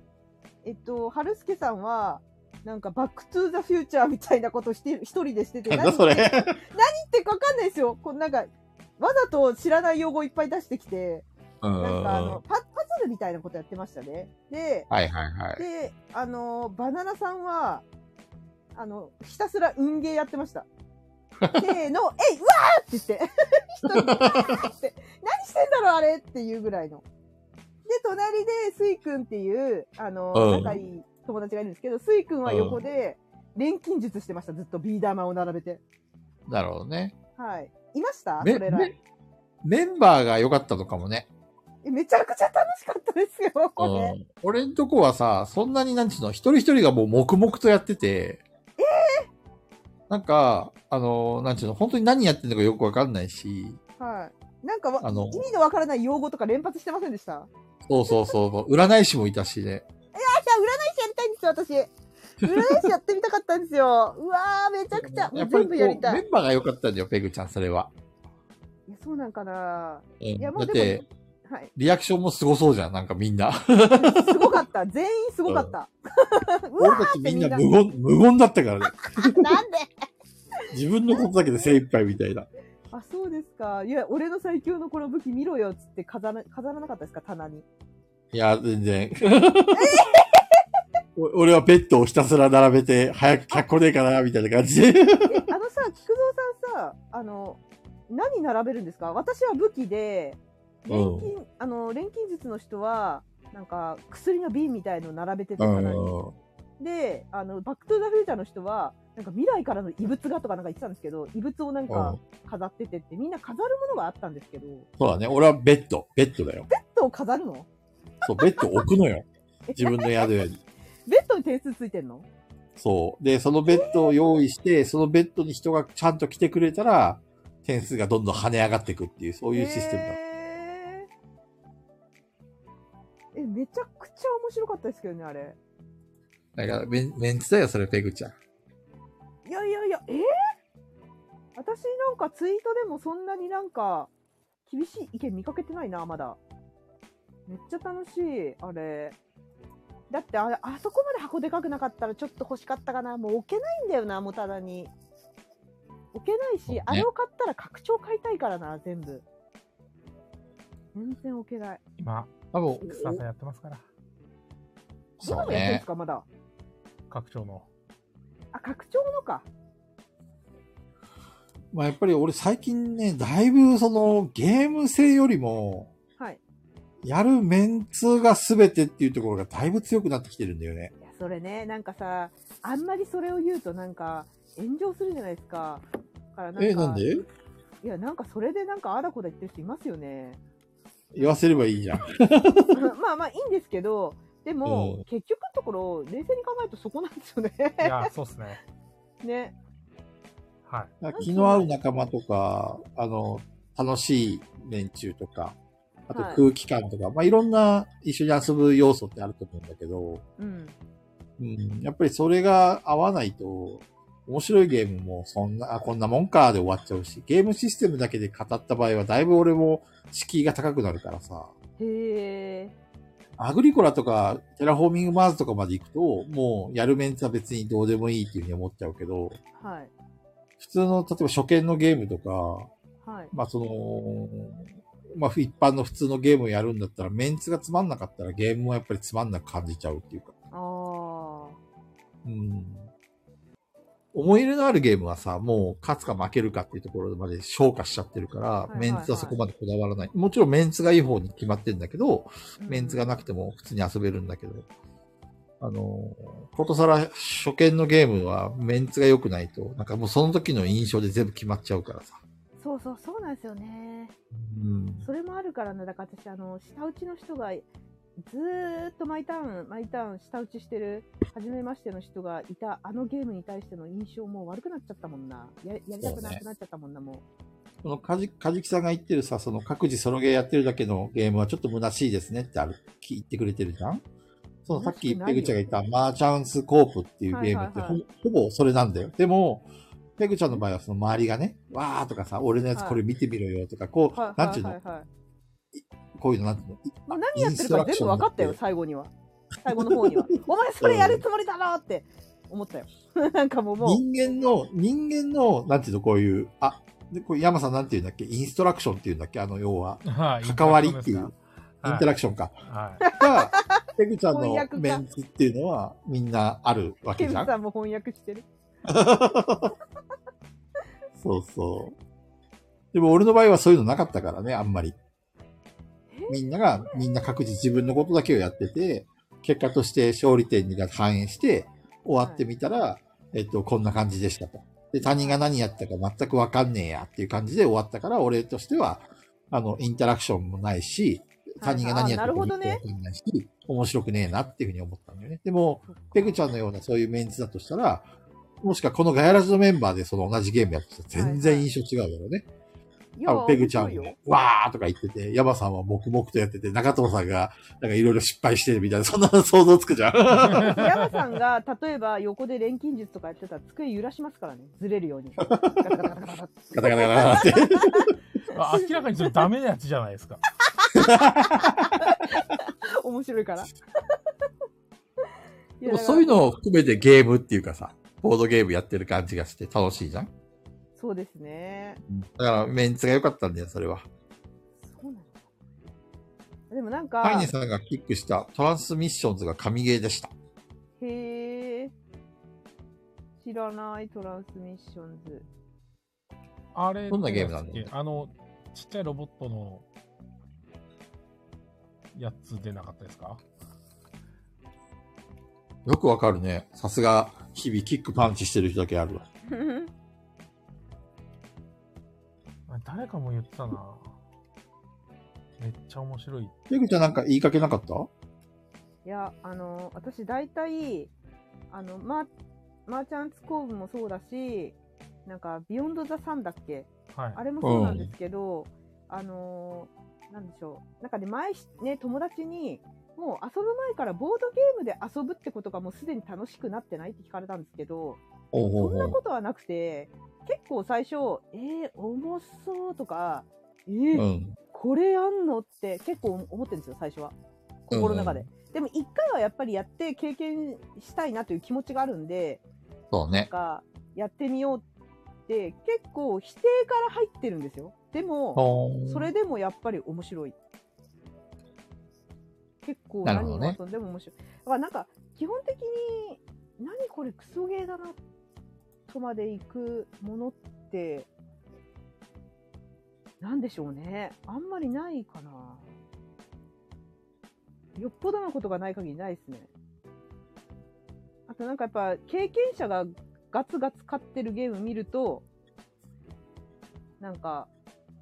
[SPEAKER 4] えっと春輔さんはなんかバックトゥーザフューチャーみたいなことしてる一人でしてて
[SPEAKER 2] うん。なん
[SPEAKER 4] 何
[SPEAKER 2] だそれ
[SPEAKER 4] ってかわかんないですよ。こうなんか、わざと知らない用語いっぱい出してきて、
[SPEAKER 2] う
[SPEAKER 4] なん
[SPEAKER 2] ん。
[SPEAKER 4] かあの
[SPEAKER 2] は
[SPEAKER 4] パ、パズルみたいなことやってましたね。で、
[SPEAKER 2] いはいはい。
[SPEAKER 4] で、あの、バナナさんは、あの、ひたすら運ゲーやって ました。せーの、えい、うわーって言って、 一人で、うわーって、何してんだろうあれっていうぐらいの。で、隣で、スイくんっていう、あの、
[SPEAKER 2] うん
[SPEAKER 4] 仲いい友達がいるんですけど、スイくんは横で、錬金術してました。ずっとビー玉を並べて。
[SPEAKER 2] なるほどね。
[SPEAKER 4] はい。いました
[SPEAKER 2] め
[SPEAKER 4] それら。
[SPEAKER 2] めメンバーが良かったのかもね。
[SPEAKER 4] えめちゃくちゃ楽しかったですよ、
[SPEAKER 2] う
[SPEAKER 4] これ。
[SPEAKER 2] ん。俺んとこはさ、そんなになんちゅうの、一人一人がもう黙々とやってて。なんか、あの、なんちゅうの、本当に何やってんのかよくわかんないし。
[SPEAKER 4] はい。なんかわ
[SPEAKER 2] あの
[SPEAKER 4] 意味のわからない用語とか連発してませんでしたいや、
[SPEAKER 2] そうそうそう。占い師もいたしね。
[SPEAKER 4] 占い師やりたいんですよ、私。占い師やってみたかったんですよ。うわー、めちゃくちゃ。も
[SPEAKER 2] や
[SPEAKER 4] う
[SPEAKER 2] っぱり
[SPEAKER 4] 全
[SPEAKER 2] こう
[SPEAKER 4] 部やりた
[SPEAKER 2] メ
[SPEAKER 4] い。
[SPEAKER 2] ンバーが良かったんだよ、ペグちゃん、それは。
[SPEAKER 4] いや、そうなんかな。
[SPEAKER 2] うん
[SPEAKER 4] いや、も
[SPEAKER 2] だ
[SPEAKER 4] う
[SPEAKER 2] っ
[SPEAKER 4] で
[SPEAKER 2] て、
[SPEAKER 4] も、はい。
[SPEAKER 2] リアクションもすごそうじゃん、なんかみんな。
[SPEAKER 4] すごかった。全員すごかった。うわ
[SPEAKER 2] 俺たちみんな
[SPEAKER 4] って
[SPEAKER 2] 無
[SPEAKER 4] み
[SPEAKER 2] 言、無言だったからね。
[SPEAKER 4] ー、なんで
[SPEAKER 2] 自分のことだけで精一杯みたいな。
[SPEAKER 4] あ、そうですか。いや、俺の最強のこの武器見ろよ、つって飾ら、飾らなかったですか、棚 に。
[SPEAKER 2] いや、全然。 お俺はペットをひたすら並べて、早く100個ねえかな、みたいな感じで。
[SPEAKER 4] えあのさ、菊蔵さんさ、あの、何並べるんですか私は武器で、錬金、あの、錬金術の人は、なんか、薬の瓶みたいの並べてたかなで、あの、バックトゥーザフューチャーの人は、なんか未来からの異物がとかなんか言ってたんですけど、異物をなん
[SPEAKER 2] う
[SPEAKER 4] か
[SPEAKER 2] ん
[SPEAKER 4] 飾っててって、みんな飾るものがあったんですけど、ベッ
[SPEAKER 2] そうだね。俺はベッド、ベッドだよ。
[SPEAKER 4] ドを飾るの
[SPEAKER 2] そう、ベッド置くの よ。自分の宿屋に。
[SPEAKER 4] ベッドに点数ついてんの
[SPEAKER 2] そう。で、そのベッドを用意して、そのベッドに人がちゃんと来てくれたら、点数がどんどん跳ね上がっていくっていう、そういうシステムだ。
[SPEAKER 4] へーえ、めちゃくちゃ面白かったですけどね、あれ。
[SPEAKER 2] だからメン、メンツだよ、それ、ペグちゃん。
[SPEAKER 4] いやいやいや、えー、私なんかツイートでもそんなになんか厳しい意見見かけてないな、まだ。めっちゃ楽しい、あれ。だってあれ、あそこまで箱でかくなかったらちょっと欲しかったかな。もう置けないんだよな、もうただに。置けない
[SPEAKER 2] そう
[SPEAKER 4] し、
[SPEAKER 2] ね
[SPEAKER 4] あれを買ったら拡張買いたいからな、全部。全然置けない。
[SPEAKER 1] 今、
[SPEAKER 2] 多分、
[SPEAKER 1] 草さんやってますから、
[SPEAKER 2] そ
[SPEAKER 4] 今
[SPEAKER 2] う
[SPEAKER 4] もやってんで
[SPEAKER 2] ね
[SPEAKER 4] す。か、まだ。
[SPEAKER 1] 拡張 の。
[SPEAKER 4] あ、拡張のか。
[SPEAKER 2] まあやっぱり俺最近ね、だいぶそのゲーム性よりも、
[SPEAKER 4] はい。
[SPEAKER 2] やるメンツが全てっていうところがだいぶ強くなってきてるんだよね。
[SPEAKER 4] いや、それね、なんかさ、あんまりそれを言うとなんか、炎上するじゃないですか。だからなんか
[SPEAKER 2] え、なんで
[SPEAKER 4] いや、なんかそれでなんかあだこだ言ってる人いますよね。
[SPEAKER 2] 言わせればいいじゃん。
[SPEAKER 4] まあまあいいんですけど、でも、
[SPEAKER 2] うん
[SPEAKER 4] 結局のところ、冷静に考えるとそこなんですよね。
[SPEAKER 1] いや、そうっすね。
[SPEAKER 4] ね。
[SPEAKER 1] はい。
[SPEAKER 2] 気の合う仲間とか、あの、楽しい連中とか、あと
[SPEAKER 4] はい
[SPEAKER 2] 空気感とか、まあいろんな一緒に遊ぶ要素ってあると思うんだけど、
[SPEAKER 4] うん。
[SPEAKER 2] うん、やっぱりそれが合わないと、面白いゲームもそんな、あこんなもんかで終わっちゃうし、ゲームシステムだけで語った場合はだいぶ俺も敷居が高くなるからさ、
[SPEAKER 4] へえ。
[SPEAKER 2] アグリコラとかテラフォーミングマーズとかまで行くと、もうやるメンツは別にどうでもいいっていうふうに思っちゃうけど、
[SPEAKER 4] はい。
[SPEAKER 2] 普通の例えば初見のゲームとか、
[SPEAKER 4] はい。
[SPEAKER 2] まあその、まあ一般の普通のゲームをやるんだったら、メンツがつまんなかったらゲームもやっぱりつまんなく感じちゃうっていうか。
[SPEAKER 4] あ
[SPEAKER 2] うん。思い入れのあるゲームはさ、もう勝つか負けるかっていうところまで消化しちゃってるから、
[SPEAKER 4] いはいはい
[SPEAKER 2] メンツはそこまでこだわらない。もちろんメンツがいい方に決まってんだけど、
[SPEAKER 4] あ。
[SPEAKER 2] メンツがなくても普通に遊べるんだけど、あの、ことさら初見のゲームはメンツが良くないと、なんかもうその時の印象で全部決まっちゃうからさ。
[SPEAKER 4] うんそうそう、そうなんですよね。
[SPEAKER 2] うん。
[SPEAKER 4] それもあるからね。だから私、あの、下打ちの人が、ずーっと毎ターン、毎ターン、下打ちしてる、初めましての人がいた、あのゲームに対しての印象も悪くなっちゃったもんな。ややりたくなくなっちゃったもんな、もう。
[SPEAKER 2] このカジ、カジキさんが言ってるさ、その各自ソロゲーやってるだけのゲームはちょっと虚しいですねってある、き言ってくれてるじゃんそのさっきペグちゃんが言ったマーチャンスコープっていうゲームってほ,、
[SPEAKER 4] はいはいは
[SPEAKER 2] ほぼそれなんだよ。でも、ペグちゃんの場合はその周りがね、わーとかさ、俺のやつこれ見てみろよとか、こう、
[SPEAKER 4] はい
[SPEAKER 2] なんていう
[SPEAKER 4] は
[SPEAKER 2] の
[SPEAKER 4] いはいはい
[SPEAKER 2] こういうのなんていうの
[SPEAKER 4] もう何やってるか全部分かった
[SPEAKER 2] イン
[SPEAKER 4] よ、
[SPEAKER 2] ス
[SPEAKER 4] 最後には。最後の方 には。お前それやるつもりだろって思ったよ。 なんかもう、もう、
[SPEAKER 2] 人間の、人間の、なんていうの、こういう、あ、でこれ山さんなんていうんだっけインストラクションっていうんだっけあの、要は、
[SPEAKER 1] はい
[SPEAKER 2] 関わりっていう。インタラ
[SPEAKER 1] ク
[SPEAKER 2] クションか。
[SPEAKER 1] ションですか。はい。
[SPEAKER 2] が、ペグちゃん
[SPEAKER 4] 翻
[SPEAKER 2] の
[SPEAKER 4] 訳家
[SPEAKER 2] メンツっていうのはみんなあるわ
[SPEAKER 4] ケ
[SPEAKER 2] け
[SPEAKER 4] ン
[SPEAKER 2] じゃん。
[SPEAKER 4] さんも翻訳してる。
[SPEAKER 2] そうそう。でも俺の場合はそういうのなかったからね、あんまり。みんなが、みんな各自自分のことだけをやってて、結果として勝利点が反映して、終わってみたら、えっと、こんな感じでしたと。で、他人が何やったか全くわかんねえやっていう感じで終わったから、俺としては、あの、インタラクションもないし、他人が何やって
[SPEAKER 4] あな
[SPEAKER 2] る
[SPEAKER 4] る
[SPEAKER 2] かも
[SPEAKER 4] ほど
[SPEAKER 2] わ
[SPEAKER 4] ね
[SPEAKER 2] かんないし、面白くねえなっていうふうに思ったんだよね。でも、ペグちゃんのようなそういうメンツだとしたら、もしかこのガヤラジのメンバーでその同じゲームやってたら全然印象違うだろうね。
[SPEAKER 4] い
[SPEAKER 2] 多分ペグちゃ
[SPEAKER 4] 面
[SPEAKER 2] ん
[SPEAKER 4] 白い
[SPEAKER 2] も
[SPEAKER 4] よ。、
[SPEAKER 2] わーとか言ってて、ヤマさんは黙々とやってて、中藤さんが、なんかいろいろ失敗してるみたいな、そんなの想像つく じゃん。
[SPEAKER 4] 山さんが、例えば横で錬金術とかやってたら机揺らしますからね。ずれる ように。ガタガタガタガタって
[SPEAKER 2] ガタガタガタガタって。
[SPEAKER 1] あ明らかにちょっとダメなやつじゃない ですか。
[SPEAKER 4] 面白 いから。
[SPEAKER 2] でもそういう
[SPEAKER 4] の。
[SPEAKER 2] のを含めてゲームっていうかさ、ボードゲームやってる感じがして楽しいじゃん。
[SPEAKER 4] そうですね。
[SPEAKER 2] だからメンツが良かったんだよ、それは。
[SPEAKER 4] そうなのでもなん
[SPEAKER 2] ハイ
[SPEAKER 4] か
[SPEAKER 2] ネ、さんがキックしたトランスミッションズが神ゲーでした。
[SPEAKER 4] へえ。知らないトランスミッションズ。
[SPEAKER 1] あれ、
[SPEAKER 2] どんなゲームなんだろう
[SPEAKER 1] だっけあの、ちっちゃいロボットのやつ出なかったですか
[SPEAKER 2] よくわかるね。さすが、日々キックパンチしてる人だけあるわ。
[SPEAKER 1] あ誰かも言ってたな。めっちゃ面白い。
[SPEAKER 2] ペグちゃんなんか言いかけなかった
[SPEAKER 4] いや、あの、私大体、あの、マーマーチャンツコーブもそうだし、なんか、ビヨンドザサンだっけ
[SPEAKER 1] はい。
[SPEAKER 4] あれもそうなんですけど、あのーなんでしょう。なんかね、前し、ね、友達に、もう遊ぶ前からボードゲームで遊ぶってことがもうすでに楽しくなってないって聞かれたんですけど、
[SPEAKER 2] おうお
[SPEAKER 4] そ
[SPEAKER 2] うん
[SPEAKER 4] な
[SPEAKER 2] おう
[SPEAKER 4] ことはなくて、結構最初、えー、重そうとか、えー
[SPEAKER 2] うん。
[SPEAKER 4] これやんのって結構思ってるんですよ、最初は。心の中で。
[SPEAKER 2] う
[SPEAKER 4] でも一回はやっぱりやって経験したいなという気持ちがあるんで、
[SPEAKER 2] そう
[SPEAKER 4] なん
[SPEAKER 2] ね。
[SPEAKER 4] かやってみようって結構否定から入ってるんですよ。でも、それでもやっぱり面白い。結構
[SPEAKER 2] なるほど
[SPEAKER 4] 何
[SPEAKER 2] ね
[SPEAKER 4] が遊んでも面白い。だからなんか基本的に何これクソゲーだなとまで行くものってなんでしょうね。あんまりないかな。よっぽどのことがない限りないですね。あとなんかやっぱ経験者がガツガツ勝ってるゲーム見ると、なんか、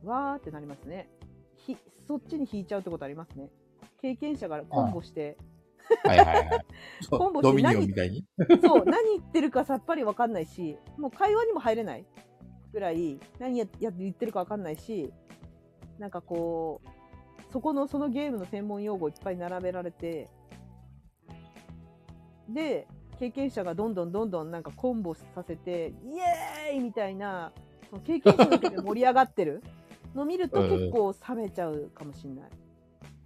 [SPEAKER 4] わーってなりますね。ひ、そっちに引いちゃうってことありますね。経験者がコンボして、
[SPEAKER 2] はいはい はい。
[SPEAKER 4] コンボして
[SPEAKER 2] ドミニオンみたいに。
[SPEAKER 4] そう、何言ってるかさっぱりわかんないし、もう会話にも入れないぐらい、何やや言ってるかわかんないし、なんかこう、そこの、そのゲームの専門用語いっぱい並べられて、で、経験者がどんどんどんどんなんかコンボさせて、イエーイみたいな、その経験者だけで盛り上がってるの見ると結構冷めちゃうかもしれない。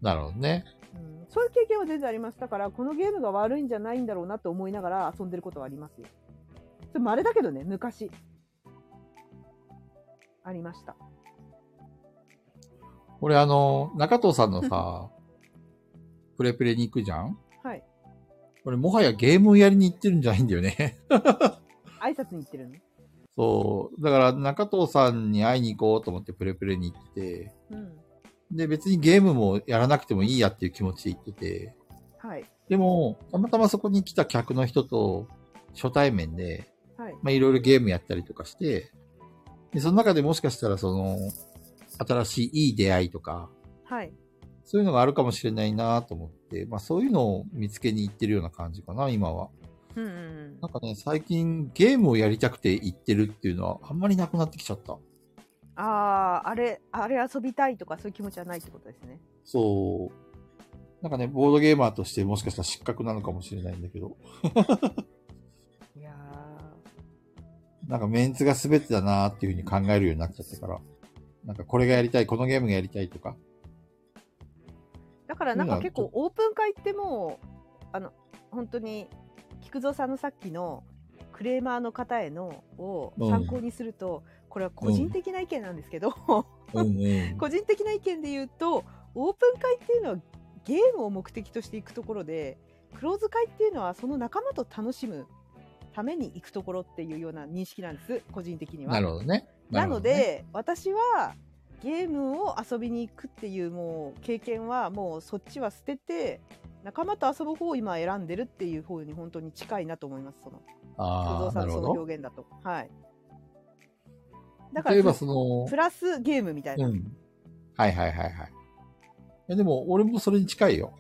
[SPEAKER 2] なるほどね。
[SPEAKER 4] うんそういう経験は全然あります。だから、このゲームが悪いんじゃないんだろうなと思いながら遊んでることはありますよ。それ、稀だけどね、昔。ありました。
[SPEAKER 2] 俺あの、中藤さんのさ、プレプレに行くじゃん
[SPEAKER 4] はい。
[SPEAKER 2] 俺もはやゲームをやりに行ってるんじゃないんだよね。
[SPEAKER 4] 挨拶に行ってるの。
[SPEAKER 2] そう。だから中藤さんに会いに行こうと思ってプレプレに行って、
[SPEAKER 4] うん。
[SPEAKER 2] で別にゲームもやらなくてもいいやっていう気持ちで行ってて、
[SPEAKER 4] はい。
[SPEAKER 2] でも、たまたまそこに来た客の人と初対面で、
[SPEAKER 4] はい。
[SPEAKER 2] まあ、いろいろゲームやったりとかして、で、その中でもしかしたらその、新しいいい出会いとか、
[SPEAKER 4] はい。
[SPEAKER 2] そういうのがあるかもしれないなと思って、まあそういうのを見つけに行ってるような感じかな、今は。
[SPEAKER 4] うんうん
[SPEAKER 2] なんかね、最近ゲームをやりたくて行ってるっていうのはあんまりなくなってきちゃった。
[SPEAKER 4] うん。ああ、あれ、あれ遊びたいとかそういう気持ちはないってことですね。
[SPEAKER 2] そう。なんかね、ボードゲーマーとしてもしかしたら失格なのかもしれないんだけど、
[SPEAKER 4] いや
[SPEAKER 2] なんかメンツが全てだなっていうふうに考えるようになっちゃったから、なんかこれがやりたい、このゲームがやりたいと か、
[SPEAKER 4] だからなんか結構オープン会ってもうあの本当に菊蔵さんのさっきのクレーマーの方へのを
[SPEAKER 2] うん
[SPEAKER 4] 参考にすると、これは個人的な意見なんですけど、
[SPEAKER 2] うんうん。
[SPEAKER 4] 個人的な意見で言うとオープン会っていうのはゲームを目的としていくところでクローズ会っていうのはその仲間と楽しむために行くところっていうような認識なんです個人的には。
[SPEAKER 2] なるほどね。
[SPEAKER 4] な
[SPEAKER 2] る
[SPEAKER 4] の
[SPEAKER 2] ほどね、
[SPEAKER 4] で、私はゲームを遊びに行くっていうもう経験はもうそっちは捨てて仲間と遊ぶ方を今選んでるっていう方に本当に近いなと思いますその不
[SPEAKER 2] あ
[SPEAKER 4] 動
[SPEAKER 2] あ、な
[SPEAKER 4] 産
[SPEAKER 2] る
[SPEAKER 4] の
[SPEAKER 2] ほ
[SPEAKER 4] その
[SPEAKER 2] ど。
[SPEAKER 4] 表現だとはいだから
[SPEAKER 2] 例えばその
[SPEAKER 4] プ、ラスゲームみたいな、
[SPEAKER 2] うん。はいはいはいはい。いやでも、俺もそれに近いよ。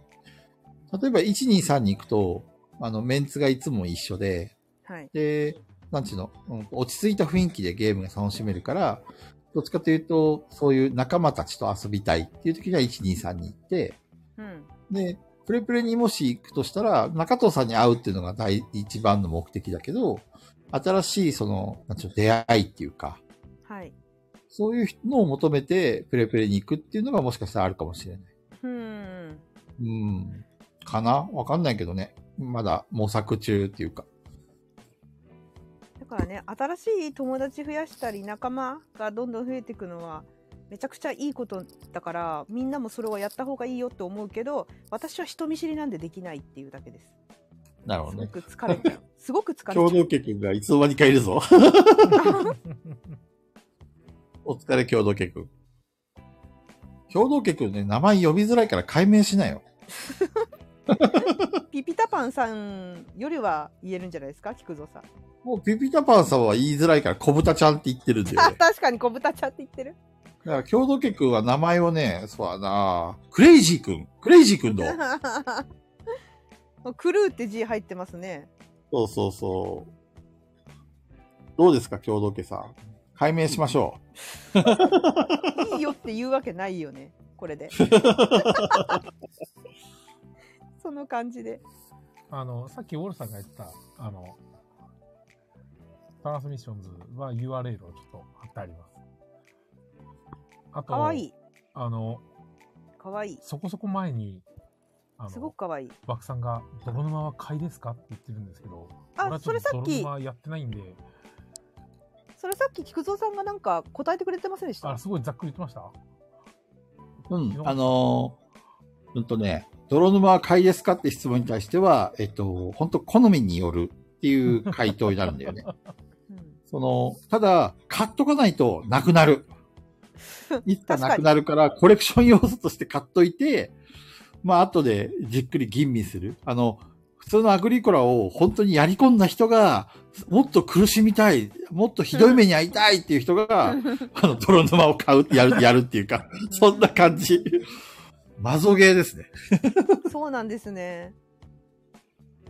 [SPEAKER 2] 例えば、123に行くと、あの、メンツがいつも一緒で、
[SPEAKER 4] はい
[SPEAKER 2] で、なんちゅうの、うん落ち着いた雰囲気でゲームが楽しめるから、どっちかというと、そういう仲間たちと遊びたいっていう時には123に行って、
[SPEAKER 4] うん
[SPEAKER 2] で、プレプレにもし行くとしたら、中藤さんに会うっていうのが第一番の目的だけど、新しいその、なんちゅうの、出会いっていうか、
[SPEAKER 4] はい
[SPEAKER 2] そういうのを求めて、プレプレに行くっていうのがもしかしたらあるかもしれない。
[SPEAKER 4] うん
[SPEAKER 2] うん。かなわかんないけどね。まだ模索中っていうか。
[SPEAKER 4] だからね新しい友達増やしたり仲間がどんどん増えていくのはめちゃくちゃいいことだからみんなもそれはやった方がいいよって思うけど私は人見知りなんでできないっていうだけです
[SPEAKER 2] なるほ
[SPEAKER 4] す
[SPEAKER 2] ど
[SPEAKER 4] ご
[SPEAKER 2] ね。
[SPEAKER 4] く疲れち ゃう。すごく疲れちゃ
[SPEAKER 2] 共
[SPEAKER 4] う。
[SPEAKER 2] 同家君がいつの間にかいるぞ。お疲れ、共同家君。共同家君ね、名前呼びづらいから解明しなよ。
[SPEAKER 4] ピピタパンさんよりは言えるんじゃないですか、菊蔵さん。
[SPEAKER 2] もうピピタパンさんは言いづらいから小豚ちゃんって言ってるんだよ
[SPEAKER 4] あ、
[SPEAKER 2] ね。
[SPEAKER 4] 確かに小豚ちゃんって言ってる。
[SPEAKER 2] だから共同家君は名前をね、そうだなクレイジー君。クレイジー君どう
[SPEAKER 4] もうクルーって字入ってますね。
[SPEAKER 2] そうそうそう。どうですか、共同家さん。解明しましょ
[SPEAKER 4] いいよって言うわけないよね、こ れで。その感じで。
[SPEAKER 1] あの、さっきウォルさんが言ってた、あの、トランスミッションズは URL をちょっと貼ってあります。あと、
[SPEAKER 4] かわいい。
[SPEAKER 1] あの、
[SPEAKER 4] かわいい。
[SPEAKER 1] そこそこ前に、あ
[SPEAKER 4] すご
[SPEAKER 1] の
[SPEAKER 4] く、かわいい。
[SPEAKER 1] バクさんが、泥沼は買いですかって言ってるんですけど、
[SPEAKER 4] あ
[SPEAKER 1] 俺はちょ
[SPEAKER 4] それさっき
[SPEAKER 1] 泥沼やってないんで、
[SPEAKER 4] それさっき菊蔵さんがなんか答えてくれてませんでした
[SPEAKER 1] あ、すごいざっくり言ってました
[SPEAKER 6] うん、あのーうんとね、泥沼は買いですかって質問に対しては、えっと、本当好みによるっていう回答になるんだよね。
[SPEAKER 4] うん
[SPEAKER 6] その、ただ、買っとかないとなくなる。一旦なくなるから、コレクション要素として買っといて、まあ、後でじっくり吟味する。あの、普通のアグリコラを本当にやり込んだ人が、もっと苦しみたい、もっとひどい目に遭いたいっていう人 が、あの、泥沼を買う、やる、やるっていうか、そんな感じ。マゾゲーですね。
[SPEAKER 4] そうなんですね。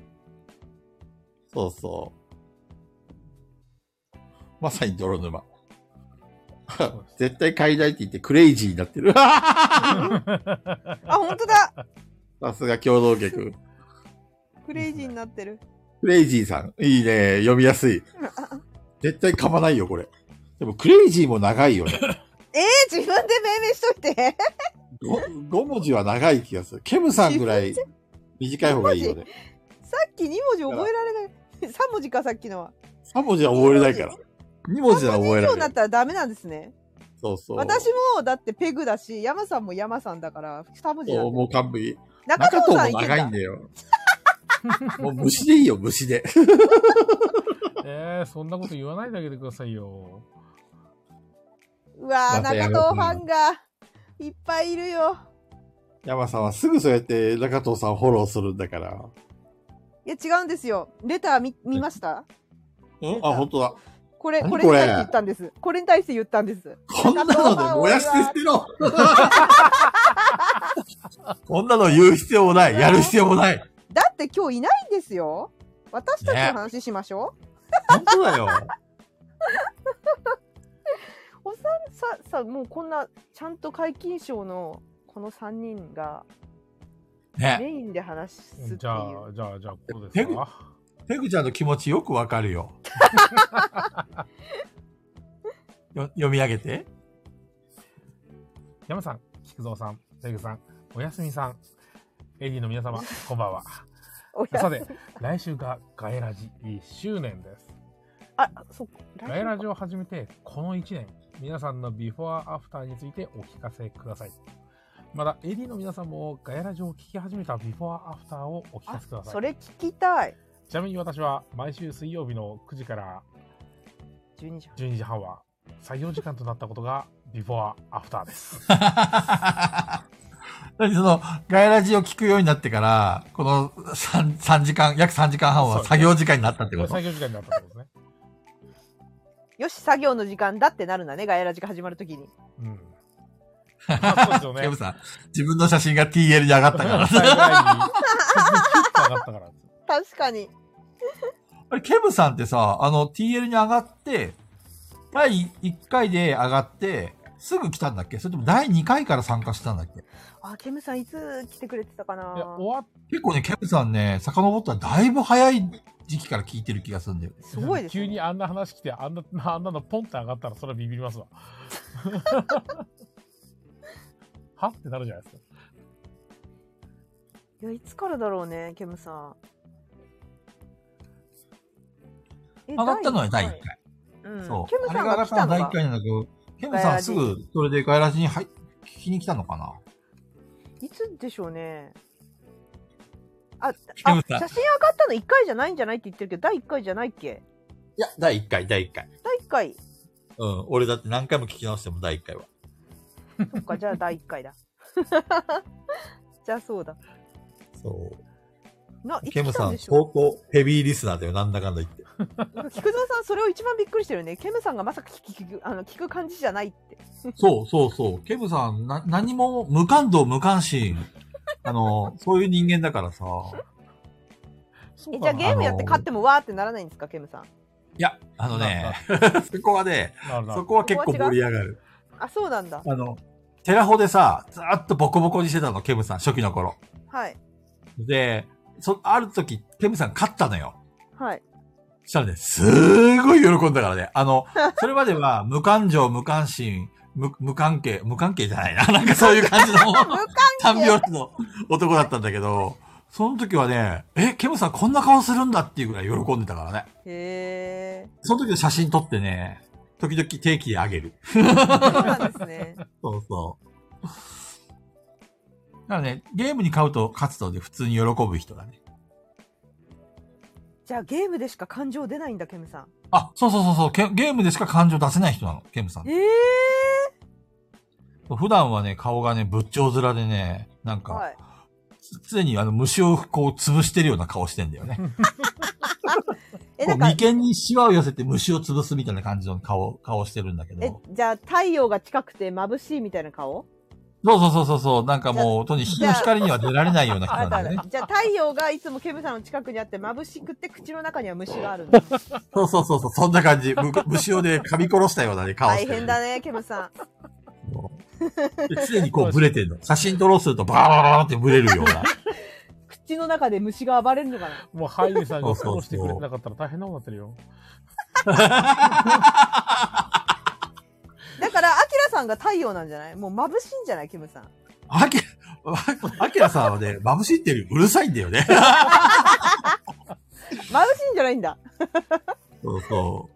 [SPEAKER 6] そうそう。まさに泥沼。絶対買いないって言ってクレイジーにな ってる。
[SPEAKER 4] あ、本当だ
[SPEAKER 6] さすが共同客。
[SPEAKER 4] クレイジーになって る。
[SPEAKER 6] クレイジーさん。いいね。読みやすい。絶対噛まないよ、これ。でも、クレイジーも長いよ ね。
[SPEAKER 4] えー、自分で命名しといて。
[SPEAKER 6] 5, 文字は長い気がする。ケムさんぐらい短い方がいいよね。
[SPEAKER 4] さっき2文字覚えられない。3文字 か、さっきのは。
[SPEAKER 6] 3文字は覚えれないから。2文字は
[SPEAKER 4] 3
[SPEAKER 6] 覚
[SPEAKER 4] 文
[SPEAKER 6] えら
[SPEAKER 4] 字以
[SPEAKER 6] れ
[SPEAKER 4] 上に
[SPEAKER 6] な
[SPEAKER 4] なっ
[SPEAKER 6] い。
[SPEAKER 4] たらダメなんですね。
[SPEAKER 6] そうそう。
[SPEAKER 4] 私も、だってペグだし、山さんも山さんだから、2文字
[SPEAKER 6] そ
[SPEAKER 4] な
[SPEAKER 6] う、
[SPEAKER 4] んで
[SPEAKER 6] もう完璧。
[SPEAKER 4] 中
[SPEAKER 6] 中
[SPEAKER 4] 藤
[SPEAKER 6] 藤
[SPEAKER 4] さ
[SPEAKER 6] も
[SPEAKER 4] んいけん
[SPEAKER 6] 長いん
[SPEAKER 4] だ。
[SPEAKER 6] だよ。 もう虫でいいよ、虫で。
[SPEAKER 1] えー、そんなこと言わないであげてくださいよ。
[SPEAKER 4] うわー、
[SPEAKER 6] また
[SPEAKER 4] 中
[SPEAKER 6] やる
[SPEAKER 4] 藤ファンが、いっぱいいるよ。
[SPEAKER 6] 山さんはすぐそうやって中藤さんをフォローするんだから。
[SPEAKER 4] いや、違うんですよ。レター見見ました
[SPEAKER 6] うんあ、本当だ。
[SPEAKER 4] これ、
[SPEAKER 6] 何
[SPEAKER 4] これに
[SPEAKER 6] これ
[SPEAKER 4] 対して言ったんです。これに対して言ったんです。
[SPEAKER 6] こんなので燃やして捨てろ こんなの言う必要もない。やる必要もない。
[SPEAKER 4] だって今日いないんですよ。私たちの話しましょう。
[SPEAKER 6] 本当だよ。
[SPEAKER 3] おさんささもうこんなちゃんと解禁賞のこの3人が
[SPEAKER 6] ね。
[SPEAKER 3] メインで話すっていう
[SPEAKER 1] じゃあ、じゃあ、じゃあ、ここですか
[SPEAKER 6] ペグちゃんの気持ちよくわかる よ。よ読み上げて。
[SPEAKER 1] 山さん、菊蔵さん、大グさん、おやすみさん、エディの 皆様、こんばんは。
[SPEAKER 3] おや
[SPEAKER 1] さて、来週がガエラジ1周年です。
[SPEAKER 3] あそっか
[SPEAKER 1] ガエラジを始めてこの1年、皆さんのビフォーアフターについてお聞かせください。まだ、エディの皆さんもガエラジを聞き始めたビフォーアフターをお聞かせくださ
[SPEAKER 3] そ
[SPEAKER 1] い。
[SPEAKER 3] れ聞きたい
[SPEAKER 1] ちなみに私は毎週水曜日の9時から
[SPEAKER 3] 12時半
[SPEAKER 1] 12時半は作業時間となったことがビフォーアフタ ーです。
[SPEAKER 2] だってその、ガイラジを聞くようになってから、この 3, 3時間、約3時間半
[SPEAKER 1] そう
[SPEAKER 2] は
[SPEAKER 1] です
[SPEAKER 2] 作業時間になったって
[SPEAKER 1] これ
[SPEAKER 2] こと
[SPEAKER 1] 作業時間になったってことですね。
[SPEAKER 4] よし、作業の時間だってなるんだね、ガヤラジが始まるときに。
[SPEAKER 1] うん。まあそうですよね
[SPEAKER 2] ケムさん、自分の写真が TL で上がったから。
[SPEAKER 1] 最後ぐらいに、上がったから。
[SPEAKER 4] 確かに。
[SPEAKER 2] あれ、ケムさんってさ、あの、TL に上がって、第1回で上がって、すぐ来たんだっけそれとも第2回から参加したんだっけ
[SPEAKER 4] あ、ケムさんいつ来てくれてたか
[SPEAKER 1] いや、
[SPEAKER 4] な
[SPEAKER 1] 終わっ
[SPEAKER 2] 結構ね、ケムさんね、遡ったらだいぶ早い時期から聞いてる気がするんだよ。
[SPEAKER 4] すごいです
[SPEAKER 1] 急
[SPEAKER 4] ね。
[SPEAKER 1] にあんな話来て、あんな、あんなのポンって上がったら、それはビビりますわ。はってなるじゃないですか。
[SPEAKER 4] いや、いつからだろうね、ケムさん。え
[SPEAKER 2] 上がったのは第1回。
[SPEAKER 4] 第うん
[SPEAKER 2] そう。
[SPEAKER 4] ケム
[SPEAKER 2] あ
[SPEAKER 4] さ
[SPEAKER 2] れ
[SPEAKER 4] ん
[SPEAKER 2] が上
[SPEAKER 4] が
[SPEAKER 2] がっ
[SPEAKER 4] 来
[SPEAKER 2] た
[SPEAKER 4] た
[SPEAKER 2] の
[SPEAKER 4] の
[SPEAKER 2] は第1
[SPEAKER 4] が
[SPEAKER 2] 回なんだけど、ケムさんすぐそれでガイラジに入っ聞きに来たのかない
[SPEAKER 4] つでしょうね。あ、あ
[SPEAKER 2] ケ
[SPEAKER 4] 写
[SPEAKER 2] ム
[SPEAKER 4] 真
[SPEAKER 2] さん
[SPEAKER 4] 上がったの1回じゃないんじゃないって言ってるけど、第1回じゃないっけ
[SPEAKER 2] いや、第1回、第1回。
[SPEAKER 4] 第1回。
[SPEAKER 2] うん。俺だって何回も聞き直しても第1回は。
[SPEAKER 4] そっか、じゃあ第1回だ。 じゃあそうだ。
[SPEAKER 2] そ
[SPEAKER 4] な、
[SPEAKER 2] う。
[SPEAKER 4] いつ
[SPEAKER 2] ケム
[SPEAKER 4] 来
[SPEAKER 2] さ
[SPEAKER 4] たん
[SPEAKER 2] ん、
[SPEAKER 4] でしょ
[SPEAKER 2] 相当ヘビーリスナーだよ、なんだかんだ言って。
[SPEAKER 4] う菊蔵さん、それを一番びっくりしてるね。ケムさんがまさか聞く聞くあの聞く感じじゃないって。
[SPEAKER 2] そうそうそう。ケムさん、な、何も無感動、無関心。あの、そういう人間だからさ。
[SPEAKER 1] そ
[SPEAKER 4] え
[SPEAKER 1] う
[SPEAKER 4] じ
[SPEAKER 1] だ
[SPEAKER 4] ゃあ
[SPEAKER 1] な
[SPEAKER 4] ゲームやって勝ってもわーってならないんですか、ケムさん。
[SPEAKER 2] いや、あのね、そこはね、
[SPEAKER 1] なるなる
[SPEAKER 2] そこは結構盛り上がる。
[SPEAKER 4] あ、そうなんだ。
[SPEAKER 2] あの、テラホでさ、ずーっとボコボコにしてたの、ケムさん、初期の頃。
[SPEAKER 4] はい。
[SPEAKER 2] で、そ、ある時、ケムさん勝ったのよ。
[SPEAKER 4] はい。
[SPEAKER 2] そしたらね、すーごい喜んだからね。あの、それまでは、無感情、無関心、無、無関係、無関係じゃないな。 なんかそういう感じの、 三拍子の男だったんだけど、その時はね、え、ケムさんこんな顔するんだっていうぐらい喜んでたからね。
[SPEAKER 4] へえ。
[SPEAKER 2] その時の写真撮ってね、時々定期上げる。
[SPEAKER 3] そうなんですね。
[SPEAKER 2] そうそう。だからね、ゲームに買うと勝つとで普通に喜ぶ人がね。
[SPEAKER 4] じゃあゲームでしか感情出ないんだ、ケムさん。
[SPEAKER 2] あ、そうそうそうそうゲ、ゲームでしか感情出せない人なの、ケムさん。
[SPEAKER 4] ええ
[SPEAKER 2] 普段はね、顔がね、仏頂面でね、なんか、
[SPEAKER 4] はい。
[SPEAKER 2] 常にあの虫をこう潰してるような顔してんだよね。
[SPEAKER 4] え、
[SPEAKER 2] こ
[SPEAKER 4] な
[SPEAKER 2] うん
[SPEAKER 4] か、
[SPEAKER 2] 眉間にシワを寄せて虫を潰すみたいな感じの顔、顔してるんだけ
[SPEAKER 4] え
[SPEAKER 2] ど。、
[SPEAKER 4] じゃあ太陽が近くて眩しいみたいな顔
[SPEAKER 2] そうそうそうそうそう、なんかもう、とに日
[SPEAKER 4] じゃ
[SPEAKER 2] の
[SPEAKER 4] あ
[SPEAKER 2] 光には出られない ような人
[SPEAKER 4] あ
[SPEAKER 2] なんだ
[SPEAKER 4] だ
[SPEAKER 2] よね
[SPEAKER 4] だ。じゃあ太陽がいつもケムさんの近くにあって眩しくて口の中には虫がある んだ。
[SPEAKER 2] そうそうそうそう、そんな感じ。む虫をね、噛み殺したようなね、顔して
[SPEAKER 4] 大
[SPEAKER 2] る。
[SPEAKER 4] 変だね、ケムさん。
[SPEAKER 2] で常にこうブレてんの。写真撮ろうするとバーバーバーってブレるような。
[SPEAKER 4] 口の中で虫が暴れるのかな。
[SPEAKER 1] もうハイジさんがフォローしてくれてなかったら大変なことになってるよ。
[SPEAKER 4] だから、アキラさんが太陽なんじゃないもう眩しいんじゃないケムさん。
[SPEAKER 2] あき、あきらさんはね、眩しいっていうよりうるさいんだよね。
[SPEAKER 4] 眩しいんじゃないんだ。
[SPEAKER 2] そうそう。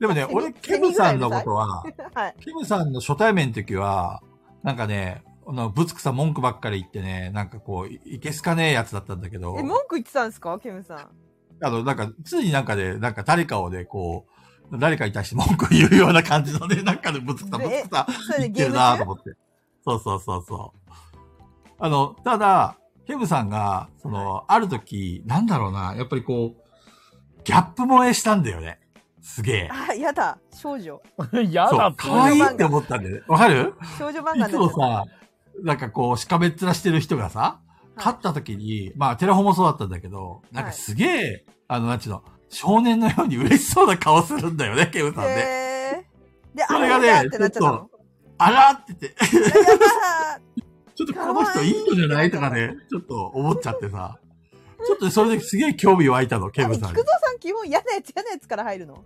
[SPEAKER 2] でもね、
[SPEAKER 4] セミ
[SPEAKER 2] 俺、ケムさんのことは、
[SPEAKER 4] はい。
[SPEAKER 2] ケムさんの初対面の時は、なんかね、あの、ぶつくさ文句ばっかり言ってね、なんかこう、いいけすかねえやつだったんだけど
[SPEAKER 4] え、、文句言ってたんですかケムさん。
[SPEAKER 2] あの、なんか、常になんかね、なんか誰かをね、こう、誰かに対して文句を言うような感じのね、なんかでぶつくさ、ぶ
[SPEAKER 4] で
[SPEAKER 2] つくさ、
[SPEAKER 4] それで
[SPEAKER 2] 言ってる
[SPEAKER 4] ゲーム
[SPEAKER 2] なと
[SPEAKER 4] 中
[SPEAKER 2] 思って。そうそうそうそう。あの、ただ、ケムさんが、その、ある時、なんだろうな、やっぱりこう、ギャップ萌えしたんだよね。すげえ。
[SPEAKER 4] あ、やだ。少女。
[SPEAKER 1] や
[SPEAKER 2] そ
[SPEAKER 1] だ
[SPEAKER 2] う、可愛いって思ったんだよね。わかる
[SPEAKER 4] 少女漫
[SPEAKER 2] い
[SPEAKER 4] 画に
[SPEAKER 2] つ
[SPEAKER 4] なっ
[SPEAKER 2] も
[SPEAKER 4] ちゃ
[SPEAKER 2] さ、なんかこう、しかめっ面してる人がさ、勝った時に、まあ、テラホもそうだったんだけど、なんかすげえ、あの、なんちゅうの、少年のように嬉しそうな顔するんだよね、ケムさ
[SPEAKER 4] うん
[SPEAKER 2] ね。
[SPEAKER 4] へーで、
[SPEAKER 2] そ
[SPEAKER 4] あ
[SPEAKER 2] れが
[SPEAKER 4] れ
[SPEAKER 2] ね
[SPEAKER 4] だってなっちゃったの。
[SPEAKER 2] あらってて、
[SPEAKER 4] やだ
[SPEAKER 2] ちょっとこの人いい人じゃないとかね、ちょっと思っちゃってさ。ちょっとそれですげえ興味湧いたの、ケ
[SPEAKER 4] ー
[SPEAKER 2] ム
[SPEAKER 4] 何
[SPEAKER 2] さん
[SPEAKER 4] 菊
[SPEAKER 2] に
[SPEAKER 4] 蔵。さん基本嫌なやつ嫌なやつから入るの。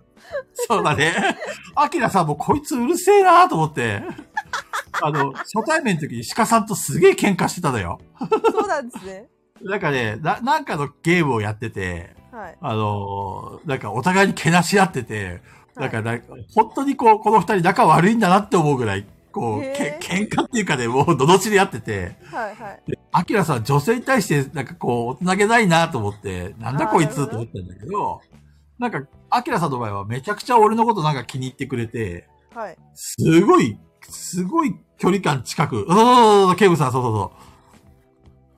[SPEAKER 2] そうだね。アキラさんもこいつうるせえなと思って。あの、初対面の時に鹿さんとすげえ喧嘩してたのよ。
[SPEAKER 4] そうなんですね。
[SPEAKER 2] なんかね、な、なんかのゲームをやってて、
[SPEAKER 4] はい。
[SPEAKER 2] あのーなんかお互いにけなし合ってて、
[SPEAKER 4] は
[SPEAKER 2] な
[SPEAKER 4] い
[SPEAKER 2] んかなんか、本当にこう、この二人仲悪いんだなって思うぐらい、こう、け
[SPEAKER 4] へえ
[SPEAKER 2] 喧嘩っていうかね、もう、のどしり合ってて、
[SPEAKER 4] はいはい。
[SPEAKER 2] でアキラさん女性に対して、なんかこう、大人げないなと思って、なんだ
[SPEAKER 4] あー
[SPEAKER 2] こいつ
[SPEAKER 4] なる
[SPEAKER 2] と
[SPEAKER 4] ほ
[SPEAKER 2] 思
[SPEAKER 4] ど
[SPEAKER 2] ったんだけど、なんか、アキラさんの場合はめちゃくちゃ俺のことなんか気に入ってくれて、
[SPEAKER 4] はい。
[SPEAKER 2] すごい、すごい距離感近く、そうそうそうそう、ケムさん、そうそうそう。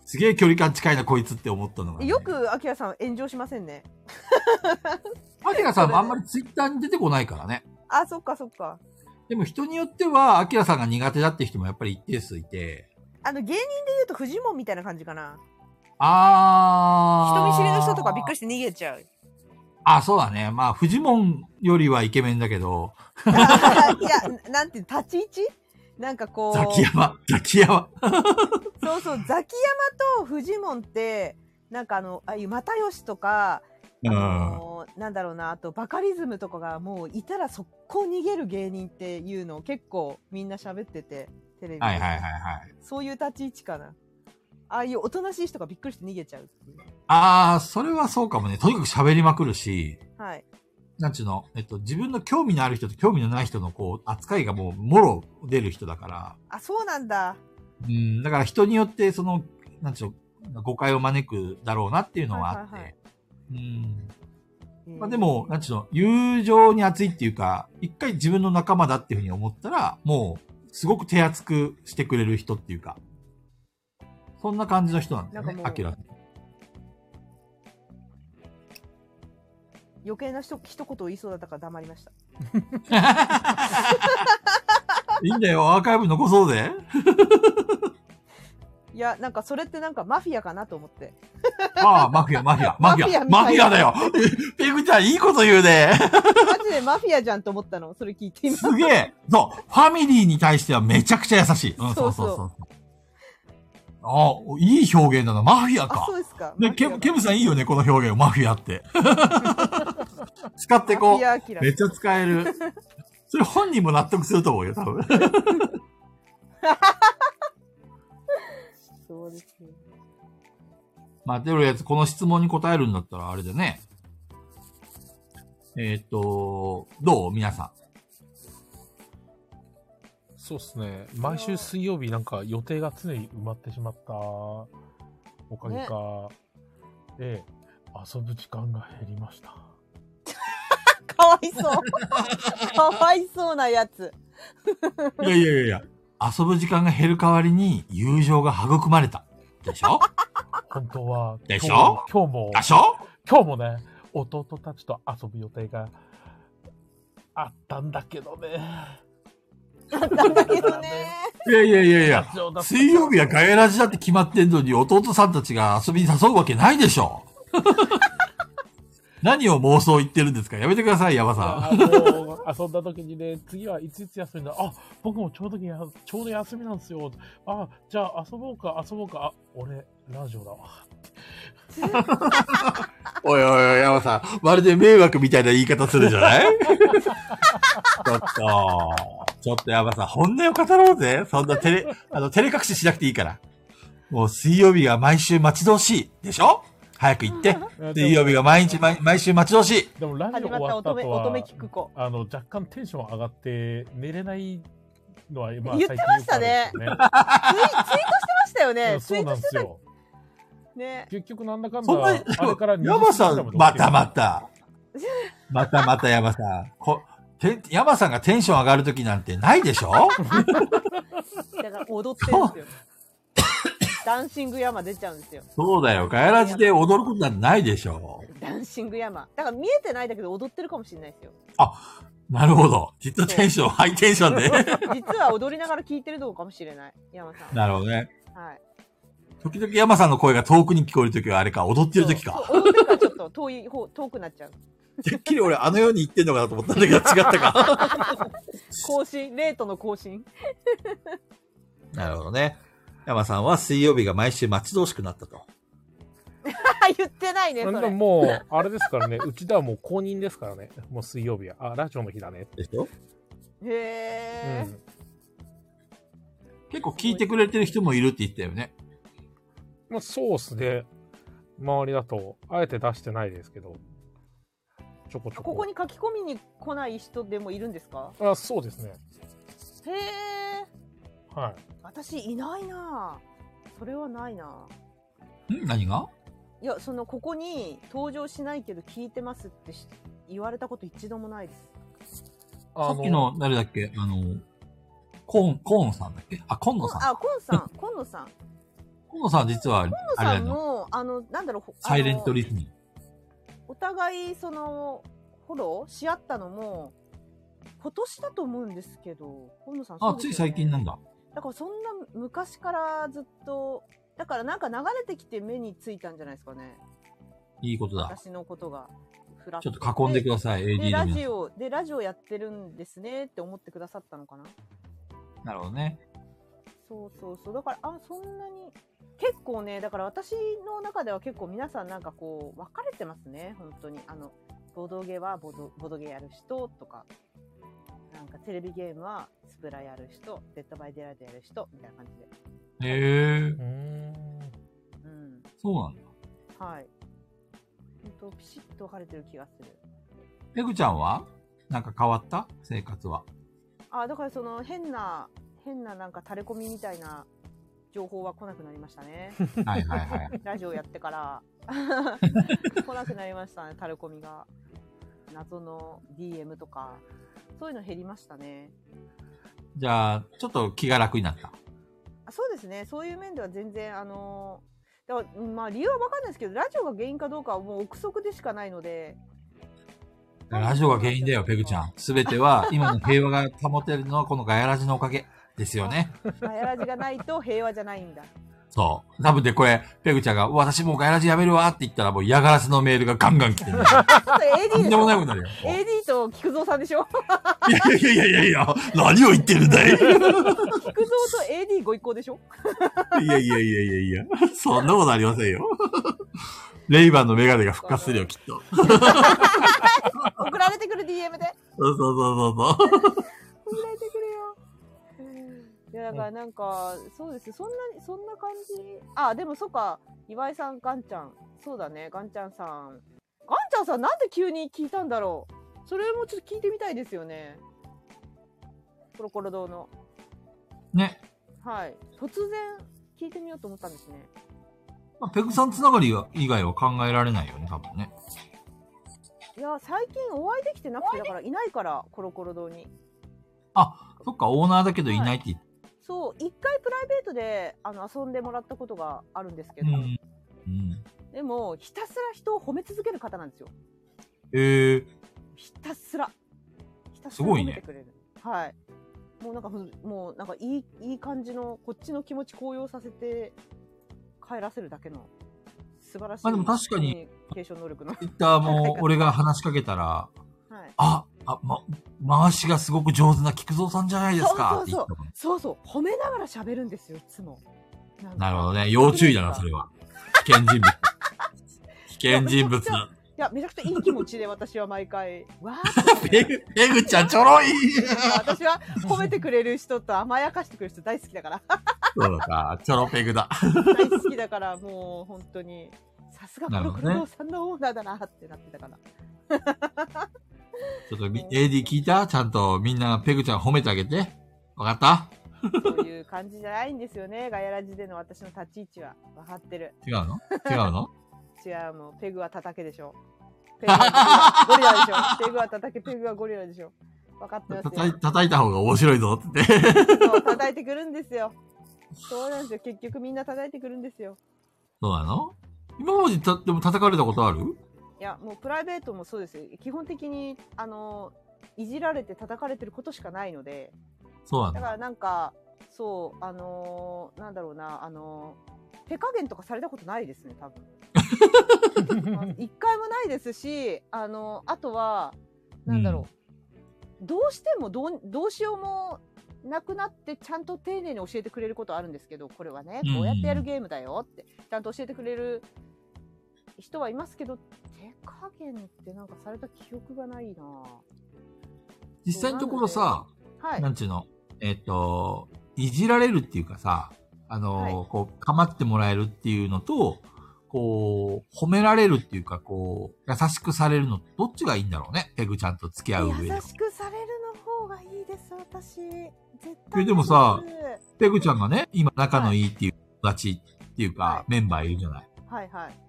[SPEAKER 2] すげえ距離感近いな、こいつって思ったのが、
[SPEAKER 4] え
[SPEAKER 2] ね。
[SPEAKER 4] よく、アキラさん炎上しませんね。
[SPEAKER 2] アキラさんもあんまりツイッターに出てこないからね。
[SPEAKER 4] あ、そっかそっか。
[SPEAKER 2] でも人によっては、アキラさんが苦手だって人もやっぱり一定数いて。
[SPEAKER 4] あの、芸人で言うとフジモンみたいな感じかな。
[SPEAKER 2] あ
[SPEAKER 4] 人
[SPEAKER 2] ー。
[SPEAKER 4] 見知りの人とかびっくりして逃げちゃう。
[SPEAKER 2] あ、そうだね。まあ、フジモンよりはイケメンだけど、
[SPEAKER 4] あいや、ななんていうの、立ち位置なんかこう。
[SPEAKER 2] ザキヤマ、ザキヤマ。
[SPEAKER 4] そうそう、ザキヤマとフジモンって、なんかあの、ああいう又吉とか、あ
[SPEAKER 2] うん。
[SPEAKER 4] のーなんだろうな、あとバカリズムとかがもういたら速攻逃げる芸人っていうのを結構みんな喋ってて、テレビで。
[SPEAKER 2] はいはいはいはい。
[SPEAKER 4] そういう立ち位置かな。ああいうおとなしい人がびっくりして逃げちゃうっていう。
[SPEAKER 2] あー、それはそうかもね。とにかく喋りまくるし、
[SPEAKER 4] はい。
[SPEAKER 2] なんちゅうの、えっと、自分の興味のある人と興味のない人のこう、扱いがもう、もろ出る人だから、
[SPEAKER 4] あ、そうなんだ。
[SPEAKER 2] うん、だから人によって、その、なんちゅうの、誤解を招くだろうなっていうのはあって、
[SPEAKER 4] はいはい
[SPEAKER 2] うん。
[SPEAKER 4] えー
[SPEAKER 2] まあでも、なんちゅうの、友情に熱いっていうか、一回自分の仲間だっていうふうに思ったら、もう、すごく手厚くしてくれる人っていうか、そんな感じの人なんだよ
[SPEAKER 4] なん
[SPEAKER 2] ね
[SPEAKER 4] か、もう
[SPEAKER 2] アキラ。
[SPEAKER 4] 余計な人一言言いそうだったから黙りました。
[SPEAKER 2] いいんだよ、アーカイブ残そうぜ。
[SPEAKER 4] いや、なんかそれってなんかマフィアかなと思って。
[SPEAKER 2] ああ、マフィア、マフィア、マフィア、マフ
[SPEAKER 4] マフ
[SPEAKER 2] ィ
[SPEAKER 4] ィ
[SPEAKER 2] ア
[SPEAKER 4] ア
[SPEAKER 2] だよ。ペグちゃん、いいこと言うね。
[SPEAKER 4] マジでマフィアじゃんと思ったの。それ聞いて今。
[SPEAKER 2] すげえ。そう、ファミリーに対してはめちゃくちゃ優しい。うん、そうそうそう
[SPEAKER 4] そ
[SPEAKER 2] ああ、いい表現だな。マフィア
[SPEAKER 4] あ
[SPEAKER 2] か、。
[SPEAKER 4] そうですか。
[SPEAKER 2] ね、
[SPEAKER 4] マフィ
[SPEAKER 2] ケ
[SPEAKER 4] アだ
[SPEAKER 2] ム、ケムさんいいよね、この表現、マフィアって。使ってこ
[SPEAKER 4] マフィ
[SPEAKER 2] う。
[SPEAKER 4] アアキラ
[SPEAKER 2] めっちゃ使える。それ本人も納得すると思うよ、多分。
[SPEAKER 4] そうですね。
[SPEAKER 2] まあ、とりあえず、この質問に答えるんだったら、あれだね。ええーっと、どう皆さ
[SPEAKER 1] そうっすね。毎週水曜日なんか予定が常に埋まってしまったおかげか、で、遊ぶ時間が減りました。
[SPEAKER 4] かわいそう。 かわいそうなやつ。
[SPEAKER 2] ん。いやいやいやいや。遊ぶ時間が減る代わりに友情が育まれた。でしょ
[SPEAKER 1] 本当は、
[SPEAKER 2] でし
[SPEAKER 1] 今
[SPEAKER 2] ょ
[SPEAKER 1] 日今日も
[SPEAKER 2] で、しょ
[SPEAKER 1] 今日もね、弟たちと遊ぶ予定があったんだけどね。
[SPEAKER 4] だけどね。
[SPEAKER 2] いやいやいやいや。
[SPEAKER 1] ラジオだった
[SPEAKER 2] 水曜日はガヤラジだって決まってんのに弟さんたちが遊びに誘うわけないでしょ何を妄想言ってるんですかやめてください、山さ
[SPEAKER 1] あの遊んだ時にね、次はいついつ休みだ。あ、僕もちょうどやちょうど休みなんですよ。あ、じゃあ遊ぼうか、遊ぼうか。あ、俺、ラジオだわ。
[SPEAKER 6] おいおいおい、山さん。
[SPEAKER 2] ん。まるで迷惑みたいな言い方するじゃない ちょっと、ちょっと山さん、本音を語ろうぜ。そんな照れ、あの、照れ隠ししなくていいから。もう水曜日が毎週待ち遠しい。でしょ早く行って。水曜日が毎日毎、毎週待ち遠しい。
[SPEAKER 1] でもラジオ
[SPEAKER 4] 始ま
[SPEAKER 1] 終
[SPEAKER 4] っ
[SPEAKER 1] わ
[SPEAKER 4] た
[SPEAKER 1] った
[SPEAKER 4] 乙女、
[SPEAKER 1] 後
[SPEAKER 4] 乙女
[SPEAKER 1] は、
[SPEAKER 4] 聞く子。
[SPEAKER 1] あの、若干テンション上がって、寝れないのは、まあ、
[SPEAKER 4] 言ってましたね
[SPEAKER 1] 最近よく
[SPEAKER 4] ツイツイートしてましたよ
[SPEAKER 1] あるん
[SPEAKER 4] ね。
[SPEAKER 1] ですよねそうなんで
[SPEAKER 4] ツイートして
[SPEAKER 1] す
[SPEAKER 4] た
[SPEAKER 1] よ。
[SPEAKER 4] ね。
[SPEAKER 1] 結局なんだかんだ、
[SPEAKER 2] そんな、
[SPEAKER 1] あれから
[SPEAKER 2] 山さん、またま
[SPEAKER 1] た。
[SPEAKER 2] た。またまた山さん。こて山さんがテンション上がるときなんてないでしょ
[SPEAKER 4] だから踊ってるんですよ。ダンシング山出ちゃうんですよ。
[SPEAKER 2] そうだよ。ガヤラジで踊ることなんてないでしょ
[SPEAKER 4] ダンシング山。だから見えてないだけど踊ってるかもしれないですよ。
[SPEAKER 2] なるほど。きっとテンション、ハイテンションで。
[SPEAKER 4] 実は踊りながら聞いてるのかもしれない。山さん。
[SPEAKER 2] なるほどね。
[SPEAKER 4] はい。
[SPEAKER 2] 時々山さんの声が遠くに聞こえるときはあれか、踊ってるときか。
[SPEAKER 4] そう。そう踊ってるからちょっと遠い方、遠くなっ ちゃう。
[SPEAKER 2] てっきり俺あの世に行ってんのかなと思ったん だけど違ったか。
[SPEAKER 4] 更新、レートの更新。
[SPEAKER 2] なるほどね。山さんは水曜日が毎週待ち遠しくなったと。
[SPEAKER 4] あ、言ってないね、そ
[SPEAKER 1] でも
[SPEAKER 4] れ。
[SPEAKER 1] もう、あれですからね、 うちではもう公認ですからね。もう水曜日は。あ、ラジオの日だね。
[SPEAKER 2] でしょ
[SPEAKER 4] へ
[SPEAKER 1] う
[SPEAKER 4] え。
[SPEAKER 1] ん。
[SPEAKER 2] 結構聞いてくれてる人もいるって言ったよね。
[SPEAKER 1] まあ、そうっすね。周りだと、あえて出してないですけど。ちょこちょこ。
[SPEAKER 4] ここに書き込みに来ない人でもいるんですか
[SPEAKER 1] あ、そうですね。
[SPEAKER 4] へえ。
[SPEAKER 1] はい。
[SPEAKER 4] 私いないなぁそれはないなん
[SPEAKER 2] 何が
[SPEAKER 4] ぁいやそのここに登場しないけど聞いてますってし言われたこと一度もないです
[SPEAKER 2] さっきの、誰だっけあの、コーン、コーンさんだっけあ、コンノさん。
[SPEAKER 4] あコンさんコンノさんコ
[SPEAKER 2] コンノさん実は、
[SPEAKER 4] ンノ
[SPEAKER 2] あれ
[SPEAKER 4] さ
[SPEAKER 2] だ
[SPEAKER 4] ん
[SPEAKER 2] の、
[SPEAKER 4] もあのなんだろうほあの
[SPEAKER 2] サイレントリスニング。
[SPEAKER 4] お互いそのフォローし合ったのも今年だと思うんですけどコンノさん
[SPEAKER 2] あ、
[SPEAKER 4] そう
[SPEAKER 2] つ
[SPEAKER 4] で
[SPEAKER 2] い
[SPEAKER 4] すよね
[SPEAKER 2] 最近なんだ。
[SPEAKER 4] だからそんな昔からずっとだからなんか流れてきて目についたんじゃないですかね
[SPEAKER 2] いいことだ。
[SPEAKER 4] 私のことがフラッ
[SPEAKER 2] ちょ
[SPEAKER 4] と
[SPEAKER 2] っと囲んでください、
[SPEAKER 4] で
[SPEAKER 2] AD の
[SPEAKER 4] ラ
[SPEAKER 2] 皆
[SPEAKER 4] ジオでラジオやってるんですねって思ってくださったのかな
[SPEAKER 2] さん。なるほどね。
[SPEAKER 4] そうそうそうだからあそんなに結構ねだから私の中では結構皆さんなんかこう分かれてますね本当にあのボドゲはボドボドゲやる人とかなんかテレビゲームはスプラやる人デッドバイデイライトやる人みたいな感じで
[SPEAKER 2] へえ
[SPEAKER 1] う、ーん。
[SPEAKER 4] うん
[SPEAKER 2] そうなんだ。
[SPEAKER 4] はい本当ピシッと分かれてる気がする
[SPEAKER 2] ペグちゃんはなんか変わった生活は。
[SPEAKER 4] あだからその変な変ななんか垂れ込みみたいな情報は来なくなりましたね
[SPEAKER 2] はいはいはい。
[SPEAKER 4] ラジオやってから来なくなりましたね、タレコミが。謎の DM とか、そういうの減りましたね。
[SPEAKER 2] じゃあ、ちょっと気が楽になった。
[SPEAKER 4] あそうですね、そういう面では全然、あのだからまあ理由は分かんないですけど、ラジオが原因かどうかはもう憶測でしかないので、
[SPEAKER 2] ラジオが原因だ よ、ペグちゃん。すべては、今の平和が保てるのはこのガヤラジのおかげですよね。
[SPEAKER 4] ガヤラジがないと平和じゃないんだ。
[SPEAKER 2] そう。多分でこれ、ペグちゃんが、私もうガヤラジやめるわって言ったら、もう嫌がらせのメールがガンガン来てる。
[SPEAKER 4] ち ょっと
[SPEAKER 2] と
[SPEAKER 4] AD
[SPEAKER 2] ん
[SPEAKER 4] でし
[SPEAKER 2] でもない
[SPEAKER 4] ょ
[SPEAKER 2] ことになるよ。
[SPEAKER 4] AD と菊蔵さんでしょ
[SPEAKER 2] いやいやいやいや、何を言ってるんだい
[SPEAKER 4] 菊蔵と AD ご一行でしょ
[SPEAKER 2] いやいやいやいやいや、そんなことありませんよ。レイバンのメガネが復活するよ、きっと。
[SPEAKER 4] 送られてくる DM で。
[SPEAKER 2] そうそうそうそうそう。
[SPEAKER 4] 送られてくれよ。 いやだからなんか、そうですそんなにそんな感じあでもそっか岩井さんガンちゃんそうだねガンちゃんさんガンちゃんさんなんで急に聞いたんだろうそれもちょっと聞いてみたいですよね。コロコロ堂の。
[SPEAKER 2] ね。
[SPEAKER 4] はい。突然聞いてみようと思ったんですね。
[SPEAKER 2] まあペグさんつながりは以外は考えられないよね、多分ね。
[SPEAKER 4] いや、最近お会いできてなくて、だからいないから、コロコロ堂に。
[SPEAKER 2] そっか、オーナーだけどいないって言って。
[SPEAKER 4] そう、一回プライベートであの遊んでもらったことがあるんですけど、
[SPEAKER 2] うん。うん。
[SPEAKER 4] でも、ひたすら人を褒め続ける方なんですよ。
[SPEAKER 2] えー、
[SPEAKER 4] ひたすら。ひたす
[SPEAKER 2] す
[SPEAKER 4] ら
[SPEAKER 2] ごい
[SPEAKER 4] 褒
[SPEAKER 2] ね
[SPEAKER 4] めてくれる。はい。もうなんかふ、もうなんかいい、いい感じの、こっちの気持ち高揚させて、帰らせるだけの、素晴らしい。
[SPEAKER 2] まあでも確かに。
[SPEAKER 4] 継承能力の。
[SPEAKER 2] ツイッターも俺が話しかけたら、
[SPEAKER 4] はい。
[SPEAKER 2] あ、あ、ま、回しがすごく上手な菊蔵さんじゃないですか。
[SPEAKER 4] そうそうそう
[SPEAKER 2] って言っ
[SPEAKER 4] そうそう、褒めながら喋るんですよ、いつも。
[SPEAKER 2] たのなるほどね。要注意だな、それは。危険 人物。危険人物だ。
[SPEAKER 4] いや、めちゃくちゃいい気持ちで私は 毎回、わーって
[SPEAKER 2] ペグ、ペグちゃんちょろい
[SPEAKER 4] 私は 褒めてくれる人と甘やかしてくれる人大好きだから、
[SPEAKER 2] そうか、ちょろペグだ。
[SPEAKER 4] 大好きだから、もう本当に、さすが
[SPEAKER 2] な
[SPEAKER 4] プ
[SPEAKER 2] る
[SPEAKER 4] ロ
[SPEAKER 2] ほ
[SPEAKER 4] ク
[SPEAKER 2] どね
[SPEAKER 4] ロさんのオーナーだなってなってたから。
[SPEAKER 2] ちょっとみ、AD 聞いたちゃんとみんなペグちゃん褒めてあげて。わかった
[SPEAKER 4] そういう感じじゃないんですよね、 ガヤラジでの私の立ち位置は。分かってる。
[SPEAKER 2] 違うの違う の
[SPEAKER 4] 違う、もう、ペグは叩けでしょ。ペグはゴリラでしょ。ペグは叩け、ペグはゴリラでしょ。分かってます
[SPEAKER 2] 叩
[SPEAKER 4] よ
[SPEAKER 2] い。叩いた方が面白いぞって言って。
[SPEAKER 4] そう叩いてくるんですよ。そうなんですよ。結局みんな叩いてくるんですよ。
[SPEAKER 2] そうなの今までた、でも叩かれたことある
[SPEAKER 4] いや、もうプライベートもそうですよ。基本的に、あの、いじられて叩かれてることしかないので、
[SPEAKER 2] そうな
[SPEAKER 4] だ
[SPEAKER 2] の
[SPEAKER 4] からなんか、そう、あのーなんだろうな、あのー手加減とかされたことないですね、多分。まあ一回もないですし、あのあとは、なんだろう、どうしてもどう、どうしようもなくなって、ちゃんと丁寧に教えてくれることあるんですけど、これはね、こうやってやるゲームだよって、ちゃんと教えてくれる人はいますけど、手加減ってなんかされた記憶がないなぁ
[SPEAKER 2] 実際のところさ、
[SPEAKER 4] はい
[SPEAKER 2] な。んちゅうの、えっ、と、いじられるっていうかさ、あのー
[SPEAKER 4] は
[SPEAKER 2] こう、かまってもらえるっていうのと、こう、褒められるっていうか、こう、優しくされるの、どっちがいいんだろうね、ペグちゃんと付き合う上
[SPEAKER 4] 優
[SPEAKER 2] で。
[SPEAKER 4] しくされるの方がいいです私絶
[SPEAKER 2] え
[SPEAKER 4] 対
[SPEAKER 2] でもさ
[SPEAKER 4] いいで
[SPEAKER 2] ペグちゃんがね、今仲のいいっていう友達っていうか、
[SPEAKER 4] はい
[SPEAKER 2] メンバーいるじゃない。
[SPEAKER 4] すはいはい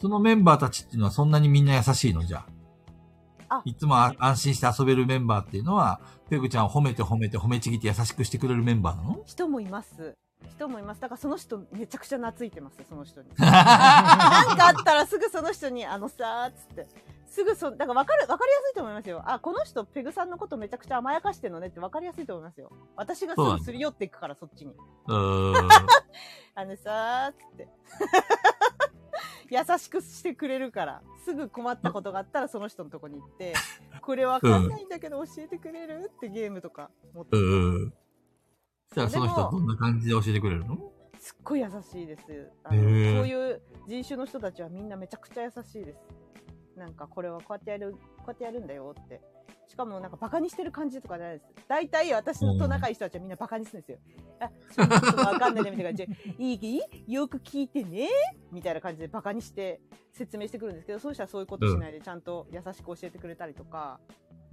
[SPEAKER 2] そのメンバーたちっていうのはそんなにみんな優しいのじゃあ
[SPEAKER 4] あ
[SPEAKER 2] いつもあ安心して遊べるメンバーっていうのは、ペグちゃんを褒めて褒めて褒めちぎって優しくしてくれるメンバーなの
[SPEAKER 4] 人もいます人もいますだからその人めちゃくちゃ懐いてますそ の人になんかあったらすぐその人に「あのさ」っつってすぐそだから分かる分かりやすいと思いますよあこの人ペグさんのことめちゃくちゃ甘やかしてんのねって分かりやすいと思いますよ私がすぐすり寄っていくからそっちに
[SPEAKER 2] うーん。
[SPEAKER 4] あのさーっつって。 優しくしてくれるから、すぐ困ったことがあったらその人のとこに行って、これわかんないんだけど教えてくれるってゲームとか持って、
[SPEAKER 2] うん。じゃあその人は
[SPEAKER 4] で
[SPEAKER 2] ど
[SPEAKER 4] も
[SPEAKER 2] んな感じで教えてくれるの
[SPEAKER 4] すっごい優しいです。あの
[SPEAKER 2] へー
[SPEAKER 4] そういう人種の人たちはみんなめちゃくちゃ優しいです。なんかこれはこうやってやる、こうやってやるんだよって。しかもなんかバカにしてる感じとかじゃないです。大体私のと仲いい人たちはみんなバカにするんですよ。あ、そういうことわかんないねみたいな感じで、 いい、よく聞いてねみたいな感じでバカにして説明してくるんですけど、そうしたらそういうことしないでちゃんと優しく教えてくれたりとか。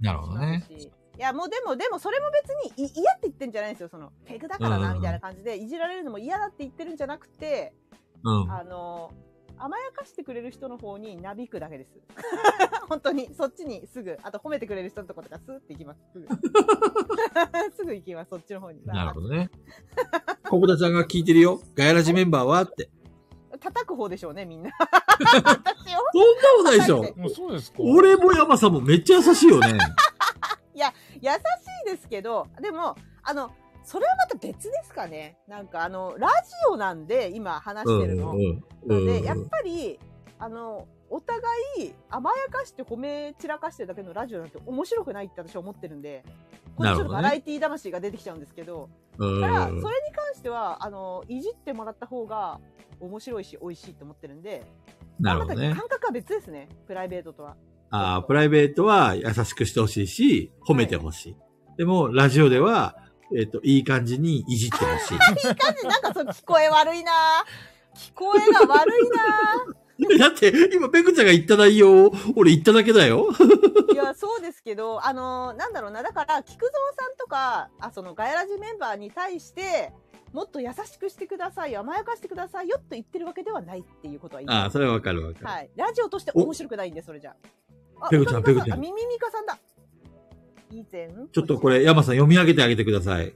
[SPEAKER 2] なるほどね。
[SPEAKER 4] しますしいや、もうでも、でも、それも別にい嫌って言ってんじゃないんですよ。その、ペグだから
[SPEAKER 2] うんうんう
[SPEAKER 4] な、
[SPEAKER 2] ん
[SPEAKER 4] みたいな感じで、いじられるのも嫌だって言ってるんじゃなくて、
[SPEAKER 2] うん。
[SPEAKER 4] あの、甘やかしてくれる人の方になびくだけです。 本当に、そっちにすぐ、あと褒めてくれる人のとことかスーって行きます。すぐ。 すぐ行きます、そっちの方に。
[SPEAKER 2] なるほど ね。コブタちゃんが聞いてるよ。ガヤラジメンバーはって。
[SPEAKER 4] 叩く方でしょうね、みんな。
[SPEAKER 2] そんなことないでしょ
[SPEAKER 1] もうそうですか
[SPEAKER 2] 俺も山さんもめっちゃ優しいよ ね。
[SPEAKER 4] 優しいですけど、でも、あの、それはまた別ですかね。なんかあの、ラジオなんで、今話してるの。
[SPEAKER 2] う
[SPEAKER 4] ので、やっ
[SPEAKER 2] ん。
[SPEAKER 4] ぱり、あの、お互い甘やかして褒め散らかしてるだけのラジオなんて面白くないって私は思ってるんで、これちょっ
[SPEAKER 2] なるほど
[SPEAKER 4] と
[SPEAKER 2] ね
[SPEAKER 4] バラエティ魂が出てきちゃうんですけど、
[SPEAKER 2] うん
[SPEAKER 4] だから、それに関しては、あの、いじってもらった方が面白いし、美味しいと思ってるんで、
[SPEAKER 2] なるほど
[SPEAKER 4] ま
[SPEAKER 2] ね
[SPEAKER 4] た。感覚は別ですね、プライベートとは。
[SPEAKER 2] ああ、プライベートは優しくしてほしいし、褒めてほしい。でも、ラジオでは、えっ、と、いい感じにいじってほしい。
[SPEAKER 4] いい感じ、なんかそう、聞こえ悪いなぁ聞こえが悪いなぁ
[SPEAKER 2] だって、今、ペグちゃんが言った内容を、俺言っただけだよ。
[SPEAKER 4] いや、そうですけど、あのーなんだろうな、だから、菊蔵さんとか、あ、その、ガヤラジメンバーに対して、もっと優しくしてくださいよ、甘やかしてくださいよと言ってるわけではないっていうことは言い
[SPEAKER 2] あ
[SPEAKER 4] ま
[SPEAKER 2] あ、
[SPEAKER 4] す。
[SPEAKER 2] それはわかるわかる。
[SPEAKER 4] はい。ラジオとして面白くないんで、それじゃあ。あ
[SPEAKER 2] ペグちゃん
[SPEAKER 4] 岡村さ
[SPEAKER 2] ペグちゃん
[SPEAKER 4] あミミミカさんだ。以前。
[SPEAKER 2] ちょっとこれ、山さん読み上げてあげてください。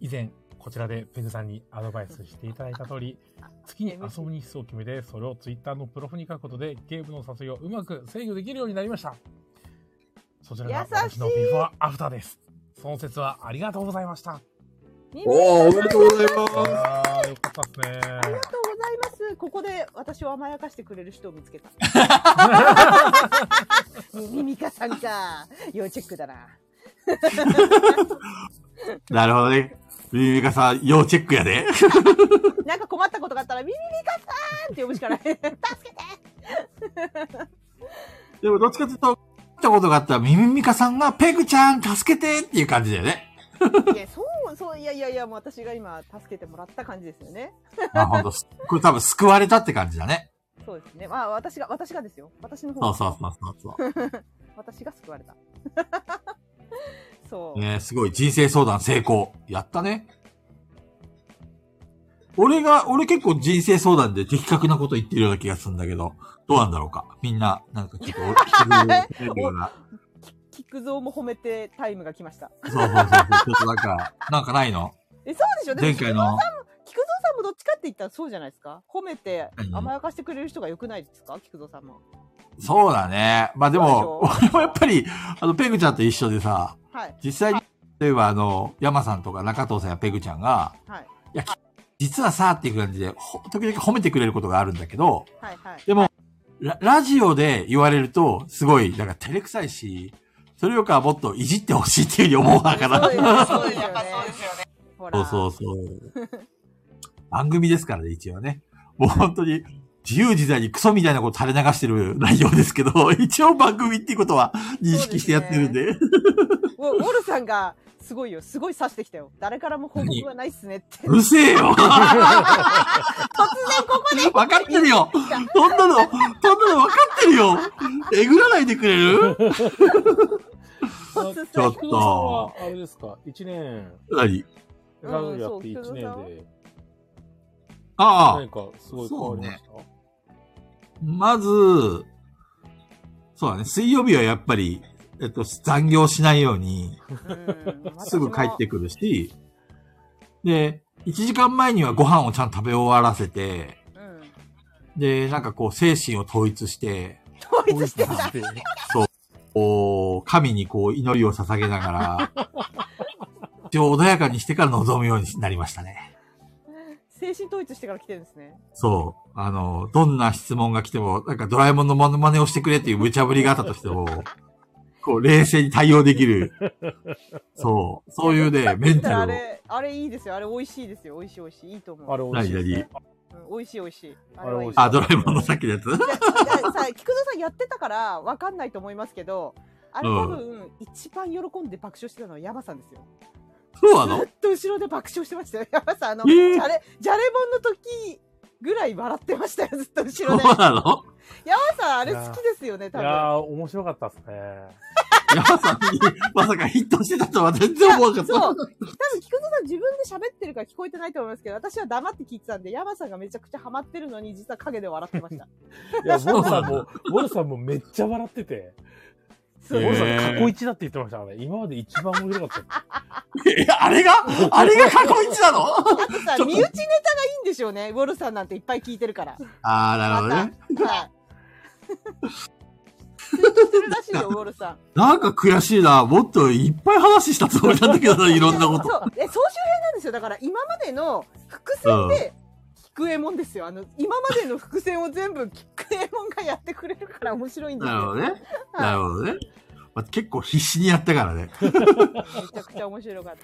[SPEAKER 1] 以前、こちらでペグさんにアドバイスしていただいた通 り、月に遊ぶ日数を決めて、それをツイッターのプロフに書くことで、ゲームの誘いをうまく制御できるようになりました。そちらが私のビフォーアフターです。その説はありがとうございました。
[SPEAKER 4] ミ
[SPEAKER 2] お
[SPEAKER 4] ミミ
[SPEAKER 2] お、おめでとうございま
[SPEAKER 1] ああ、よかったっすね。
[SPEAKER 4] あ りがとうございます。ここで私を甘やかしてくれる人を見つけた。ミミミカさんか。要チェックだな。
[SPEAKER 2] す。なるほどね。ミミカさん、要チェックやで。
[SPEAKER 4] なんか困ったことがあったら、ミミミカさんって呼ぶしかない。助けて
[SPEAKER 2] でも、どっちかというと、ったことがあったら、ミミミカさんが、ペグちゃん、助けてっていう感じだよね。
[SPEAKER 4] いや、そう、そう、いやいやいや、もう私が今、助けてもらった感じですよね。
[SPEAKER 2] なるほど。これ多分救われたって感じだね。
[SPEAKER 4] そうですね。まあ、私が、私がですよ。私 の
[SPEAKER 2] そ
[SPEAKER 4] 方
[SPEAKER 2] う
[SPEAKER 4] が、
[SPEAKER 2] そうそうそうそ。
[SPEAKER 4] 私が救われた。 そうう。
[SPEAKER 2] ねすごい。人生相談成功。やったね。俺が、俺結構人生相談で的確なこと言ってるような気がするんだけど、どうなんだろうか。みんな、なんかちょっと 俺、聞くような。
[SPEAKER 4] 菊蔵も褒めてタイムが来ました。
[SPEAKER 2] そうそうそうそう。ちょっとなんか、なんかないの
[SPEAKER 4] え、そうでしょでも
[SPEAKER 2] 前回の。
[SPEAKER 4] 菊蔵さんもどっちかって言ったらそうじゃないですか褒めて
[SPEAKER 2] うん
[SPEAKER 4] 甘やかしてくれる人が良くないですか菊蔵さんも。
[SPEAKER 2] そうだね。まあでも、
[SPEAKER 4] そうで
[SPEAKER 2] 俺
[SPEAKER 4] しょ
[SPEAKER 2] もやっぱり、あの、ペグちゃんと一緒でさ、
[SPEAKER 4] はい。
[SPEAKER 2] 実際に、例えばあの、山さんとか中藤さんやペグちゃんが、
[SPEAKER 4] はい。
[SPEAKER 2] いや、き実はさ、っていう感じで、ほ時々褒めてくれることがあるんだけど、
[SPEAKER 4] はい。はい。
[SPEAKER 2] ララジオで言われると、すごい、なんか照れくさいし、それよりかはもっといじってほしいっていうふうに思う派か
[SPEAKER 4] そうですよね
[SPEAKER 2] ら。
[SPEAKER 4] そうですよね。ほ
[SPEAKER 2] そ
[SPEAKER 4] ら。
[SPEAKER 2] うそうそう。番組ですからね、一応ね。もう本当に、自由自在にクソみたいなこと垂れ流してる内容ですけど、一応番組っていうことは認識してやってるんで。
[SPEAKER 4] ウォウォルさんが、すごいよ、すごい刺してきたよ。誰からも報告はないっすねって。
[SPEAKER 2] うるせえよ突然ここで分かってるよそんなの、そんなの分かってるよえぐらないでくれる
[SPEAKER 1] 菊蔵
[SPEAKER 2] ちょっ
[SPEAKER 4] 突然
[SPEAKER 1] さん
[SPEAKER 2] と
[SPEAKER 1] は、あれですか、1年、
[SPEAKER 2] 何
[SPEAKER 1] ラグやって
[SPEAKER 4] うんそ
[SPEAKER 1] 1
[SPEAKER 4] う
[SPEAKER 1] 年で、
[SPEAKER 2] ああ、
[SPEAKER 1] 何かすごい変わりました
[SPEAKER 2] まず、そうだね、水曜日はやっぱり、えっと、残業しないように、
[SPEAKER 4] うん
[SPEAKER 2] すぐ帰ってくるし、で、1時間前にはご飯をちゃんと食べ終わらせて、
[SPEAKER 4] うん。
[SPEAKER 2] で、なんかこう、精神を統一して、
[SPEAKER 4] 統一してた。
[SPEAKER 2] こう、神にこう、祈りを捧げながら、一応穏やかにしてから臨むようになりましたね。
[SPEAKER 4] 精神統一してから来てるんですね。
[SPEAKER 2] そう。あの、どんな質問が来ても、なんかドラえもんのモノマネをしてくれっていう無茶ぶりがあったとして も、こう、冷静に対応できる。そう。そういうね、メンタ
[SPEAKER 4] あ
[SPEAKER 2] ルを。
[SPEAKER 4] れ、あれいいですよ。あれ美味しいですよ。美味しい美味しい。いいと思 う。
[SPEAKER 1] あれ 美味しいですね。
[SPEAKER 4] うん美味しい美味しい。
[SPEAKER 1] あれ美味しい
[SPEAKER 2] あ、ドラえもんのさっきのやつ
[SPEAKER 4] だからさ菊蔵さんやってたからわかんないと思いますけどあれ多分、一番喜んで爆笑してたのは山さんですよ。
[SPEAKER 2] そうな
[SPEAKER 4] ず
[SPEAKER 2] の
[SPEAKER 4] っと後ろで爆笑してましたよ。山さん、あの、
[SPEAKER 2] えー
[SPEAKER 4] じゃれ、じゃれもんの時ぐらい笑ってましたよ、ずっと後ろで。
[SPEAKER 2] そうなの
[SPEAKER 4] 山さん、あれ好きですよね、
[SPEAKER 1] い
[SPEAKER 4] 多分。
[SPEAKER 1] やー、面白かったっすね。
[SPEAKER 2] 山さんに、まさかヒットしてたとは全然思わな
[SPEAKER 4] そう。
[SPEAKER 2] か
[SPEAKER 4] 多
[SPEAKER 2] っ
[SPEAKER 4] 分、菊蔵さん自分で喋ってるから聞こえてないと思いますけど、私は黙って聞いてたんで、山さんがめちゃくちゃハマってるのに、実は影で笑って ました。
[SPEAKER 1] いや、ボルさんも、ボルさんもめっちゃ笑ってて、
[SPEAKER 4] そ
[SPEAKER 1] ボ
[SPEAKER 4] う
[SPEAKER 2] へ
[SPEAKER 1] ル
[SPEAKER 2] ー
[SPEAKER 1] さん過去一だって言ってましたからね。今まで一番面白か った。
[SPEAKER 2] た。え、あれがあれが過去一な の
[SPEAKER 4] あとさ、身内ネタがいいんでしょうね。ウォルさんなんていっぱい聞いてるから。
[SPEAKER 2] ああ、なるほどね。
[SPEAKER 4] はい。成長するらしいよ、ウォルさん。
[SPEAKER 2] なんか悔しいな。もっといっぱい話したつもりなんだけどな、いろんなこと。
[SPEAKER 4] そう、え、総集編なんですよ。だから、今までの伏線で、菊右衛門ですよ。あの、今までの伏線を全部、菊右衛門がやってくれるから面白いんです
[SPEAKER 2] な
[SPEAKER 4] よ。
[SPEAKER 2] るほどね。なるほどね。まあ、結構必死にやったからね。
[SPEAKER 4] めちゃくちゃ面白かった。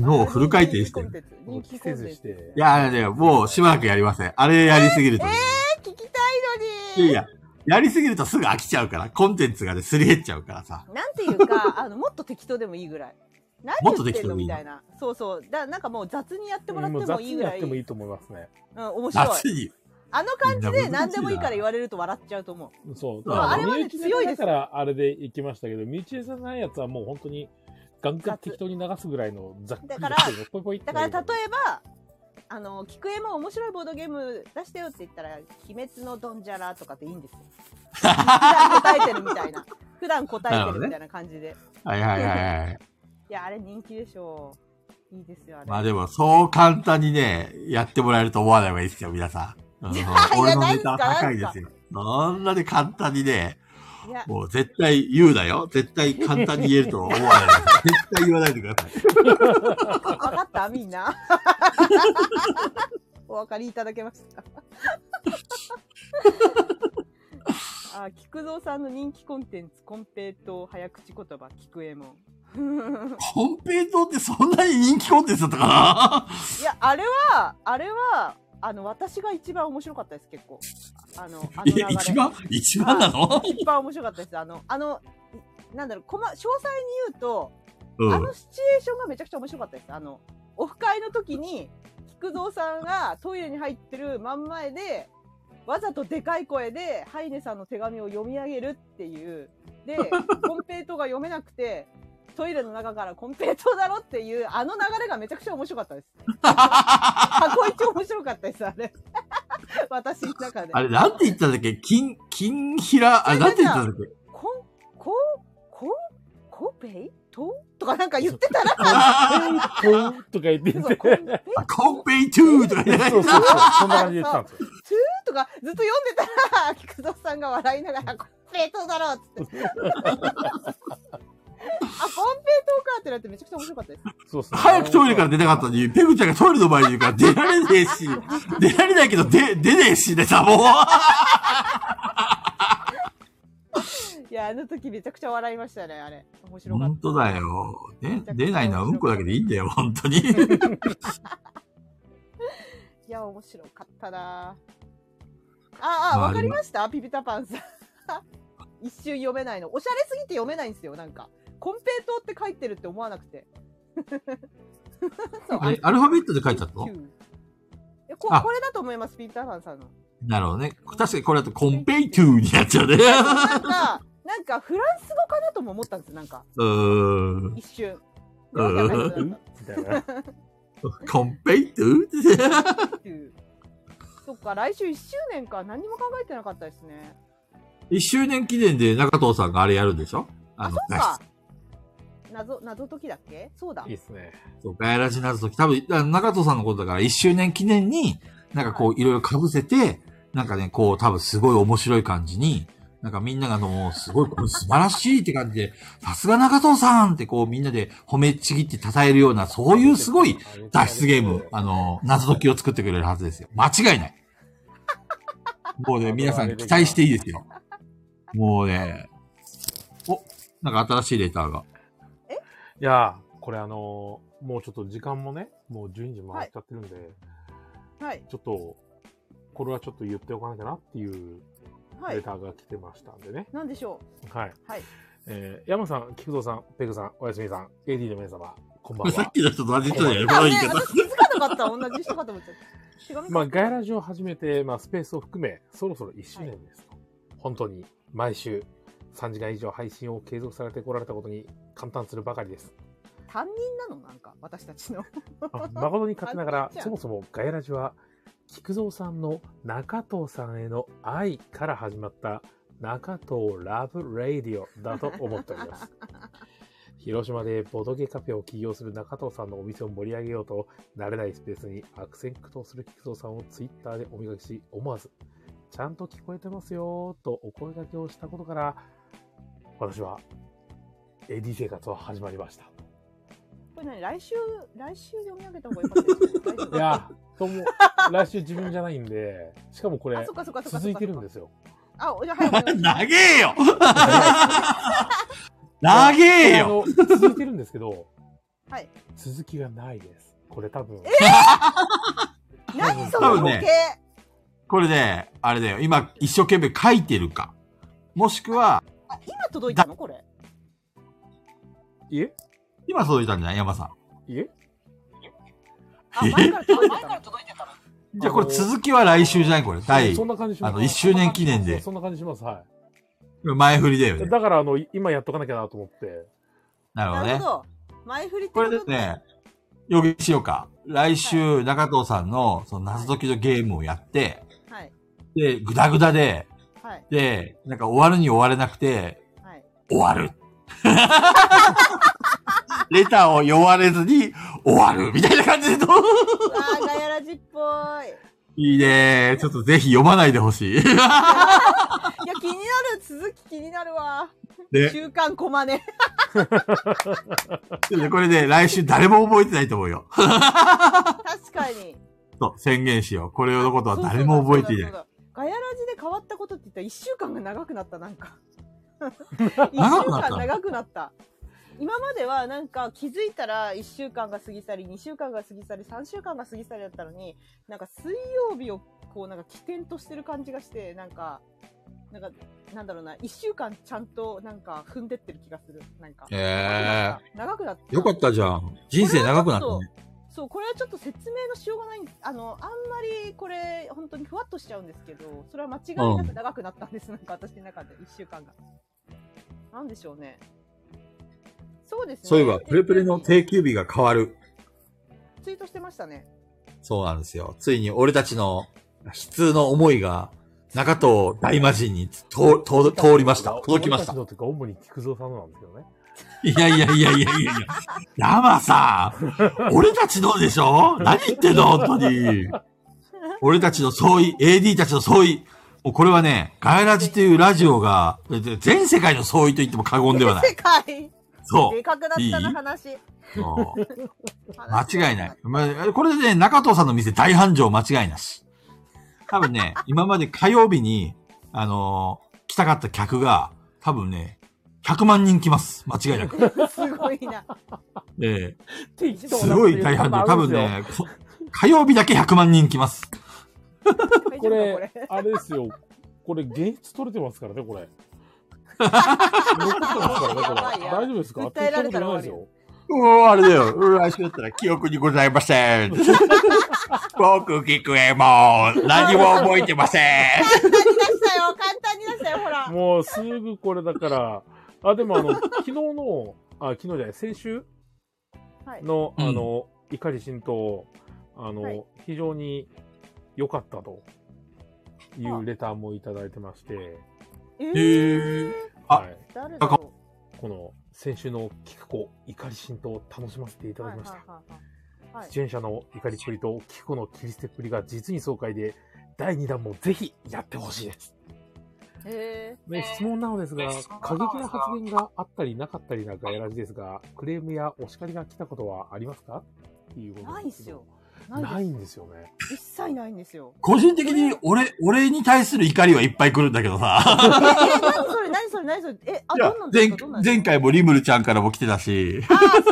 [SPEAKER 2] 脳をフル回転してる。
[SPEAKER 4] 人気コンテンツ。
[SPEAKER 1] もう
[SPEAKER 4] 人
[SPEAKER 1] 季
[SPEAKER 4] 気コン
[SPEAKER 1] 節
[SPEAKER 4] テン
[SPEAKER 1] し
[SPEAKER 4] ツ。
[SPEAKER 1] て。
[SPEAKER 2] いや、いやもうしばらくやりません。あれやりすぎると。
[SPEAKER 4] え聞きた
[SPEAKER 2] い
[SPEAKER 4] い
[SPEAKER 2] や
[SPEAKER 4] のに
[SPEAKER 2] いや、やりすぎるとすぐ飽きちゃうから、コンテンツがね、すり減っちゃうからさ。
[SPEAKER 4] なんていうか、 あの、もっと適当でもいいぐらい。何
[SPEAKER 2] もっと
[SPEAKER 4] 言って
[SPEAKER 2] 適
[SPEAKER 4] ん
[SPEAKER 2] 当
[SPEAKER 4] の
[SPEAKER 2] でいい
[SPEAKER 4] みたいな。そうそう。だなんかもう雑にやってもらって
[SPEAKER 1] もう雑
[SPEAKER 4] もいい
[SPEAKER 1] に
[SPEAKER 4] ぐ
[SPEAKER 1] や
[SPEAKER 4] ら
[SPEAKER 1] っ
[SPEAKER 4] い。
[SPEAKER 1] て
[SPEAKER 4] う
[SPEAKER 1] もい
[SPEAKER 4] ん、
[SPEAKER 1] いと思いますね。
[SPEAKER 4] 面白い。
[SPEAKER 2] 夏に、
[SPEAKER 4] あの感じ
[SPEAKER 2] みん
[SPEAKER 4] で
[SPEAKER 2] な難
[SPEAKER 4] 何
[SPEAKER 2] しいな
[SPEAKER 4] でもいいから言われると笑っちゃうと思う。
[SPEAKER 7] そう。
[SPEAKER 2] まあ
[SPEAKER 7] だから
[SPEAKER 4] あれは
[SPEAKER 7] 身
[SPEAKER 4] ね
[SPEAKER 7] 内ネタ
[SPEAKER 4] 強いで
[SPEAKER 7] だ
[SPEAKER 4] す
[SPEAKER 7] からあれで行きましたけど、身内ネタじゃないやつはもう本当にガンガン適当に流すぐらいのざっくり
[SPEAKER 4] だから
[SPEAKER 7] ざっくりポイポイって
[SPEAKER 4] だから例えば、あの、菊江も面白いボードゲーム出してよって言ったら、鬼滅のドンジャラとかっていいんですよ。普段答えてるみ たいな。普段答えてるみたいな感じで。
[SPEAKER 2] はいはいはいはい。
[SPEAKER 4] いや、あれ人気でしょう。いいですよ、あれ。
[SPEAKER 2] まあでも、そう簡単にね、やってもらえると思わない方がいいですよ、皆さん。うん俺のネタは高いですよ。そんなに簡単にね、
[SPEAKER 4] いや、
[SPEAKER 2] もう絶対言うなよ。絶対簡単に言えると思わ ないです。絶対言わないでください。
[SPEAKER 4] わかったみんな。お分かりいただけ ました。あ、菊蔵さんの人気コンテンツ、コンペイと早口言葉、菊右衛門。
[SPEAKER 2] コンペイトってそんなに人気コンテンツだったか
[SPEAKER 4] いや、あれは、あれは、あの、私が一番面白かったです、結構。あの、
[SPEAKER 2] な
[SPEAKER 4] あの
[SPEAKER 2] え、一番一番なの
[SPEAKER 4] 一番面白かったです。あの、あの、いなんだろう、こま、詳細に言うと、
[SPEAKER 2] う
[SPEAKER 4] あ
[SPEAKER 2] ん。
[SPEAKER 4] のシチュエーションがめちゃくちゃ面白かったです。あの、オフ会の時に、菊蔵さんがトイレに入ってる真ん前で、わざとでかい声で、ハイネさんの手紙を読み上げるっていう。 で、コンペイトが読めなくて、トイレの中からコンペイトだろっていう、あの流れがめちゃくちゃ面白かったです。箱一面白かったです、あ れ。私の中で。
[SPEAKER 2] あれ、なんて言ったんだっけ金、金ひら、あ、なんて言ったんだっけ
[SPEAKER 4] こん、こん、こん、コンペイトとかなんか言ってたら、
[SPEAKER 2] あ
[SPEAKER 7] ポイとか言ってて。
[SPEAKER 4] そうコンペイト
[SPEAKER 2] コンペイトゥーとか言ってな い
[SPEAKER 7] そうそうそう。そんな感じで言ってたんですよ。
[SPEAKER 4] とかずっと読んでたら、菊蔵さんが笑いながら、コンペイトだろうっつって。あ、コンペイトかってなってめちゃくちゃ面白かったです。
[SPEAKER 7] そうそう。
[SPEAKER 2] 早くトイレから出たかったのに、ペグちゃんがトイレの前にいるから出られねえし、出られないけど出、出ねえしね、さ、もう。
[SPEAKER 4] いや、あの時めちゃくちゃ笑いましたね、あれ。面白かった。
[SPEAKER 2] 本当だよ。ね、出ないのはうんこだけでいいんだよ、本当に。
[SPEAKER 4] いや、面白かったなあ
[SPEAKER 2] ま
[SPEAKER 4] あ、
[SPEAKER 2] あ
[SPEAKER 4] わかりましたピピタパンさん。 一瞬読めないの。おしゃれすぎて読めないんですよ、なんか。コンペイトって書いてるって思わなくて。そう。
[SPEAKER 2] えアルファベットで書いてあったの
[SPEAKER 4] えこ
[SPEAKER 2] あ
[SPEAKER 4] これだと思います、ピピタパンさんの。
[SPEAKER 2] なるほどね。確かにこれだとコンペイトゥーになっちゃうね。
[SPEAKER 4] なんか、なんかフランス語かなとも思ったんですよ、なんか。
[SPEAKER 2] うーん。
[SPEAKER 4] 一瞬。
[SPEAKER 2] う
[SPEAKER 4] なんかなん
[SPEAKER 2] ん。
[SPEAKER 4] かなんか
[SPEAKER 7] みたいな。
[SPEAKER 2] コンペイトゥー
[SPEAKER 4] っていうそっか、来週1周年か、何も考えてなかったですね。
[SPEAKER 2] 一周年記念で中藤さんがあれやるんでしょあ
[SPEAKER 4] あ、
[SPEAKER 2] の
[SPEAKER 4] そっ、か。謎、謎解きだっけそうだ
[SPEAKER 1] いい。ですね。
[SPEAKER 2] そう、ガヤラジになるとき、多分、あの中藤さんのことだから、一周年記念に、なんかこう、いろいろ被せて、なんかね、こう、多分すごい面白い感じに、なんかみんながあの、すごい、これ素晴らしいって感じで、さすが中藤さんってこう、みんなで褒めちぎって称えるような、そういうすごい脱出ゲーム、あの、謎解きを作ってくれるはずですよ。間違いない。もうね、皆さん期待していいですよ。もうね、お、なんか新しいレターが。
[SPEAKER 1] いやー、これあのーもうちょっと時間もね、もう12時回っちゃってるんで、
[SPEAKER 4] はい。
[SPEAKER 1] ちょっと、これはちょっと言っておかなきゃなっていう
[SPEAKER 4] は
[SPEAKER 1] レ
[SPEAKER 4] い。
[SPEAKER 1] ターが来てましたんでね。
[SPEAKER 4] なんでしょ
[SPEAKER 1] はい。
[SPEAKER 4] はい
[SPEAKER 1] えー、山さん、菊蔵さん、ペグさん、おやすみさん、AD の皆様、こんばん
[SPEAKER 2] さ
[SPEAKER 1] は
[SPEAKER 2] っ。きの人と同じ人だよね、
[SPEAKER 4] う。
[SPEAKER 2] この
[SPEAKER 4] あ、
[SPEAKER 2] 言い
[SPEAKER 4] ね、
[SPEAKER 2] 方。
[SPEAKER 4] 私気づかなかった。同じ人かと思っちゃった。手紙
[SPEAKER 1] ま
[SPEAKER 4] か
[SPEAKER 1] あ、ガヤラジオを始めて、まあ、スペースを含め、そろそろ1周年ですと。本当に、毎週、3時間以上配信を継続されてこられたことに感嘆するばかりです。
[SPEAKER 4] 担任なのなんか、私たちの。
[SPEAKER 1] あ 誠に勝手ながら
[SPEAKER 4] 簡単じ、ゃん
[SPEAKER 1] そもそもガヤラジは、菊蔵さんの中藤さんへの愛から始まった中藤ラブレイディオだと思っており ます。広島でボドゲカフェを起業する中藤さんのお店を盛り上げようと、慣れないスペースに悪戦苦闘する菊蔵さんをツイッターでお見かけし、思わず、ちゃんと聞こえてますよとお声掛けをしたことから、私は AD 生活は始まりました。
[SPEAKER 4] これ何来週、来週読み上げた方がよかったですか大丈夫
[SPEAKER 1] いや、とも、来週自分じゃないんで、しかもこ
[SPEAKER 4] あ、
[SPEAKER 1] れ
[SPEAKER 4] そっ、かそっかそっかそっか。
[SPEAKER 1] 続いてるんですよ。
[SPEAKER 4] あ、おじゃあ 早くお願いします
[SPEAKER 2] 長えよ長えよ
[SPEAKER 1] これあの続いてるんですけど、
[SPEAKER 4] はい
[SPEAKER 1] 続きがないです。これ多分。
[SPEAKER 4] 何その
[SPEAKER 2] 多分
[SPEAKER 4] 模
[SPEAKER 2] ね
[SPEAKER 4] 型
[SPEAKER 2] これね、あれだよ、今一生懸命書いてるか。もしくは、
[SPEAKER 4] あ、今届いたのこれ。
[SPEAKER 1] いえ
[SPEAKER 2] 今届いたんじゃない山さん。
[SPEAKER 1] いえ
[SPEAKER 4] あ、前から届いてたの。
[SPEAKER 2] じゃあこれ続きは来週じゃないこれ。第
[SPEAKER 1] そんな感じします。
[SPEAKER 2] あの一周年記念で
[SPEAKER 1] そんな感じします。は
[SPEAKER 2] 前振りだよ
[SPEAKER 1] い。
[SPEAKER 2] ね。
[SPEAKER 1] だから、あの、今やっとかなきゃなと思って。
[SPEAKER 2] なるほど
[SPEAKER 4] な
[SPEAKER 2] ね
[SPEAKER 4] るほ。ど。前振りって
[SPEAKER 2] こ
[SPEAKER 4] こ
[SPEAKER 2] れ
[SPEAKER 4] と
[SPEAKER 2] ですね、予言しようか。来週、中藤さんの、その謎解きのゲームをやって、
[SPEAKER 4] はい。
[SPEAKER 2] で、ぐだぐだで、
[SPEAKER 4] はい。
[SPEAKER 2] で、なんか終わるに終われなくて、
[SPEAKER 4] はい。
[SPEAKER 2] 終わる。レターを読まれずに、終わる。みたいな感じでどう
[SPEAKER 4] うわー、ガヤラジっぽい。
[SPEAKER 2] いいねちょっとぜひ読まないでほしい。
[SPEAKER 4] いや、気になる。続き気になるわ。
[SPEAKER 2] ね
[SPEAKER 4] 週刊コマネ。
[SPEAKER 2] でこれね、来週誰も覚えてないと思うよ。
[SPEAKER 4] 確かに。
[SPEAKER 2] そう、宣言しよう。これのことは誰も覚えてい
[SPEAKER 4] そ
[SPEAKER 2] な
[SPEAKER 4] う
[SPEAKER 2] い。
[SPEAKER 4] だそうだそうだガヤラジで変わったことって言ったら1週間が長くなった、なん か。1
[SPEAKER 2] 長
[SPEAKER 4] 週
[SPEAKER 2] くなった
[SPEAKER 4] 間長くなった。今まではなんか気づいたら1週間が過ぎ去り、2週間が過ぎ去り、3週間が過ぎ去りだったのに、なんか水曜日をこうなんか起点としてる感じがして、なんか、なんか、なんだろうな、1週間ちゃんとなんか踏んでってる気がする。なんか。
[SPEAKER 2] え
[SPEAKER 4] 長くなった。
[SPEAKER 2] ー、よかったじゃん。人生長くなったね。
[SPEAKER 4] そう、これはちょっと説明のしようがないんあの、あんまりこれ、本当にふわっとしちゃうんですけど、それは間違いなく長くなったんです、なんか私の中で、1週間が。なんでしょうね。そうですね。
[SPEAKER 2] そういえば、プレプレの
[SPEAKER 4] 定
[SPEAKER 2] 定休日が変わる。
[SPEAKER 4] ツイートしてましたね。
[SPEAKER 2] そうなんですよ。ついに俺たちの悲痛の思いが、中藤大魔神にとと通りました。届きました
[SPEAKER 1] 俺。のというか、主に菊蔵さんのなんですけどね。
[SPEAKER 2] いやいやいやいやいやいや。山さん、俺たちのでしょ何言ってんの本当に。俺たちの相違、AD たちの相違。もうこれはね、ガイラジというラジオが、全世界の相違と言っても過言では ない。
[SPEAKER 4] 世界
[SPEAKER 2] そ
[SPEAKER 4] でかくなっ
[SPEAKER 2] いい
[SPEAKER 4] たな、話。
[SPEAKER 2] う。うん間
[SPEAKER 4] 話
[SPEAKER 2] 違いない。まあこれでね、中藤さんの店大繁盛間違いなし。多分ね、今まで火曜日に、あのー来たかった客が、多分ね、100万人来ます。間違いなく。
[SPEAKER 4] すごい な。
[SPEAKER 2] え
[SPEAKER 1] 適
[SPEAKER 2] え
[SPEAKER 1] 当
[SPEAKER 2] す
[SPEAKER 1] なこと
[SPEAKER 2] ご
[SPEAKER 1] 言う
[SPEAKER 2] い大繁盛。多
[SPEAKER 1] あるん
[SPEAKER 2] 分
[SPEAKER 1] ですよ
[SPEAKER 2] ね、こ火曜日だけ100万人来ます。
[SPEAKER 1] こ
[SPEAKER 4] 大丈夫かこ
[SPEAKER 1] れ
[SPEAKER 4] れ。、
[SPEAKER 1] あれですよ。これ、現実取れてますからね、こ れ。残ってますからね、これ。大
[SPEAKER 4] やばいやばい
[SPEAKER 1] 丈夫ですか
[SPEAKER 4] 訴えられたら終わり
[SPEAKER 1] 適当なこと
[SPEAKER 2] うおあれだよ。うわ、しだったら記憶にございませ ん。僕、聞くえもん。何も覚えてません。
[SPEAKER 4] 簡単に出したよ、簡単に出したよ、ほら。
[SPEAKER 1] 言わないですよ。もう、すぐこれだから。あ、でも、 あの、昨日の、あ、昨日じゃない、先週
[SPEAKER 4] はい。
[SPEAKER 1] の、
[SPEAKER 2] うん
[SPEAKER 1] あの、怒り浸透、あの、
[SPEAKER 4] はい
[SPEAKER 1] 非常に良かったというレターもいただいてまして、
[SPEAKER 4] え
[SPEAKER 2] え
[SPEAKER 4] ー、
[SPEAKER 2] ー、あ
[SPEAKER 1] はい。
[SPEAKER 4] 誰だろ
[SPEAKER 1] この、先週の菊子、怒り浸透を楽しませていた
[SPEAKER 4] う。
[SPEAKER 1] だ
[SPEAKER 4] はい
[SPEAKER 1] き
[SPEAKER 4] はい
[SPEAKER 1] ました。
[SPEAKER 4] はいはい。はい
[SPEAKER 1] 出演者の怒りっぷりとキクコの切り捨てっぷりが実に爽快で、第2弾もぜひやってほしいです。
[SPEAKER 4] え
[SPEAKER 1] ね、質問なのですが、過激な発言があったりなかったりなガヤラジですが、クレームやお叱りが来たことはありますかっていうこ
[SPEAKER 4] ー、
[SPEAKER 1] と
[SPEAKER 4] ない
[SPEAKER 1] で
[SPEAKER 4] っ
[SPEAKER 1] す
[SPEAKER 4] す
[SPEAKER 1] け
[SPEAKER 4] よ
[SPEAKER 1] ど。
[SPEAKER 4] ないです
[SPEAKER 1] ないんですよね。
[SPEAKER 4] 一切ないんですよ。
[SPEAKER 2] 個人的に俺、俺に対する怒りはいっぱい来るんだけどさ。
[SPEAKER 4] え、え、何それ、何それ、何それ。え、あ、
[SPEAKER 2] いや
[SPEAKER 4] どんなんです
[SPEAKER 2] 前
[SPEAKER 4] かどんなんですか
[SPEAKER 2] 前。回もリムルちゃんからも来てたし。
[SPEAKER 4] ああ、そういうや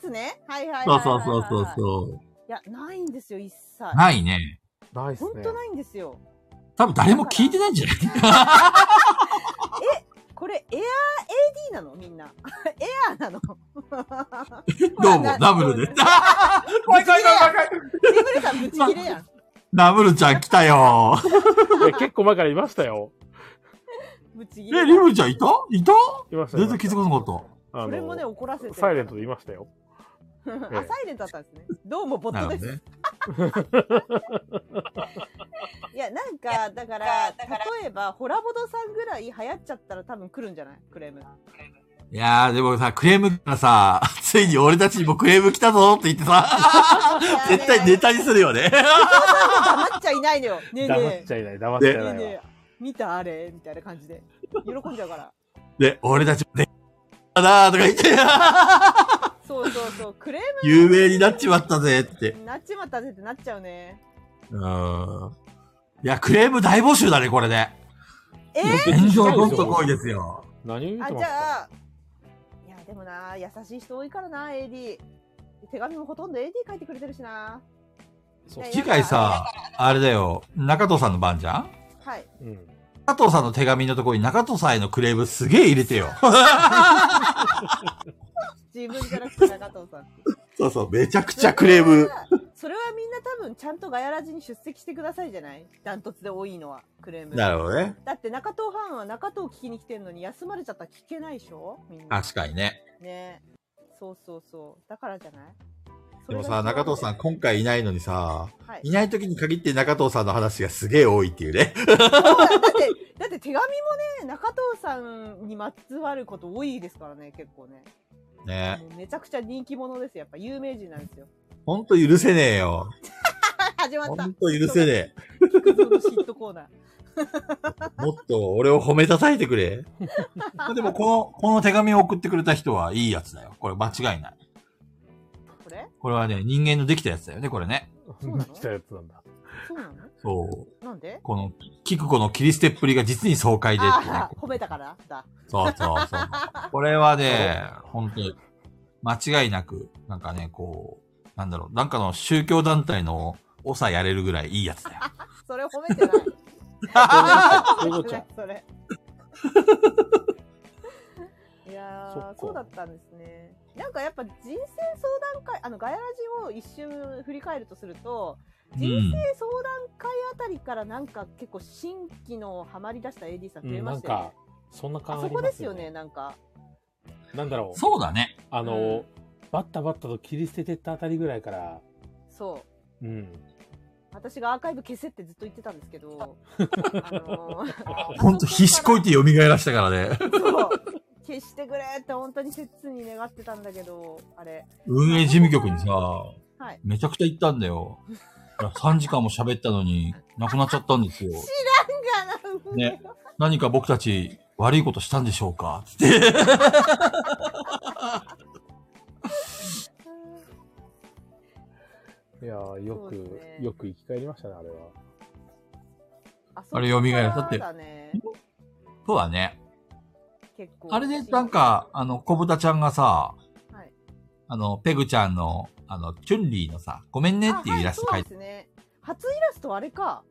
[SPEAKER 4] つね。はいはいは
[SPEAKER 2] そ
[SPEAKER 4] いは
[SPEAKER 2] う
[SPEAKER 4] い
[SPEAKER 2] そうそうそう
[SPEAKER 4] う。
[SPEAKER 2] そ
[SPEAKER 4] いや、ないんですよ、一切。
[SPEAKER 2] う。ないね。
[SPEAKER 1] ないです
[SPEAKER 4] ほん
[SPEAKER 1] ね。
[SPEAKER 4] とないんですよ。
[SPEAKER 2] 多分誰も聞いてないんじゃない
[SPEAKER 4] これ、エアー AD なのみんな。 エアー なの
[SPEAKER 2] どうも、ダブル で。怖い怖い怖い怖い
[SPEAKER 4] リブレさん、ぶち切れやん。
[SPEAKER 2] ダブルちゃん来た よ。
[SPEAKER 1] いや 結構前からいましたよ。
[SPEAKER 4] ぶち切
[SPEAKER 2] え、
[SPEAKER 4] れ。
[SPEAKER 2] リムルちゃんいたいた
[SPEAKER 1] いました
[SPEAKER 2] 全然気づ
[SPEAKER 1] こ
[SPEAKER 2] かなかった。
[SPEAKER 1] あ
[SPEAKER 4] それもね、
[SPEAKER 1] の、
[SPEAKER 4] 怒らせて。
[SPEAKER 1] サイレントでいましたよ。ええ
[SPEAKER 4] あ、サイレントだったんですね。どうも、ボッ
[SPEAKER 2] な
[SPEAKER 4] ト
[SPEAKER 2] る
[SPEAKER 4] で
[SPEAKER 2] ほ
[SPEAKER 4] す。
[SPEAKER 2] どね。
[SPEAKER 4] いや、なんか、だから、例えば、ホラボドさんぐらい流行っちゃったら多分来るんじゃないクレーム。
[SPEAKER 2] いやー、でもさ、クレームからさ、ついに俺たちにもクレーム来たぞって言ってさ、絶対ネタにするよね。
[SPEAKER 4] 黙っちゃいないのよ。ねえね
[SPEAKER 1] 黙っ
[SPEAKER 4] え
[SPEAKER 1] ち。ゃいない、黙っちゃい
[SPEAKER 4] ねえ
[SPEAKER 1] ない
[SPEAKER 4] ね
[SPEAKER 1] わ
[SPEAKER 4] え。、見たあれみたいな感じで。喜んじゃうから。
[SPEAKER 2] で、俺たちもね、だなーとか言って、
[SPEAKER 4] そうそうそう。クレー
[SPEAKER 2] 有名になっちまったぜって。
[SPEAKER 4] ムになっちまったぜってなっちゃうね。
[SPEAKER 2] うーん。いや、クレーム大募集だね、これで。
[SPEAKER 4] え
[SPEAKER 2] 炎上どんとこいですよ。
[SPEAKER 1] 何を言っ
[SPEAKER 4] あ、
[SPEAKER 1] て
[SPEAKER 4] じ
[SPEAKER 1] ますか
[SPEAKER 4] ゃあ、いや、でもな、優しい人多いからな、AD。手紙もほとんど AD 書いてくれてるしな。
[SPEAKER 1] そう
[SPEAKER 4] いや
[SPEAKER 2] 次回さ、あれだよ、中藤さんの番じゃん
[SPEAKER 4] はい。
[SPEAKER 1] うん。
[SPEAKER 2] 中藤さんの手紙のところに中藤さんへのクレームすげえ入れてよ。
[SPEAKER 4] 自分じゃなくて中藤さん。
[SPEAKER 2] そうそう、めちゃくちゃクレーム。
[SPEAKER 4] それはみんな多分ちゃんとガヤラジに出席してくださいじゃないダントツで多いのは、クレーム。
[SPEAKER 2] なるほどね。
[SPEAKER 4] だって中東ファンは中東聞きに来てんのに休まれちゃったら聞けないでしょみんな。
[SPEAKER 2] 確かにね。
[SPEAKER 4] ね。そうそうそう。だからじゃない
[SPEAKER 6] でもさ、中藤さん、、今回いないのにさ、
[SPEAKER 4] それが一番だよはい
[SPEAKER 6] いない時に限って中藤さんの話がすげえ多いっていうね。
[SPEAKER 4] そうだだって、だって手紙もね、中藤さんにまつわること多いですからね、結構ね。
[SPEAKER 6] ね
[SPEAKER 4] もうめちゃくちゃ人気者ですよ。やっぱ有名人なんですよ。
[SPEAKER 6] ほんと許せねえよ。
[SPEAKER 4] あ始ま
[SPEAKER 6] ほ
[SPEAKER 4] った
[SPEAKER 6] ん。と許せね
[SPEAKER 4] 菊蔵のシットコーナー。
[SPEAKER 6] え。もっと俺を褒めたたいてくれ。
[SPEAKER 2] でも、この、この手紙を送ってくれた人はいいやつだよ。これ間違いない。
[SPEAKER 4] これ
[SPEAKER 2] これはね、人間のできたやつだよね、これね。
[SPEAKER 4] そうなの
[SPEAKER 7] 来たやつなんだ。
[SPEAKER 4] そうなの
[SPEAKER 2] そう。
[SPEAKER 4] な んで
[SPEAKER 2] この、キクコの切り捨てっぷりが実に爽快でってね、
[SPEAKER 4] ああ、褒めたからだ。
[SPEAKER 2] そうそうそう。これはね、本当に、間違いなく、なんかね、こう、なんだろう、なんかの宗教団体の長やれるぐらいいいやつだよ。
[SPEAKER 4] それ褒めてない。
[SPEAKER 7] そういうことじゃん。
[SPEAKER 4] それ。いや
[SPEAKER 7] そっか
[SPEAKER 4] ーそうだったんですね。なんかやっぱ人生相談会、あの、ガヤラジを一瞬振り返るとすると、
[SPEAKER 2] う
[SPEAKER 4] 人
[SPEAKER 2] ん
[SPEAKER 4] 生。相談会あたりからなんか結構新規のハマり出した AD さん増え
[SPEAKER 7] うんな
[SPEAKER 4] ま
[SPEAKER 7] ん
[SPEAKER 4] したよね
[SPEAKER 7] か。、そんな
[SPEAKER 4] あ
[SPEAKER 7] 感じ
[SPEAKER 4] そこですよね、。なんか。
[SPEAKER 7] なんだろう。
[SPEAKER 2] そうだね。
[SPEAKER 7] あの、バッタバッタと切り捨ててったあたりぐらいから、
[SPEAKER 4] そう。
[SPEAKER 7] うん。
[SPEAKER 4] 私がアーカイブ消せってずっと言ってたんですけ ど、あのー
[SPEAKER 2] ほんと、必死こいて蘇らしたからね。
[SPEAKER 4] そう消してくれって本当に切に願ってたんだけど、あれ。
[SPEAKER 2] 運営事務局にさ、
[SPEAKER 4] い
[SPEAKER 2] めちゃくちゃ行ったんだよ。いや3時間も喋ったのに、なくなっちゃったんですよ。ね何か僕たち悪いことしたんでしょうかつって。
[SPEAKER 7] いやーよく、
[SPEAKER 4] そうですね
[SPEAKER 7] よく生き返りましたね、あれは。
[SPEAKER 4] あ
[SPEAKER 2] あれ蘇るだって
[SPEAKER 4] だね、
[SPEAKER 2] そうだね。
[SPEAKER 4] 結構
[SPEAKER 2] あれでなん、か、あの、小豚ちゃんがさ、
[SPEAKER 4] はい
[SPEAKER 2] あの、ペグちゃんの、あの、チュンリーのさ、ごめんねっていうイラスト描
[SPEAKER 4] あはいい
[SPEAKER 2] て、
[SPEAKER 4] そうですね。初イラストあれか。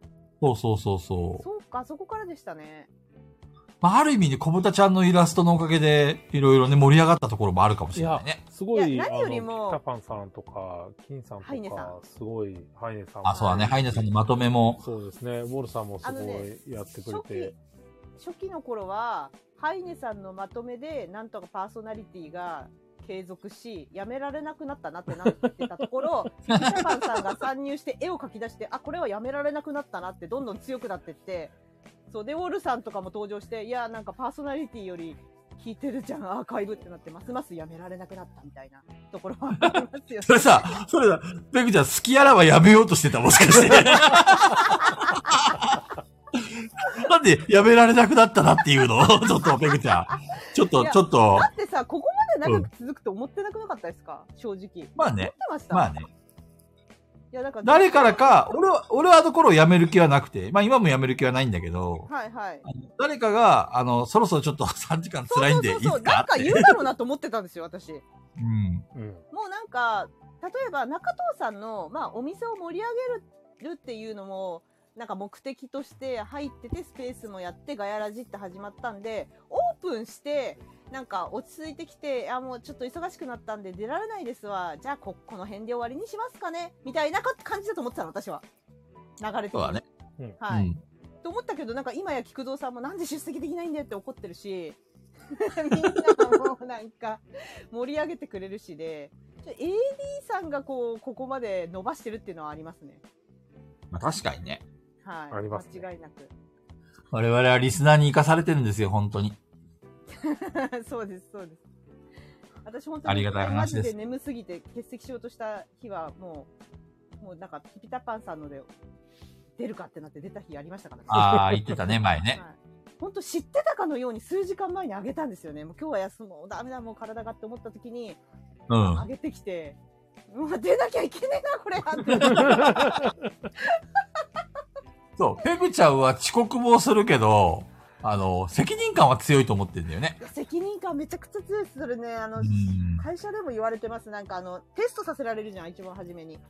[SPEAKER 2] そうそうそうそう。
[SPEAKER 4] そうか、そこからでしたね。
[SPEAKER 2] まあ、ある意味ね、小豚ちゃんのイラストのおかげで、いろいろね、盛り上がったところもあるかもしれないね。
[SPEAKER 7] すごい、
[SPEAKER 4] いや何より
[SPEAKER 7] あの
[SPEAKER 4] も
[SPEAKER 7] ピッタパンさんとか、金さん
[SPEAKER 4] ハイネ
[SPEAKER 7] と
[SPEAKER 4] さ
[SPEAKER 7] か、すごい、ハイネさんも
[SPEAKER 2] あ、そうだね。ハイネさんのまとめも、
[SPEAKER 7] そうですね。ウォルさんもす
[SPEAKER 4] あ
[SPEAKER 7] ご
[SPEAKER 4] のね
[SPEAKER 7] いやってくれ
[SPEAKER 4] 初期
[SPEAKER 7] て。、
[SPEAKER 4] 初期の頃は、ハイネさんのまとめで、なんとかパーソナリティが継続し、やめられなくなったなってなってたとこ ろ、ピーターパンさんが参入して絵を描き出して、あ、これはやめられなくなったなって、どんどん強くなってって、そう、で、ウォルさんとかも登場して、いや、なんかパーソナリティより、聞いてるじゃん、アーカイブってなって、ますますやめられなくなったみたいなところはあります よね
[SPEAKER 2] そ。れさ、それだ、ペグちゃん好きあらばやめようとしてた、もし かして。なんで、やめられなくなったなっていう のちょっと、ペグちゃん。ちょっと、
[SPEAKER 4] いや
[SPEAKER 2] ちょっと、
[SPEAKER 4] だってさ、ここまで長く続くと思ってなくなかったですか、正直。
[SPEAKER 2] まあね
[SPEAKER 4] 思ってました。
[SPEAKER 2] まあね。
[SPEAKER 4] いや、なんか
[SPEAKER 2] 誰からか、俺は、俺はあの頃辞める気はなくて、まあ今も辞める気はないんだけど、
[SPEAKER 4] はいはい。
[SPEAKER 2] 誰かが、あの、そろそろちょっと 3時間辛いんでいいで
[SPEAKER 4] そうそうそう
[SPEAKER 2] す
[SPEAKER 4] な
[SPEAKER 2] か
[SPEAKER 4] んか
[SPEAKER 2] って
[SPEAKER 4] 言うだろうなと思ってたんですよ、 私。も
[SPEAKER 2] うん。
[SPEAKER 7] うん。
[SPEAKER 4] うなんか、例えば中藤さんの、まあ、お店を盛り上げるっていうのも、なんか目的として入ってて、スペースもやって、ガヤラジって始まったんで、オープンして、なんか落ち着いてきて、あ、もうちょっと忙しくなったんで出られないですわ。じゃあこ、この辺で終わりにしますかねみたいなか感じだと思ってたの、私は。流れて
[SPEAKER 2] そうだね。。
[SPEAKER 4] はい。
[SPEAKER 2] うん。
[SPEAKER 4] と思ったけど、なんか今や菊蔵さんもなんで出席できないんだよって怒ってるし、みんなもうなんか盛り上げてくれるしで、ちょ AD さんがこう、ここまで伸ばしてるっていうのはありますね。
[SPEAKER 2] まあ確かにね。
[SPEAKER 4] はい。
[SPEAKER 7] ありますね
[SPEAKER 4] 間違いなく。
[SPEAKER 2] 我々はリスナーに生かされてるんですよ、本当に。
[SPEAKER 4] そうです、そうです。私本当に
[SPEAKER 2] ありがたい話です
[SPEAKER 4] マジで眠すぎて欠席しようとした日はもう、もうなんかピピタパンさんので出るかってなって出た日ありましたからね。
[SPEAKER 2] ああ、言ってたね、前ね。
[SPEAKER 4] はい本当知ってたかのように数時間前にあげたんですよね。もう今日は休もう、ダメだ、もう体がって思った時に、
[SPEAKER 2] うん
[SPEAKER 4] あ。げてきて、うわ、出なきゃいけねえな、これ って。
[SPEAKER 2] そう、ペグちゃんは遅刻もするけど、あの、責任感は強いと思ってんだよね。
[SPEAKER 4] 責任感めちゃくちゃ強いです。それね、あの
[SPEAKER 2] う、ん。
[SPEAKER 4] 会社でも言われてます。なんかあの、テストさせられるじゃん、一番初めに。
[SPEAKER 2] うん。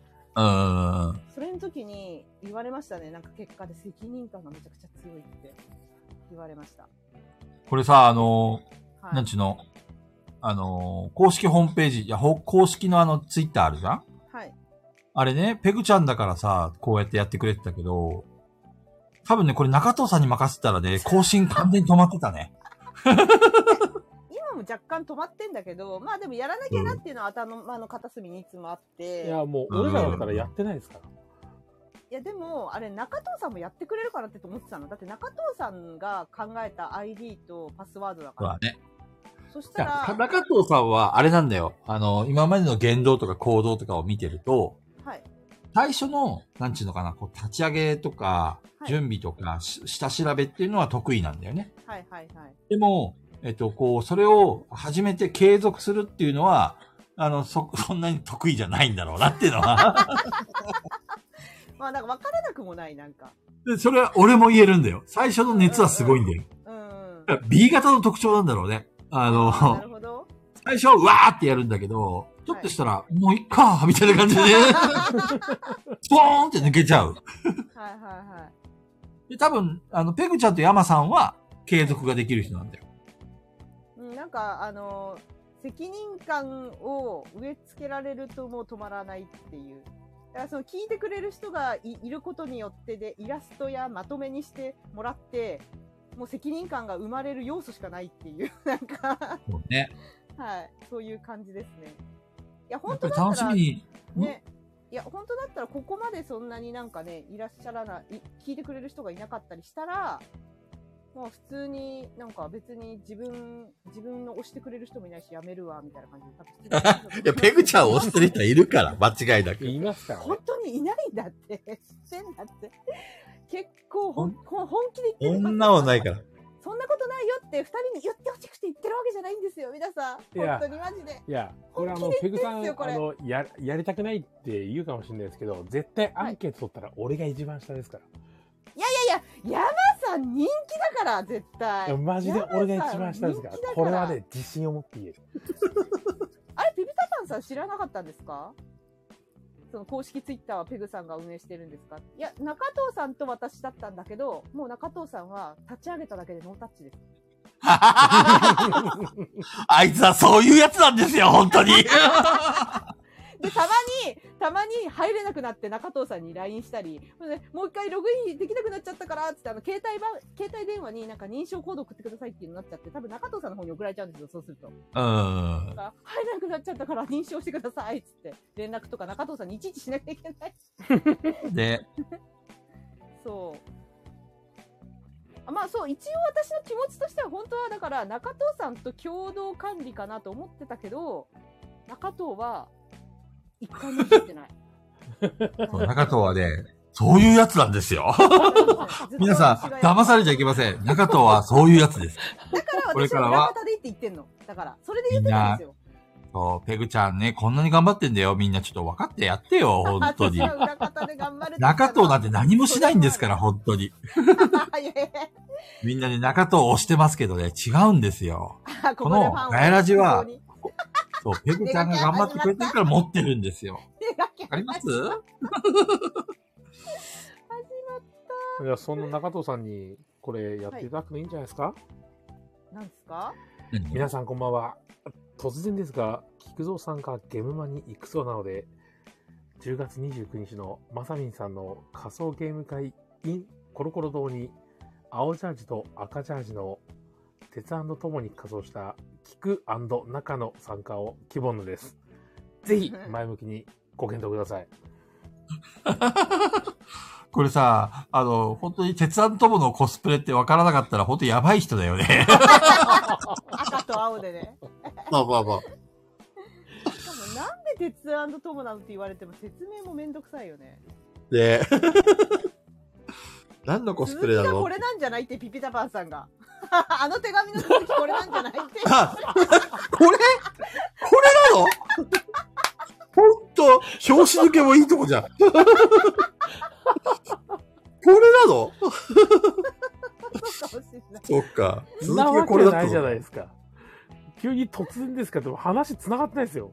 [SPEAKER 4] それの時に言われましたね。なんか結果で責任感がめちゃくちゃ強いって言われました。
[SPEAKER 2] これさ、あの、
[SPEAKER 4] はい。
[SPEAKER 2] なんちゅうの、あの、公式ホームページ、いや、ほ公式のあの、ツイッターあるじゃん
[SPEAKER 4] はい。
[SPEAKER 2] あれね、ペグちゃんだからさ、こうやってやってくれてたけど、多分ね、これ中藤さんに任せたらね、更新完全に止まってたね。
[SPEAKER 4] 今も若干止まってんだけど、まあでもやらなきゃなっていうのは頭の片隅にいつもあって、
[SPEAKER 1] い
[SPEAKER 4] いや
[SPEAKER 1] や、もう、俺らだったらやってないですから。
[SPEAKER 4] でも、あれ中藤さんもやってくれるかなってと思ってたの。だって中藤さんが考えた ID とパスワードだ
[SPEAKER 2] そう
[SPEAKER 4] か
[SPEAKER 2] だね。
[SPEAKER 4] ら。そし
[SPEAKER 2] い
[SPEAKER 4] た
[SPEAKER 2] や
[SPEAKER 4] ら、
[SPEAKER 2] 中藤さんは、あれなんだよ。あの、今までの言動とか行動とかを見てると、
[SPEAKER 4] はい。
[SPEAKER 2] 最初の、なんちゅうのかな、こう、立ち上げとか、
[SPEAKER 4] はい
[SPEAKER 2] 準備とか、し下調べっていうのは得意なんだよね。
[SPEAKER 4] はいはいはい。
[SPEAKER 2] でも、えっと、こう、それを始めて継続するっていうのは、あの、そ、 そんなに得意じゃないんだろうなっていうの は。
[SPEAKER 4] まあなんか分からなくもない、なんか。
[SPEAKER 2] でそれは俺も言えるんだよ。最初の熱はすごいんだよ。
[SPEAKER 4] うん。
[SPEAKER 2] だから B 型の特徴なんだろうね。あの、
[SPEAKER 4] なるほど。
[SPEAKER 2] 最初はうわーってやるんだけど、ちょっとしたら、もういっかーみたいな感じで、 スポーンって抜けちゃう。
[SPEAKER 4] はいはいはい。
[SPEAKER 2] で、多分、あの、ペグちゃんとヤマさんは継続ができる人なんだよ。
[SPEAKER 4] うん、なんかあの責任感を植え付けられるともう止まらないっていう。だからその聞いてくれる人がいいることによってでイラストやまとめにしてもらってもう責任感が生まれる要素しかないっていうなんか、
[SPEAKER 2] そうね。
[SPEAKER 4] はい、そういう感じですね。いや
[SPEAKER 2] や
[SPEAKER 4] 本
[SPEAKER 2] っぱり
[SPEAKER 4] 当だ
[SPEAKER 2] 楽
[SPEAKER 4] っ
[SPEAKER 2] した
[SPEAKER 4] ら
[SPEAKER 2] みに、
[SPEAKER 4] ね、いや本当だったらここまでそんなになんかねいらっしゃらない聞いてくれる人がいなかったりしたらもう普通になんか別に自分自分の押してくれる人もいないしやめるわみたいな感じで多分
[SPEAKER 2] いや、ペグちゃんを押してる人はいるから、間違いなく。
[SPEAKER 1] 言いましたよね
[SPEAKER 4] 本。当にいないんだって 知ってんだって結構ほんほん本気で言ってる
[SPEAKER 2] 女はないから。
[SPEAKER 4] そんなことないよって二人に言ってほしくて言ってるわけじゃないんですよ皆さん
[SPEAKER 1] いや
[SPEAKER 4] 本当にマジで
[SPEAKER 1] いや、これあの
[SPEAKER 4] 本、気
[SPEAKER 1] ペグ
[SPEAKER 4] で言って
[SPEAKER 1] さ
[SPEAKER 4] ん
[SPEAKER 1] ん、
[SPEAKER 4] すよこれ
[SPEAKER 1] あの、や、やりたくないって言うかもしれないですけど、絶対アンケート取ったら俺が一番下ですから。
[SPEAKER 4] いや山さん人気だから絶
[SPEAKER 1] い
[SPEAKER 4] 対
[SPEAKER 1] やマジで俺が一番下ですから。
[SPEAKER 4] 山さん人気だから
[SPEAKER 1] これはね、自信を持って言える。
[SPEAKER 4] あれ、ピピタパンさん知らなかったんですかその公式ツイッターはペグさんが運営してるんですかいや、中藤さんと私だったんだけど、もう中藤さんは立ち上げただけでノータッチです。
[SPEAKER 2] あいつはそういうやつなんですよ、本当に。
[SPEAKER 4] で、たまに、たまに入れなくなって中藤さんに LINE したり、もうねもう一回ログインできなくなっちゃったから、つってあの、携帯番、携帯電話になんか認証コード送ってくださいっていうのになっちゃって、多分中藤さんの方に送られちゃうんですよ、そうすると。
[SPEAKER 2] うん。
[SPEAKER 4] あ入れなくなっちゃったから認証してください、つって。連絡とか中藤さんにいちいちしなきゃいけない。
[SPEAKER 2] で、
[SPEAKER 4] そう。あまあそう、一応私の気持ちとしては本当はだから中藤さんと共同管理かなと思ってたけど、中藤は一回も言ってない。
[SPEAKER 2] そう中 藤はね、そういうやつなんですよ。皆さん、騙されちゃいけません。中藤はそういうやつです。こ
[SPEAKER 4] こ
[SPEAKER 2] れ
[SPEAKER 4] れ
[SPEAKER 2] か
[SPEAKER 4] からら
[SPEAKER 2] は
[SPEAKER 4] は私は裏方でって言ってんの。だから、それで言ってたんですよ。
[SPEAKER 2] そう、ペグちゃんね、こんなに頑張ってんだよ。みんなちょっと分かってやってよ、本当に
[SPEAKER 4] 私。は裏方で頑張るって言ったら
[SPEAKER 2] 中藤なんて何もしないんですから、。本当に。
[SPEAKER 4] いやいやい
[SPEAKER 2] みんなね、中藤を押してますけどね、違うんですよ。
[SPEAKER 4] やこ
[SPEAKER 2] このガヤラジは
[SPEAKER 4] ここに
[SPEAKER 2] そう、ペグちゃんが頑張ってくれてるから持ってるんですよ。
[SPEAKER 4] 手がけ
[SPEAKER 2] わかります
[SPEAKER 1] いや、そんな中藤さんに、これやっていただくのいいんじゃないですか、
[SPEAKER 4] なんですか
[SPEAKER 1] 皆さんこんばんは。突然ですが、菊蔵さんがゲームマに行くそうなので、10月29日のまさみんさんの仮想ゲーム会 in コロコロ堂に、青ジャージと赤ジャージの鉄ともに仮装した菊中の参加を希望のです。ぜ ひ前向きにご検討ください。
[SPEAKER 2] これさ、あの、本当に鉄腕友のコスプレって分からなかったら本当やばい人だよね。
[SPEAKER 4] 赤と青でね。
[SPEAKER 6] まあまあまあ。
[SPEAKER 4] しかもなんで鉄友なのって言われても説明もめんどくさいよね。
[SPEAKER 6] で、 何のコスプレだ
[SPEAKER 4] 続きが
[SPEAKER 6] ろ
[SPEAKER 4] こ
[SPEAKER 6] う
[SPEAKER 4] れなんじゃないってピピタパンさんが。 あの手紙の続きこれなんじゃな いって。
[SPEAKER 2] あ
[SPEAKER 6] これこれなのほんと、表紙抜けもいいとこじゃん。こ れなの
[SPEAKER 4] かもしれない。
[SPEAKER 6] そっか。
[SPEAKER 1] そ
[SPEAKER 6] 続
[SPEAKER 1] ん
[SPEAKER 6] き
[SPEAKER 1] な
[SPEAKER 6] が
[SPEAKER 1] わ
[SPEAKER 6] こ
[SPEAKER 1] け
[SPEAKER 6] れだ
[SPEAKER 1] ないじゃない
[SPEAKER 6] と
[SPEAKER 1] で。すか。急に突然ですかでも話繋がってないですよ。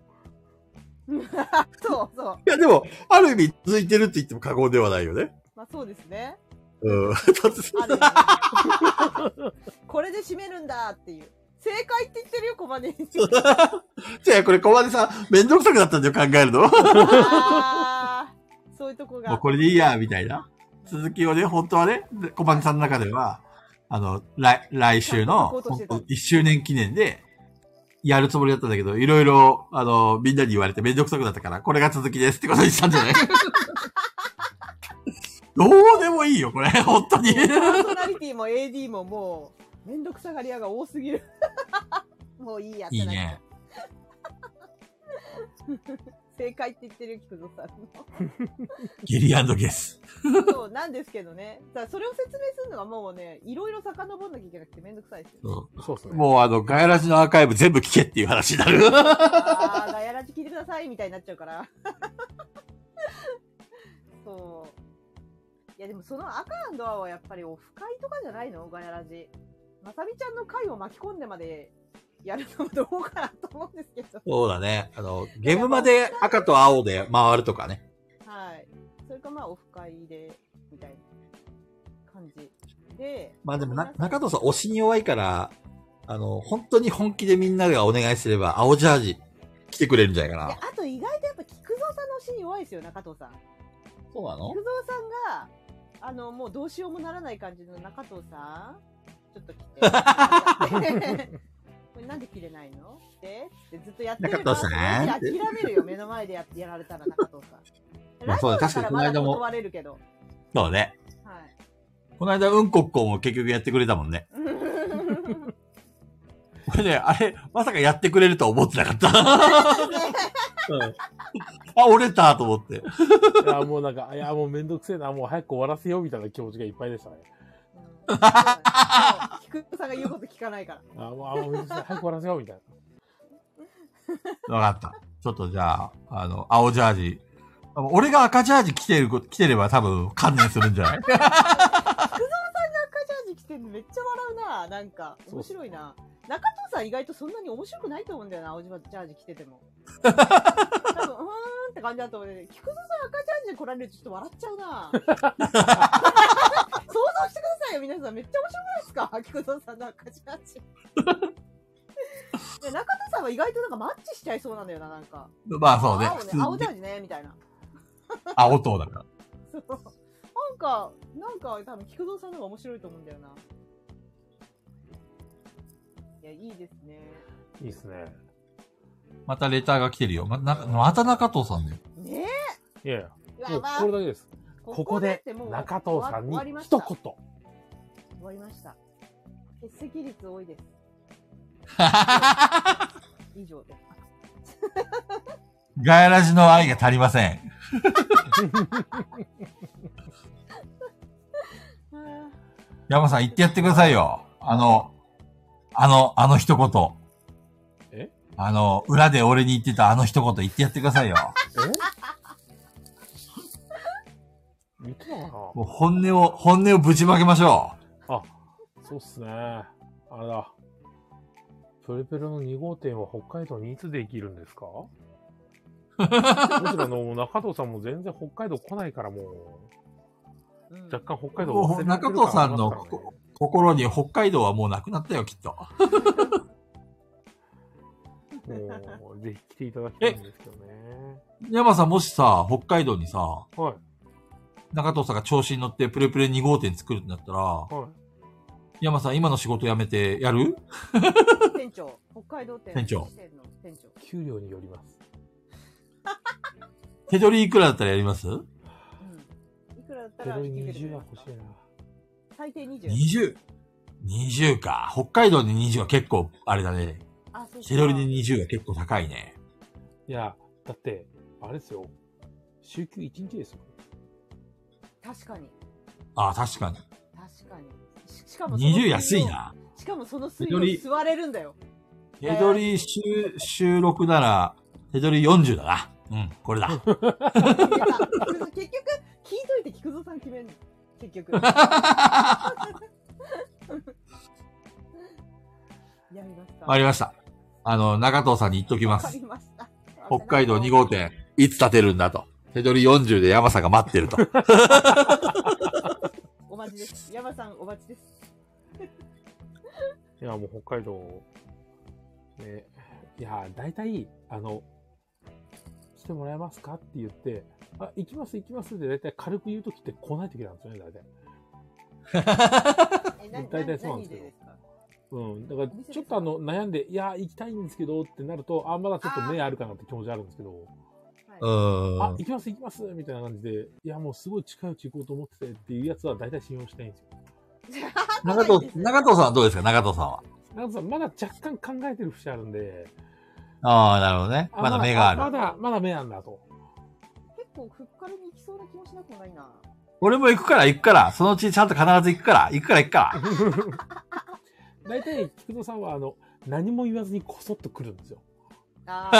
[SPEAKER 4] そうそう。
[SPEAKER 6] いやでも、ある意味続いてるって言っても過言ではないよね。
[SPEAKER 4] まあそうですね。
[SPEAKER 6] うん。 だって
[SPEAKER 4] あるよねこれで締めるんだっていう。正解って言ってるよ、コ マネ。
[SPEAKER 6] じゃあこれ、小金さん、めんどくさくなったんだよ、考えるの。
[SPEAKER 4] あーいうとこ
[SPEAKER 2] もう
[SPEAKER 4] が。
[SPEAKER 2] これでいいや、みたいな。続きをね、本当はね、小判さんの中では、あの、来、来週の、
[SPEAKER 4] サポートしてた
[SPEAKER 2] 1周年記念で、やるつもりだったんだけど、いろいろ、あの、みんなに言われてめんどくさくなったから、これが続きですってことにしたんじゃ ないどうでもいいよ、これ、本当に。
[SPEAKER 4] パーソナリティも AD ももう、めんどくさがり屋が多すぎ る。もういいやって
[SPEAKER 2] い
[SPEAKER 4] ないる
[SPEAKER 2] ね。
[SPEAKER 4] 正解って言ってる、菊蔵さん
[SPEAKER 2] ゲリゲス。
[SPEAKER 4] の。そう、なんですけどね。だからそれを説明するのはもうね、いろいろ遡んなきゃいけなくてめんどくさいですよ。
[SPEAKER 1] そうですね。
[SPEAKER 2] もうあの、ガヤラジのアーカイブ全部聞けっていう話になる。
[SPEAKER 4] あー、ガヤラジ聞いてくださいみたいになっちゃうから。 そう。いや、でもその赤ドアはやっぱりオフ会とかじゃないのガヤラジ。まさみちゃんの会を巻き込んでまでやるのもどうかなと思うんですけど。
[SPEAKER 2] そうだね。あの、ゲームまで赤と青で回るとかね。
[SPEAKER 4] はい。それかまあ、オフ会で、みたいな感じ。で、
[SPEAKER 2] まあでもな、中藤さん推しに弱いから、あの、本当に本気でみんながお願いすれば、青ジャージ来てくれるんじゃないか
[SPEAKER 4] いや
[SPEAKER 2] な。
[SPEAKER 4] あと意外とやっぱ菊蔵さんの推しに弱いですよ、中藤さん。
[SPEAKER 2] そうなの
[SPEAKER 4] 菊蔵さんが、あの、もうどうしようもならない感じの中藤さん、ちょっと来 て。これなんで切れないのってってずっとやってる
[SPEAKER 2] 中藤さん
[SPEAKER 4] 諦めるよ、目の前でやってやられたら中藤さん。
[SPEAKER 2] まあそうだ
[SPEAKER 4] ラジオ
[SPEAKER 2] 確かにこの
[SPEAKER 4] まだ
[SPEAKER 2] 間も
[SPEAKER 4] 断れるけど。
[SPEAKER 2] そうね。
[SPEAKER 4] はい。
[SPEAKER 2] この間、うんこっこも結局やってくれたもんね。これね、あれ、まさかやってくれるとは思ってなかった。 うんあ、折れたと思って。
[SPEAKER 1] いや、もうなんか、いや、もうめんどくせえな、もう早く終わらせようみたいな気持ちがいっぱいでしたね。
[SPEAKER 4] うんそう菊蔵さんが言うこと聞かないから。
[SPEAKER 1] あ、もう、あ、もうめんどくせえ、早く終わらせようみたいな。
[SPEAKER 2] わかった。ちょっとじゃあ、あの、青ジャージ。俺が赤ジャージ着てるこ、着てれば多分観念するんじゃない
[SPEAKER 4] 赤ジャージ着てるのめっちゃ笑うな。なんか、面白いな。中藤さん意外とそんなに面白くないと思うんだよな、青島ジャージ着てても。多分、うーんって感じだと思うね。菊蔵さん赤ジャージで来られるとちょっと笑っちゃうな。想像してくださいよ、皆さん。めっちゃ面白くないですか菊蔵さんの赤ジャージ。で中藤さんは意外となんかマッチしちゃいそうなんだよな、なんか。
[SPEAKER 2] まあそうね。
[SPEAKER 4] 青
[SPEAKER 2] 普
[SPEAKER 4] ね
[SPEAKER 2] 通、
[SPEAKER 4] 青ジャ
[SPEAKER 2] に
[SPEAKER 4] ージね、みたいな。
[SPEAKER 2] 青党だから。
[SPEAKER 4] そうなんか、なんか多分菊蔵さんの方が面白いと思うんだよな。いや、いいですね。
[SPEAKER 1] いいですね。
[SPEAKER 2] またレターが来てるよ。まなまた中藤さんだよ。
[SPEAKER 4] ね
[SPEAKER 1] いやいや、
[SPEAKER 4] え
[SPEAKER 1] もうこれだけです。ここで
[SPEAKER 4] ってもう
[SPEAKER 1] 中藤さんに
[SPEAKER 4] 終わりまし
[SPEAKER 1] 一
[SPEAKER 4] た
[SPEAKER 1] 言
[SPEAKER 4] 終。わりました。欠席率多 いです。以上です。
[SPEAKER 2] ガヤラジの愛が足りません。
[SPEAKER 4] は
[SPEAKER 2] 山さん言ってやってくださいよ。あの、あの、あの一言。
[SPEAKER 1] え
[SPEAKER 2] あの、裏で俺に言ってたあの一言言ってやってくださいよ。
[SPEAKER 1] 言ってたか
[SPEAKER 2] もう本音を、本音をぶちまけましょ
[SPEAKER 1] なそうっすね。あれだ。プルプルの2号店は北海道にいつできるんですか もちろん、あの、中藤さんも全然北海道来ないからも
[SPEAKER 4] あうん
[SPEAKER 1] う、若干北海道
[SPEAKER 2] もう
[SPEAKER 1] 忘れてる
[SPEAKER 2] 中藤さん
[SPEAKER 1] 感
[SPEAKER 2] の
[SPEAKER 1] がありますからね
[SPEAKER 2] う。心に北海道はもうなくなったよ、きっと。
[SPEAKER 1] もう、ぜひ来ていただきたいんですけどね。
[SPEAKER 2] 山さんもしさ、北海道にさ、
[SPEAKER 1] はい、
[SPEAKER 2] 中藤さんが調子に乗ってプレプレ2号店作るんだったら、
[SPEAKER 1] はい。
[SPEAKER 2] 山さん今の仕事辞めてやる
[SPEAKER 4] 店長、北海道店
[SPEAKER 2] 店長
[SPEAKER 4] 店の店長。
[SPEAKER 1] 給料によります。
[SPEAKER 2] 手取りいくらだったらやります
[SPEAKER 4] うん。いくらだった
[SPEAKER 1] 手
[SPEAKER 4] ら
[SPEAKER 1] 取り
[SPEAKER 4] 引き受けてく
[SPEAKER 1] 20
[SPEAKER 4] れ
[SPEAKER 1] は
[SPEAKER 4] ますか
[SPEAKER 1] 欲しいな。
[SPEAKER 4] 最低20。
[SPEAKER 2] 20。20か。北海道で20は結構、あれだね。
[SPEAKER 4] あ、そうか
[SPEAKER 2] 手取りで20は結構高いね。
[SPEAKER 1] いや、だって、あれですよ。週休1日ですよ。
[SPEAKER 4] 確かに。
[SPEAKER 2] ああ、確かに。
[SPEAKER 4] 確かに。ししかもその水
[SPEAKER 2] 20
[SPEAKER 4] 曜
[SPEAKER 2] 安い。な。
[SPEAKER 4] しかもその水
[SPEAKER 2] 手取り
[SPEAKER 4] 曜座れるんだよ。
[SPEAKER 2] 手取り収、収録なら、手取り40だな。うん、これだ。
[SPEAKER 4] 決めた結局、聞いといて菊蔵さん決めんの。結局。やりました。
[SPEAKER 2] わかりました。あの、中藤さんに言っときま
[SPEAKER 4] わか
[SPEAKER 2] す
[SPEAKER 4] り。ました。
[SPEAKER 2] 北海道2号店、いつ建てるんだと。手取り40で山さんが待ってると。
[SPEAKER 4] お待ちです。山さん、お待ちです。
[SPEAKER 1] いや、もう北海道、ね、いや、大体、あの、してもらえますかって言って、あ、行きます行きますって大体軽く言うときって来ないときなんですよね、大体。
[SPEAKER 4] え、
[SPEAKER 1] な
[SPEAKER 4] 何
[SPEAKER 1] 大体そうなんですけど
[SPEAKER 4] ですか
[SPEAKER 1] うん。だから、ちょっとあの、悩んで、いや、行きたいんですけどってなると、あ、まだちょっと目あるかなって気持ちあるんですけど、
[SPEAKER 2] う
[SPEAKER 1] あ行
[SPEAKER 2] ん、。
[SPEAKER 1] きます行きますみたいな感じで、いや、もうすごい近いうち行こうと思っててっていうやつは大体信用してないんですよ。
[SPEAKER 2] 長藤、長藤さんはどうですか長藤さんは。
[SPEAKER 1] なんかさ、まだ若干考えてる節あるんで、
[SPEAKER 2] ああ、なるほどね。
[SPEAKER 1] あ
[SPEAKER 2] まだ目があ
[SPEAKER 1] ま
[SPEAKER 2] る。
[SPEAKER 1] だ、まだ目なんだと。
[SPEAKER 4] 結構ふっかるに行きそうな気もしなくもな いな。
[SPEAKER 2] 俺も行くから行くから。そのうちちゃんと必ず行くから。行くから行くから。
[SPEAKER 1] 大体、菊蔵さんは、あの、何も言わずにこそっと来るんですよ。
[SPEAKER 4] あ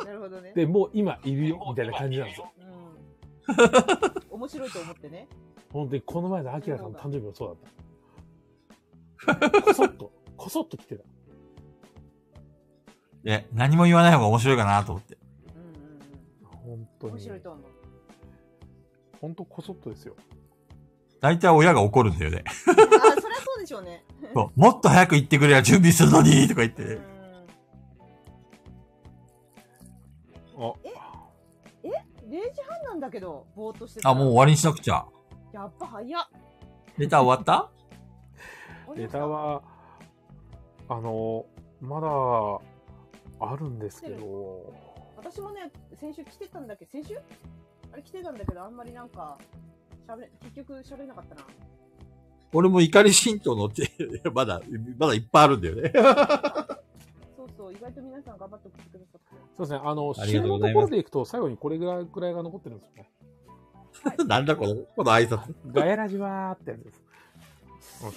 [SPEAKER 4] あ。なるほどね。
[SPEAKER 1] で、もう今いるよ、みたいな感じなんですよ。
[SPEAKER 4] うん。面白いと思ってね。
[SPEAKER 1] 本当に、この前のアキラさんの誕生日もそうだった。こそっと、こそっと来てた。
[SPEAKER 2] え、何も言わない方が面白いかなと思って。
[SPEAKER 4] うんうん
[SPEAKER 1] 本
[SPEAKER 4] う
[SPEAKER 1] 当
[SPEAKER 4] ん。面
[SPEAKER 1] に。
[SPEAKER 4] 白い と思う。
[SPEAKER 1] 本当こそっとですよ。
[SPEAKER 2] 大体親が怒るんだよね。
[SPEAKER 4] ああ、そりゃそうでしょうね。
[SPEAKER 2] そうもっと早く行ってくれや準備するのにとか言っ
[SPEAKER 4] う
[SPEAKER 2] て。
[SPEAKER 4] ん。
[SPEAKER 1] あ、
[SPEAKER 4] 0時半なんだけど、ぼーっとしてた
[SPEAKER 2] あ、もう終わりにしなくちゃ。
[SPEAKER 4] やっぱ早っ。
[SPEAKER 2] ネタ終わった
[SPEAKER 1] ネタは、あの、まだ、あるんですけど、
[SPEAKER 4] 私もね、先週来てたんだけど、先週あれ来てたんだけど、あんまりなんか、喋れ、結局喋れなかったな。
[SPEAKER 2] 俺も怒り浸透のって、まだ、まだいっぱいあるんだよね。
[SPEAKER 4] そうそう、意外と皆さん頑張って送ってくださっ
[SPEAKER 1] そうですね、あの、
[SPEAKER 2] あり
[SPEAKER 1] 旬
[SPEAKER 2] がと
[SPEAKER 1] の
[SPEAKER 2] うご
[SPEAKER 1] と
[SPEAKER 2] ざいます
[SPEAKER 1] ころでいくと、最後にこれぐらい、くらいが残ってるんですよね。
[SPEAKER 2] なんだこの、この挨拶。
[SPEAKER 1] ガヤラジはーってやつです。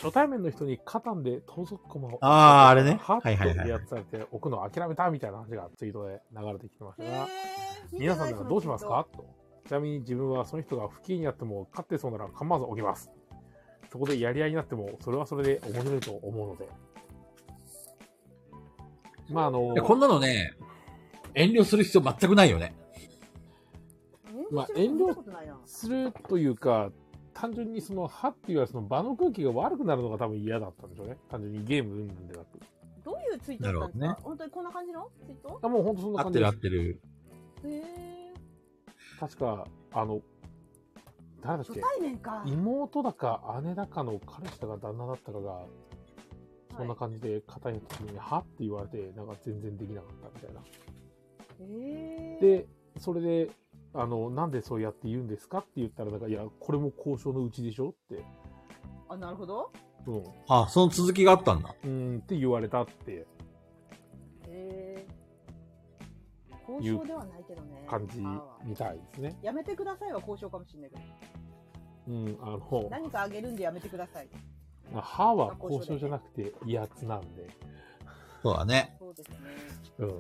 [SPEAKER 1] 初対面の人にカタンで盗賊駒を。
[SPEAKER 2] あーあれね
[SPEAKER 1] はっと
[SPEAKER 2] はいはいはい
[SPEAKER 1] やつされて、置くのを諦めたみたいな話がツイートで流れてきてました
[SPEAKER 4] て。
[SPEAKER 1] が、
[SPEAKER 4] ー
[SPEAKER 1] 皆さんならどうしますかと。ちなみに自分はその人が不機嫌になっても勝ってそうなら構わず置きます。そこでやり合いになっても、それはそれで面白いと思うので。まああの、
[SPEAKER 2] こんなのね、遠慮する必要全くないよね。
[SPEAKER 1] まあ
[SPEAKER 4] 遠慮してる人見たことないな。
[SPEAKER 1] するというか、単純にその、はっていうよりはその場の空気が悪くなるのが多分嫌だったんでしょうね。単純にゲーム云々でなく。
[SPEAKER 4] どういうツイートだったんです
[SPEAKER 2] なるほどね
[SPEAKER 4] か本当にこんな感じのツイート
[SPEAKER 1] あもう本当そんな
[SPEAKER 2] 合っ
[SPEAKER 1] 感
[SPEAKER 2] て
[SPEAKER 1] じ
[SPEAKER 2] る
[SPEAKER 1] で
[SPEAKER 2] 合
[SPEAKER 1] す
[SPEAKER 2] ってる。
[SPEAKER 4] へえ。
[SPEAKER 1] 確か、あの、誰だっ
[SPEAKER 4] 初
[SPEAKER 1] け
[SPEAKER 4] 対面か。
[SPEAKER 1] 妹だか姉だかの彼氏だか旦那だったかが、そんな
[SPEAKER 4] はい
[SPEAKER 1] 感じで肩に時に、はって言われて、なんか全然できなかったみたいな。
[SPEAKER 4] へえ。
[SPEAKER 1] で、それで、あの、なんでそうやって言うんですかって言ったら、なんか、いや、これも交渉のうちでしょって、
[SPEAKER 4] あ、なるほど。
[SPEAKER 1] うん、う
[SPEAKER 2] あ、その続きがあったんだ。
[SPEAKER 1] ーんって言われたって
[SPEAKER 4] へえ。交渉ではないけどね。
[SPEAKER 1] 感じ
[SPEAKER 4] ああ
[SPEAKER 1] みたいですね。
[SPEAKER 4] やめてくださいは交渉かもしれないけど。
[SPEAKER 1] うん、あの、
[SPEAKER 4] 何かあげるんでやめてください。
[SPEAKER 1] 歯は交渉じゃなくて威圧なんで、
[SPEAKER 2] そうだね。
[SPEAKER 4] そうですね。
[SPEAKER 1] うん。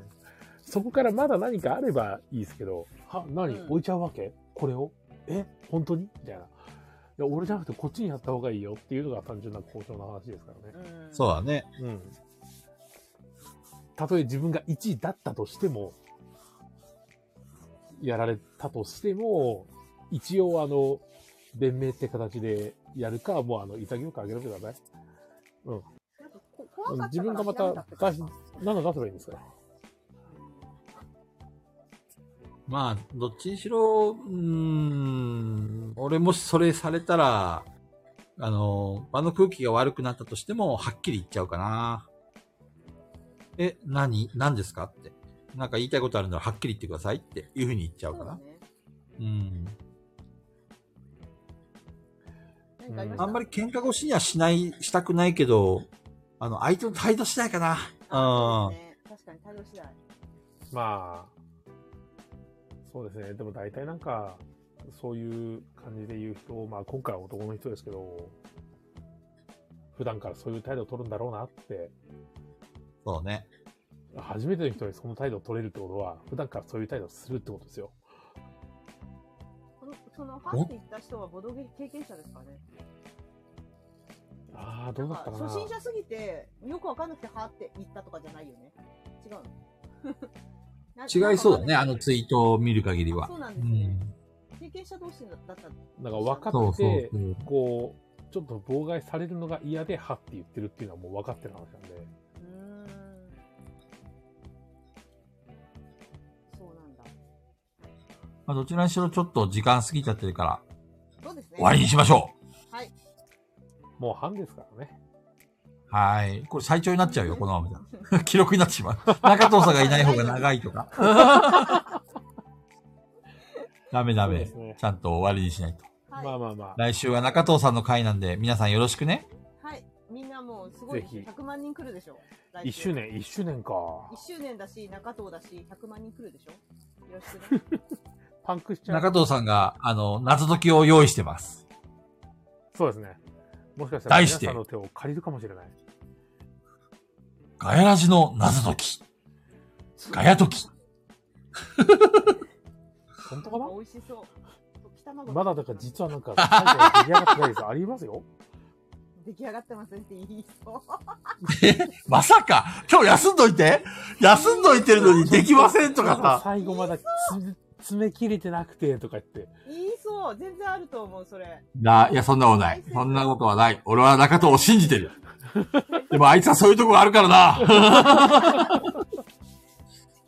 [SPEAKER 1] そこからまだ何かあればいいですけど、は、何、
[SPEAKER 4] うん
[SPEAKER 1] 置いちゃうわけこれをえ本当にみたいな。いや、俺じゃなくてこっちにやった方がいいよっていうのが単純な交渉の話ですからね。
[SPEAKER 4] うん。
[SPEAKER 2] そうだね。
[SPEAKER 1] うん。たとえ自分が1位だったとしても、やられたとしても、一応あの、弁明って形でやるか、もうあの、潔くあげろください。
[SPEAKER 4] なんかこ怖かったから
[SPEAKER 1] 自分がまた
[SPEAKER 4] 諦めって感じ
[SPEAKER 1] 出し何の出せばいいんですか
[SPEAKER 2] まあ、どっちにしろ、うーん、俺もしそれされたら、あの、場の空気が悪くなったとしても、はっきり言っちゃうかな。え、何何ですかって。なんか言いたいことあるならはっきり言ってくださいっていうふうに言っちゃうか
[SPEAKER 4] そうだ
[SPEAKER 2] な。
[SPEAKER 4] ね。
[SPEAKER 2] うん。
[SPEAKER 4] 何かありました
[SPEAKER 2] あんまり喧嘩越しにはしない、したくないけど、あの、相手の態度次第かな。
[SPEAKER 4] あ
[SPEAKER 2] う
[SPEAKER 4] そうんで。すね確かに対応次第。
[SPEAKER 1] まあ、そうですね。でも大体なんか、そういう感じで言う人、まあ今回は男の人ですけど、普段からそういう態度を取るんだろうなって、
[SPEAKER 2] そうね。
[SPEAKER 1] 初めての人にその態度を取れるってことは、普段からそういう態度をするってことですよ。
[SPEAKER 4] このそのファンって言った人はボドゲ経験者ですからね。
[SPEAKER 1] ああ、どうだったかな。
[SPEAKER 4] 初心者すぎて、よくわかんなくて、はーって言ったとかじゃないよね。違うの な
[SPEAKER 2] 違いそうだね。あのツ
[SPEAKER 4] イ
[SPEAKER 2] イートを見る限りは
[SPEAKER 4] そ。うなん
[SPEAKER 2] う
[SPEAKER 4] ですね。
[SPEAKER 2] ん。
[SPEAKER 4] 経験者同士だった。
[SPEAKER 1] なんか分か
[SPEAKER 2] そう
[SPEAKER 1] って
[SPEAKER 2] そう
[SPEAKER 1] て
[SPEAKER 2] そう。
[SPEAKER 1] こう、ちょっと妨害されるのが嫌で、はって言ってるっていうのはもう分かってる話なんで。
[SPEAKER 4] うーん。そうなんだ。
[SPEAKER 2] まあ、どちらにしろちょっと時間過ぎちゃってるから、
[SPEAKER 4] そうですね。
[SPEAKER 2] 終わりにしましょう
[SPEAKER 1] もう半ですからね。
[SPEAKER 2] はい。これ最長になっちゃうよ、この ままじゃ。 記録になってしまう。中藤さんがいない方が長いとか。 ダメダ
[SPEAKER 1] そう
[SPEAKER 2] メ
[SPEAKER 1] ですね。
[SPEAKER 2] ちゃんと終わりにしないと。
[SPEAKER 4] はい
[SPEAKER 1] まあまあまあ。
[SPEAKER 2] 来週は中藤さんの回なんで、皆さんよろしくね。
[SPEAKER 4] はい。みんなもうすごいですよ。
[SPEAKER 1] ぜ
[SPEAKER 4] 100万人来るでしょ。
[SPEAKER 1] 1周
[SPEAKER 4] 年。
[SPEAKER 1] 年、1周年か。
[SPEAKER 4] 1周年だし、中東だし、100万人来るでしょ。よろしくね。
[SPEAKER 1] パンクしちゃう。
[SPEAKER 2] 中藤さんが、あの、謎解きを用意してます。
[SPEAKER 1] そうですね。もしかしたら
[SPEAKER 2] 題
[SPEAKER 1] 皆
[SPEAKER 2] して
[SPEAKER 1] さんの手を借りるかもしれない。
[SPEAKER 2] ガヤラジの謎解き。ガヤ解き。
[SPEAKER 1] 本当かな
[SPEAKER 4] 美味しそう。溶き卵
[SPEAKER 1] まだだから実はなんか、最後は出来上がってないです。ありますよ。
[SPEAKER 4] 出来上がってませんって言いそう。
[SPEAKER 2] まさか今日休んどいて休んどいてるのにできませんとかさ。
[SPEAKER 1] 最後まで詰め切れてなくてとか言って。
[SPEAKER 4] 言いそう。全然あると思う、それ。
[SPEAKER 2] な、いや、そんなことない。そんなことはない。俺は中藤を信じてる。でもあいつはそういうとこがあるからな。
[SPEAKER 4] 期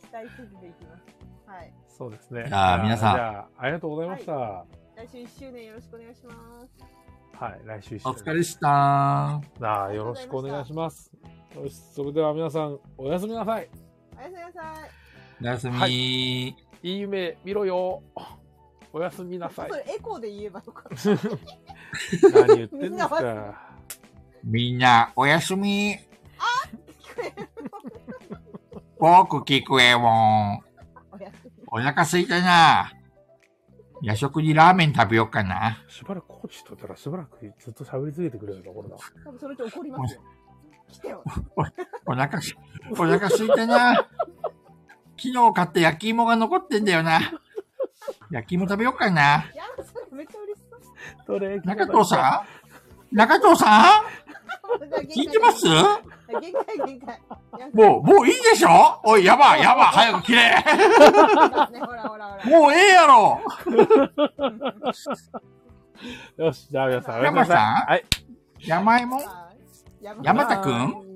[SPEAKER 4] 待せずでいきます。はい。
[SPEAKER 1] そうですね。
[SPEAKER 2] いやー皆さん
[SPEAKER 1] じゃあ、ありがとうございました。は
[SPEAKER 4] 来週1周年よろしくお願いします。
[SPEAKER 1] い、来週一
[SPEAKER 2] お
[SPEAKER 1] 緒に
[SPEAKER 2] 疲れした。
[SPEAKER 1] ああよろしくお願いします。よし、それでは皆さん、おやすみなさい。
[SPEAKER 4] おやすみなさい。
[SPEAKER 2] おやすみ、
[SPEAKER 1] はいいい夢見ろよ。おやすみなさい
[SPEAKER 4] そ。れエコーで言えばよかった。
[SPEAKER 1] 何言ってんです
[SPEAKER 4] みんな
[SPEAKER 1] か。
[SPEAKER 2] みんな、おやすみ。
[SPEAKER 4] 聞こえる
[SPEAKER 2] 僕聞くえもん。
[SPEAKER 4] おやすみ。
[SPEAKER 2] お腹すいたな。夜食にラーメン食べようかな。
[SPEAKER 1] しばらくコーチとったらしばらくずっと喋り続けてくれるんだ、これだ。
[SPEAKER 4] 多分それって怒りますよ。来てよ。
[SPEAKER 2] お 腹す、お腹すいたな。昨日買った焼き芋が残ってんだよな。焼き芋食べようかな。
[SPEAKER 4] いや、それめっちゃ嬉しそ
[SPEAKER 1] ど
[SPEAKER 4] う。
[SPEAKER 1] れ
[SPEAKER 2] 中藤さん中藤さん聞いてます
[SPEAKER 4] 限界限界。
[SPEAKER 2] もう、もういいでしょおい、やばい、やばい、早く切れ。
[SPEAKER 4] う、ね、ほらほらほら。
[SPEAKER 2] もうええやろ
[SPEAKER 1] よし、じゃあ皆さん、おやすみなさい。
[SPEAKER 2] 山さん
[SPEAKER 1] はい。
[SPEAKER 2] 山芋
[SPEAKER 4] あー
[SPEAKER 2] 山田くん
[SPEAKER 4] 山